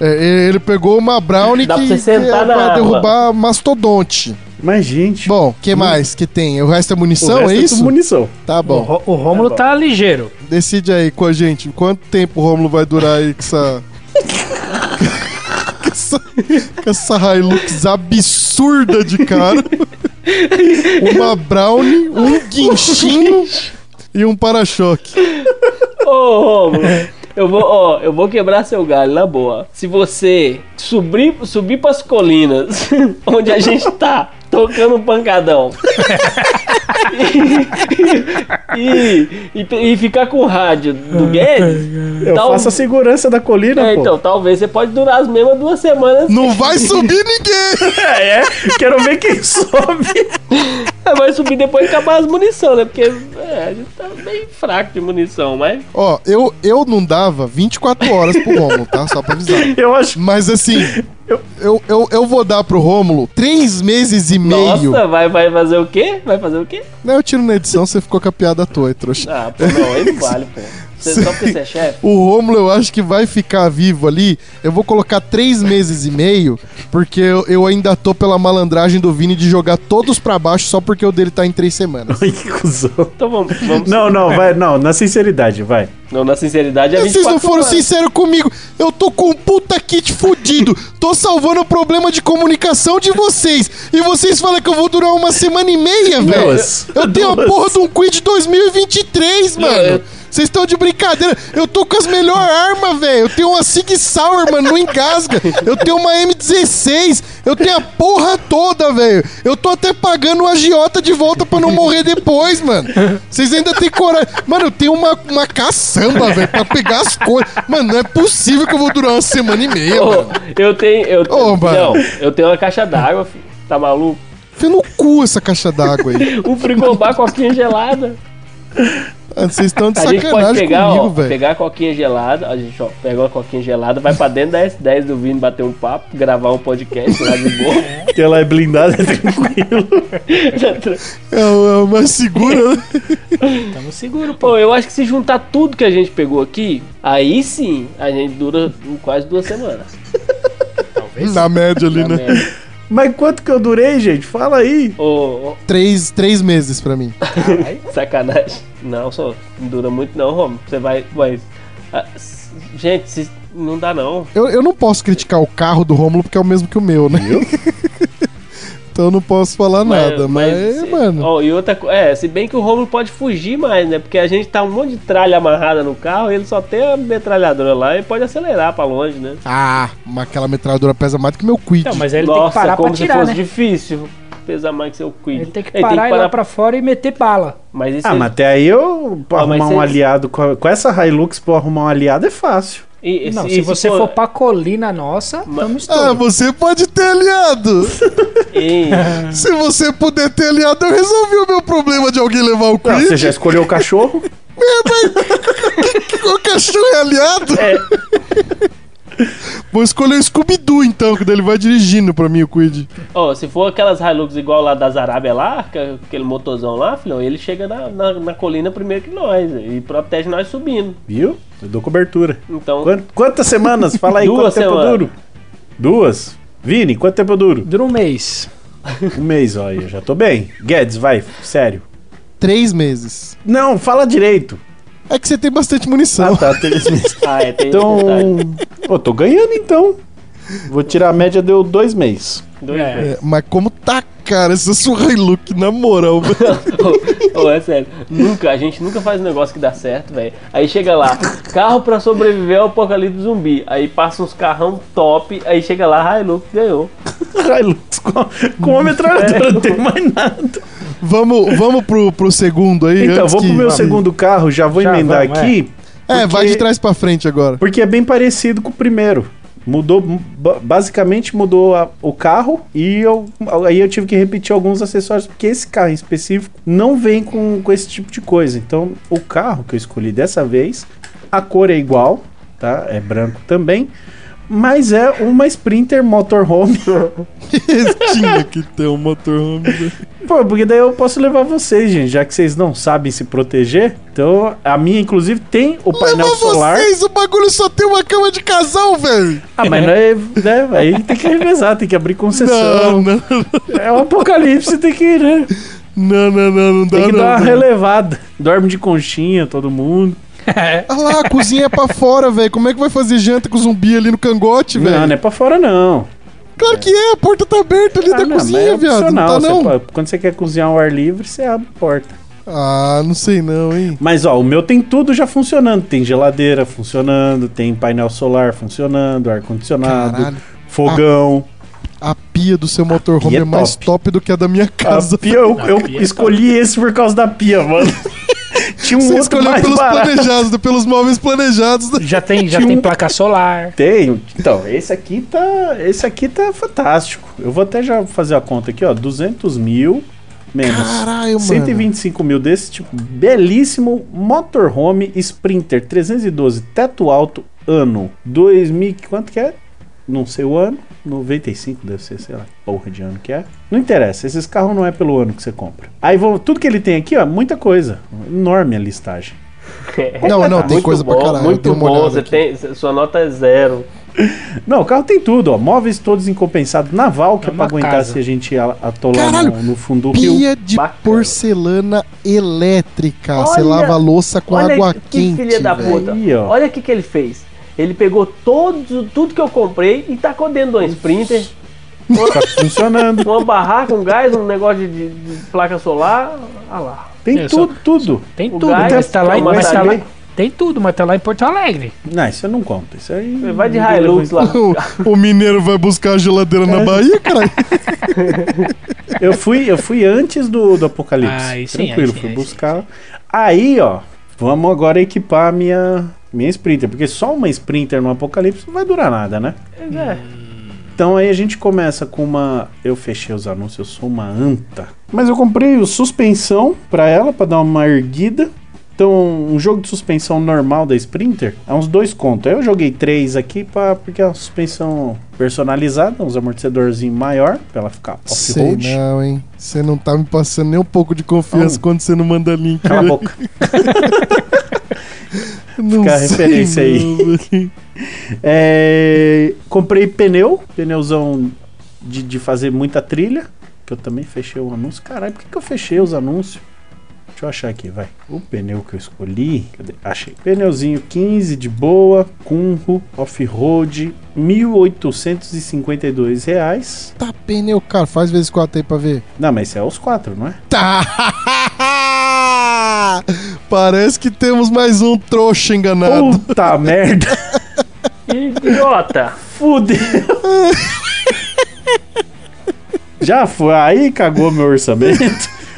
Speaker 1: É, e- ele pegou uma Brownie
Speaker 4: Dá
Speaker 1: que,
Speaker 4: pra você sentar
Speaker 1: que
Speaker 4: na
Speaker 1: pra
Speaker 4: água.
Speaker 1: derrubar mastodonte.
Speaker 2: Mas, gente,
Speaker 1: Bom, o
Speaker 4: Hum.
Speaker 1: que mais que tem? O resto é
Speaker 2: o
Speaker 1: munição,
Speaker 2: resto
Speaker 1: é
Speaker 2: tudo
Speaker 1: isso?
Speaker 2: munição.
Speaker 1: Tá
Speaker 3: O,
Speaker 1: bom.
Speaker 3: Ro- o Rômulo tá, ligeiro.
Speaker 1: Decide aí com a gente. Quanto tempo o Romulo vai durar aí com essa. [LAUGHS] com essa, com essa Hilux absurda de cara? Uma Brownie, um guinchinho e um para-choque.
Speaker 4: Ô, Romulo, eu vou, ó, eu vou quebrar seu galho, na boa. Se você subir, subir pras colinas, [LAUGHS] onde a gente tá, tocando um pancadão. [LAUGHS] e, e, e- e ficar com o rádio do Guedes,
Speaker 2: Eu
Speaker 4: tal-
Speaker 2: faço a
Speaker 1: assim,
Speaker 2: segurança da colina,
Speaker 4: um-
Speaker 1: né,
Speaker 4: é,
Speaker 2: pô.
Speaker 4: então, talvez você pode durar as mesmas duas semanas.
Speaker 1: Não vai subir ninguém!
Speaker 2: É, é, [LAUGHS] quero ver quem [LAUGHS] sobe.
Speaker 4: É, Vai subir depois que acabar as munição, né? Porque é, a gente tá bem fraco de munição, mas.
Speaker 1: Ó, eu, eu não dava 24 horas pro Romulo, tá? Só pra avisar.
Speaker 2: Eu acho [LAUGHS]
Speaker 1: Mas assim, eu, eu, eu vou dar pro Rômulo 3 meses e meio.
Speaker 4: Nossa, vai, vai fazer o quê? Vai fazer o quê?
Speaker 1: Não, eu tiro na edição, você ficou com a piada à toa, aí, trouxa.
Speaker 4: Ah, pô, não,
Speaker 1: [LAUGHS]
Speaker 4: aí não vale, pô. Você, só porque você é chefe?
Speaker 1: O Romulo, eu acho que vai ficar vivo ali. Eu vou colocar três meses e meio, porque eu, eu ainda tô pela malandragem do Vini de jogar todos pra baixo só porque o dele tá em três semanas.
Speaker 2: Ai, que cuzão.
Speaker 4: Então vamos. vamos
Speaker 2: Não, não, vai, não, na sinceridade, vai.
Speaker 4: Não, na sinceridade, é
Speaker 1: Vocês
Speaker 4: 24
Speaker 1: não foram
Speaker 4: horas.
Speaker 1: sinceros comigo. Eu tô com um puta kit fudido. Tô salvando o problema de comunicação de vocês. E vocês falam que eu vou durar uma semana e meia, velho.
Speaker 2: Duas.
Speaker 1: Eu tenho a
Speaker 2: Duas.
Speaker 1: porra de um Quid 2023,
Speaker 4: eu-
Speaker 1: mano. Vocês estão de brincadeira. Eu tô com as melhores armas, velho. Eu tenho uma Sig Sauer, mano, não engasga. Eu tenho uma M16. Eu tenho a porra toda, velho. Eu tô até pagando o agiota de volta pra não morrer depois, mano. Vocês ainda têm coragem. Mano, eu tenho uma, uma caçamba, velho, pra pegar as coisas. Mano, não é possível que eu vou durar uma semana e meia, mano.
Speaker 4: Ô, eu tenho. Eu tenho
Speaker 1: Ô, mano.
Speaker 4: não, eu tenho uma caixa d'água, filho. Tá maluco?
Speaker 1: Fê no cu essa caixa d'água aí.
Speaker 4: Um frigobar, coquinha gelada.
Speaker 1: Mano, Ah, Vocês estão de
Speaker 4: A gente pode
Speaker 1: sacanagem
Speaker 4: pegar,
Speaker 1: comigo,
Speaker 4: ó,
Speaker 1: velho.
Speaker 4: pegar a coquinha gelada, a gente ó, pega uma coquinha gelada, vai pra dentro da S10 do Vini bater um papo, gravar um podcast lá de boa. [LAUGHS]
Speaker 2: Porque ela é blindada, [LAUGHS] é tranquilo.
Speaker 1: É o- é o mais seguro, né?
Speaker 3: Estamos seguro, pô.
Speaker 4: Pô, eu acho que se juntar tudo que a gente pegou aqui, aí sim a gente dura um, quase duas semanas. Tá
Speaker 1: Na média ali, né?
Speaker 4: Na média.
Speaker 2: Mas quanto que eu durei, gente? Fala aí.
Speaker 4: Ô, ô,
Speaker 1: Três, três meses pra mim.
Speaker 4: caralho, sacanagem. Não, só não dura muito não, Romo. Você vai. vai Ah, s- gente, se- não dá não.
Speaker 1: Eu, eu não posso criticar o carro do Rômulo porque é o mesmo que o meu, né? [LAUGHS] então eu não posso falar nada, mas,
Speaker 4: se-
Speaker 1: mano.
Speaker 4: é- ó, e outra coisa. É, se bem que o Romulo pode fugir mais, né? Porque a gente tá um monte de tralha amarrada no carro e ele só tem a metralhadora lá e pode acelerar pra longe, né?
Speaker 1: Ah, mas aquela metralhadora pesa mais do que meu quid.
Speaker 3: Então, mas aí ele tem que
Speaker 4: Nossa,
Speaker 3: parar
Speaker 4: como
Speaker 3: pra
Speaker 4: se
Speaker 3: tirar,
Speaker 4: fosse
Speaker 3: né?
Speaker 4: difícil. Pesar mais que seu quid.
Speaker 3: Ele tem que parar, ir lá pra fora e meter bala.
Speaker 4: Mas isso
Speaker 2: Ah,
Speaker 4: ele-
Speaker 2: mas até aí eu pra
Speaker 4: Ah, mas
Speaker 2: arrumar um
Speaker 4: cês-
Speaker 2: aliado com, a- com essa Hilux pra eu arrumar um aliado é fácil.
Speaker 4: e- e
Speaker 3: não,
Speaker 4: e
Speaker 3: se você for pra colina nossa, tamo
Speaker 1: Ah,
Speaker 3: estouro.
Speaker 1: você pode ter aliado!
Speaker 4: Ei,
Speaker 1: Se você puder ter aliado, eu resolvi o meu problema de alguém levar o
Speaker 2: Ah, você
Speaker 1: quid.
Speaker 2: já escolheu o cachorro?
Speaker 1: O cachorro é aliado?
Speaker 4: É.
Speaker 1: [LAUGHS] Vou escolher o Scooby-Doo então, que daí ele vai dirigindo pra mim o quid.
Speaker 4: ó, se for aquelas Hilux igual lá da Arábia lá, que- é aquele motorzão lá, filhão, ele chega na, na, na colina primeiro que nós e protege nós subindo.
Speaker 2: Viu? Eu dou cobertura.
Speaker 4: Então,
Speaker 2: Quan- quantas semanas? Fala aí, quanto
Speaker 4: Duas
Speaker 2: tempo eu
Speaker 4: semanas.
Speaker 2: duro? Duas? Vini, quanto tempo eu duro?
Speaker 3: Dura um mês.
Speaker 2: Um mês, ó, eu já tô bem. Guedes, vai, sério.
Speaker 1: Três meses.
Speaker 2: Não, fala direito.
Speaker 1: É que você tem bastante munição.
Speaker 2: Ah, tá, três meses.
Speaker 4: ah, é, tem
Speaker 2: Então.
Speaker 4: esse detalhe.
Speaker 2: Pô, tô ganhando então. Vou tirar a média, deu dois meses.
Speaker 4: Dois
Speaker 3: É.
Speaker 1: É, mas como tá, cara, essa sua Hilux, na moral, [LAUGHS] velho.
Speaker 4: Ô, ô, é sério, nunca, a gente nunca faz um negócio que dá certo, velho. Aí chega lá, carro pra sobreviver ao apocalipse zumbi. Aí passa uns carrão top, aí chega lá, Hilux ganhou.
Speaker 2: Hilux com, com uma metralhadora, não tem mais nada.
Speaker 1: Vamos, vamos pro, pro segundo aí.
Speaker 2: Então,
Speaker 1: antes
Speaker 2: vou pro
Speaker 1: que-
Speaker 2: meu segundo carro, já vou
Speaker 3: Já
Speaker 2: emendar
Speaker 3: vamos,
Speaker 2: aqui,
Speaker 1: É, vai
Speaker 2: porque-
Speaker 1: de trás pra frente
Speaker 2: [LAUGHS]
Speaker 1: agora.
Speaker 2: porque é bem parecido com o primeiro. Mudou, ba- basicamente mudou a- o carro e eu, aí eu tive que repetir alguns acessórios, porque esse carro em específico não vem com, com esse tipo de coisa. Então, o carro que eu escolhi dessa vez, a cor é igual, tá? É branco também. Mas é uma Sprinter motorhome.
Speaker 1: Tinha que ter um motorhome. né?
Speaker 2: Pô, porque daí eu posso levar vocês, gente, já que vocês não sabem se proteger. Então, a minha, inclusive, tem o painel
Speaker 1: Leva
Speaker 2: solar.
Speaker 1: vocês, o bagulho só tem uma cama de casal, velho.
Speaker 2: Ah, mas não é, né? aí tem que revezar, tem que abrir
Speaker 1: Não,
Speaker 2: concessão.
Speaker 1: não,
Speaker 2: É o apocalipse, tem que, né?
Speaker 1: não, não, não, não dá
Speaker 2: Tem que
Speaker 1: não.
Speaker 2: dar uma
Speaker 1: velho.
Speaker 2: relevada. Dorme de conchinha, todo mundo.
Speaker 1: Ah lá, a cozinha é pra fora, velho. Como é que vai fazer janta com zumbi ali no cangote, velho?
Speaker 2: Não, não é pra fora, não.
Speaker 1: Claro que é, a porta tá aberta ali
Speaker 2: Ah,
Speaker 1: da
Speaker 2: não, mas
Speaker 1: cozinha, viado. Não tá
Speaker 2: você
Speaker 1: não?
Speaker 2: pode- quando você quer cozinhar ao ar livre, você abre a porta.
Speaker 1: Ah, não sei não, hein.
Speaker 2: Mas, ó, o meu tem tudo já funcionando. Tem geladeira funcionando, tem painel solar funcionando, ar-condicionado,
Speaker 1: Caralho.
Speaker 2: fogão.
Speaker 1: A pia do seu motorhome
Speaker 2: pia
Speaker 1: é,
Speaker 2: é
Speaker 1: mais
Speaker 2: top.
Speaker 1: top do que a da minha casa.
Speaker 2: A pia, eu, eu escolhi esse por causa da pia, mano.
Speaker 1: [LAUGHS]
Speaker 2: Tinha um
Speaker 1: Você
Speaker 2: outro
Speaker 1: escolheu
Speaker 2: mais
Speaker 1: pelos
Speaker 2: barato.
Speaker 1: planejados, pelos móveis planejados.
Speaker 3: Já tem, já
Speaker 2: Tinha
Speaker 3: tem
Speaker 2: um-
Speaker 3: placa solar.
Speaker 2: Tem. Então, esse aqui tá. Esse aqui tá fantástico. Eu vou até já fazer a conta aqui, ó. 200 mil menos.
Speaker 1: Caralho, mano.
Speaker 2: 125 mil desse tipo. Belíssimo motorhome Sprinter 312 teto alto ano 2000, quanto que é? Não sei o ano, 95 deve ser, sei lá, que porra de ano que é. Não interessa, esses carros não é pelo ano que você compra. Aí vão, tudo que ele tem aqui, ó, muita coisa. Enorme a listagem.
Speaker 1: Não, não, tem
Speaker 4: Tá Muito
Speaker 1: coisa pra
Speaker 4: bom,
Speaker 1: caralho, eu dei
Speaker 4: Muito
Speaker 1: uma
Speaker 4: bom,
Speaker 1: olhada
Speaker 4: você
Speaker 1: aqui.
Speaker 4: tem, sua nota é zero.
Speaker 2: Não, o carro tem tudo, ó. Móveis todos incompensados. Naval, que
Speaker 3: É
Speaker 2: é pra
Speaker 3: uma
Speaker 2: aguentar
Speaker 3: casa.
Speaker 2: se a gente a- atolar
Speaker 1: Caralho,
Speaker 2: no, no fundo do rio.
Speaker 1: Pia de
Speaker 4: Bacana.
Speaker 1: porcelana elétrica. você
Speaker 4: Olha-
Speaker 1: lava a louça com
Speaker 4: Olha
Speaker 1: água
Speaker 4: que
Speaker 1: quente.
Speaker 4: filha da
Speaker 1: velho.
Speaker 2: [LAUGHS]
Speaker 4: puta.
Speaker 2: Aí, ó.
Speaker 4: Olha o que, que ele fez. Ele pegou todo, tudo que eu comprei e tacou dentro de uma Sprinter,
Speaker 2: Tá funcionando.
Speaker 4: numa barraca, um gás, um negócio de, de placa solar. Ah lá.
Speaker 2: Tem
Speaker 3: Eu É, só-
Speaker 2: tudo, tudo. é
Speaker 3: Tem
Speaker 4: O
Speaker 3: tudo,
Speaker 4: gás,
Speaker 3: mas tá lá em
Speaker 4: uma
Speaker 3: mas tá lá-
Speaker 4: maçaria.
Speaker 3: Tem tudo, mas tá lá em Porto Alegre.
Speaker 2: Não, isso eu não conto. Isso aí.
Speaker 4: Vai de Hilux lá.
Speaker 1: O, o mineiro vai buscar a geladeira
Speaker 2: É.
Speaker 1: na Bahia, cara.
Speaker 2: Eu fui, eu fui antes do, do Apocalipse.
Speaker 3: Ah, aí sim,
Speaker 2: Tranquilo,
Speaker 3: aí sim,
Speaker 2: fui
Speaker 3: aí
Speaker 2: buscar. Aí, ó, vamos agora equipar a minha, minha Sprinter, porque só uma Sprinter no Apocalipse não vai durar nada, né?
Speaker 4: É.
Speaker 2: Então aí a gente começa com uma. Eu fechei os anúncios, eu sou uma anta. Mas eu comprei o suspensão pra ela, pra dar uma erguida. Então, um jogo de suspensão normal da Sprinter é uns dois contos. Aí Eu joguei três aqui pra, porque é uma suspensão personalizada, uns amortecedorzinhos maior, pra ela ficar
Speaker 1: Sei né?
Speaker 2: off-road.
Speaker 1: não, hein. Você não tá me passando nem um pouco de confiança
Speaker 2: Não.
Speaker 1: quando você não manda link.
Speaker 2: Cala a [LAUGHS]
Speaker 1: velho.
Speaker 2: boca.
Speaker 1: Não
Speaker 2: Fica a
Speaker 1: sei
Speaker 2: referência aí.
Speaker 1: não, velho.
Speaker 2: É, comprei pneu, pneuzão de, de fazer muita trilha. Que eu também fechei o anúncio. Caralho, por que, que eu fechei os anúncios? Deixa eu achar aqui, vai. O pneu que eu escolhi. Cadê? Achei. Pneuzinho 15 de boa, Cunro, off-road, R$ 1.852 reais.
Speaker 1: Tá pneu, cara. Faz vezes quatro aí pra ver.
Speaker 2: Não, mas isso é os quatro, não é?
Speaker 1: Tá! Parece que temos mais um trouxa enganado.
Speaker 2: Puta merda!
Speaker 4: [LAUGHS] Idiota!
Speaker 2: Fudeu! Já foi, aí cagou meu orçamento.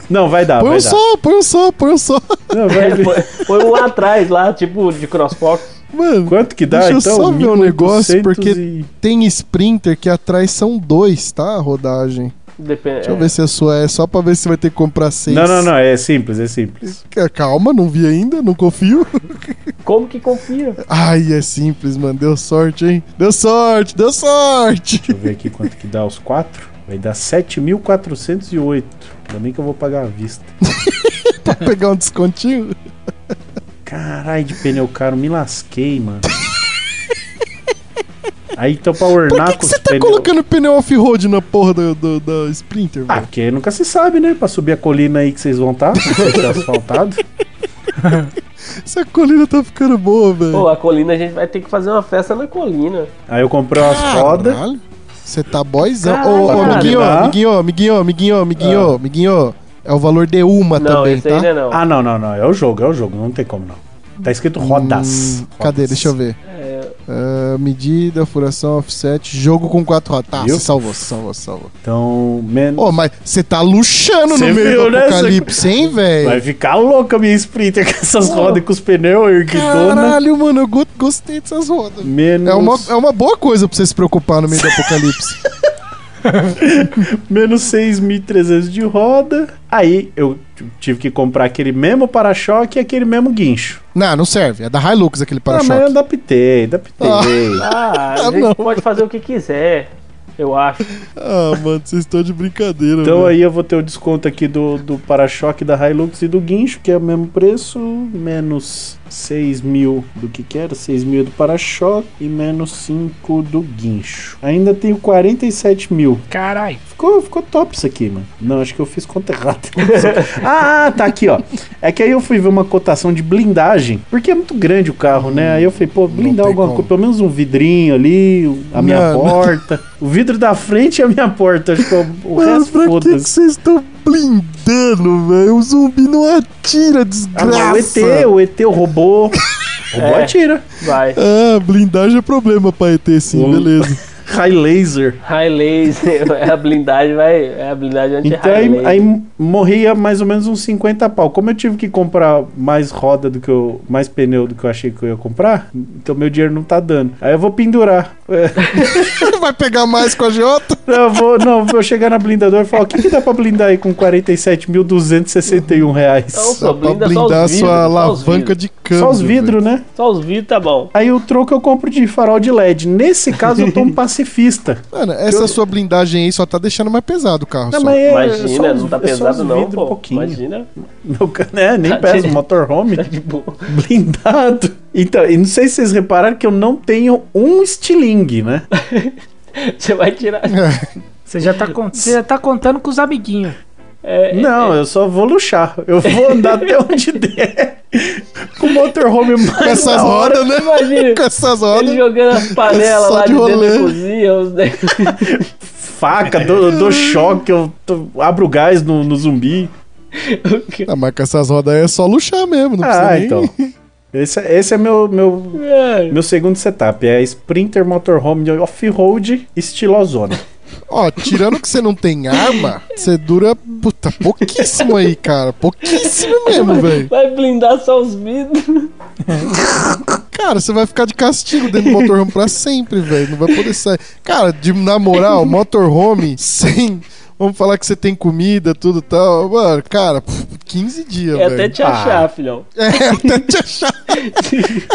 Speaker 2: Não, vai dar,
Speaker 1: põe
Speaker 2: vai
Speaker 1: um
Speaker 2: dar.
Speaker 1: só, põe um só, põe um só. [LAUGHS]
Speaker 2: Não, vai
Speaker 4: É, foi, foi um lá atrás, lá, tipo de crossbox.
Speaker 1: Mano,
Speaker 2: Quanto que dá,
Speaker 1: Deixa eu
Speaker 2: então?
Speaker 1: só ver um
Speaker 2: 1.800
Speaker 1: negócio, porque-
Speaker 2: e-
Speaker 1: tem sprinter que atrás são dois, tá? A rodagem.
Speaker 4: Depende.
Speaker 1: Deixa eu ver se a sua é só pra ver se vai ter que comprar seis.
Speaker 2: Não, não, não, é simples, é simples.
Speaker 1: É, Calma, não vi ainda, não confio. [LAUGHS]
Speaker 4: Como que confia?
Speaker 1: Ai, é simples, mano. Deu sorte, hein? Deu sorte, deu sorte. [LAUGHS]
Speaker 2: Deixa eu ver aqui quanto que dá os quatro. Vai dar 7.408. Ainda bem que eu vou pagar à vista.
Speaker 1: Pra pegar um descontinho.
Speaker 2: Caralho, de pneu caro, me lasquei, mano. Aí então pra
Speaker 1: Por
Speaker 2: ornar
Speaker 1: que, que
Speaker 2: com os
Speaker 1: você tá
Speaker 2: pneus-
Speaker 1: colocando pneu off-road na porra do, do- da sprinter,
Speaker 2: Ah,
Speaker 1: velho?
Speaker 2: porque nunca se sabe, né? Pra subir a colina aí que vocês vão [LAUGHS] estar, vai ser asfaltado. Ah.
Speaker 1: Essa colina tá ficando boa, velho.
Speaker 4: Pô, a colina a gente vai ter que fazer uma festa na colina.
Speaker 2: Aí eu comprei umas
Speaker 1: Ah.
Speaker 2: rodas.
Speaker 1: Caralho, Você tá boyzão.
Speaker 4: É Caralho,
Speaker 1: Ô, ô,
Speaker 4: cara.
Speaker 1: amiguinho,
Speaker 2: Ah.
Speaker 1: amiguinho, amiguinho, amiguinho, amiguinho, amiguinho. É o valor de uma
Speaker 4: Não,
Speaker 1: também,
Speaker 4: esse
Speaker 1: tá?
Speaker 4: aí não é não.
Speaker 2: Ah, não, não, não. É o jogo, é o jogo. Não tem como, não. Tá escrito rodas.
Speaker 1: Hum, cadê?
Speaker 2: Rodas.
Speaker 1: Deixa eu ver.
Speaker 4: É,
Speaker 1: Ah, medida, furação, offset, jogo com quatro rodas. Tá,
Speaker 2: Viu?
Speaker 1: você salvou, você salvou, você salvou.
Speaker 2: Então, menos.
Speaker 1: Ô, mas você tá luxando
Speaker 2: Cê
Speaker 1: no meio
Speaker 2: viu,
Speaker 1: do
Speaker 2: né?
Speaker 1: apocalipse, hein,
Speaker 2: Vai
Speaker 1: velho?
Speaker 2: ficar louca a minha Sprinter [LAUGHS] com essas rodas e com os pneus erguidona.
Speaker 1: Caralho, É mano, eu go- gostei dessas rodas. [LAUGHS]
Speaker 2: Menos.
Speaker 1: É uma, é uma boa coisa pra você se preocupar no meio do apocalipse. um-
Speaker 2: menos 6.300 de roda. Aí eu t- tive que comprar aquele mesmo para-choque e aquele mesmo guincho.
Speaker 1: Não, não serve. É da Hilux aquele
Speaker 2: Ah, mas eu
Speaker 1: para-choque.
Speaker 2: adaptei, adaptei.
Speaker 1: [LAUGHS]
Speaker 4: Ah,
Speaker 1: Ah,
Speaker 4: a gente
Speaker 1: não.
Speaker 4: pode fazer o que quiser, eu acho.
Speaker 1: Ah, mano, vocês estão de brincadeira,
Speaker 2: Então
Speaker 1: velho.
Speaker 2: aí eu vou ter o desconto aqui do, do para-choque da Hilux e do guincho, que é o mesmo preço, menos 6 mil do que quero, 6 mil do para-choque e menos 5 do guincho. Ainda tenho 47 mil.
Speaker 3: Caralho.
Speaker 2: Ficou, ficou top isso aqui, mano. Não, acho que eu fiz conta errada. [LAUGHS] ah, tá aqui, ó. É que aí eu fui ver uma cotação de blindagem, porque é muito grande o carro, né? Aí eu falei, pô,
Speaker 1: tem
Speaker 2: blindar alguma
Speaker 1: como.
Speaker 2: coisa, pelo menos um vidrinho ali, um- a minha
Speaker 1: Não, não. [LAUGHS]
Speaker 2: porta. O vidro da frente e a minha porta. Acho que é o, o
Speaker 1: Mas
Speaker 2: resto
Speaker 1: pra que que
Speaker 2: foda-se.
Speaker 1: vocês estão blindando, velho? O zumbi não atira,
Speaker 2: Ah,
Speaker 1: desgraça.
Speaker 2: não, o ET, o ET,
Speaker 1: [LAUGHS]
Speaker 2: o robô. O robô
Speaker 4: É.
Speaker 2: atira.
Speaker 4: Vai.
Speaker 1: Ah, blindagem é problema pra ET, sim,
Speaker 2: Hum.
Speaker 1: [LAUGHS] beleza.
Speaker 2: High laser.
Speaker 4: High laser, [LAUGHS] é a blindagem vai, é a blindagem
Speaker 2: Então
Speaker 4: anti-high
Speaker 2: aí,
Speaker 4: laser.
Speaker 2: aí morria mais ou menos uns 50 pau. Como eu tive que comprar mais roda do que eu. mais pneu do que eu achei que eu ia comprar, então meu dinheiro não tá dando. Aí eu vou pendurar. [LAUGHS] É,
Speaker 1: Vai pegar mais com a Jota?
Speaker 2: eu vou, não, eu vou chegar na blindadora e falar: o que, que dá pra blindar aí com 47.261
Speaker 4: Então,
Speaker 2: reais?
Speaker 4: pô,
Speaker 1: Só pra
Speaker 4: blinda
Speaker 1: blindar a
Speaker 4: só os vidros,
Speaker 1: sua
Speaker 4: só os
Speaker 1: alavanca
Speaker 4: vidros.
Speaker 1: de É câmbio.
Speaker 2: Só os vidros, né?
Speaker 4: Só os vidros tá bom.
Speaker 2: Aí o troco eu compro de farol de LED. Nesse caso eu tô um pacifista.
Speaker 1: Mano, essa sua blindagem aí só tá deixando mais pesado o carro.
Speaker 2: Não,
Speaker 1: só. [LAUGHS]
Speaker 2: mas é- é só
Speaker 4: Imagina,
Speaker 2: os-
Speaker 4: não tá
Speaker 2: é só os
Speaker 4: pesado não,
Speaker 2: vidros
Speaker 4: pô.
Speaker 2: pouquinho. [LAUGHS]
Speaker 4: Imagina, [LAUGHS]
Speaker 2: Meu, ca- né, nem
Speaker 4: Tá
Speaker 2: pesa,
Speaker 4: de-
Speaker 2: motorhome
Speaker 4: tá de boa.
Speaker 2: [LAUGHS] blindado. Então, e não sei se vocês repararam que eu não tenho um estilingue,
Speaker 1: [LAUGHS]
Speaker 2: né?
Speaker 4: Você vai tirar.
Speaker 1: É,
Speaker 3: Você já, tá con- você já tá contando com os amiguinhos.
Speaker 4: É,
Speaker 2: Não, eu só vou luxar. Eu vou andar até onde [LAUGHS] der. Com o motorhome
Speaker 1: Com
Speaker 2: mais
Speaker 1: essas
Speaker 2: da hora. é
Speaker 1: rodas, né?
Speaker 4: Imagina.
Speaker 1: Com essas
Speaker 4: Ele
Speaker 1: rodas.
Speaker 4: jogando as panelas
Speaker 1: Só
Speaker 4: lá
Speaker 1: de
Speaker 4: de,
Speaker 1: rolê.
Speaker 4: dentro da cozinha, os [LAUGHS] negócios.
Speaker 2: Faca,
Speaker 1: [LAUGHS]
Speaker 2: dou, dou choque, eu tô- abro o gás no, no zumbi.
Speaker 1: Ah, mas com essas rodas aí é só luxar mesmo, não precisa
Speaker 2: ah,
Speaker 1: nem...
Speaker 2: então. Esse, é- esse é meu, meu,
Speaker 4: É,
Speaker 2: meu segundo setup. É Sprinter Motorhome Off-Road
Speaker 1: [LAUGHS]
Speaker 2: Estilozona.
Speaker 1: [LAUGHS] Ó, tirando que você não tem arma, você dura, puta, pouquíssimo aí, cara. Pouquíssimo mesmo, velho.
Speaker 4: Vai blindar só os vidros.
Speaker 1: Cara, você vai ficar de castigo dentro do motorhome pra sempre, velho. Não vai poder sair. Cara, de, na moral, motorhome [LAUGHS] sem. Vamos falar que você tem comida, tudo e tal. Mano, cara, pff, 15 dias,
Speaker 4: É
Speaker 1: velho.
Speaker 4: até te
Speaker 2: Ah.
Speaker 4: achar, filhão. [LAUGHS]
Speaker 1: É, [LAUGHS] até te achar.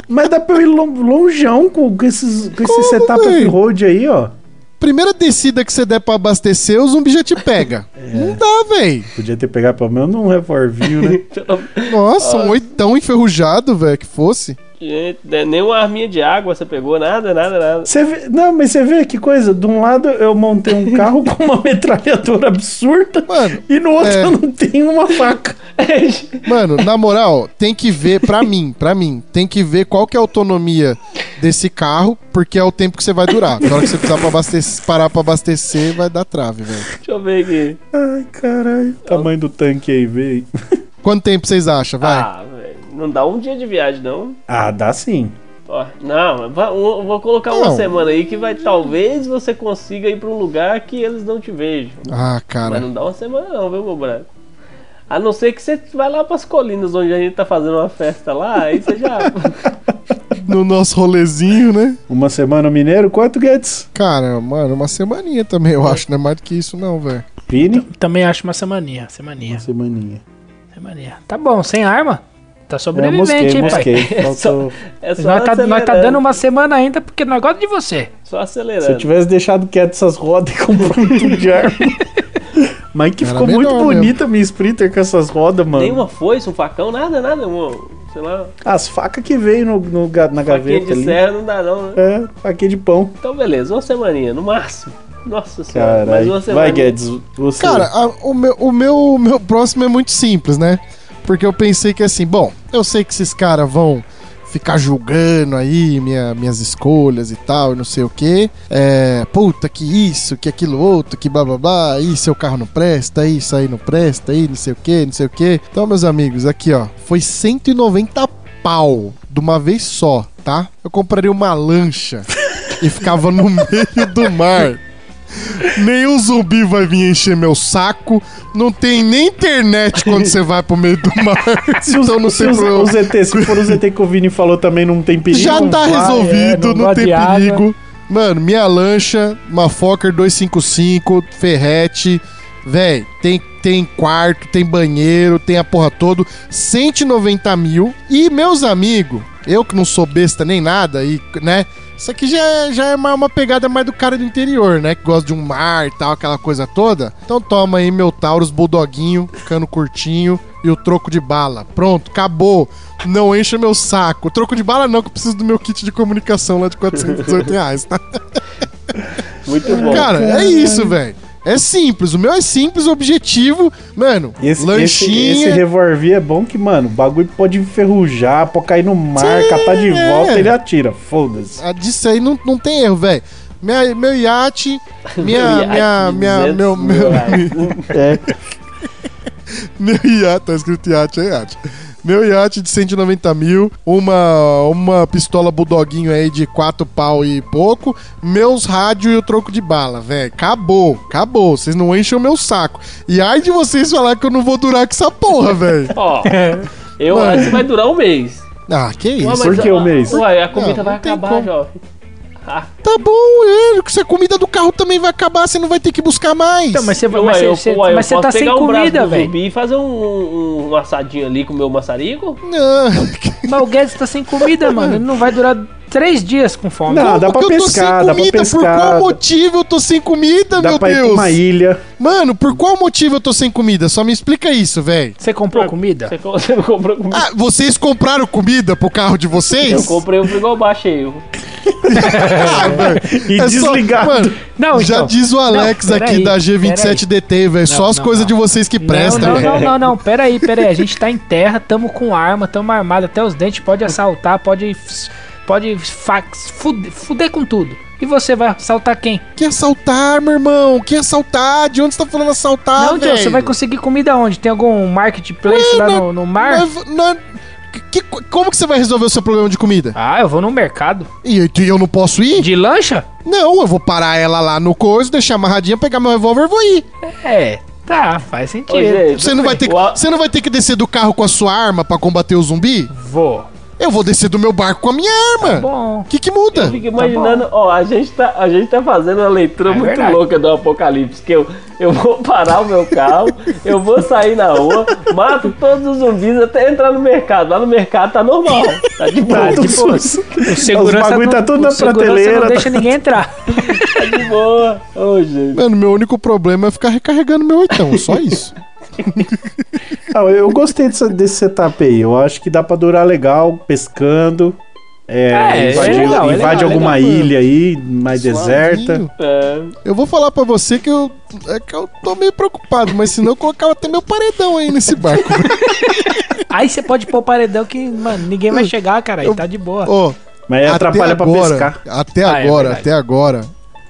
Speaker 2: Mas dá pra eu ir lon- longeão com, com, esses, com esse
Speaker 1: Como,
Speaker 2: setup
Speaker 1: véi?
Speaker 2: off-road aí, ó.
Speaker 1: Primeira descida que você der pra abastecer, o zumbi já te pega.
Speaker 4: É.
Speaker 1: Não dá, velho.
Speaker 2: Podia ter pegado pelo menos um revolvinho, né?
Speaker 4: Pelo-
Speaker 1: Nossa, um oitão enferrujado, velho, que fosse.
Speaker 4: Gente, né, nem uma arminha de água você pegou, nada, nada, nada.
Speaker 2: Você vê- Não, mas você vê que coisa? De um lado eu montei um carro com uma metralhadora absurda
Speaker 1: Mano,
Speaker 2: e no outro
Speaker 1: É.
Speaker 2: eu não tenho uma faca.
Speaker 1: Mano, na moral, tem que ver, pra mim, pra mim, tem que ver qual que é a autonomia desse carro, porque é o tempo que você vai durar. Na hora que você precisar pra abastecer, parar pra abastecer, vai dar trave, velho.
Speaker 4: Deixa eu ver aqui.
Speaker 2: Ai, caralho. Tamanho do tanque aí, veio.
Speaker 1: Quanto tempo vocês acham? Vai.
Speaker 4: Ah, velho, não dá um dia de viagem, não.
Speaker 2: Ah, dá sim.
Speaker 4: Ó, não, va- eu vou colocar uma
Speaker 1: Não.
Speaker 4: semana aí que vai talvez você consiga ir pra um lugar que eles não te vejam.
Speaker 1: Ah,
Speaker 4: Mas
Speaker 1: cara.
Speaker 4: não dá uma semana não, viu, meu branco? A não ser que você vá lá pras colinas onde a gente tá fazendo uma festa lá, aí você já.
Speaker 1: No nosso rolezinho, né?
Speaker 2: Uma semana mineiro, quanto Guedes?
Speaker 1: Cara, mano, uma semaninha também, eu acho. Não é mais do que isso, não, velho.
Speaker 2: Pini?
Speaker 3: Também acho uma semaninha. Semaninha.
Speaker 2: Uma semaninha.
Speaker 3: Semaninha. Tá bom, sem arma. Tá
Speaker 2: É,
Speaker 3: sobrevivente,
Speaker 2: mosquei,
Speaker 3: hein, pai?
Speaker 2: mosquei. Faltou-
Speaker 4: É só
Speaker 3: Nós tá, nós tá
Speaker 4: acelerando,
Speaker 3: dando uma semana ainda porque nós gosta de você.
Speaker 4: Só
Speaker 2: Se eu
Speaker 4: acelerando.
Speaker 2: tivesse deixado quieto essas rodas e comprado tudo de arma. Mas que
Speaker 1: Era
Speaker 2: ficou muito
Speaker 1: melhor
Speaker 2: bonita a minha Sprinter com essas rodas, mano.
Speaker 4: Tem uma foice, um facão, nada, nada, um, sei lá,
Speaker 2: As facas que veio no, no ga- na
Speaker 4: faquinha
Speaker 2: gaveta
Speaker 4: de
Speaker 2: ali.
Speaker 4: serra não dá não, né?
Speaker 2: É, faquinha de pão.
Speaker 4: Então beleza, uma semaninha, no máximo. Nossa senhora, mais
Speaker 2: Caralho.
Speaker 4: uma
Speaker 2: Vai,
Speaker 4: semana.
Speaker 2: Guedes, você.
Speaker 1: Cara, a- o, meu, o meu, o meu próximo é muito simples, né? Porque eu pensei que assim, bom, eu sei que esses caras vão ficar julgando aí minha- minhas escolhas e tal, e não sei o quê. É, puta, que isso, que aquilo outro, que blá blá blá, aí seu carro não presta, aí isso aí não presta, aí não sei o quê, não sei o quê. Então, meus amigos, aqui ó, foi 190 pau de uma vez só, tá? Eu compraria uma lancha e ficava no meio do mar. Nenhum zumbi vai vir encher meu saco. Não tem nem internet quando você vai pro meio do mar.
Speaker 2: [LAUGHS] se os,
Speaker 1: então não
Speaker 2: se
Speaker 1: tem
Speaker 2: os,
Speaker 1: problema.
Speaker 2: os ET, se for os ET que o Vini falou também, não tem perigo.
Speaker 1: Já tá
Speaker 2: vai, é,
Speaker 1: resolvido,
Speaker 3: não
Speaker 1: não,
Speaker 3: gosta
Speaker 1: tem
Speaker 3: de água.
Speaker 1: perigo. Mano, minha lancha, uma Fokker 255, ferrete. Véi, tem, tem quarto, tem banheiro, tem a porra toda. 190 mil. E meus amigos, eu que não sou besta nem nada, e, né? Isso aqui já, é- já é mais uma pegada mais do cara do interior, né? Que gosta de um mar e tal, aquela coisa toda. Então toma aí meu Taurus Bulldoguinho, cano curtinho e o troco de bala. Pronto, acabou. Não encha meu saco. Troco de bala não, que eu preciso do meu kit de comunicação lá de 418
Speaker 4: [LAUGHS]
Speaker 1: reais, tá?
Speaker 4: Muito bom.
Speaker 1: Cara, é isso, velho. É simples, o meu é simples, objetivo, mano,
Speaker 2: Esse,
Speaker 1: lanchinha.
Speaker 2: esse, esse revolver é bom que, mano, o bagulho pode enferrujar, pode cair no mar,
Speaker 1: Sim,
Speaker 2: catar de
Speaker 1: é.
Speaker 2: volta, ele atira. Foda-se.
Speaker 1: Ah, Disso aí não, não tem erro, velho. Minha- Meu
Speaker 4: [LAUGHS]
Speaker 1: iate, minha, minha,
Speaker 4: iate de
Speaker 1: minha,
Speaker 4: 200
Speaker 1: meu, meu,
Speaker 4: mil reais.
Speaker 2: É,
Speaker 1: Meu iate, tá escrito iate, é iate. Meu iate de 190 mil, uma, uma pistola bulldoguinho aí de quatro pau e pouco, meus rádio e o troco de bala, velho. Acabou, acabou. Vocês não enchem o meu saco. E ai de vocês falar que eu não vou durar com essa porra, velho.
Speaker 4: Ó, eu
Speaker 1: Mano.
Speaker 4: acho que vai durar um mês.
Speaker 1: [LAUGHS] Ah, que isso.
Speaker 4: Ué, mas
Speaker 2: Por que
Speaker 4: a-
Speaker 2: um mês?
Speaker 4: Ué, a comida
Speaker 1: Não,
Speaker 4: vai
Speaker 1: não tem
Speaker 4: acabar,
Speaker 1: como.
Speaker 4: jovem.
Speaker 1: Tá bom, é. Se a comida do carro também vai acabar, você não vai ter que buscar mais.
Speaker 3: Então, mas você,
Speaker 4: Ué,
Speaker 3: mas você,
Speaker 4: eu-
Speaker 3: você-
Speaker 4: ué, eu
Speaker 3: mas você
Speaker 4: posso
Speaker 3: tá sem
Speaker 4: pegar um braço
Speaker 3: comida,
Speaker 4: do
Speaker 3: velho.
Speaker 4: zumbi E fazer um, um assadinho ali com o meu maçarico?
Speaker 1: Não, [LAUGHS]
Speaker 3: Mas o Guedes tá sem comida, mano. Ele não vai durar três dias com fome.
Speaker 2: Não, dá pra
Speaker 1: porque eu tô sem
Speaker 2: pescar, dá pra
Speaker 1: comida. Por
Speaker 2: pescar.
Speaker 1: qual motivo eu tô sem comida,
Speaker 2: Dá
Speaker 1: meu
Speaker 2: pra ir pra
Speaker 1: Deus?
Speaker 2: uma ilha.
Speaker 1: Mano, por qual motivo eu tô sem comida? Só me explica isso, velho.
Speaker 3: Você comprou comida?
Speaker 4: Você, co- [LAUGHS] você comprou comigo?
Speaker 1: Ah, vocês compraram comida pro carro de vocês?
Speaker 4: Eu comprei um frigobar cheio.
Speaker 2: E desligar.
Speaker 1: É Mano,
Speaker 3: Não,
Speaker 1: já
Speaker 3: então.
Speaker 1: diz o Alex
Speaker 3: Não,
Speaker 1: aqui
Speaker 3: peraí,
Speaker 1: da G27DT, velho. Só
Speaker 3: Não,
Speaker 1: as
Speaker 3: não,
Speaker 1: coisas
Speaker 3: não.
Speaker 1: de vocês que prestam,
Speaker 3: não,
Speaker 1: velho.
Speaker 3: não, não, não, não, pera aí, pera aí. A gente tá em terra, tamo com arma, tamo armado até os dentes, pode assaltar, pode. pode fax, fuder, fuder com tudo. E você vai assaltar quem?
Speaker 1: Que assaltar, meu irmão? Que assaltar? De onde você tá falando assaltar,
Speaker 4: Ah,
Speaker 3: não,
Speaker 1: velho?
Speaker 3: John, você vai conseguir comida onde? Tem algum marketplace lá no, no mar?
Speaker 1: Mas, na- é- que- que- como que você vai resolver o seu problema de comida?
Speaker 3: Ah, eu vou no mercado.
Speaker 1: E eu- e eu não posso ir?
Speaker 3: De lancha?
Speaker 1: Não, eu vou parar ela lá no coiso, deixar amarradinha, pegar meu revólver e vou ir.
Speaker 3: É, tá, faz sentido.
Speaker 4: Ô, gente,
Speaker 1: Você não, vai ter que,
Speaker 4: o a-
Speaker 1: você não vai ter que descer do carro com a sua arma pra combater o zumbi?
Speaker 3: Vou.
Speaker 1: Eu vou descer do meu barco com a minha arma.
Speaker 3: Tá Bom.
Speaker 1: O que, que muda?
Speaker 4: Eu fico imaginando, ó, a gente, tá, a gente tá fazendo uma leitura
Speaker 3: É
Speaker 4: muito
Speaker 3: verdade.
Speaker 4: louca do apocalipse, que eu, eu vou [LAUGHS] parar o meu carro, eu vou sair na rua, mato todos os zumbis até entrar no mercado. Lá no mercado tá normal, tá de boa,
Speaker 2: Todos
Speaker 4: de boa,
Speaker 2: Tipo, os-
Speaker 3: O
Speaker 2: Os bagulho tá tudo
Speaker 3: o
Speaker 2: na
Speaker 3: segurança
Speaker 2: prateleira,
Speaker 3: Não
Speaker 2: tá-
Speaker 3: deixa ninguém entrar.
Speaker 4: de boa. Ô, gente.
Speaker 1: Mano, meu único problema é ficar recarregando meu oitão,
Speaker 3: [LAUGHS]
Speaker 1: só isso.
Speaker 2: Ah, eu gostei dessa- desse setup aí. Eu acho que dá pra durar legal, pescando. É,
Speaker 3: É,
Speaker 2: invade,
Speaker 3: é legal,
Speaker 2: invade
Speaker 3: é
Speaker 4: legal,
Speaker 2: alguma
Speaker 4: legal, mano.
Speaker 2: ilha aí, mais deserta.
Speaker 1: Suavinho.
Speaker 4: É,
Speaker 1: Eu vou falar pra você que eu, é que eu tô meio preocupado, mas senão eu colocava até meu paredão aí nesse
Speaker 3: [LAUGHS]
Speaker 1: barco.
Speaker 3: Aí você pode pôr paredão que, mano, ninguém vai chegar, cara. Aí tá de boa.
Speaker 1: Ó,
Speaker 2: Mas aí
Speaker 1: até
Speaker 2: É, atrapalha pra
Speaker 1: agora,
Speaker 2: pescar.
Speaker 1: Até
Speaker 3: Ah, é
Speaker 1: agora,
Speaker 3: verdade.
Speaker 1: até agora,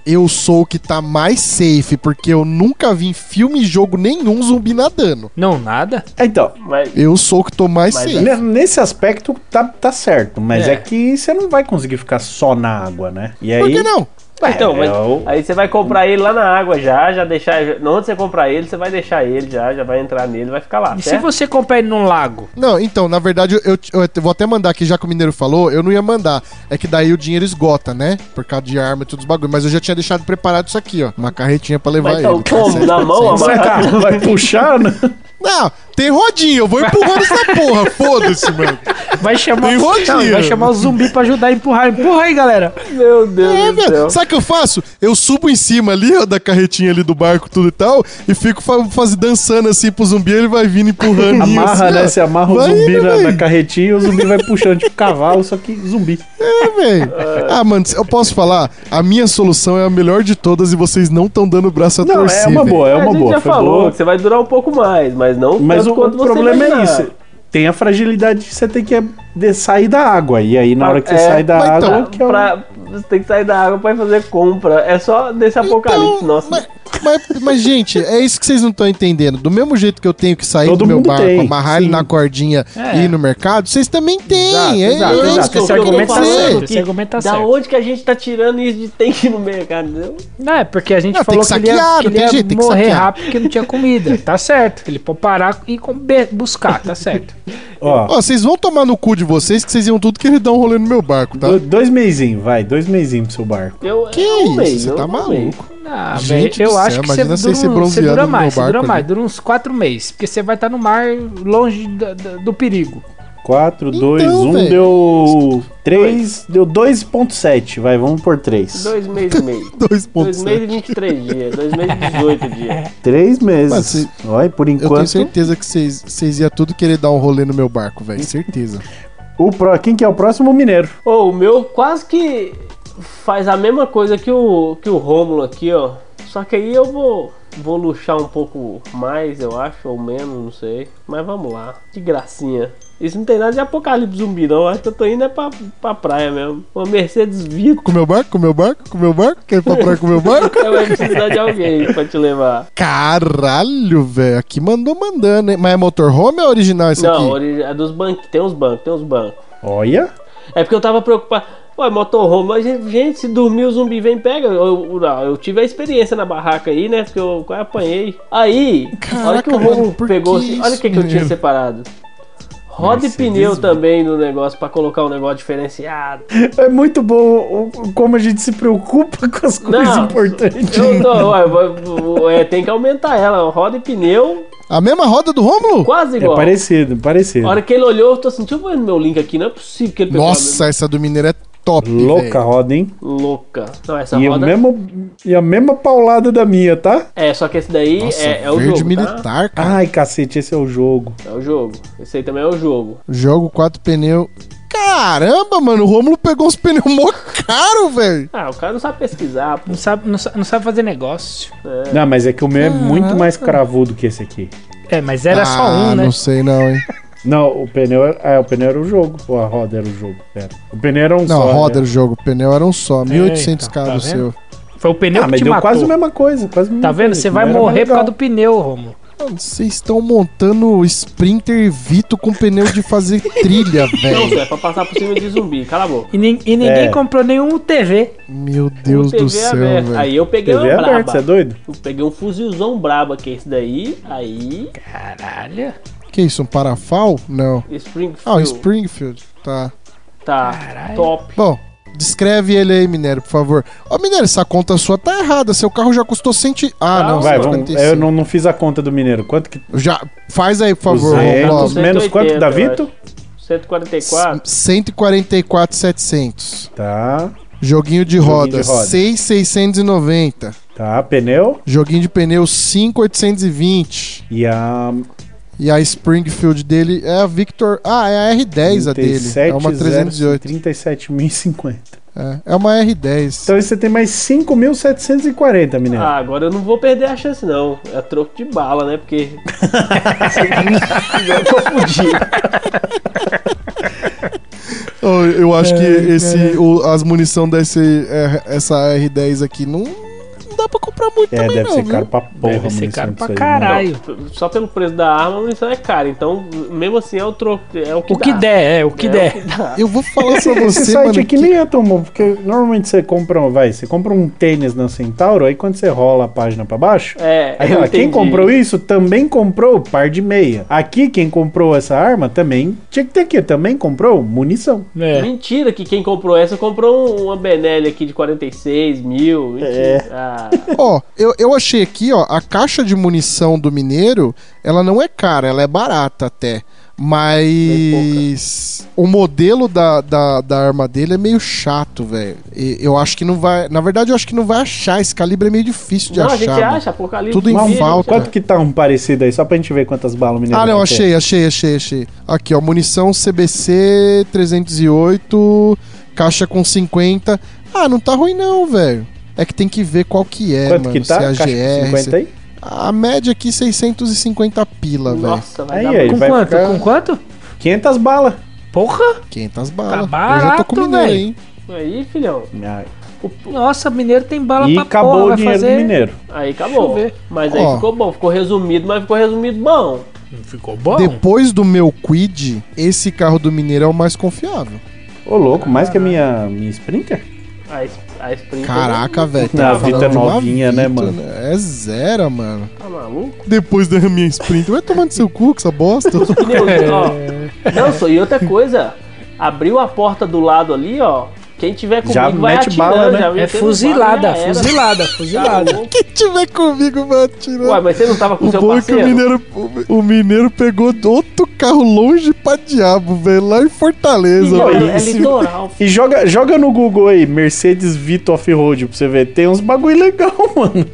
Speaker 1: eu sou o que tá mais safe, porque eu nunca vi em filme e jogo nenhum zumbi nadando.
Speaker 3: Não, nada.
Speaker 2: Ah, Então,
Speaker 4: mas
Speaker 1: Eu sou o que tô mais
Speaker 4: Mas
Speaker 1: safe.
Speaker 2: ne- nesse aspecto tá, tá certo. Mas
Speaker 3: É.
Speaker 2: é. que você não vai conseguir ficar só na água, né? E aí. é,
Speaker 1: Por que não?
Speaker 2: Ué,
Speaker 4: Então, mas
Speaker 2: eu-
Speaker 4: aí você vai comprar ele lá na água já, já deixar. já- Onde você comprar ele, você vai deixar ele já, já vai entrar nele, vai ficar lá.
Speaker 3: E se
Speaker 4: certo?
Speaker 3: você comprar ele num lago?
Speaker 1: Não, então, na verdade, eu, eu- eu vou até mandar aqui, já que o Mineiro falou, eu não ia mandar. É que daí o dinheiro esgota, né? Por causa de arma e todos os bagulhos. Mas eu já tinha deixado preparado isso aqui, ó. Uma carretinha pra levar
Speaker 4: Mas então,
Speaker 1: ele. tá
Speaker 4: como?
Speaker 1: certo?
Speaker 4: Na mão,
Speaker 2: Você
Speaker 4: amarrado?
Speaker 2: tá- vai puxar, né?
Speaker 1: Não, tem rodinha, eu vou empurrando essa porra, foda-se, mano.
Speaker 3: Vai chamar,
Speaker 1: Tem rodinha.
Speaker 3: Não, vai chamar o zumbi pra ajudar a empurrar. Empurra aí, galera.
Speaker 4: Meu Deus
Speaker 1: É,
Speaker 4: do céu.
Speaker 1: velho. Sabe o que eu faço? Eu subo em cima ali, ó, da carretinha ali do barco, tudo e tal, e fico fa- faz, dançando assim pro zumbi, ele vai vindo empurrando.
Speaker 2: [LAUGHS] Amarra,
Speaker 1: assim, ó.
Speaker 2: né? Você amarra o
Speaker 1: Vai
Speaker 2: zumbi
Speaker 1: indo,
Speaker 2: na,
Speaker 1: vai
Speaker 2: na
Speaker 1: indo.
Speaker 2: carretinha e o zumbi vai puxando, tipo cavalo, só que zumbi.
Speaker 1: É, velho. Ah, mano, eu posso falar? A minha solução é a melhor de todas e vocês não estão dando o braço a
Speaker 2: Não,
Speaker 1: torcer.
Speaker 2: é uma
Speaker 1: velho.
Speaker 2: boa, é uma
Speaker 4: a gente
Speaker 2: boa.
Speaker 4: já
Speaker 2: Foi
Speaker 4: falou
Speaker 2: boa.
Speaker 4: que você vai durar um pouco mais, mas não
Speaker 2: Mas
Speaker 4: tanto
Speaker 2: o,
Speaker 4: quanto
Speaker 2: o
Speaker 4: você
Speaker 2: problema é
Speaker 4: imaginar.
Speaker 2: isso. Tem a fragilidade de você ter que é, de- sair da água. E aí, na
Speaker 4: Ah,
Speaker 2: hora que você
Speaker 4: é,
Speaker 2: sai da
Speaker 1: mas então,
Speaker 2: água, que é o-
Speaker 4: Pra- você tem que sair da água pra ir fazer compra. É só desse apocalipse, nossa.
Speaker 1: Então, mas- Mas, mas, gente, é isso que vocês não estão entendendo. Do mesmo jeito que eu tenho que sair
Speaker 2: Todo
Speaker 1: do meu
Speaker 2: mundo
Speaker 1: barco,
Speaker 2: tem,
Speaker 1: amarrar ele
Speaker 2: sim.
Speaker 1: na cordinha
Speaker 3: É.
Speaker 1: e ir no mercado, vocês também têm.
Speaker 2: Exato,
Speaker 1: é
Speaker 2: exato,
Speaker 1: é isso
Speaker 2: exato.
Speaker 1: que eu
Speaker 3: Esse
Speaker 1: tô
Speaker 3: argumento tá
Speaker 1: querendo dizer.
Speaker 3: certo. Esse argumento tá
Speaker 4: da
Speaker 3: certo.
Speaker 4: onde que a gente tá tirando isso de tem que ir no mercado, entendeu?
Speaker 3: Não, é porque a gente
Speaker 1: Não, tem
Speaker 3: falou
Speaker 1: que
Speaker 3: que, ele ia,
Speaker 1: saquear,
Speaker 3: que
Speaker 1: não
Speaker 3: ele
Speaker 1: tem
Speaker 3: ia
Speaker 1: jeito, tem que
Speaker 3: morrer
Speaker 1: saquear.
Speaker 3: rápido porque não
Speaker 1: [LAUGHS]
Speaker 3: tinha comida. Tá certo. Ele pode parar e com- be- buscar, tá certo.
Speaker 2: Ó,
Speaker 1: Ó, vocês vão tomar no cu de vocês que vocês iam tudo querer dar um rolê no meu barco, tá?
Speaker 2: do- dois meizinhos, vai, dois meizinhos pro seu barco.
Speaker 4: Eu,
Speaker 1: Que
Speaker 4: eu
Speaker 1: isso,
Speaker 4: amei,
Speaker 1: você
Speaker 4: eu um
Speaker 1: tá
Speaker 4: amei.
Speaker 1: maluco.
Speaker 3: Ah,
Speaker 1: Gente
Speaker 3: velho,
Speaker 1: do
Speaker 3: eu
Speaker 1: céu,
Speaker 3: acho que
Speaker 1: imagina
Speaker 3: você dura,
Speaker 1: vocês se
Speaker 3: um- você
Speaker 1: bronzeando
Speaker 3: dura
Speaker 1: no
Speaker 3: mais,
Speaker 1: meu
Speaker 3: você dura
Speaker 1: barco
Speaker 3: mais, dura uns quatro meses, porque você vai estar no mar longe da- da- do perigo.
Speaker 2: 4, 2,
Speaker 1: Então,
Speaker 2: 1,
Speaker 1: velho.
Speaker 2: deu 3, deu 2.7, vai, vamos por 3.
Speaker 4: Dois meses e meio. Dois
Speaker 1: 2.7.
Speaker 4: meses e 23 dias. Dois meses e 18 dias.
Speaker 2: 3
Speaker 1: Mas
Speaker 2: meses.
Speaker 1: se-
Speaker 2: Olha, por
Speaker 1: Eu tenho
Speaker 2: enquanto,
Speaker 1: certeza que vocês vocês iam tudo querer dar um rolê no meu barco, velho. Certeza.
Speaker 2: o pro, quem que é o próximo? O mineiro.
Speaker 4: Ô, o meu quase que faz a mesma coisa que o, que o Rômulo aqui, ó. Só que aí eu vou, vou luxar um pouco mais, eu acho, ou menos, não sei. Mas vamos lá. Que gracinha. Isso não tem nada de apocalipse zumbi, não. Acho que eu tô indo é pra, pra praia mesmo. Uma Mercedes Vito.
Speaker 1: Com o meu barco, com o meu barco, com o meu barco? Quer ir pra praia com o meu
Speaker 4: [LAUGHS]
Speaker 1: barco?
Speaker 4: Eu vou precisar É de alguém pra te levar.
Speaker 1: Caralho, velho. Aqui mandou mandando, hein? Mas é motorhome ou é original esse
Speaker 4: não,
Speaker 1: aqui?
Speaker 4: ori- é dos bancos. Tem uns bancos, tem uns bancos.
Speaker 2: Olha,
Speaker 4: É porque eu tava preocupado. Ué, motorhome, mas gente, se dormir o zumbi vem e pega. Eu, eu- não, eu tive a experiência na barraca aí, né? Porque eu quase apanhei. Aí,
Speaker 1: Caraca,
Speaker 4: olha que o
Speaker 1: mano,
Speaker 4: Romulo
Speaker 1: por
Speaker 4: pegou
Speaker 1: que
Speaker 4: assim, Olha o
Speaker 1: isso,
Speaker 4: que, que eu tinha
Speaker 1: menino?
Speaker 4: separado. Roda e pneu também no negócio pra colocar um negócio diferenciado.
Speaker 2: é muito bom o- como a gente se preocupa [LAUGHS] com as coisas
Speaker 4: Não,
Speaker 2: importantes.
Speaker 1: [LAUGHS]
Speaker 4: Eu tô, ué, vou- vou- é, tem que aumentar ela. ó, Roda e pneu,
Speaker 1: A mesma roda do Rômulo?
Speaker 4: quase
Speaker 2: É
Speaker 4: igual.
Speaker 2: parecido, parecido.
Speaker 4: A hora que ele olhou, eu tô assim, deixa eu ver no meu link aqui, não é possível que ele pegou a
Speaker 1: Nossa, essa do Mineiro é top,
Speaker 2: Louca a
Speaker 1: velho.
Speaker 2: roda, hein?
Speaker 4: mesma- Louca. Não, essa
Speaker 2: E, o
Speaker 4: roda.
Speaker 2: mesmo, e a mesma paulada da minha, tá?
Speaker 4: É, só que esse daí
Speaker 1: Nossa,
Speaker 4: é, é o
Speaker 1: verde
Speaker 4: jogo. Tá?
Speaker 1: militar, cara.
Speaker 2: Ai, cacete, esse é o jogo.
Speaker 4: É o jogo. Esse aí também é o jogo.
Speaker 1: Jogo quatro pneu. Caramba, mano, o Rômulo pegou uns pneus mó caro, velho.
Speaker 4: Ah, o cara não sabe pesquisar, pô.
Speaker 3: Não sabe, não sa- não sabe fazer negócio.
Speaker 2: Não, mas é que o meu é muito mais cravudo que esse aqui.
Speaker 3: É, mas era só
Speaker 1: Ah,
Speaker 3: um, né?
Speaker 1: Não sei não, hein.
Speaker 2: Não, o pneu era, é, o pneu era o jogo. Ou a roda era o jogo, pera. O pneu era um
Speaker 1: Não,
Speaker 2: só.
Speaker 1: a roda
Speaker 2: né?
Speaker 1: do jogo, o pneu era um só, 1800
Speaker 3: Eita, tá
Speaker 1: cada o seu.
Speaker 3: Foi o pneu
Speaker 2: Ah,
Speaker 3: que
Speaker 2: mas
Speaker 3: te
Speaker 2: deu
Speaker 3: matou.
Speaker 2: quase a mesma coisa. Quase a mesma
Speaker 3: Tá vendo?
Speaker 2: coisa.
Speaker 3: Você
Speaker 2: O
Speaker 3: vai
Speaker 2: meu era
Speaker 3: morrer
Speaker 2: mais
Speaker 3: por causa do
Speaker 2: legal.
Speaker 3: pneu, Romulo.
Speaker 1: Mano, Vocês estão montando Sprinter Vito com pneu de fazer trilha,
Speaker 4: Não,
Speaker 1: velho.
Speaker 4: Zé, é pra passar por cima de zumbi. Cala a boca.
Speaker 3: E, nin- e ninguém
Speaker 2: É.
Speaker 3: comprou nenhum TV.
Speaker 1: Meu Deus
Speaker 4: TV
Speaker 1: do céu,
Speaker 4: aberta.
Speaker 1: velho.
Speaker 4: Aí eu peguei
Speaker 2: TV
Speaker 4: uma
Speaker 2: aberta,
Speaker 4: braba.
Speaker 2: você é doido?
Speaker 4: Eu peguei um fuzilzão braba, que é esse daí. Aí,
Speaker 3: Caralho.
Speaker 1: Que isso, um parafal? Não.
Speaker 4: Springfield.
Speaker 1: Ah, o Springfield. Tá.
Speaker 4: Tá, top.
Speaker 1: Bom, descreve ele aí, Minério, por favor. Ô, Minério, essa conta sua tá errada. Seu carro já custou 100. e- Ah, não,
Speaker 2: Tá, Vai, vamos.
Speaker 1: 55.
Speaker 2: Eu não, não fiz a conta do mineiro. Quanto que.
Speaker 1: Já faz aí, por favor.
Speaker 4: Usei.
Speaker 1: Romulo.
Speaker 2: Menos,
Speaker 3: é
Speaker 2: menos quanto que dá
Speaker 4: 180,
Speaker 2: Vito?
Speaker 4: 144.
Speaker 1: 144,700.
Speaker 2: Tá.
Speaker 1: Joguinho de
Speaker 2: Joguinho
Speaker 1: roda,
Speaker 2: de roda.
Speaker 1: 6,690.
Speaker 2: Tá, pneu.
Speaker 1: Joguinho de pneu, 5,820.
Speaker 2: E a
Speaker 1: E a Springfield dele é a Victor. Ah, é a R10 a dele. É uma 308.
Speaker 2: 37.050.
Speaker 1: É, é uma R10.
Speaker 2: Então aí você tem mais 5.740, Mineiro.
Speaker 4: Ah, agora eu não vou perder a chance, não. É troco de bala, né? Porque. eu tô fudido.
Speaker 1: Eu, eu acho que esse, o- as munição dessa essa R10 aqui não, não dá pra comprar muito
Speaker 2: é,
Speaker 1: também
Speaker 2: deve
Speaker 1: não,
Speaker 2: ser
Speaker 1: viu?
Speaker 2: caro pra porra. é
Speaker 3: Deve ser
Speaker 2: munição
Speaker 3: caro
Speaker 2: disso
Speaker 3: pra
Speaker 2: aí, né?
Speaker 3: caralho.
Speaker 4: Só pelo preço da arma, a munição é cara. Então, mesmo assim, é o troco. É o que
Speaker 3: O que
Speaker 4: dá.
Speaker 3: der, é, o que
Speaker 4: É,
Speaker 3: der.
Speaker 4: o que dá.
Speaker 1: Eu vou falar
Speaker 2: [LAUGHS] Esse,
Speaker 1: pra
Speaker 2: Ah. esse
Speaker 1: você,
Speaker 2: site
Speaker 1: mano.
Speaker 2: aqui
Speaker 1: que-
Speaker 2: nem é tão bom, porque normalmente você compra, um- vai, você compra um tênis na Centauro, aí quando você rola a página pra baixo,
Speaker 4: É,
Speaker 2: aí
Speaker 4: eu
Speaker 2: fala, quem
Speaker 4: entendi.
Speaker 2: comprou isso também comprou o par de meia. Aqui, quem comprou essa arma também, tinha que ter aqui, também comprou munição.
Speaker 3: [LAUGHS] É.
Speaker 4: Mentira que quem comprou essa comprou um- uma Benelli aqui de 46 mil. Mentira.
Speaker 2: É.
Speaker 4: Ah,
Speaker 1: Ó, eu, eu achei aqui, ó, a caixa de munição do mineiro, ela não é cara, ela é barata até. Mas o modelo da, da, da arma dele é meio chato, velho. E Eu acho que não vai. Na verdade, eu acho que não vai achar. Esse calibre é meio difícil de
Speaker 4: não, a
Speaker 1: achar.
Speaker 4: gente
Speaker 1: mano.
Speaker 4: acha, Apocalipse.
Speaker 1: Tudo em
Speaker 4: Zumbi,
Speaker 1: falta.
Speaker 4: não sei
Speaker 2: Quanto que tá um parecido aí, só pra gente ver quantas balas mineiro
Speaker 1: Ah, não,
Speaker 2: tem.
Speaker 1: achei, achei, achei, achei. Aqui, ó, munição CBC 308, caixa com 50. Ah, não tá ruim não, velho. É que tem que ver qual que é,
Speaker 2: Quanto
Speaker 1: mano.
Speaker 2: que tá?
Speaker 1: se é a
Speaker 2: Caixa de
Speaker 1: GR, se-
Speaker 2: 50 aí?
Speaker 1: A média aqui 650 pila,
Speaker 4: lá.
Speaker 1: velho.
Speaker 4: Nossa, vai
Speaker 2: Aí,
Speaker 4: dar
Speaker 2: aí.
Speaker 4: muito.
Speaker 3: Com
Speaker 2: vai
Speaker 3: quanto?
Speaker 2: ficar-
Speaker 3: Com quanto?
Speaker 2: 500 balas.
Speaker 3: Porra!
Speaker 1: 500 balas.
Speaker 3: Tá
Speaker 1: Eu já tô
Speaker 3: barato,
Speaker 1: com mineiro,
Speaker 3: velho.
Speaker 1: hein?
Speaker 4: Aí, filhão.
Speaker 2: Ai,
Speaker 3: Nossa, mineiro tem bala
Speaker 2: E
Speaker 3: pra
Speaker 2: acabou
Speaker 3: porra,
Speaker 2: o
Speaker 3: vai
Speaker 2: dinheiro
Speaker 3: fazer...
Speaker 2: do mineiro.
Speaker 4: Aí acabou.
Speaker 3: Deixa eu ver.
Speaker 4: Mas aí
Speaker 1: Ó.
Speaker 4: ficou bom. Ficou resumido, mas ficou resumido bom.
Speaker 3: Ficou bom?
Speaker 1: Depois do meu Quid, esse carro do Mineiro é o mais confiável.
Speaker 2: Ô, louco, mais que a minha, minha Sprinter?
Speaker 4: A, es- a Sprinter.
Speaker 1: Caraca, velho.
Speaker 2: Não, a
Speaker 1: falando
Speaker 2: Vita é
Speaker 1: de uma
Speaker 2: novinha, né, mano?
Speaker 1: É zero, mano.
Speaker 4: Tá maluco?
Speaker 1: Depois da minha Sprinter, vai tomando seu cu com essa bosta.
Speaker 2: [LAUGHS]
Speaker 4: Pneu,
Speaker 1: [LAUGHS]
Speaker 4: ó. Não, só e outra coisa. Abriu a porta do lado ali, ó. Quem tiver comigo
Speaker 2: Já
Speaker 4: vai
Speaker 2: mete
Speaker 4: atirando.
Speaker 2: bala, né?
Speaker 4: já metendo
Speaker 3: É
Speaker 4: bala,
Speaker 3: fuzilada,
Speaker 4: já era.
Speaker 3: fuzilada,
Speaker 4: Tá
Speaker 3: fuzilada.
Speaker 4: louco.
Speaker 1: Quem tiver comigo vai atirar.
Speaker 4: Ué, mas você não tava com
Speaker 1: O
Speaker 4: seu
Speaker 1: bom é que o
Speaker 4: parceiro?
Speaker 1: mineiro, o, o mineiro pegou outro carro longe pra diabo, velho, lá em Fortaleza.
Speaker 4: Não,
Speaker 1: velho.
Speaker 4: é, é litoral.
Speaker 2: E joga, joga no Google aí, Mercedes Vito Off-Road, pra você ver. Tem uns bagulho legal, [LAUGHS] mano.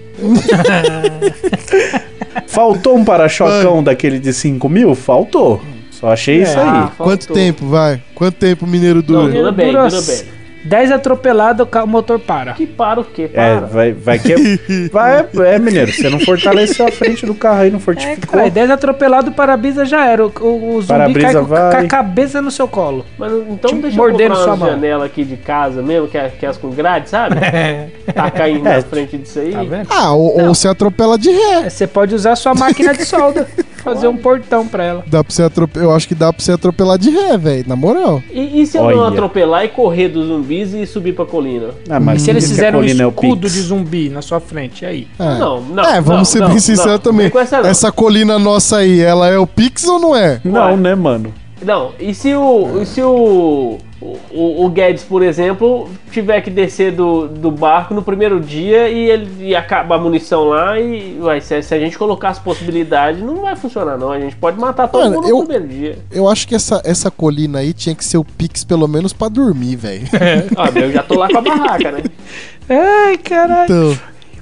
Speaker 2: Faltou um para-chocão daquele de 5 mil? Faltou. Só achei
Speaker 1: É.
Speaker 2: isso
Speaker 4: Ah,
Speaker 2: aí.
Speaker 4: faltou.
Speaker 1: Quanto tempo, vai? Quanto tempo o mineiro
Speaker 4: Não,
Speaker 1: dura?
Speaker 4: dura bem,
Speaker 3: Dura-
Speaker 4: dura bem.
Speaker 3: 10 atropelados, o ca- o motor para. Tipo,
Speaker 4: Que para o quê?
Speaker 2: É,
Speaker 4: Para.
Speaker 2: vai,
Speaker 1: [LAUGHS]
Speaker 2: vai que. Vai, é, mineiro, você não fortaleceu a frente do carro aí, não
Speaker 3: É,
Speaker 2: fortificou.
Speaker 3: cara, 10 atropelados, o para-brisa já era. O, o, o zumbi
Speaker 2: Para-brisa
Speaker 3: cai com,
Speaker 2: vai.
Speaker 3: com a cabeça no seu colo.
Speaker 4: Mas então
Speaker 3: Tipo,
Speaker 4: deixa eu
Speaker 3: mordendo
Speaker 4: comprar
Speaker 3: sua
Speaker 4: uma
Speaker 3: mão.
Speaker 4: janela aqui de casa mesmo, que é, que é as com grade,
Speaker 3: [LAUGHS]
Speaker 4: sabe? Tacar aí na
Speaker 2: É.
Speaker 4: frente disso aí.
Speaker 3: Tá vendo?
Speaker 1: Ah, ou, ou se atropela de ré.
Speaker 3: É, Você pode usar sua máquina
Speaker 2: [LAUGHS]
Speaker 3: de solda, fazer um portão pra ela.
Speaker 1: Dá pra você atrope- Eu acho que dá pra você atropelar de ré, velho, na moral.
Speaker 4: E, e se eu não
Speaker 2: Olha.
Speaker 4: atropelar e correr dos zumbis e subir pra colina?
Speaker 2: Ah, mas
Speaker 3: E se eles
Speaker 2: diz que a
Speaker 3: fizeram um
Speaker 2: colina é o
Speaker 3: escudo
Speaker 2: Pix.
Speaker 3: de zumbi na sua frente, e aí?
Speaker 1: É.
Speaker 4: Não, não.
Speaker 1: É, vamos
Speaker 4: não,
Speaker 1: ser
Speaker 4: não,
Speaker 1: bem sinceros
Speaker 4: não.
Speaker 1: também.
Speaker 4: Vem com essa, não.
Speaker 1: Essa colina nossa aí, ela é o Pix ou não é?
Speaker 2: Não, né, mano?
Speaker 4: Não, e se o. e se o. O, o Guedes, por exemplo, tiver que descer do, do barco no primeiro dia e ele e acaba a munição lá e ué, se, se a gente colocar as possibilidades, não vai funcionar não. A gente pode matar todo
Speaker 1: Mano,
Speaker 4: mundo
Speaker 1: eu-
Speaker 4: no primeiro dia.
Speaker 1: Eu acho que essa, essa colina aí tinha que ser o Pix pelo menos pra dormir,
Speaker 4: [LAUGHS]
Speaker 1: velho.
Speaker 4: Ah, eu já tô lá com a
Speaker 1: [LAUGHS]
Speaker 4: barraca, né?
Speaker 3: Ai, caralho.
Speaker 1: Então,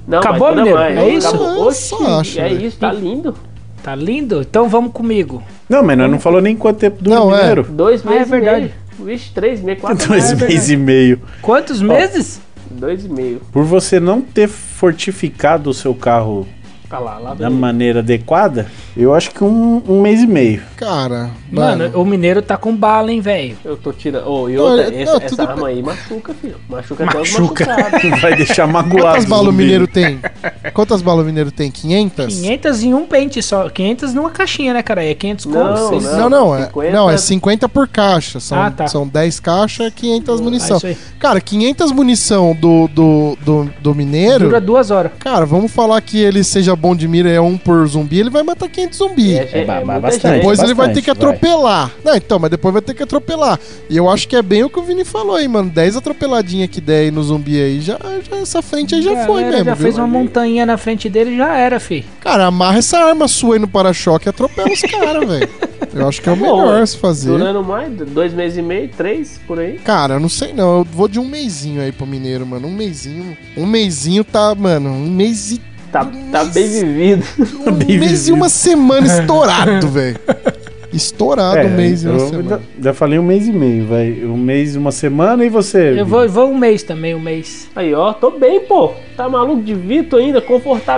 Speaker 4: Não,
Speaker 3: Acabou,
Speaker 4: mas dura
Speaker 3: mineiro?
Speaker 4: mais,
Speaker 3: É isso?
Speaker 4: Acabou.
Speaker 1: Eu
Speaker 4: Oxi,
Speaker 1: só acho, né?
Speaker 4: é
Speaker 1: velho.
Speaker 4: isso, tá lindo.
Speaker 3: Tá lindo? Então vamos comigo.
Speaker 2: Não, mas nós não falou nem quanto tempo dura
Speaker 1: Não,
Speaker 2: o
Speaker 1: é.
Speaker 2: mineiro.
Speaker 4: Dois
Speaker 3: Ah, é
Speaker 4: meses
Speaker 3: verdade.
Speaker 4: e meio. Vixe, três meses,
Speaker 3: Ah,
Speaker 4: quatro
Speaker 2: [LAUGHS]
Speaker 3: é
Speaker 2: Dois
Speaker 4: meses.
Speaker 2: meses e meio.
Speaker 3: Quantos meses?
Speaker 4: Dois e meio.
Speaker 2: Por você não ter fortificado o seu carro
Speaker 4: Ah lá, lá
Speaker 2: da
Speaker 4: vem.
Speaker 2: maneira adequada, eu acho que um, um mês e meio.
Speaker 1: cara,
Speaker 3: Mano, o mineiro tá com bala, hein, velho.
Speaker 4: Eu tô tirando. Ô, e outra,
Speaker 1: Não,
Speaker 4: essa,
Speaker 1: não,
Speaker 4: essa
Speaker 1: tudo
Speaker 4: arma aí machuca, filho. Machuca,
Speaker 3: Machuca.
Speaker 4: até os
Speaker 2: [LAUGHS]
Speaker 4: machucados.
Speaker 2: Vai deixar magoado.
Speaker 1: Quantas balas o
Speaker 2: zumbi.
Speaker 1: mineiro tem? Quantas balas o mineiro tem? 500?
Speaker 3: 500 em um pente só. 500 numa caixinha, né, cara? É 500 contos.
Speaker 4: Não,
Speaker 3: seis-
Speaker 1: Não,
Speaker 4: não.
Speaker 1: não, é,
Speaker 4: 50.
Speaker 1: não, é 50 por caixa. São,
Speaker 3: Ah, tá. É
Speaker 1: são 10 caixas, 500 munição.
Speaker 3: Ah, isso aí.
Speaker 1: Cara, 500 munição do, do, do, do mineiro.
Speaker 3: Dura duas horas.
Speaker 1: Cara, vamos falar que ele seja bom de mira, é um por zumbi, ele vai matar 500 zumbi.
Speaker 4: É, é,
Speaker 2: ba-
Speaker 4: é
Speaker 2: ba-
Speaker 4: muita
Speaker 2: bastante.
Speaker 4: gente.
Speaker 1: depois ele vai ter que
Speaker 2: bastante, vai.
Speaker 1: atropelar. Não, então, mas depois vai ter que atropelar. E eu acho que é bem o que o Vini falou aí, mano. 10 atropeladinhas que der aí no zumbi aí, já, já- essa frente aí já
Speaker 3: Galera,
Speaker 1: foi mesmo.
Speaker 3: Já
Speaker 1: viu?
Speaker 3: fez uma montanha na frente dele já era, fi.
Speaker 1: Cara, amarra essa arma sua aí no para-choque e atropela os caras, velho. Eu acho que é o
Speaker 4: Bom, né?
Speaker 1: melhor se fazer.
Speaker 4: Tá Durando mais, dois meses e meio, três, por aí.
Speaker 1: Cara, eu não sei não. Eu vou de um mêsinho aí pro Mineiro, mano. Um mêsinho. Um mêsinho tá, mano. Um mês e.
Speaker 4: Tá, tá bem vivido.
Speaker 1: Um
Speaker 2: bem
Speaker 1: mês e
Speaker 2: vivido.
Speaker 1: uma semana estourado, velho. Estourado
Speaker 2: É,
Speaker 1: um mês e uma
Speaker 2: eu
Speaker 1: semana.
Speaker 2: ainda- Já falei um mês e meio, vai. Um mês e uma semana e você.
Speaker 3: Eu vou, vou um mês também, um mês.
Speaker 4: Aí, ó, tô bem, pô. Tá maluco de Vito ainda,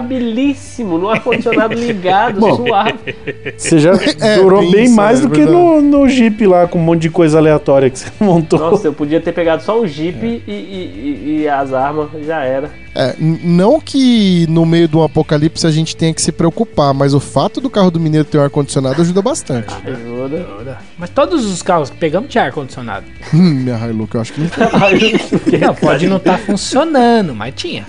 Speaker 4: confortabilíssimo, no ar-condicionado ligado,
Speaker 2: Bom.
Speaker 4: suave.
Speaker 2: Você já
Speaker 1: [LAUGHS] É,
Speaker 2: durou
Speaker 1: bem
Speaker 2: bem
Speaker 1: isso,
Speaker 2: mais
Speaker 1: é
Speaker 2: do que no, no Jeep lá, com um monte de coisa aleatória que você [LAUGHS] montou.
Speaker 4: Nossa, eu podia ter pegado só um Jeep e, e- e- e as armas, já era.
Speaker 1: É, n- não que no meio de um apocalipse a gente tenha que se preocupar, mas o fato do carro do Mineiro ter um ar-condicionado ajuda bastante.
Speaker 4: Ajuda.
Speaker 3: né? Mas todos os carros que pegamos tinha ar-condicionado.
Speaker 1: Hum, minha Hilux, eu acho que é não tem.
Speaker 3: Não, pode não tá funcionando, mas tinha.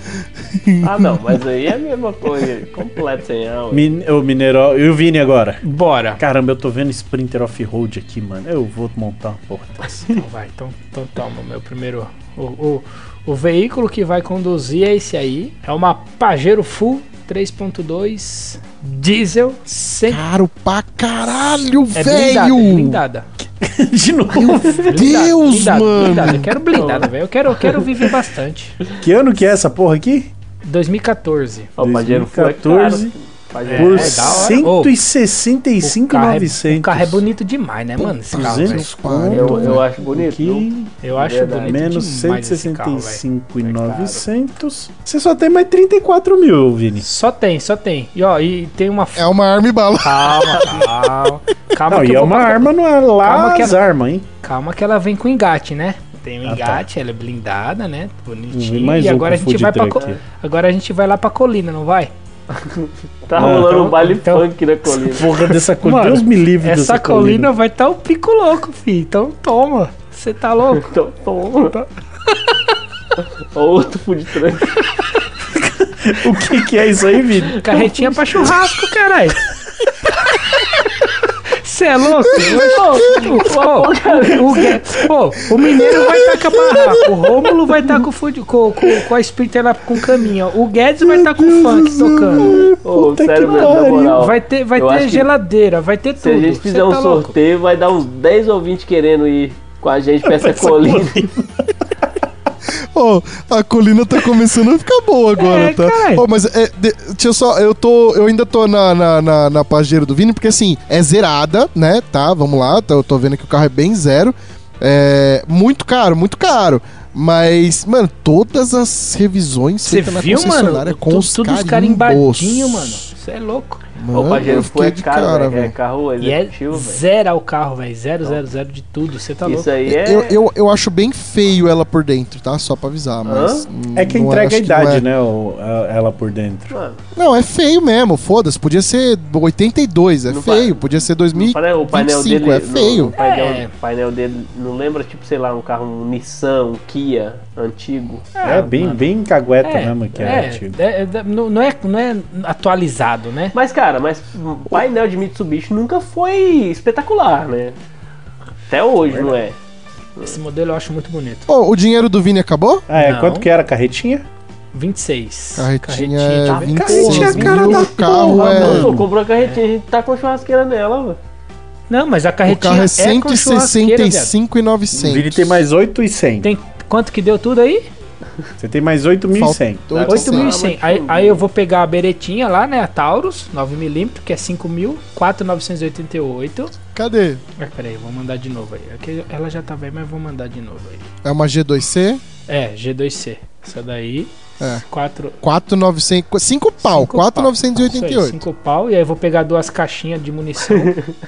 Speaker 4: Ah, não, mas aí é a mesma coisa. Completo sem alma.
Speaker 2: Min- Ô, Mineiro, e o Vini agora?
Speaker 3: Bora.
Speaker 2: Caramba, eu tô vendo Sprinter Off-Road aqui, mano. Eu vou montar uma porra dessa.
Speaker 3: Então vai, então, então toma, meu primeiro. O, o, o veículo que vai conduzir é esse aí. É uma Pajero Full 3.2 diesel sem.
Speaker 1: Caro pra caralho,
Speaker 3: É blindada, é
Speaker 1: velho!
Speaker 3: blindada.
Speaker 2: [LAUGHS] De novo.
Speaker 1: Meu
Speaker 3: Blindada,
Speaker 1: Deus,
Speaker 3: blindada,
Speaker 1: mano!
Speaker 3: blindada. Eu quero blindada, velho. Eu quero, eu quero viver bastante.
Speaker 2: Que ano que é essa porra aqui?
Speaker 3: 2014.
Speaker 4: Ó, o Pajero Full é caro.
Speaker 2: 2014.
Speaker 4: Pajero é
Speaker 2: Por
Speaker 3: da hora. O carro, é,
Speaker 2: 165,900.
Speaker 3: o carro é bonito demais, né, mano? Esse carro, velho.
Speaker 2: 200 conto.
Speaker 4: Eu- eu acho bonito,
Speaker 2: Aqui,
Speaker 3: Eu acho
Speaker 4: Verdade.
Speaker 3: bonito
Speaker 2: menos
Speaker 3: demais esse carro, velho.
Speaker 2: 165,900. Você só tem mais 34 mil, Vini.
Speaker 3: Só tem, só tem. E ó, e tem uma.
Speaker 1: É uma arma e bala.
Speaker 3: Calma, calma. Calma
Speaker 2: Não,
Speaker 3: que
Speaker 2: e
Speaker 3: eu
Speaker 2: é
Speaker 3: vou
Speaker 2: uma
Speaker 3: pra-
Speaker 2: arma, não é lá
Speaker 3: Calma que
Speaker 2: as
Speaker 3: ela-
Speaker 2: armas, hein?
Speaker 3: Calma que ela vem com engate, né? tem o
Speaker 2: Ah, tá.
Speaker 3: engate, ela é blindada, né? Bonitinho.
Speaker 2: mais
Speaker 3: e
Speaker 2: um
Speaker 3: agora a
Speaker 2: com
Speaker 3: gente
Speaker 2: food
Speaker 3: vai pra
Speaker 2: truck.
Speaker 3: co- agora a gente vai lá pra colina, não vai?
Speaker 4: Tá
Speaker 2: Ah,
Speaker 4: rolando
Speaker 2: então-
Speaker 4: um baile
Speaker 3: então-
Speaker 4: funk na colina.
Speaker 2: Porra dessa colina.
Speaker 3: Mano,
Speaker 2: Deus me livre dessa
Speaker 3: Essa colina vai estar tá um pico louco, filho. Então toma. Você tá louco?
Speaker 4: Então, toma. Outro food truck.
Speaker 2: [LAUGHS] O que que é isso aí,
Speaker 4: [LAUGHS]
Speaker 2: Vini?
Speaker 3: Carretinha pra churrasco, caralho. Você é louco? Ô, ô, ô, o Gue- ô, o Mineiro vai estar com a barraca, o Rômulo vai estar com, o food- com, com, com a Sprinter lá com o caminho, ó. o Guedes vai estar com o funk tocando.
Speaker 4: Ô,
Speaker 2: Puta
Speaker 4: sério
Speaker 2: que
Speaker 4: mesmo, na
Speaker 2: pariu.
Speaker 4: moral.
Speaker 3: Vai ter, vai
Speaker 4: Eu acho
Speaker 3: ter
Speaker 4: que
Speaker 3: geladeira, vai ter
Speaker 4: Se
Speaker 3: tudo.
Speaker 4: a gente
Speaker 3: Cê
Speaker 4: fizer um
Speaker 3: tá louco?
Speaker 4: sorteio, vai dar uns 10 ou 20 querendo ir com a gente pra essa É colina.
Speaker 1: Ó, a colina tá começando a ficar boa agora,
Speaker 3: É,
Speaker 1: tá?
Speaker 3: caralho.
Speaker 1: Ó, mas é, de- deixa eu só, eu tô, eu ainda tô na, na, na, na pajeira do Vini, porque assim, é zerada, né? Tá, vamos lá, tá, eu tô vendo que o carro é bem zero. É, muito caro, muito caro. Mas, mano, todas as revisões
Speaker 3: Você viu, mano?
Speaker 1: com
Speaker 3: Tu-
Speaker 1: os
Speaker 3: tudo os carimbadinhos,
Speaker 1: carimbadinhos,
Speaker 3: mano. Você é louco.
Speaker 1: mano.
Speaker 4: Ô, Pajero,
Speaker 1: eu
Speaker 4: pô, é
Speaker 1: fiquei de
Speaker 4: caro,
Speaker 1: cara,
Speaker 4: velho. É
Speaker 1: velho.
Speaker 4: carro
Speaker 3: E é
Speaker 4: executivo, velho.
Speaker 3: zerar o carro, velho. Zero, zero, zero de tudo. Você tá louco.
Speaker 4: Isso aí é...
Speaker 1: Eu, eu, eu acho bem feio ela por dentro, tá? Só pra avisar, mas. hum,
Speaker 2: É que
Speaker 1: não
Speaker 2: entrega
Speaker 1: acho
Speaker 2: a
Speaker 1: que não
Speaker 2: idade,
Speaker 1: é-
Speaker 2: né? o- a- ela por dentro.
Speaker 4: Mano,
Speaker 1: Não, é feio mesmo, foda-se. Podia ser 82, é
Speaker 4: Não
Speaker 1: feio.
Speaker 4: vai-
Speaker 1: Podia ser
Speaker 4: não parece- o painel
Speaker 1: 2025,
Speaker 4: dele...
Speaker 1: é
Speaker 4: O
Speaker 1: feio.
Speaker 4: painel,
Speaker 3: É.
Speaker 4: o painel dele não lembra, tipo, sei lá, um carro, um Nissan, um Kia antigo.
Speaker 2: É, bem, bem cagueta
Speaker 3: Ah, É,
Speaker 2: mesmo que é,
Speaker 3: é,
Speaker 2: antigo.
Speaker 3: é, é, não, não é, não é atualizado, né?
Speaker 4: Mas, cara, mas o painel de Mitsubishi nunca foi espetacular, né? Até hoje, não é?
Speaker 3: Esse modelo eu acho muito bonito.
Speaker 1: Ô, o dinheiro do Vini acabou?
Speaker 2: Ah, é,
Speaker 3: Não.
Speaker 2: quanto que era a carretinha?
Speaker 3: 26.
Speaker 1: Carretinha,
Speaker 3: tá
Speaker 1: é
Speaker 3: vendo?
Speaker 1: 26
Speaker 2: Carretinha, cara
Speaker 1: mil,
Speaker 2: da
Speaker 1: o carro
Speaker 2: porra,
Speaker 1: é...
Speaker 4: Não, pô, comprou a carretinha, a gente tá com a churrasqueira nela, velho.
Speaker 3: Não, mas a
Speaker 1: O
Speaker 3: carretinha
Speaker 1: carro é
Speaker 3: é com churrasqueira, viado.
Speaker 1: 165,900.
Speaker 2: O Vini tem mais 8 e 100.
Speaker 3: Tem quanto que deu tudo aí?
Speaker 2: Você tem mais 8.100.
Speaker 1: Faltou 800.
Speaker 3: 8.100. Aí, aí eu vou pegar a beretinha lá, né? A Taurus, 9mm, que é 5.4988.
Speaker 1: Cadê?
Speaker 3: Ah, peraí, eu vou mandar de novo aí. É que ela já tá velha, mas eu vou mandar de novo aí.
Speaker 1: É uma G2C?
Speaker 3: É, G2C. Essa daí.
Speaker 1: É.
Speaker 3: 4.
Speaker 1: 4,900... 5 pau, 4,988.
Speaker 3: 5 pau. E aí eu vou pegar duas caixinhas de munição.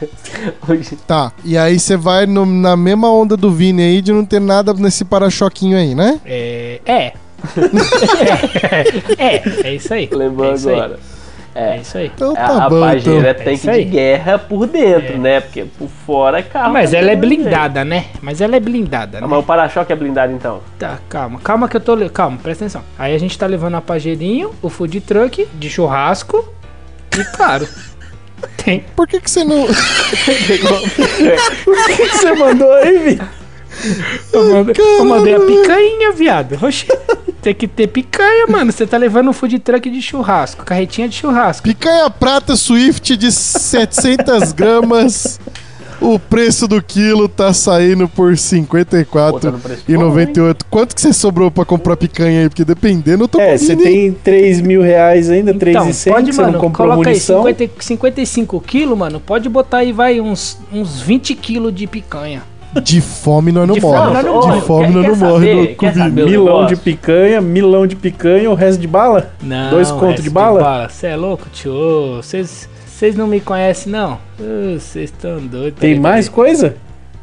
Speaker 4: [LAUGHS] Hoje,
Speaker 1: Tá, e aí você vai no- na mesma onda do Vini aí de não ter nada nesse para-choquinho aí, né?
Speaker 3: É. É. [LAUGHS] é, é isso aí.
Speaker 4: lembrou
Speaker 3: é isso aí,
Speaker 4: agora.
Speaker 3: É isso aí.
Speaker 1: Então
Speaker 4: A-
Speaker 1: tá
Speaker 4: a
Speaker 1: bom, então.
Speaker 4: Pajero é
Speaker 3: É
Speaker 4: tanque
Speaker 3: isso aí.
Speaker 4: de guerra por dentro,
Speaker 3: É.
Speaker 4: né? Porque por fora é carro.
Speaker 3: Mas ela é
Speaker 4: também, né?
Speaker 3: blindada, né? Mas ela é blindada,
Speaker 4: Ah,
Speaker 3: né?
Speaker 4: Mas o para-choque é blindado
Speaker 1: [LAUGHS]
Speaker 4: então.
Speaker 3: Tá, calma, calma que eu tô. le- Calma, presta atenção. Aí a gente tá levando a Pajeirinho, o food truck de churrasco e claro. [LAUGHS] Tem.
Speaker 1: Por que que você não...
Speaker 2: O que você mandou aí, Vini? [LAUGHS]
Speaker 3: Eu mandei, eu mandei a picanha, viado. Oxi. Tem que ter picanha, mano. Você tá levando um food truck de churrasco, carretinha de churrasco.
Speaker 1: Picanha prata Swift de 700 gramas. O preço do quilo tá saindo por
Speaker 4: Botando preço bom,
Speaker 1: 54,98. Quanto que você sobrou pra comprar picanha aí? Porque dependendo, eu tô
Speaker 2: É,
Speaker 1: com
Speaker 2: você
Speaker 1: Vini.
Speaker 2: tem 3 mil reais ainda, 3 e 100, você não comprou
Speaker 3: Então, coloca
Speaker 2: munição.
Speaker 3: aí 50, 55 quilos, mano. Pode botar aí, vai, uns, uns 20 quilos de picanha.
Speaker 1: De fome nós não
Speaker 3: De fome
Speaker 1: morre.
Speaker 3: nós não
Speaker 1: De
Speaker 3: morre.
Speaker 1: fome nós não morre.
Speaker 4: Quer saber o
Speaker 2: Milão de
Speaker 4: negócio?
Speaker 2: picanha, milão de picanha, o resto de bala?
Speaker 3: Não, é
Speaker 2: Dois conto de
Speaker 3: resto
Speaker 2: bala?
Speaker 3: Você é louco, tio? Vocês vocês não me conhecem, não? Ô, Vocês estão doidos.
Speaker 2: Tem
Speaker 3: Peraí,
Speaker 2: mais coisa?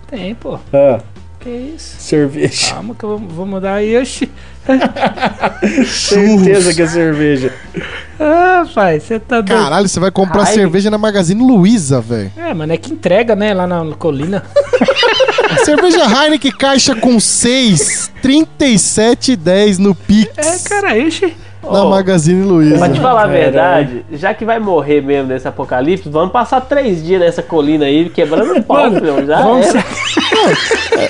Speaker 3: peraí. Tem, pô.
Speaker 2: Ah,
Speaker 3: Que isso?
Speaker 2: cerveja. [LAUGHS]
Speaker 3: Calma que eu vou, vou mandar aí. Oxi.
Speaker 2: Certeza que é cerveja.
Speaker 3: Ah, pai, você tá doido.
Speaker 1: Caralho, você vai comprar
Speaker 4: Ai.
Speaker 1: cerveja na Magazine Luiza, velho.
Speaker 3: É, mano, é que entrega, né? Lá na colina.
Speaker 1: [LAUGHS] Cerveja Heineken caixa com 6, 37,10 no Pix.
Speaker 3: É, cara, oxi.
Speaker 1: Na
Speaker 4: Ó,
Speaker 1: Magazine Luiza.
Speaker 4: Pra te falar a
Speaker 2: Caralho.
Speaker 4: verdade, já que vai morrer mesmo nesse apocalipse, vamos passar três dias nessa colina aí, quebrando
Speaker 3: [LAUGHS]
Speaker 4: o pau, meu. Já
Speaker 3: Vamos
Speaker 4: era.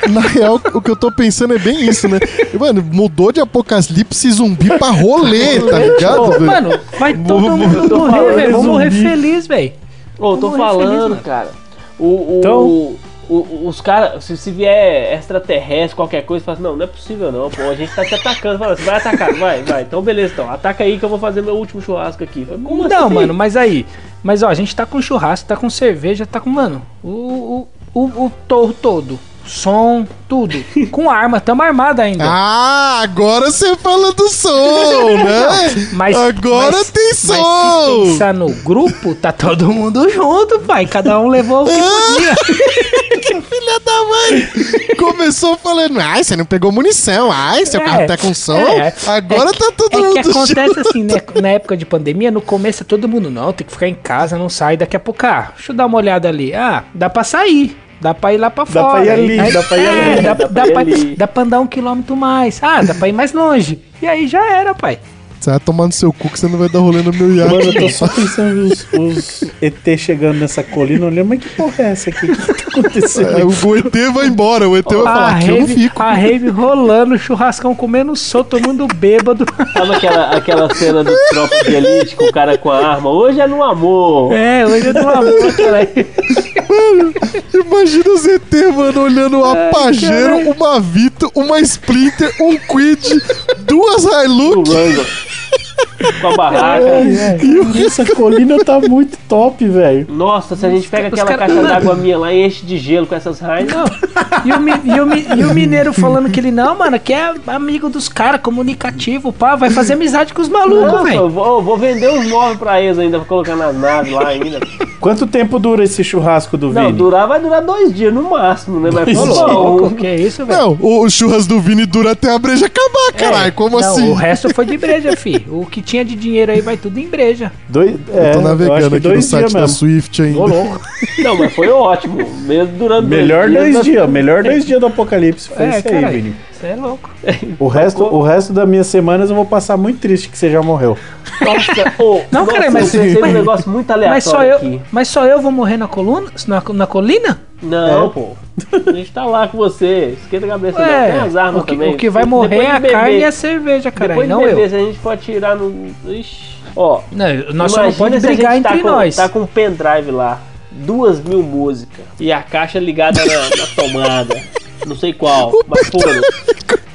Speaker 1: Na real, o que eu tô pensando é bem isso, né? Mano, mudou de apocalipse zumbi pra rolê, tá ligado? velho?
Speaker 3: Mano, vai todo
Speaker 1: Vou-
Speaker 3: mundo
Speaker 4: tô
Speaker 3: morrer,
Speaker 4: falando,
Speaker 3: velho. Vamos morrer
Speaker 2: zumbi.
Speaker 3: feliz, velho.
Speaker 4: Ô, tô
Speaker 3: morrer feliz,
Speaker 4: falando,
Speaker 3: mano.
Speaker 4: cara. O, o,
Speaker 2: Então-
Speaker 4: o- o- os caras, se, se vier extraterrestre, qualquer coisa, fala assim, não, não é possível não, pô, a gente tá te atacando. Fala assim, vai atacar, vai, vai. Então beleza, então, ataca aí que eu vou fazer meu último churrasco aqui. Fala, Como
Speaker 3: não,
Speaker 4: assim?
Speaker 3: mano, mas aí. Mas ó, a gente tá com churrasco, tá com cerveja, tá com, mano, o, o, o, o torro todo. Som, tudo.
Speaker 4: [LAUGHS]
Speaker 3: Com arma, tamo armado ainda.
Speaker 1: Ah, agora você fala do som,
Speaker 3: [LAUGHS]
Speaker 1: né?
Speaker 3: Mas,
Speaker 1: agora
Speaker 3: mas-
Speaker 1: tem
Speaker 3: mas se
Speaker 1: som!
Speaker 3: pensar no grupo, tá todo mundo junto, pai. Cada um levou o que podia.
Speaker 1: Filha da mãe! Come- começou falando, ai, você não pegou munição, ai, seu
Speaker 3: É,
Speaker 1: carro tá com som.
Speaker 3: é.
Speaker 1: Agora
Speaker 3: É que-
Speaker 1: tá todo
Speaker 3: É
Speaker 1: mundo.
Speaker 3: que acontece assim, né? [LAUGHS] Na época de pandemia, no começo é todo mundo, não, tem que ficar em casa, não sai, daqui a pouco, ah, deixa eu dar uma olhada ali. Ah, dá pra sair. Dá pra ir lá pra
Speaker 2: Dá
Speaker 3: fora.
Speaker 2: pra ir
Speaker 3: aí-
Speaker 2: ali,
Speaker 3: aí-
Speaker 2: dá pra ir
Speaker 3: é,
Speaker 2: ali,
Speaker 3: dá,
Speaker 4: dá
Speaker 3: dá,
Speaker 4: pra ir
Speaker 3: pra,
Speaker 4: ali.
Speaker 3: dá pra andar um quilômetro mais. Ah, dá pra ir mais longe. E aí já era, pai.
Speaker 1: Você vai tomar no seu cu que você não vai dar rolê no meu iate.
Speaker 2: Mano, eu tô só pensando nos os ET chegando nessa colina, olhando, mas que porra é essa aqui? O que tá acontecendo?
Speaker 1: É, o ET vai embora, o ET vai falar, aqui eu não fico.
Speaker 3: a rave rolando, churrascão comendo sol, todo mundo bêbado.
Speaker 4: Sabe aquela, aquela cena do Tropa de Elite com o cara com a arma? Hoje é no amor.
Speaker 3: É, hoje eu dou uma boca, velho.
Speaker 1: Imagina os ET, mano, olhando uma Pajero,
Speaker 3: caralho.
Speaker 1: uma Vito, uma Splinter, um Quid, duas
Speaker 4: Do
Speaker 1: Hilux
Speaker 4: Rango. Com a barraca.
Speaker 2: é? [LAUGHS] Essa colina tá muito top, velho.
Speaker 4: Nossa, se a gente pega
Speaker 3: Os
Speaker 4: aquela
Speaker 3: cara- [LAUGHS]
Speaker 4: caixa d'água minha lá e enche de gelo com essas raias.
Speaker 3: Não. E o, mi- e o mi- e o mineiro falando que ele não, mano, que é amigo dos caras, comunicativo, pá, vai fazer amizade com os malucos,
Speaker 4: Nossa,
Speaker 3: velho.
Speaker 4: eu vou, eu vou vender uns móveis pra eles ainda, pra colocar nas naves lá
Speaker 3: [LAUGHS]
Speaker 4: ainda.
Speaker 2: Quanto tempo dura esse churrasco do
Speaker 4: Não,
Speaker 2: Vini?
Speaker 4: durar vai durar dois dias no máximo, né? Mas
Speaker 2: Dois
Speaker 4: pô,
Speaker 2: dias.
Speaker 4: bom,
Speaker 3: Louco, que é isso, velho?
Speaker 1: Não, o, o churras do Vini dura até a breja
Speaker 3: É.
Speaker 1: acabar, caralho. Como
Speaker 3: Não,
Speaker 1: assim?
Speaker 3: o resto foi
Speaker 4: [LAUGHS]
Speaker 3: de breja, fi. O que tinha de dinheiro aí vai tudo em breja.
Speaker 2: Dois, é,
Speaker 1: Tô
Speaker 2: eu acho
Speaker 1: navegando
Speaker 2: que
Speaker 1: aqui no
Speaker 2: dois
Speaker 1: site
Speaker 2: dias
Speaker 1: da
Speaker 2: mesmo.
Speaker 1: Swift ainda.
Speaker 3: Ô, louco.
Speaker 4: não, mas foi ótimo. Mesmo durando
Speaker 2: Melhor dois
Speaker 4: nós-
Speaker 2: dias, melhor dois dias do apocalipse. Foi
Speaker 3: É,
Speaker 2: isso aí,
Speaker 3: caralho.
Speaker 2: Vini.
Speaker 3: Você é louco.
Speaker 2: O resto, o resto das minhas semanas eu vou passar muito triste que você já morreu.
Speaker 4: Nossa, ô,
Speaker 3: Não,
Speaker 4: nossa,
Speaker 3: cara, mas-
Speaker 4: eu pensei
Speaker 3: mas-
Speaker 4: num negócio muito aleatório
Speaker 3: Mas só, eu,
Speaker 4: É, aqui.
Speaker 3: mas só eu vou morrer na coluna? Na, na colina?
Speaker 4: Não,
Speaker 2: É.
Speaker 4: pô. A gente tá lá com você. Esquenta a cabeça, não. Tem
Speaker 3: É,
Speaker 4: as armas
Speaker 3: o que,
Speaker 4: também.
Speaker 3: o que vai
Speaker 4: Depois
Speaker 3: morrer é
Speaker 4: de
Speaker 3: a
Speaker 4: beber-
Speaker 3: carne e a cerveja, cara.
Speaker 4: Depois de
Speaker 3: Não
Speaker 4: beber,
Speaker 3: eu.
Speaker 4: se a gente for atirar no. Ixi. Ó,
Speaker 3: Não, nós só não
Speaker 4: imagina
Speaker 3: pode
Speaker 4: se a gente
Speaker 3: brigar
Speaker 4: tá
Speaker 3: entre
Speaker 4: com-
Speaker 3: nós.
Speaker 4: Tá com um pendrive lá, duas mil músicas e a caixa ligada na, na tomada. Não sei qual,
Speaker 3: [LAUGHS]
Speaker 4: mas foda.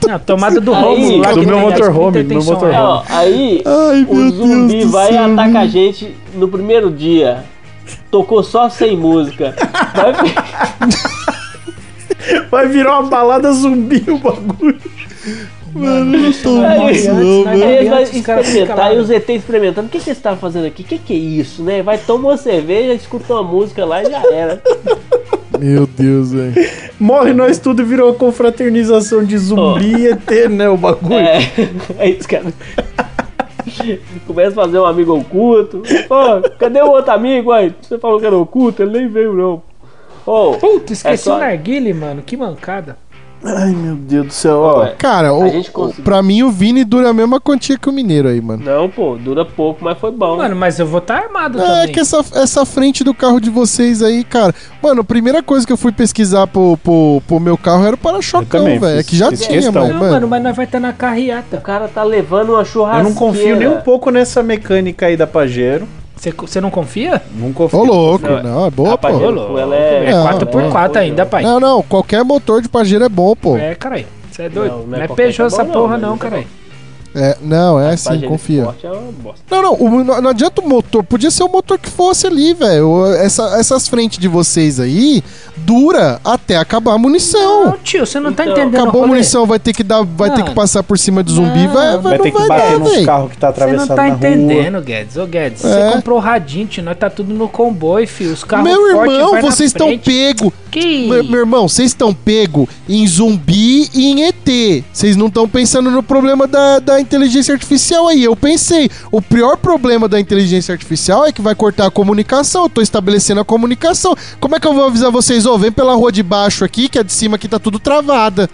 Speaker 3: Não, tomada do
Speaker 4: [LAUGHS] Aí,
Speaker 3: Romulo lá.
Speaker 4: do
Speaker 3: que
Speaker 2: meu
Speaker 3: tem a
Speaker 2: motorhome,
Speaker 3: escrita
Speaker 2: do meu
Speaker 3: tem som,
Speaker 2: motorhome.
Speaker 4: É, ó, aí
Speaker 1: Ai,
Speaker 4: o
Speaker 1: meu
Speaker 4: zumbi
Speaker 1: Deus do
Speaker 4: vai e
Speaker 1: céu.
Speaker 4: ataca a gente no primeiro dia. Tocou só sem música.
Speaker 3: [LAUGHS]
Speaker 4: Vai ver-
Speaker 2: Vai virar uma balada zumbi o bagulho.
Speaker 1: Mano, eu não tô
Speaker 2: É
Speaker 4: Aí,
Speaker 1: mais
Speaker 3: antes,
Speaker 1: não,
Speaker 3: né?
Speaker 1: velho.
Speaker 4: Aí ele vai
Speaker 3: Os caras ficam
Speaker 4: experimentar
Speaker 3: lá,
Speaker 4: e
Speaker 3: né?
Speaker 4: os ET experimentando. O que, que você tá fazendo aqui? O que, que é isso, né? Vai tomar uma cerveja, escuta uma música lá e já era.
Speaker 1: Meu Deus, velho.
Speaker 2: Morre nós tudo, virou uma confraternização de zumbi e ET, né? O bagulho.
Speaker 4: É, é [LAUGHS] isso, cara. Começa a fazer um amigo oculto. Ó, cadê o outro amigo? Aí, você falou que era oculto, ele nem veio, não. Ô,
Speaker 3: Puta,
Speaker 4: É
Speaker 3: esqueci
Speaker 4: só-
Speaker 3: o narguile, mano. Que mancada.
Speaker 2: Ai, meu Deus do céu, ó.
Speaker 4: Ué.
Speaker 1: Cara, o,
Speaker 4: gente
Speaker 1: o-
Speaker 4: conseguiu.
Speaker 1: pra mim o Vini dura a mesma quantia que o Mineiro aí, mano.
Speaker 4: não, pô, dura pouco, mas foi bom.
Speaker 3: Mano, mas eu vou estar armado
Speaker 1: É
Speaker 3: também.
Speaker 1: que essa, essa frente do carro de vocês aí, cara. Mano, a primeira coisa que eu fui pesquisar pro, pro, pro meu carro era o para-chocão,
Speaker 2: Eu também
Speaker 1: velho. É
Speaker 2: fiz-
Speaker 1: que já
Speaker 2: fiz
Speaker 1: tinha,
Speaker 2: questão.
Speaker 1: mas,
Speaker 3: Não,
Speaker 1: mano.
Speaker 3: mano, mas nós vai estar na
Speaker 4: o
Speaker 3: carreata.
Speaker 4: cara tá levando uma
Speaker 2: Eu
Speaker 4: churrasqueira.
Speaker 2: não confio nem um pouco nessa mecânica aí da Pajero.
Speaker 3: Você não confia?
Speaker 2: Não confio.
Speaker 1: Ô, louco,
Speaker 4: Não, é-
Speaker 1: não, é boa,
Speaker 4: A
Speaker 1: pô.
Speaker 4: Pajero,
Speaker 3: Pô,
Speaker 4: pô, ela é,
Speaker 1: É
Speaker 4: ela
Speaker 3: 4x4 ainda, pai.
Speaker 1: Não, não, qualquer motor de Pajero é bom, pô. É,
Speaker 3: É, caralho. Você é doido.
Speaker 4: Não,
Speaker 3: Não,
Speaker 4: não é
Speaker 3: é
Speaker 4: qualquer
Speaker 3: Peugeot essa
Speaker 4: tá bom,
Speaker 3: porra,
Speaker 4: não,
Speaker 3: não,
Speaker 4: mas tá
Speaker 3: caralho.
Speaker 1: não, é
Speaker 4: Pajero
Speaker 1: assim,
Speaker 4: de
Speaker 1: confia.
Speaker 4: esporte é uma bosta.
Speaker 1: Não, não, o- não, não adianta o motor, podia ser o motor que fosse ali, velho. Essa- essas frentes de vocês aí dura até acabar a munição.
Speaker 3: Não, tio, você não tá
Speaker 4: Então,
Speaker 3: entendendo.
Speaker 1: Acabou a
Speaker 3: o rolê.
Speaker 1: munição, vai ter que dar, vai ter que
Speaker 3: Mano.
Speaker 1: passar por cima do zumbi,
Speaker 3: Não.
Speaker 1: vai, vai,
Speaker 2: Vai
Speaker 1: não
Speaker 2: ter que
Speaker 1: vai
Speaker 2: bater
Speaker 1: dar,
Speaker 2: nos
Speaker 1: véio.
Speaker 2: carros que tá
Speaker 3: Você
Speaker 2: atravessando
Speaker 3: não tá
Speaker 2: na rua.
Speaker 3: entendendo, Guedes. Ô, Guedes,
Speaker 1: É.
Speaker 3: você comprou o radinho, tio. Nós tá tudo no comboio, filho. Os carros
Speaker 1: Meu
Speaker 3: fortes
Speaker 1: irmão,
Speaker 3: vai na
Speaker 1: vocês estão
Speaker 3: frente.
Speaker 1: pego.
Speaker 3: Que...
Speaker 1: Meu, meu irmão, vocês estão pego em zumbi e em ET. Vocês não estão pensando no problema da, da inteligência artificial aí. Eu pensei, o pior problema da inteligência artificial é que vai cortar a comunicação. Eu tô estabelecendo a comunicação. Como é que eu vou avisar vocês? Ô, vem pela rua de baixo aqui, que a de cima aqui tá tudo travada.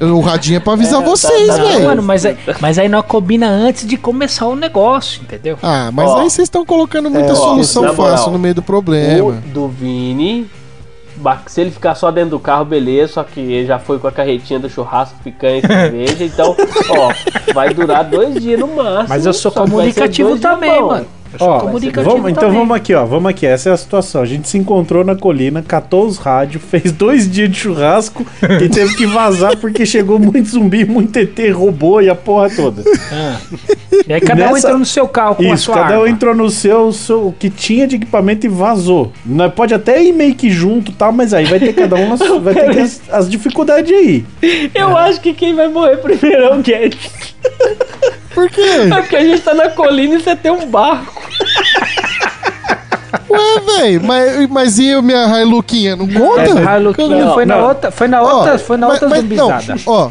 Speaker 1: O radinho é pra avisar
Speaker 4: É, tá-
Speaker 1: vocês,
Speaker 4: tá-
Speaker 3: Não,
Speaker 1: velho.
Speaker 3: mano, mas aí, mas aí nós combina antes de começar o negócio, entendeu?
Speaker 1: Ah, mas
Speaker 4: Ó.
Speaker 1: aí vocês estão colocando muita
Speaker 2: É, ó,
Speaker 1: solução
Speaker 4: na moral.
Speaker 1: fácil no meio do
Speaker 4: o
Speaker 1: problema.
Speaker 4: do Vini. ba- Se ele ficar só dentro do carro, beleza. Só que ele já foi com a carretinha do churrasco, picanha e cerveja. Então, ó, vai durar dois dias no máximo.
Speaker 3: Mas eu sou
Speaker 4: Só que vai ser
Speaker 3: comunicativo
Speaker 4: dois dias
Speaker 3: também,
Speaker 4: bom.
Speaker 3: mano. Eu sou
Speaker 2: Ó,
Speaker 3: comunicativo
Speaker 2: vamos, então
Speaker 3: também.
Speaker 2: vamos aqui, ó. Vamos aqui. Essa é a situação. A gente se encontrou na colina, catou os rádios, [LAUGHS] fez dois dias de churrasco e teve que vazar porque chegou muito zumbi, muito ET, robô e a porra
Speaker 3: [LAUGHS]
Speaker 2: toda.
Speaker 3: E aí cada um
Speaker 2: Nessa-
Speaker 3: entrou no seu carro com a
Speaker 2: Isso,
Speaker 3: sua
Speaker 2: cada um
Speaker 3: arma.
Speaker 2: entrou no seu, seu- o que tinha de equipamento e vazou. Nós pode até ir meio que junto, tá? Mas aí vai ter cada um na
Speaker 3: [LAUGHS]
Speaker 2: sua- vai ter que as, as dificuldades aí.
Speaker 4: Eu acho que quem vai morrer primeiro é o Guedes.
Speaker 1: Por quê?
Speaker 3: É
Speaker 4: Porque a gente tá na colina e você tem um barco.
Speaker 1: Ué, É, velho, mas, mas e a minha Hiluquinha? Não conta?
Speaker 3: Essa Hiluquinha
Speaker 4: Não,
Speaker 3: foi na
Speaker 2: não.
Speaker 3: outra, foi na
Speaker 1: É, Ó,
Speaker 3: outra, foi na
Speaker 1: mas-
Speaker 3: outra
Speaker 1: mas não,
Speaker 3: zumbizada.
Speaker 1: Ó,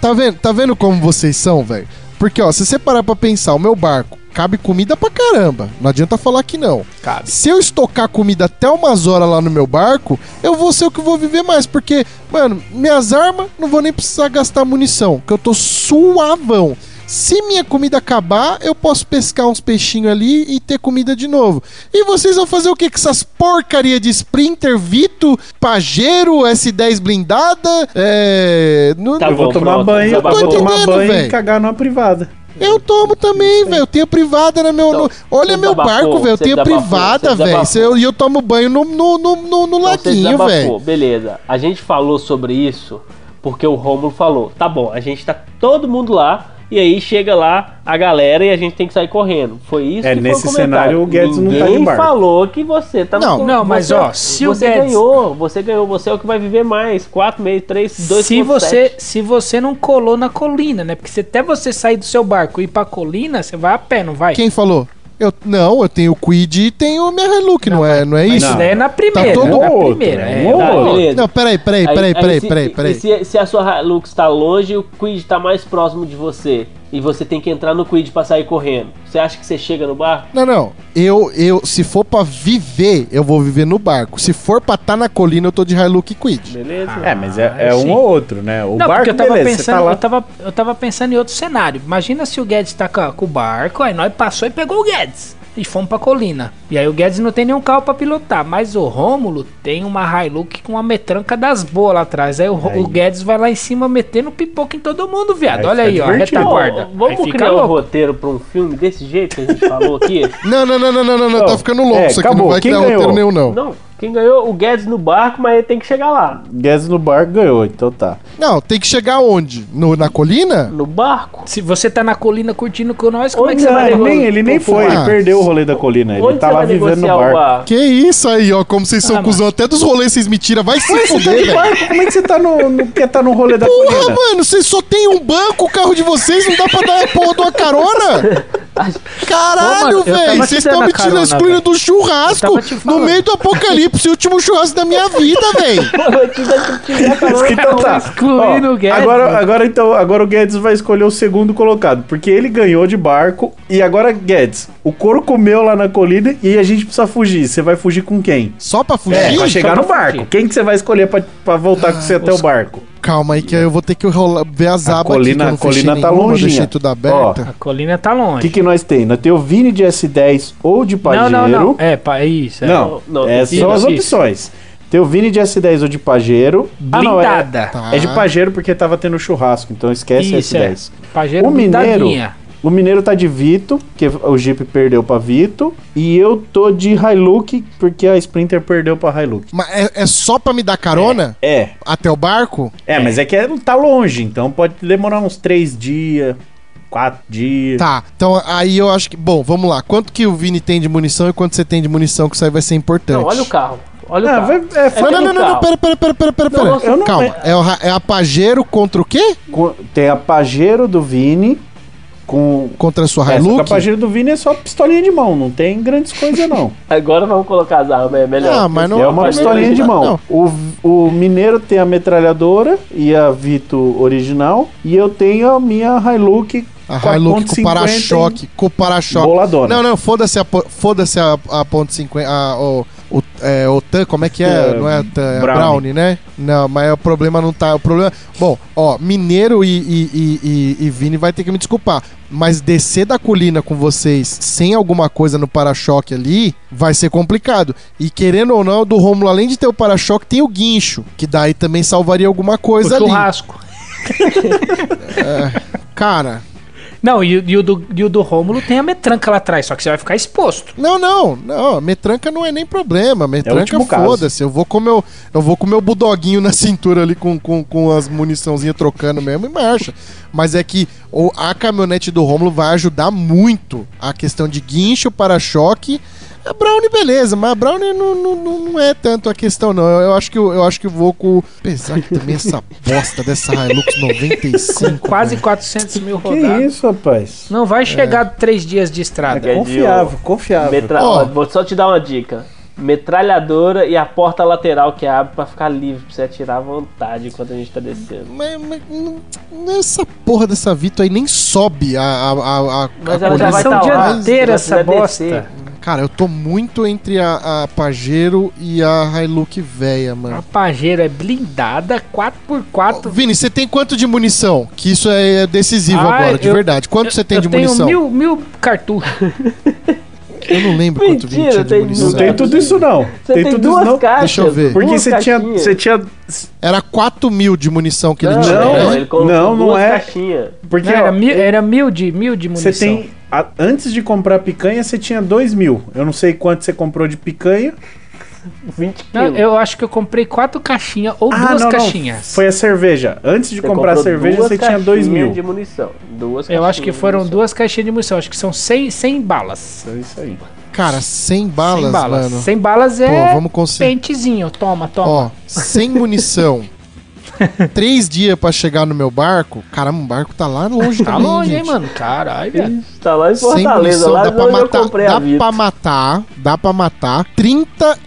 Speaker 1: tá vendo, tá vendo como vocês são, velho? Porque, ó, se você parar pra pensar, o meu barco cabe comida pra caramba. Não adianta falar que não.
Speaker 3: Cabe.
Speaker 1: Se eu estocar comida até umas horas lá no meu barco, eu vou ser o que vou viver mais. Porque, mano, minhas armas não vou nem precisar gastar munição, que eu tô suavão. Se minha comida acabar, eu posso pescar uns peixinhos ali e ter comida de novo. E vocês vão fazer o que com essas porcaria de Sprinter, Vito, Pajero, S10 blindada? É. não-
Speaker 4: Tá
Speaker 2: Eu vou
Speaker 4: bom,
Speaker 2: tomar
Speaker 4: pronto,
Speaker 2: banho, eu
Speaker 4: desabafou.
Speaker 2: vou tomar
Speaker 1: Entendendo,
Speaker 2: banho
Speaker 1: velho.
Speaker 2: e cagar numa privada.
Speaker 1: Eu tomo também, velho. Eu tenho privada na meu.
Speaker 4: Então,
Speaker 1: no- Olha
Speaker 4: você
Speaker 1: meu
Speaker 4: desabafou,
Speaker 1: barco, velho. Eu
Speaker 4: você
Speaker 1: tenho
Speaker 4: desabafou,
Speaker 1: privada,
Speaker 4: você
Speaker 1: velho. Se eu- E eu, tomo banho no, no, no, no-
Speaker 3: é
Speaker 1: no
Speaker 4: Então, você
Speaker 1: laguinho,
Speaker 4: desabafou.
Speaker 1: velho.
Speaker 4: Beleza. A gente falou sobre isso porque o Rômulo falou. Tá bom, a gente tá todo mundo lá e aí chega lá a galera e a gente tem que sair correndo. Foi isso
Speaker 2: É,
Speaker 4: que
Speaker 2: nesse
Speaker 4: foi o comentário.
Speaker 2: cenário, o Guedes não tá de
Speaker 4: Ninguém
Speaker 2: barco.
Speaker 4: falou que você tá
Speaker 1: Não.
Speaker 4: no...
Speaker 3: Não, mas,
Speaker 4: você-
Speaker 3: ó, se o
Speaker 4: você
Speaker 3: Guedes-
Speaker 4: ganhou, você ganhou, você é o que vai viver mais. 4 meses, 3, 2,
Speaker 3: Se você, se você não colou na colina, né? Porque se até você sair do seu barco e ir pra colina, você vai a pé, não vai?
Speaker 1: Quem falou? Eu, não, eu tenho o Quid e tenho o minha Hilux, não, é, não é
Speaker 3: Mas
Speaker 1: isso?
Speaker 3: Isso
Speaker 2: Não.
Speaker 3: daí é na primeira,
Speaker 1: todo
Speaker 3: na
Speaker 2: Tá outro,
Speaker 3: primeira.
Speaker 2: né?
Speaker 3: é.
Speaker 2: Um
Speaker 4: Tá,
Speaker 2: Ô,
Speaker 4: beleza.
Speaker 1: Não, peraí, peraí,
Speaker 4: Aí-
Speaker 1: peraí,
Speaker 4: aí
Speaker 1: peraí,
Speaker 4: se-
Speaker 1: peraí,
Speaker 4: e-
Speaker 1: peraí.
Speaker 4: e se, se a sua Hilux tá longe, o Quid tá mais próximo de você. E você tem que entrar no Quid pra sair correndo. Você acha que você chega no barco?
Speaker 1: Não, não. Eu, eu, se for pra viver, eu vou viver no barco. Se for pra tá na colina, eu tô de Hilux e Quid.
Speaker 4: Beleza?
Speaker 2: É, mas é, é
Speaker 3: Ah,
Speaker 2: um
Speaker 3: sim.
Speaker 2: ou outro, né? O
Speaker 3: Não, porque
Speaker 2: barco,
Speaker 3: eu tava,
Speaker 2: beleza, você
Speaker 3: pensando,
Speaker 2: tá lá.
Speaker 3: eu, tava, eu tava pensando em outro cenário. Imagina se o Guedes tá com, a- com o barco, aí nós passou e pegou o Guedes. E fomos pra colina. E aí o Guedes não tem nenhum carro pra pilotar. Mas o Rômulo tem uma Hilux com uma metranca das boas lá atrás. Aí o, Ro-
Speaker 2: Aí.
Speaker 3: o Guedes vai lá em cima metendo pipoca em todo mundo, viado.
Speaker 2: Aí
Speaker 3: Olha aí,
Speaker 2: fica
Speaker 3: ó.
Speaker 2: divertido.
Speaker 4: Bom,
Speaker 3: Retaguarda. Aí
Speaker 4: vamos
Speaker 3: fica
Speaker 4: criar um
Speaker 3: louco.
Speaker 4: roteiro pra um filme desse jeito que a gente falou [LAUGHS] aqui?
Speaker 1: Não, não, não, não, não, não, não. Tá
Speaker 2: Não.
Speaker 1: ficando louco
Speaker 2: É,
Speaker 1: isso aqui. Não
Speaker 2: acabou.
Speaker 1: vai
Speaker 2: Quem
Speaker 1: criar
Speaker 2: ganhou?
Speaker 1: roteiro nenhum, não.
Speaker 4: Não, quem ganhou o Guedes no barco, mas ele tem que chegar lá.
Speaker 2: Guedes no barco ganhou, então tá.
Speaker 1: Não, tem que chegar onde? No, na colina?
Speaker 4: No barco?
Speaker 3: Se você tá na colina curtindo com nós, como é que
Speaker 4: Onde
Speaker 3: você
Speaker 4: é?
Speaker 3: vai
Speaker 2: ele
Speaker 4: nego-
Speaker 2: nem, ele nem
Speaker 4: pô,
Speaker 2: foi,
Speaker 1: ah.
Speaker 2: ele perdeu o rolê da colina. Ele
Speaker 4: Onde
Speaker 2: tá
Speaker 4: você
Speaker 2: lá
Speaker 4: vai
Speaker 2: vivendo no
Speaker 4: negociar o
Speaker 2: barco.
Speaker 4: barco?
Speaker 1: Que isso aí, ó. Como vocês são
Speaker 3: Ah,
Speaker 1: cuzão. Até dos rolês vocês me tiram. Vai se
Speaker 2: Mas você tá
Speaker 1: fuder,
Speaker 2: no
Speaker 1: velho.
Speaker 2: barco, como é que você tá no, no, quer tá no rolê da
Speaker 1: Porra,
Speaker 2: colina?
Speaker 1: mano, vocês só tem um banco, o carro de vocês não dá pra dar a porra de uma
Speaker 3: [LAUGHS]
Speaker 1: carona?
Speaker 3: Ô,
Speaker 1: Caralho,
Speaker 3: mano, eu
Speaker 1: velho,
Speaker 3: tava te
Speaker 1: vocês
Speaker 3: dando
Speaker 1: estão
Speaker 3: a
Speaker 1: me tirando
Speaker 3: carona,
Speaker 1: excluindo
Speaker 3: velho.
Speaker 1: do
Speaker 3: Eu
Speaker 1: churrasco
Speaker 3: tava te
Speaker 1: no
Speaker 3: falando.
Speaker 1: meio do apocalipse, o último churrasco da minha vida, velho.
Speaker 4: [LAUGHS]
Speaker 2: Então tá.
Speaker 3: excluindo
Speaker 2: Ó,
Speaker 3: o Guedes.
Speaker 2: Agora, agora, então, agora o Guedes vai escolher o segundo colocado, porque ele ganhou de barco. E agora, Guedes, o couro comeu lá na colina e a gente precisa fugir. Você vai fugir com quem?
Speaker 1: Só pra então fugir? Ah,
Speaker 2: É, vai chegar
Speaker 3: pra
Speaker 2: no barco.
Speaker 3: fugir.
Speaker 2: Quem que você vai escolher pra, pra voltar com você até o barco?
Speaker 1: Calma aí que eu vou ter que rolar, ver as
Speaker 2: A
Speaker 1: abas
Speaker 2: colina-
Speaker 1: aqui.
Speaker 2: a colina tá
Speaker 1: longe.
Speaker 2: longinha.
Speaker 1: Deixei tudo aberta.
Speaker 3: A colina tá
Speaker 2: O que,
Speaker 3: longe.
Speaker 2: que nós tem? Nós temos o Vini de S10 ou de
Speaker 3: não,
Speaker 2: Pajero.
Speaker 3: não, não. É, pá, é isso. É.
Speaker 2: Não,
Speaker 4: Não, não,
Speaker 2: é
Speaker 4: isso,
Speaker 2: só as
Speaker 3: isso.
Speaker 2: opções. Tem o Vini de S10 ou de Pajero. Ah, não, é-
Speaker 3: Blindada.
Speaker 1: Tá.
Speaker 2: é, de Pajero porque tava tendo churrasco, então esquece
Speaker 3: Isso, é.
Speaker 2: S10.
Speaker 3: Pajero
Speaker 2: O mineiro-
Speaker 3: blindadinha.
Speaker 2: O Mineiro tá de Vito, que o Jeep perdeu pra Vito. E eu tô de Hilux, porque a Sprinter perdeu pra Hilux.
Speaker 1: Mas é, é só pra me dar carona?
Speaker 2: É,
Speaker 1: Até o barco?
Speaker 2: é, mas é que é- tá longe, então pode demorar uns três dias, quatro dias.
Speaker 1: Tá, então aí eu acho que... Bom, vamos lá. Quanto que o Vini tem de munição e quanto você tem de munição, que isso aí vai ser importante.
Speaker 4: Não, olha o carro. Olha o
Speaker 2: Ah,
Speaker 4: carro.
Speaker 2: vai, é,
Speaker 1: Não, não,
Speaker 4: Olha no
Speaker 1: não, não, não,
Speaker 4: carro.
Speaker 1: pera, pera, pera, pera, pera, pera.
Speaker 2: eu não-
Speaker 1: Calma, é, o ra- é a Pajero contra o quê?
Speaker 2: co- tem a Pajero do Vini com.
Speaker 1: Contra a sua
Speaker 2: É, só que
Speaker 1: Hilux?
Speaker 2: a Pajero do Vini é só pistolinha de mão, não tem grandes coisas não.
Speaker 4: Agora vamos colocar as armas, é melhor.
Speaker 1: Ah, mas não-
Speaker 2: é uma
Speaker 1: não-
Speaker 2: pistolinha de
Speaker 1: não.
Speaker 2: mão. O, o Mineiro tem a metralhadora e a Vito original. E eu tenho a minha Hilux
Speaker 1: A Hilux com
Speaker 2: .50
Speaker 1: o para-choque, com o para-choque.
Speaker 2: Boladona.
Speaker 1: Não, não, foda-se a, po- foda-se a, a ponto 50, a, o, o, é, o TAN, como é que é?
Speaker 2: É,
Speaker 1: não é a TAN, é a
Speaker 2: Brownie.
Speaker 1: Brownie, né? Não, mas o problema não tá, o problema... Bom, ó, Mineiro e, e, e, e- e Vini vai ter que me desculpar, mas descer da colina com vocês sem alguma coisa no para-choque ali vai ser complicado. E querendo ou não, do Romulo, além de ter o para-choque, tem o guincho, que daí também salvaria alguma coisa
Speaker 3: o
Speaker 1: ali.
Speaker 3: churrasco.
Speaker 1: Cara...
Speaker 3: Não, e, o- e o do, e o do Rômulo tem a metranca lá atrás, só que você vai ficar exposto.
Speaker 1: Não, não, não, metranca não é nem problema, metranca
Speaker 2: último caso.
Speaker 1: foda-se, eu vou com meu, eu vou com meu budoguinho na cintura ali com, com, com as muniçãozinhas trocando mesmo e marcha. Mas é que o- a caminhonete do Romulo vai ajudar muito a questão de guincho, para-choque, a Brownie beleza, mas a Brownie não, não, não- não é tanto a questão não, eu, eu acho que eu, eu acho que eu vou com, apesar que também essa bosta dessa Hilux 95,
Speaker 2: [LAUGHS]
Speaker 3: Quase 400 mil
Speaker 2: Que
Speaker 3: rodadas.
Speaker 2: isso, É. rapaz?
Speaker 3: Não vai chegar três dias de estrada.
Speaker 4: É.
Speaker 2: Confiável, confiável.
Speaker 4: Metra...
Speaker 1: Ó.
Speaker 4: Ó, Vou só te dar uma dica. metralhadora e a porta lateral que abre pra ficar livre, pra você atirar à vontade enquanto a gente tá descendo.
Speaker 1: Mas, mas não- essa porra dessa Vito aí nem sobe a, a, a, a,
Speaker 4: Mas
Speaker 1: a
Speaker 4: ela
Speaker 1: colina.
Speaker 4: já vai
Speaker 3: São
Speaker 4: tá lá,
Speaker 3: dianteira
Speaker 4: você
Speaker 1: é
Speaker 4: vai
Speaker 3: essa bosta.
Speaker 4: descer.
Speaker 1: Cara, eu tô muito entre a, a Pajero e a Hilux véia, mano.
Speaker 3: A Pajero é blindada, 4x4.
Speaker 1: Vini, você tem quanto de munição? Que isso é decisivo
Speaker 3: Ah,
Speaker 1: agora, de
Speaker 3: eu-
Speaker 1: verdade. Quanto você tem
Speaker 3: eu
Speaker 1: de
Speaker 3: tenho
Speaker 1: munição?
Speaker 3: mil, mil cartuchos.
Speaker 1: Eu não lembro quanto
Speaker 4: Mentira,
Speaker 1: Vini tinha
Speaker 4: eu
Speaker 1: de
Speaker 4: tenho
Speaker 1: munição.
Speaker 2: Não tem tudo isso, não.
Speaker 4: Você tem,
Speaker 2: tudo
Speaker 4: duas
Speaker 2: isso, não.
Speaker 4: caixas.
Speaker 1: Deixa eu ver.
Speaker 2: Porque
Speaker 4: duas
Speaker 2: você tinha,
Speaker 4: caixinhas.
Speaker 2: você tinha.
Speaker 1: Era 4 mil de munição que ele
Speaker 4: Não,
Speaker 1: tinha.
Speaker 2: Não,
Speaker 4: não,
Speaker 1: né?
Speaker 4: ele colocou
Speaker 2: não, não
Speaker 4: duas
Speaker 2: é.
Speaker 4: caixinhas.
Speaker 2: Porque
Speaker 3: Não,
Speaker 2: ó,
Speaker 3: era, mil, era mil de, mil de
Speaker 2: você
Speaker 3: munição.
Speaker 2: tem. a- antes de comprar picanha, você tinha dois mil. Eu não sei quanto você comprou de picanha.
Speaker 4: 20
Speaker 3: Não,
Speaker 4: quilos.
Speaker 3: eu acho que eu comprei quatro caixinhas ou duas caixinhas.
Speaker 2: Ah, Foi a cerveja. Antes de
Speaker 4: Você
Speaker 2: comprar a
Speaker 4: comprou
Speaker 2: cerveja,
Speaker 4: duas
Speaker 2: você tinha dois
Speaker 4: caixinhas
Speaker 2: mil.
Speaker 4: de munição. Duas
Speaker 3: Eu acho que
Speaker 4: caixinhas de
Speaker 3: foram
Speaker 4: munição.
Speaker 3: duas caixinhas de munição. Acho que são 100, 100 balas.
Speaker 2: É isso aí.
Speaker 1: Cara, 100 balas,
Speaker 3: 100 balas.
Speaker 1: mano.
Speaker 3: 100 balas é
Speaker 1: Pô, vamos conseguir.
Speaker 3: pentezinho. Toma, toma.
Speaker 1: Ó, sem
Speaker 3: [LAUGHS]
Speaker 1: munição. Três dias pra chegar no meu barco. Caramba, o barco tá lá longe
Speaker 3: tá
Speaker 1: também,
Speaker 3: longe, hein,
Speaker 1: gente.
Speaker 3: mano? Caralho, velho.
Speaker 4: Tá lá em
Speaker 1: Sem
Speaker 4: Fortaleza,
Speaker 1: munição,
Speaker 4: lá
Speaker 1: dá
Speaker 4: de
Speaker 1: pra
Speaker 4: onde eu
Speaker 1: matar.
Speaker 4: comprei a
Speaker 1: Dá
Speaker 4: vida. Tá
Speaker 1: pra matar. Dá pra matar.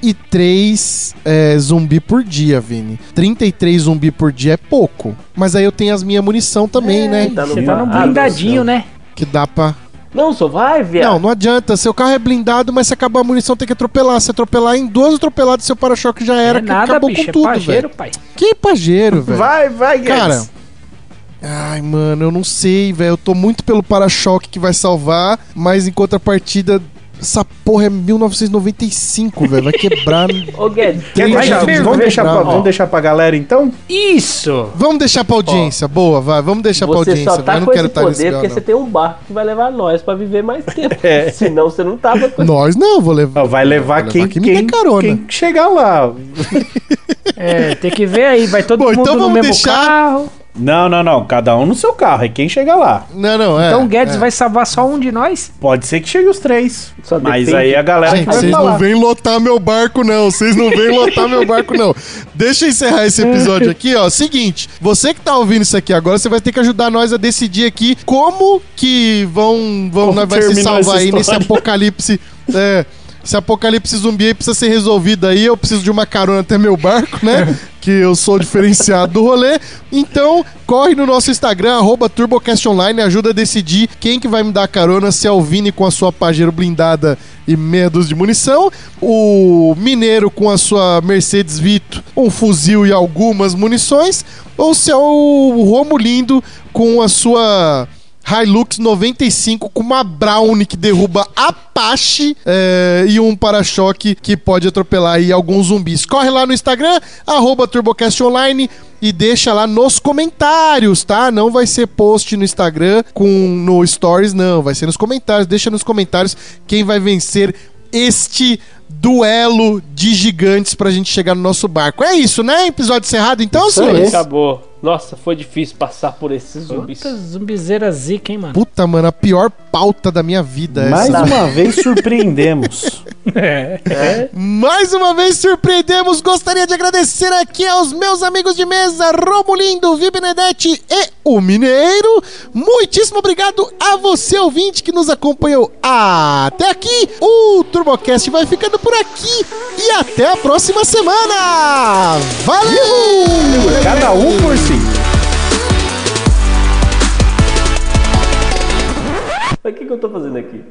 Speaker 1: 33 é, zumbi por dia, Vini. 33 zumbi por dia é pouco. Mas aí eu tenho as minhas munição também, né?
Speaker 4: Tá no
Speaker 3: Você tá num
Speaker 4: mar.
Speaker 3: blindadinho, né?
Speaker 1: Que dá pra.
Speaker 4: Não, só vai, viado.
Speaker 1: Não, não adianta. Seu carro é blindado, mas se acabar a munição tem que atropelar. Se atropelar em duas atropeladas, seu para-choque já era.
Speaker 3: é
Speaker 1: que
Speaker 3: nada,
Speaker 1: acabou
Speaker 3: bicho.
Speaker 1: com
Speaker 3: é
Speaker 1: tudo,
Speaker 3: pajeiro,
Speaker 1: velho.
Speaker 3: pai.
Speaker 1: Que pajeiro, velho.
Speaker 2: Vai, vai, Guedes.
Speaker 1: Cara. Ai, mano, eu não sei, velho. Eu tô muito pelo para-choque que vai salvar, mas em contrapartida, essa porra é 1995, velho. Vai
Speaker 4: [LAUGHS]
Speaker 1: quebrar.
Speaker 4: Ô, Guedes,
Speaker 2: Quer
Speaker 1: Vai
Speaker 2: deixar-
Speaker 1: ferver,
Speaker 2: vamos, deixar pra,
Speaker 1: bravo.
Speaker 2: vamos deixar pra galera então?
Speaker 3: Isso!
Speaker 1: Vamos deixar pra audiência, boa, vai. Vamos deixar pra
Speaker 4: você
Speaker 1: audiência.
Speaker 4: só tá
Speaker 1: eu
Speaker 4: com
Speaker 1: não quero
Speaker 4: esse
Speaker 1: estar nesse
Speaker 4: poder É.
Speaker 1: grau,
Speaker 4: porque você tem um barco que vai levar nós pra viver mais [LAUGHS] tempo. Senão você não tava com
Speaker 1: não. Nós não, eu vou levar.
Speaker 2: Ó, vai levar,
Speaker 1: levar
Speaker 2: quem,
Speaker 1: quem
Speaker 2: quem,
Speaker 1: me der carona.
Speaker 2: quem chegar lá.
Speaker 3: É, tem que ver aí. Vai todo
Speaker 1: Bom,
Speaker 3: mundo
Speaker 1: então
Speaker 3: no
Speaker 1: vamos
Speaker 3: mesmo
Speaker 1: deixar-
Speaker 3: carro.
Speaker 2: Não, não, não. Cada um no seu carro. É quem chegar lá.
Speaker 1: Não, não, é.
Speaker 3: Então o Guedes
Speaker 1: é.
Speaker 3: vai salvar só um de nós?
Speaker 2: Pode ser que chegue os três.
Speaker 4: Só
Speaker 2: mas
Speaker 4: depende.
Speaker 2: aí a galera
Speaker 1: Gente,
Speaker 2: que vai
Speaker 1: vocês
Speaker 2: falar.
Speaker 1: não vêm lotar meu barco, não. Vocês não vêm lotar meu barco, não. Deixa eu encerrar esse episódio aqui, ó. Seguinte, você que tá ouvindo isso aqui agora, você vai ter que ajudar nós a decidir aqui como que vão, vão
Speaker 2: Como
Speaker 1: nós vai se
Speaker 2: terminou
Speaker 1: salvar
Speaker 2: essa
Speaker 1: aí nesse
Speaker 2: história.
Speaker 1: apocalipse. [LAUGHS] É, esse apocalipse zumbi aí precisa ser resolvido aí. Eu preciso de uma carona até meu barco,
Speaker 2: É.
Speaker 1: né? Que eu sou diferenciado do rolê. Então, corre no nosso Instagram, arroba TurboCastOnline, ajuda a decidir quem que vai me dar a carona, se é o Vini com a sua Pajero blindada e medos de munição, o Mineiro com a sua Mercedes Vito, um fuzil e algumas munições, ou se é o Romulindo com a sua Hilux 95 com uma Brownie que derruba Apache é, e um para-choque que pode atropelar aí alguns zumbis. Corre lá no Instagram, arroba TurboCastOnline e deixa lá nos comentários, tá? Não vai ser post no Instagram com no Stories, não. Vai ser nos comentários. Deixa nos comentários quem vai vencer este duelo de gigantes pra gente chegar no nosso barco. É isso, né? Episódio encerrado então,
Speaker 4: Isso aí,
Speaker 1: senhores?
Speaker 4: acabou. Nossa, foi difícil passar por esses zumbis.
Speaker 3: Puta zumbizeira zica,
Speaker 1: [LAUGHS]
Speaker 3: hein, mano?
Speaker 1: Puta, mano, a pior pauta da minha vida.
Speaker 2: Mais
Speaker 1: essa.
Speaker 2: uma vez surpreendemos.
Speaker 3: É.
Speaker 1: Mais uma vez surpreendemos. Gostaria de agradecer aqui aos meus amigos de mesa, Romulindo, Vi Benedetti e o Mineiro. Muitíssimo obrigado a você, ouvinte, que nos acompanhou até aqui. O Turbocast vai ficando por aqui e até a próxima semana. Valeu!
Speaker 2: Cada um por si.
Speaker 4: Mas o que, que eu tô fazendo aqui?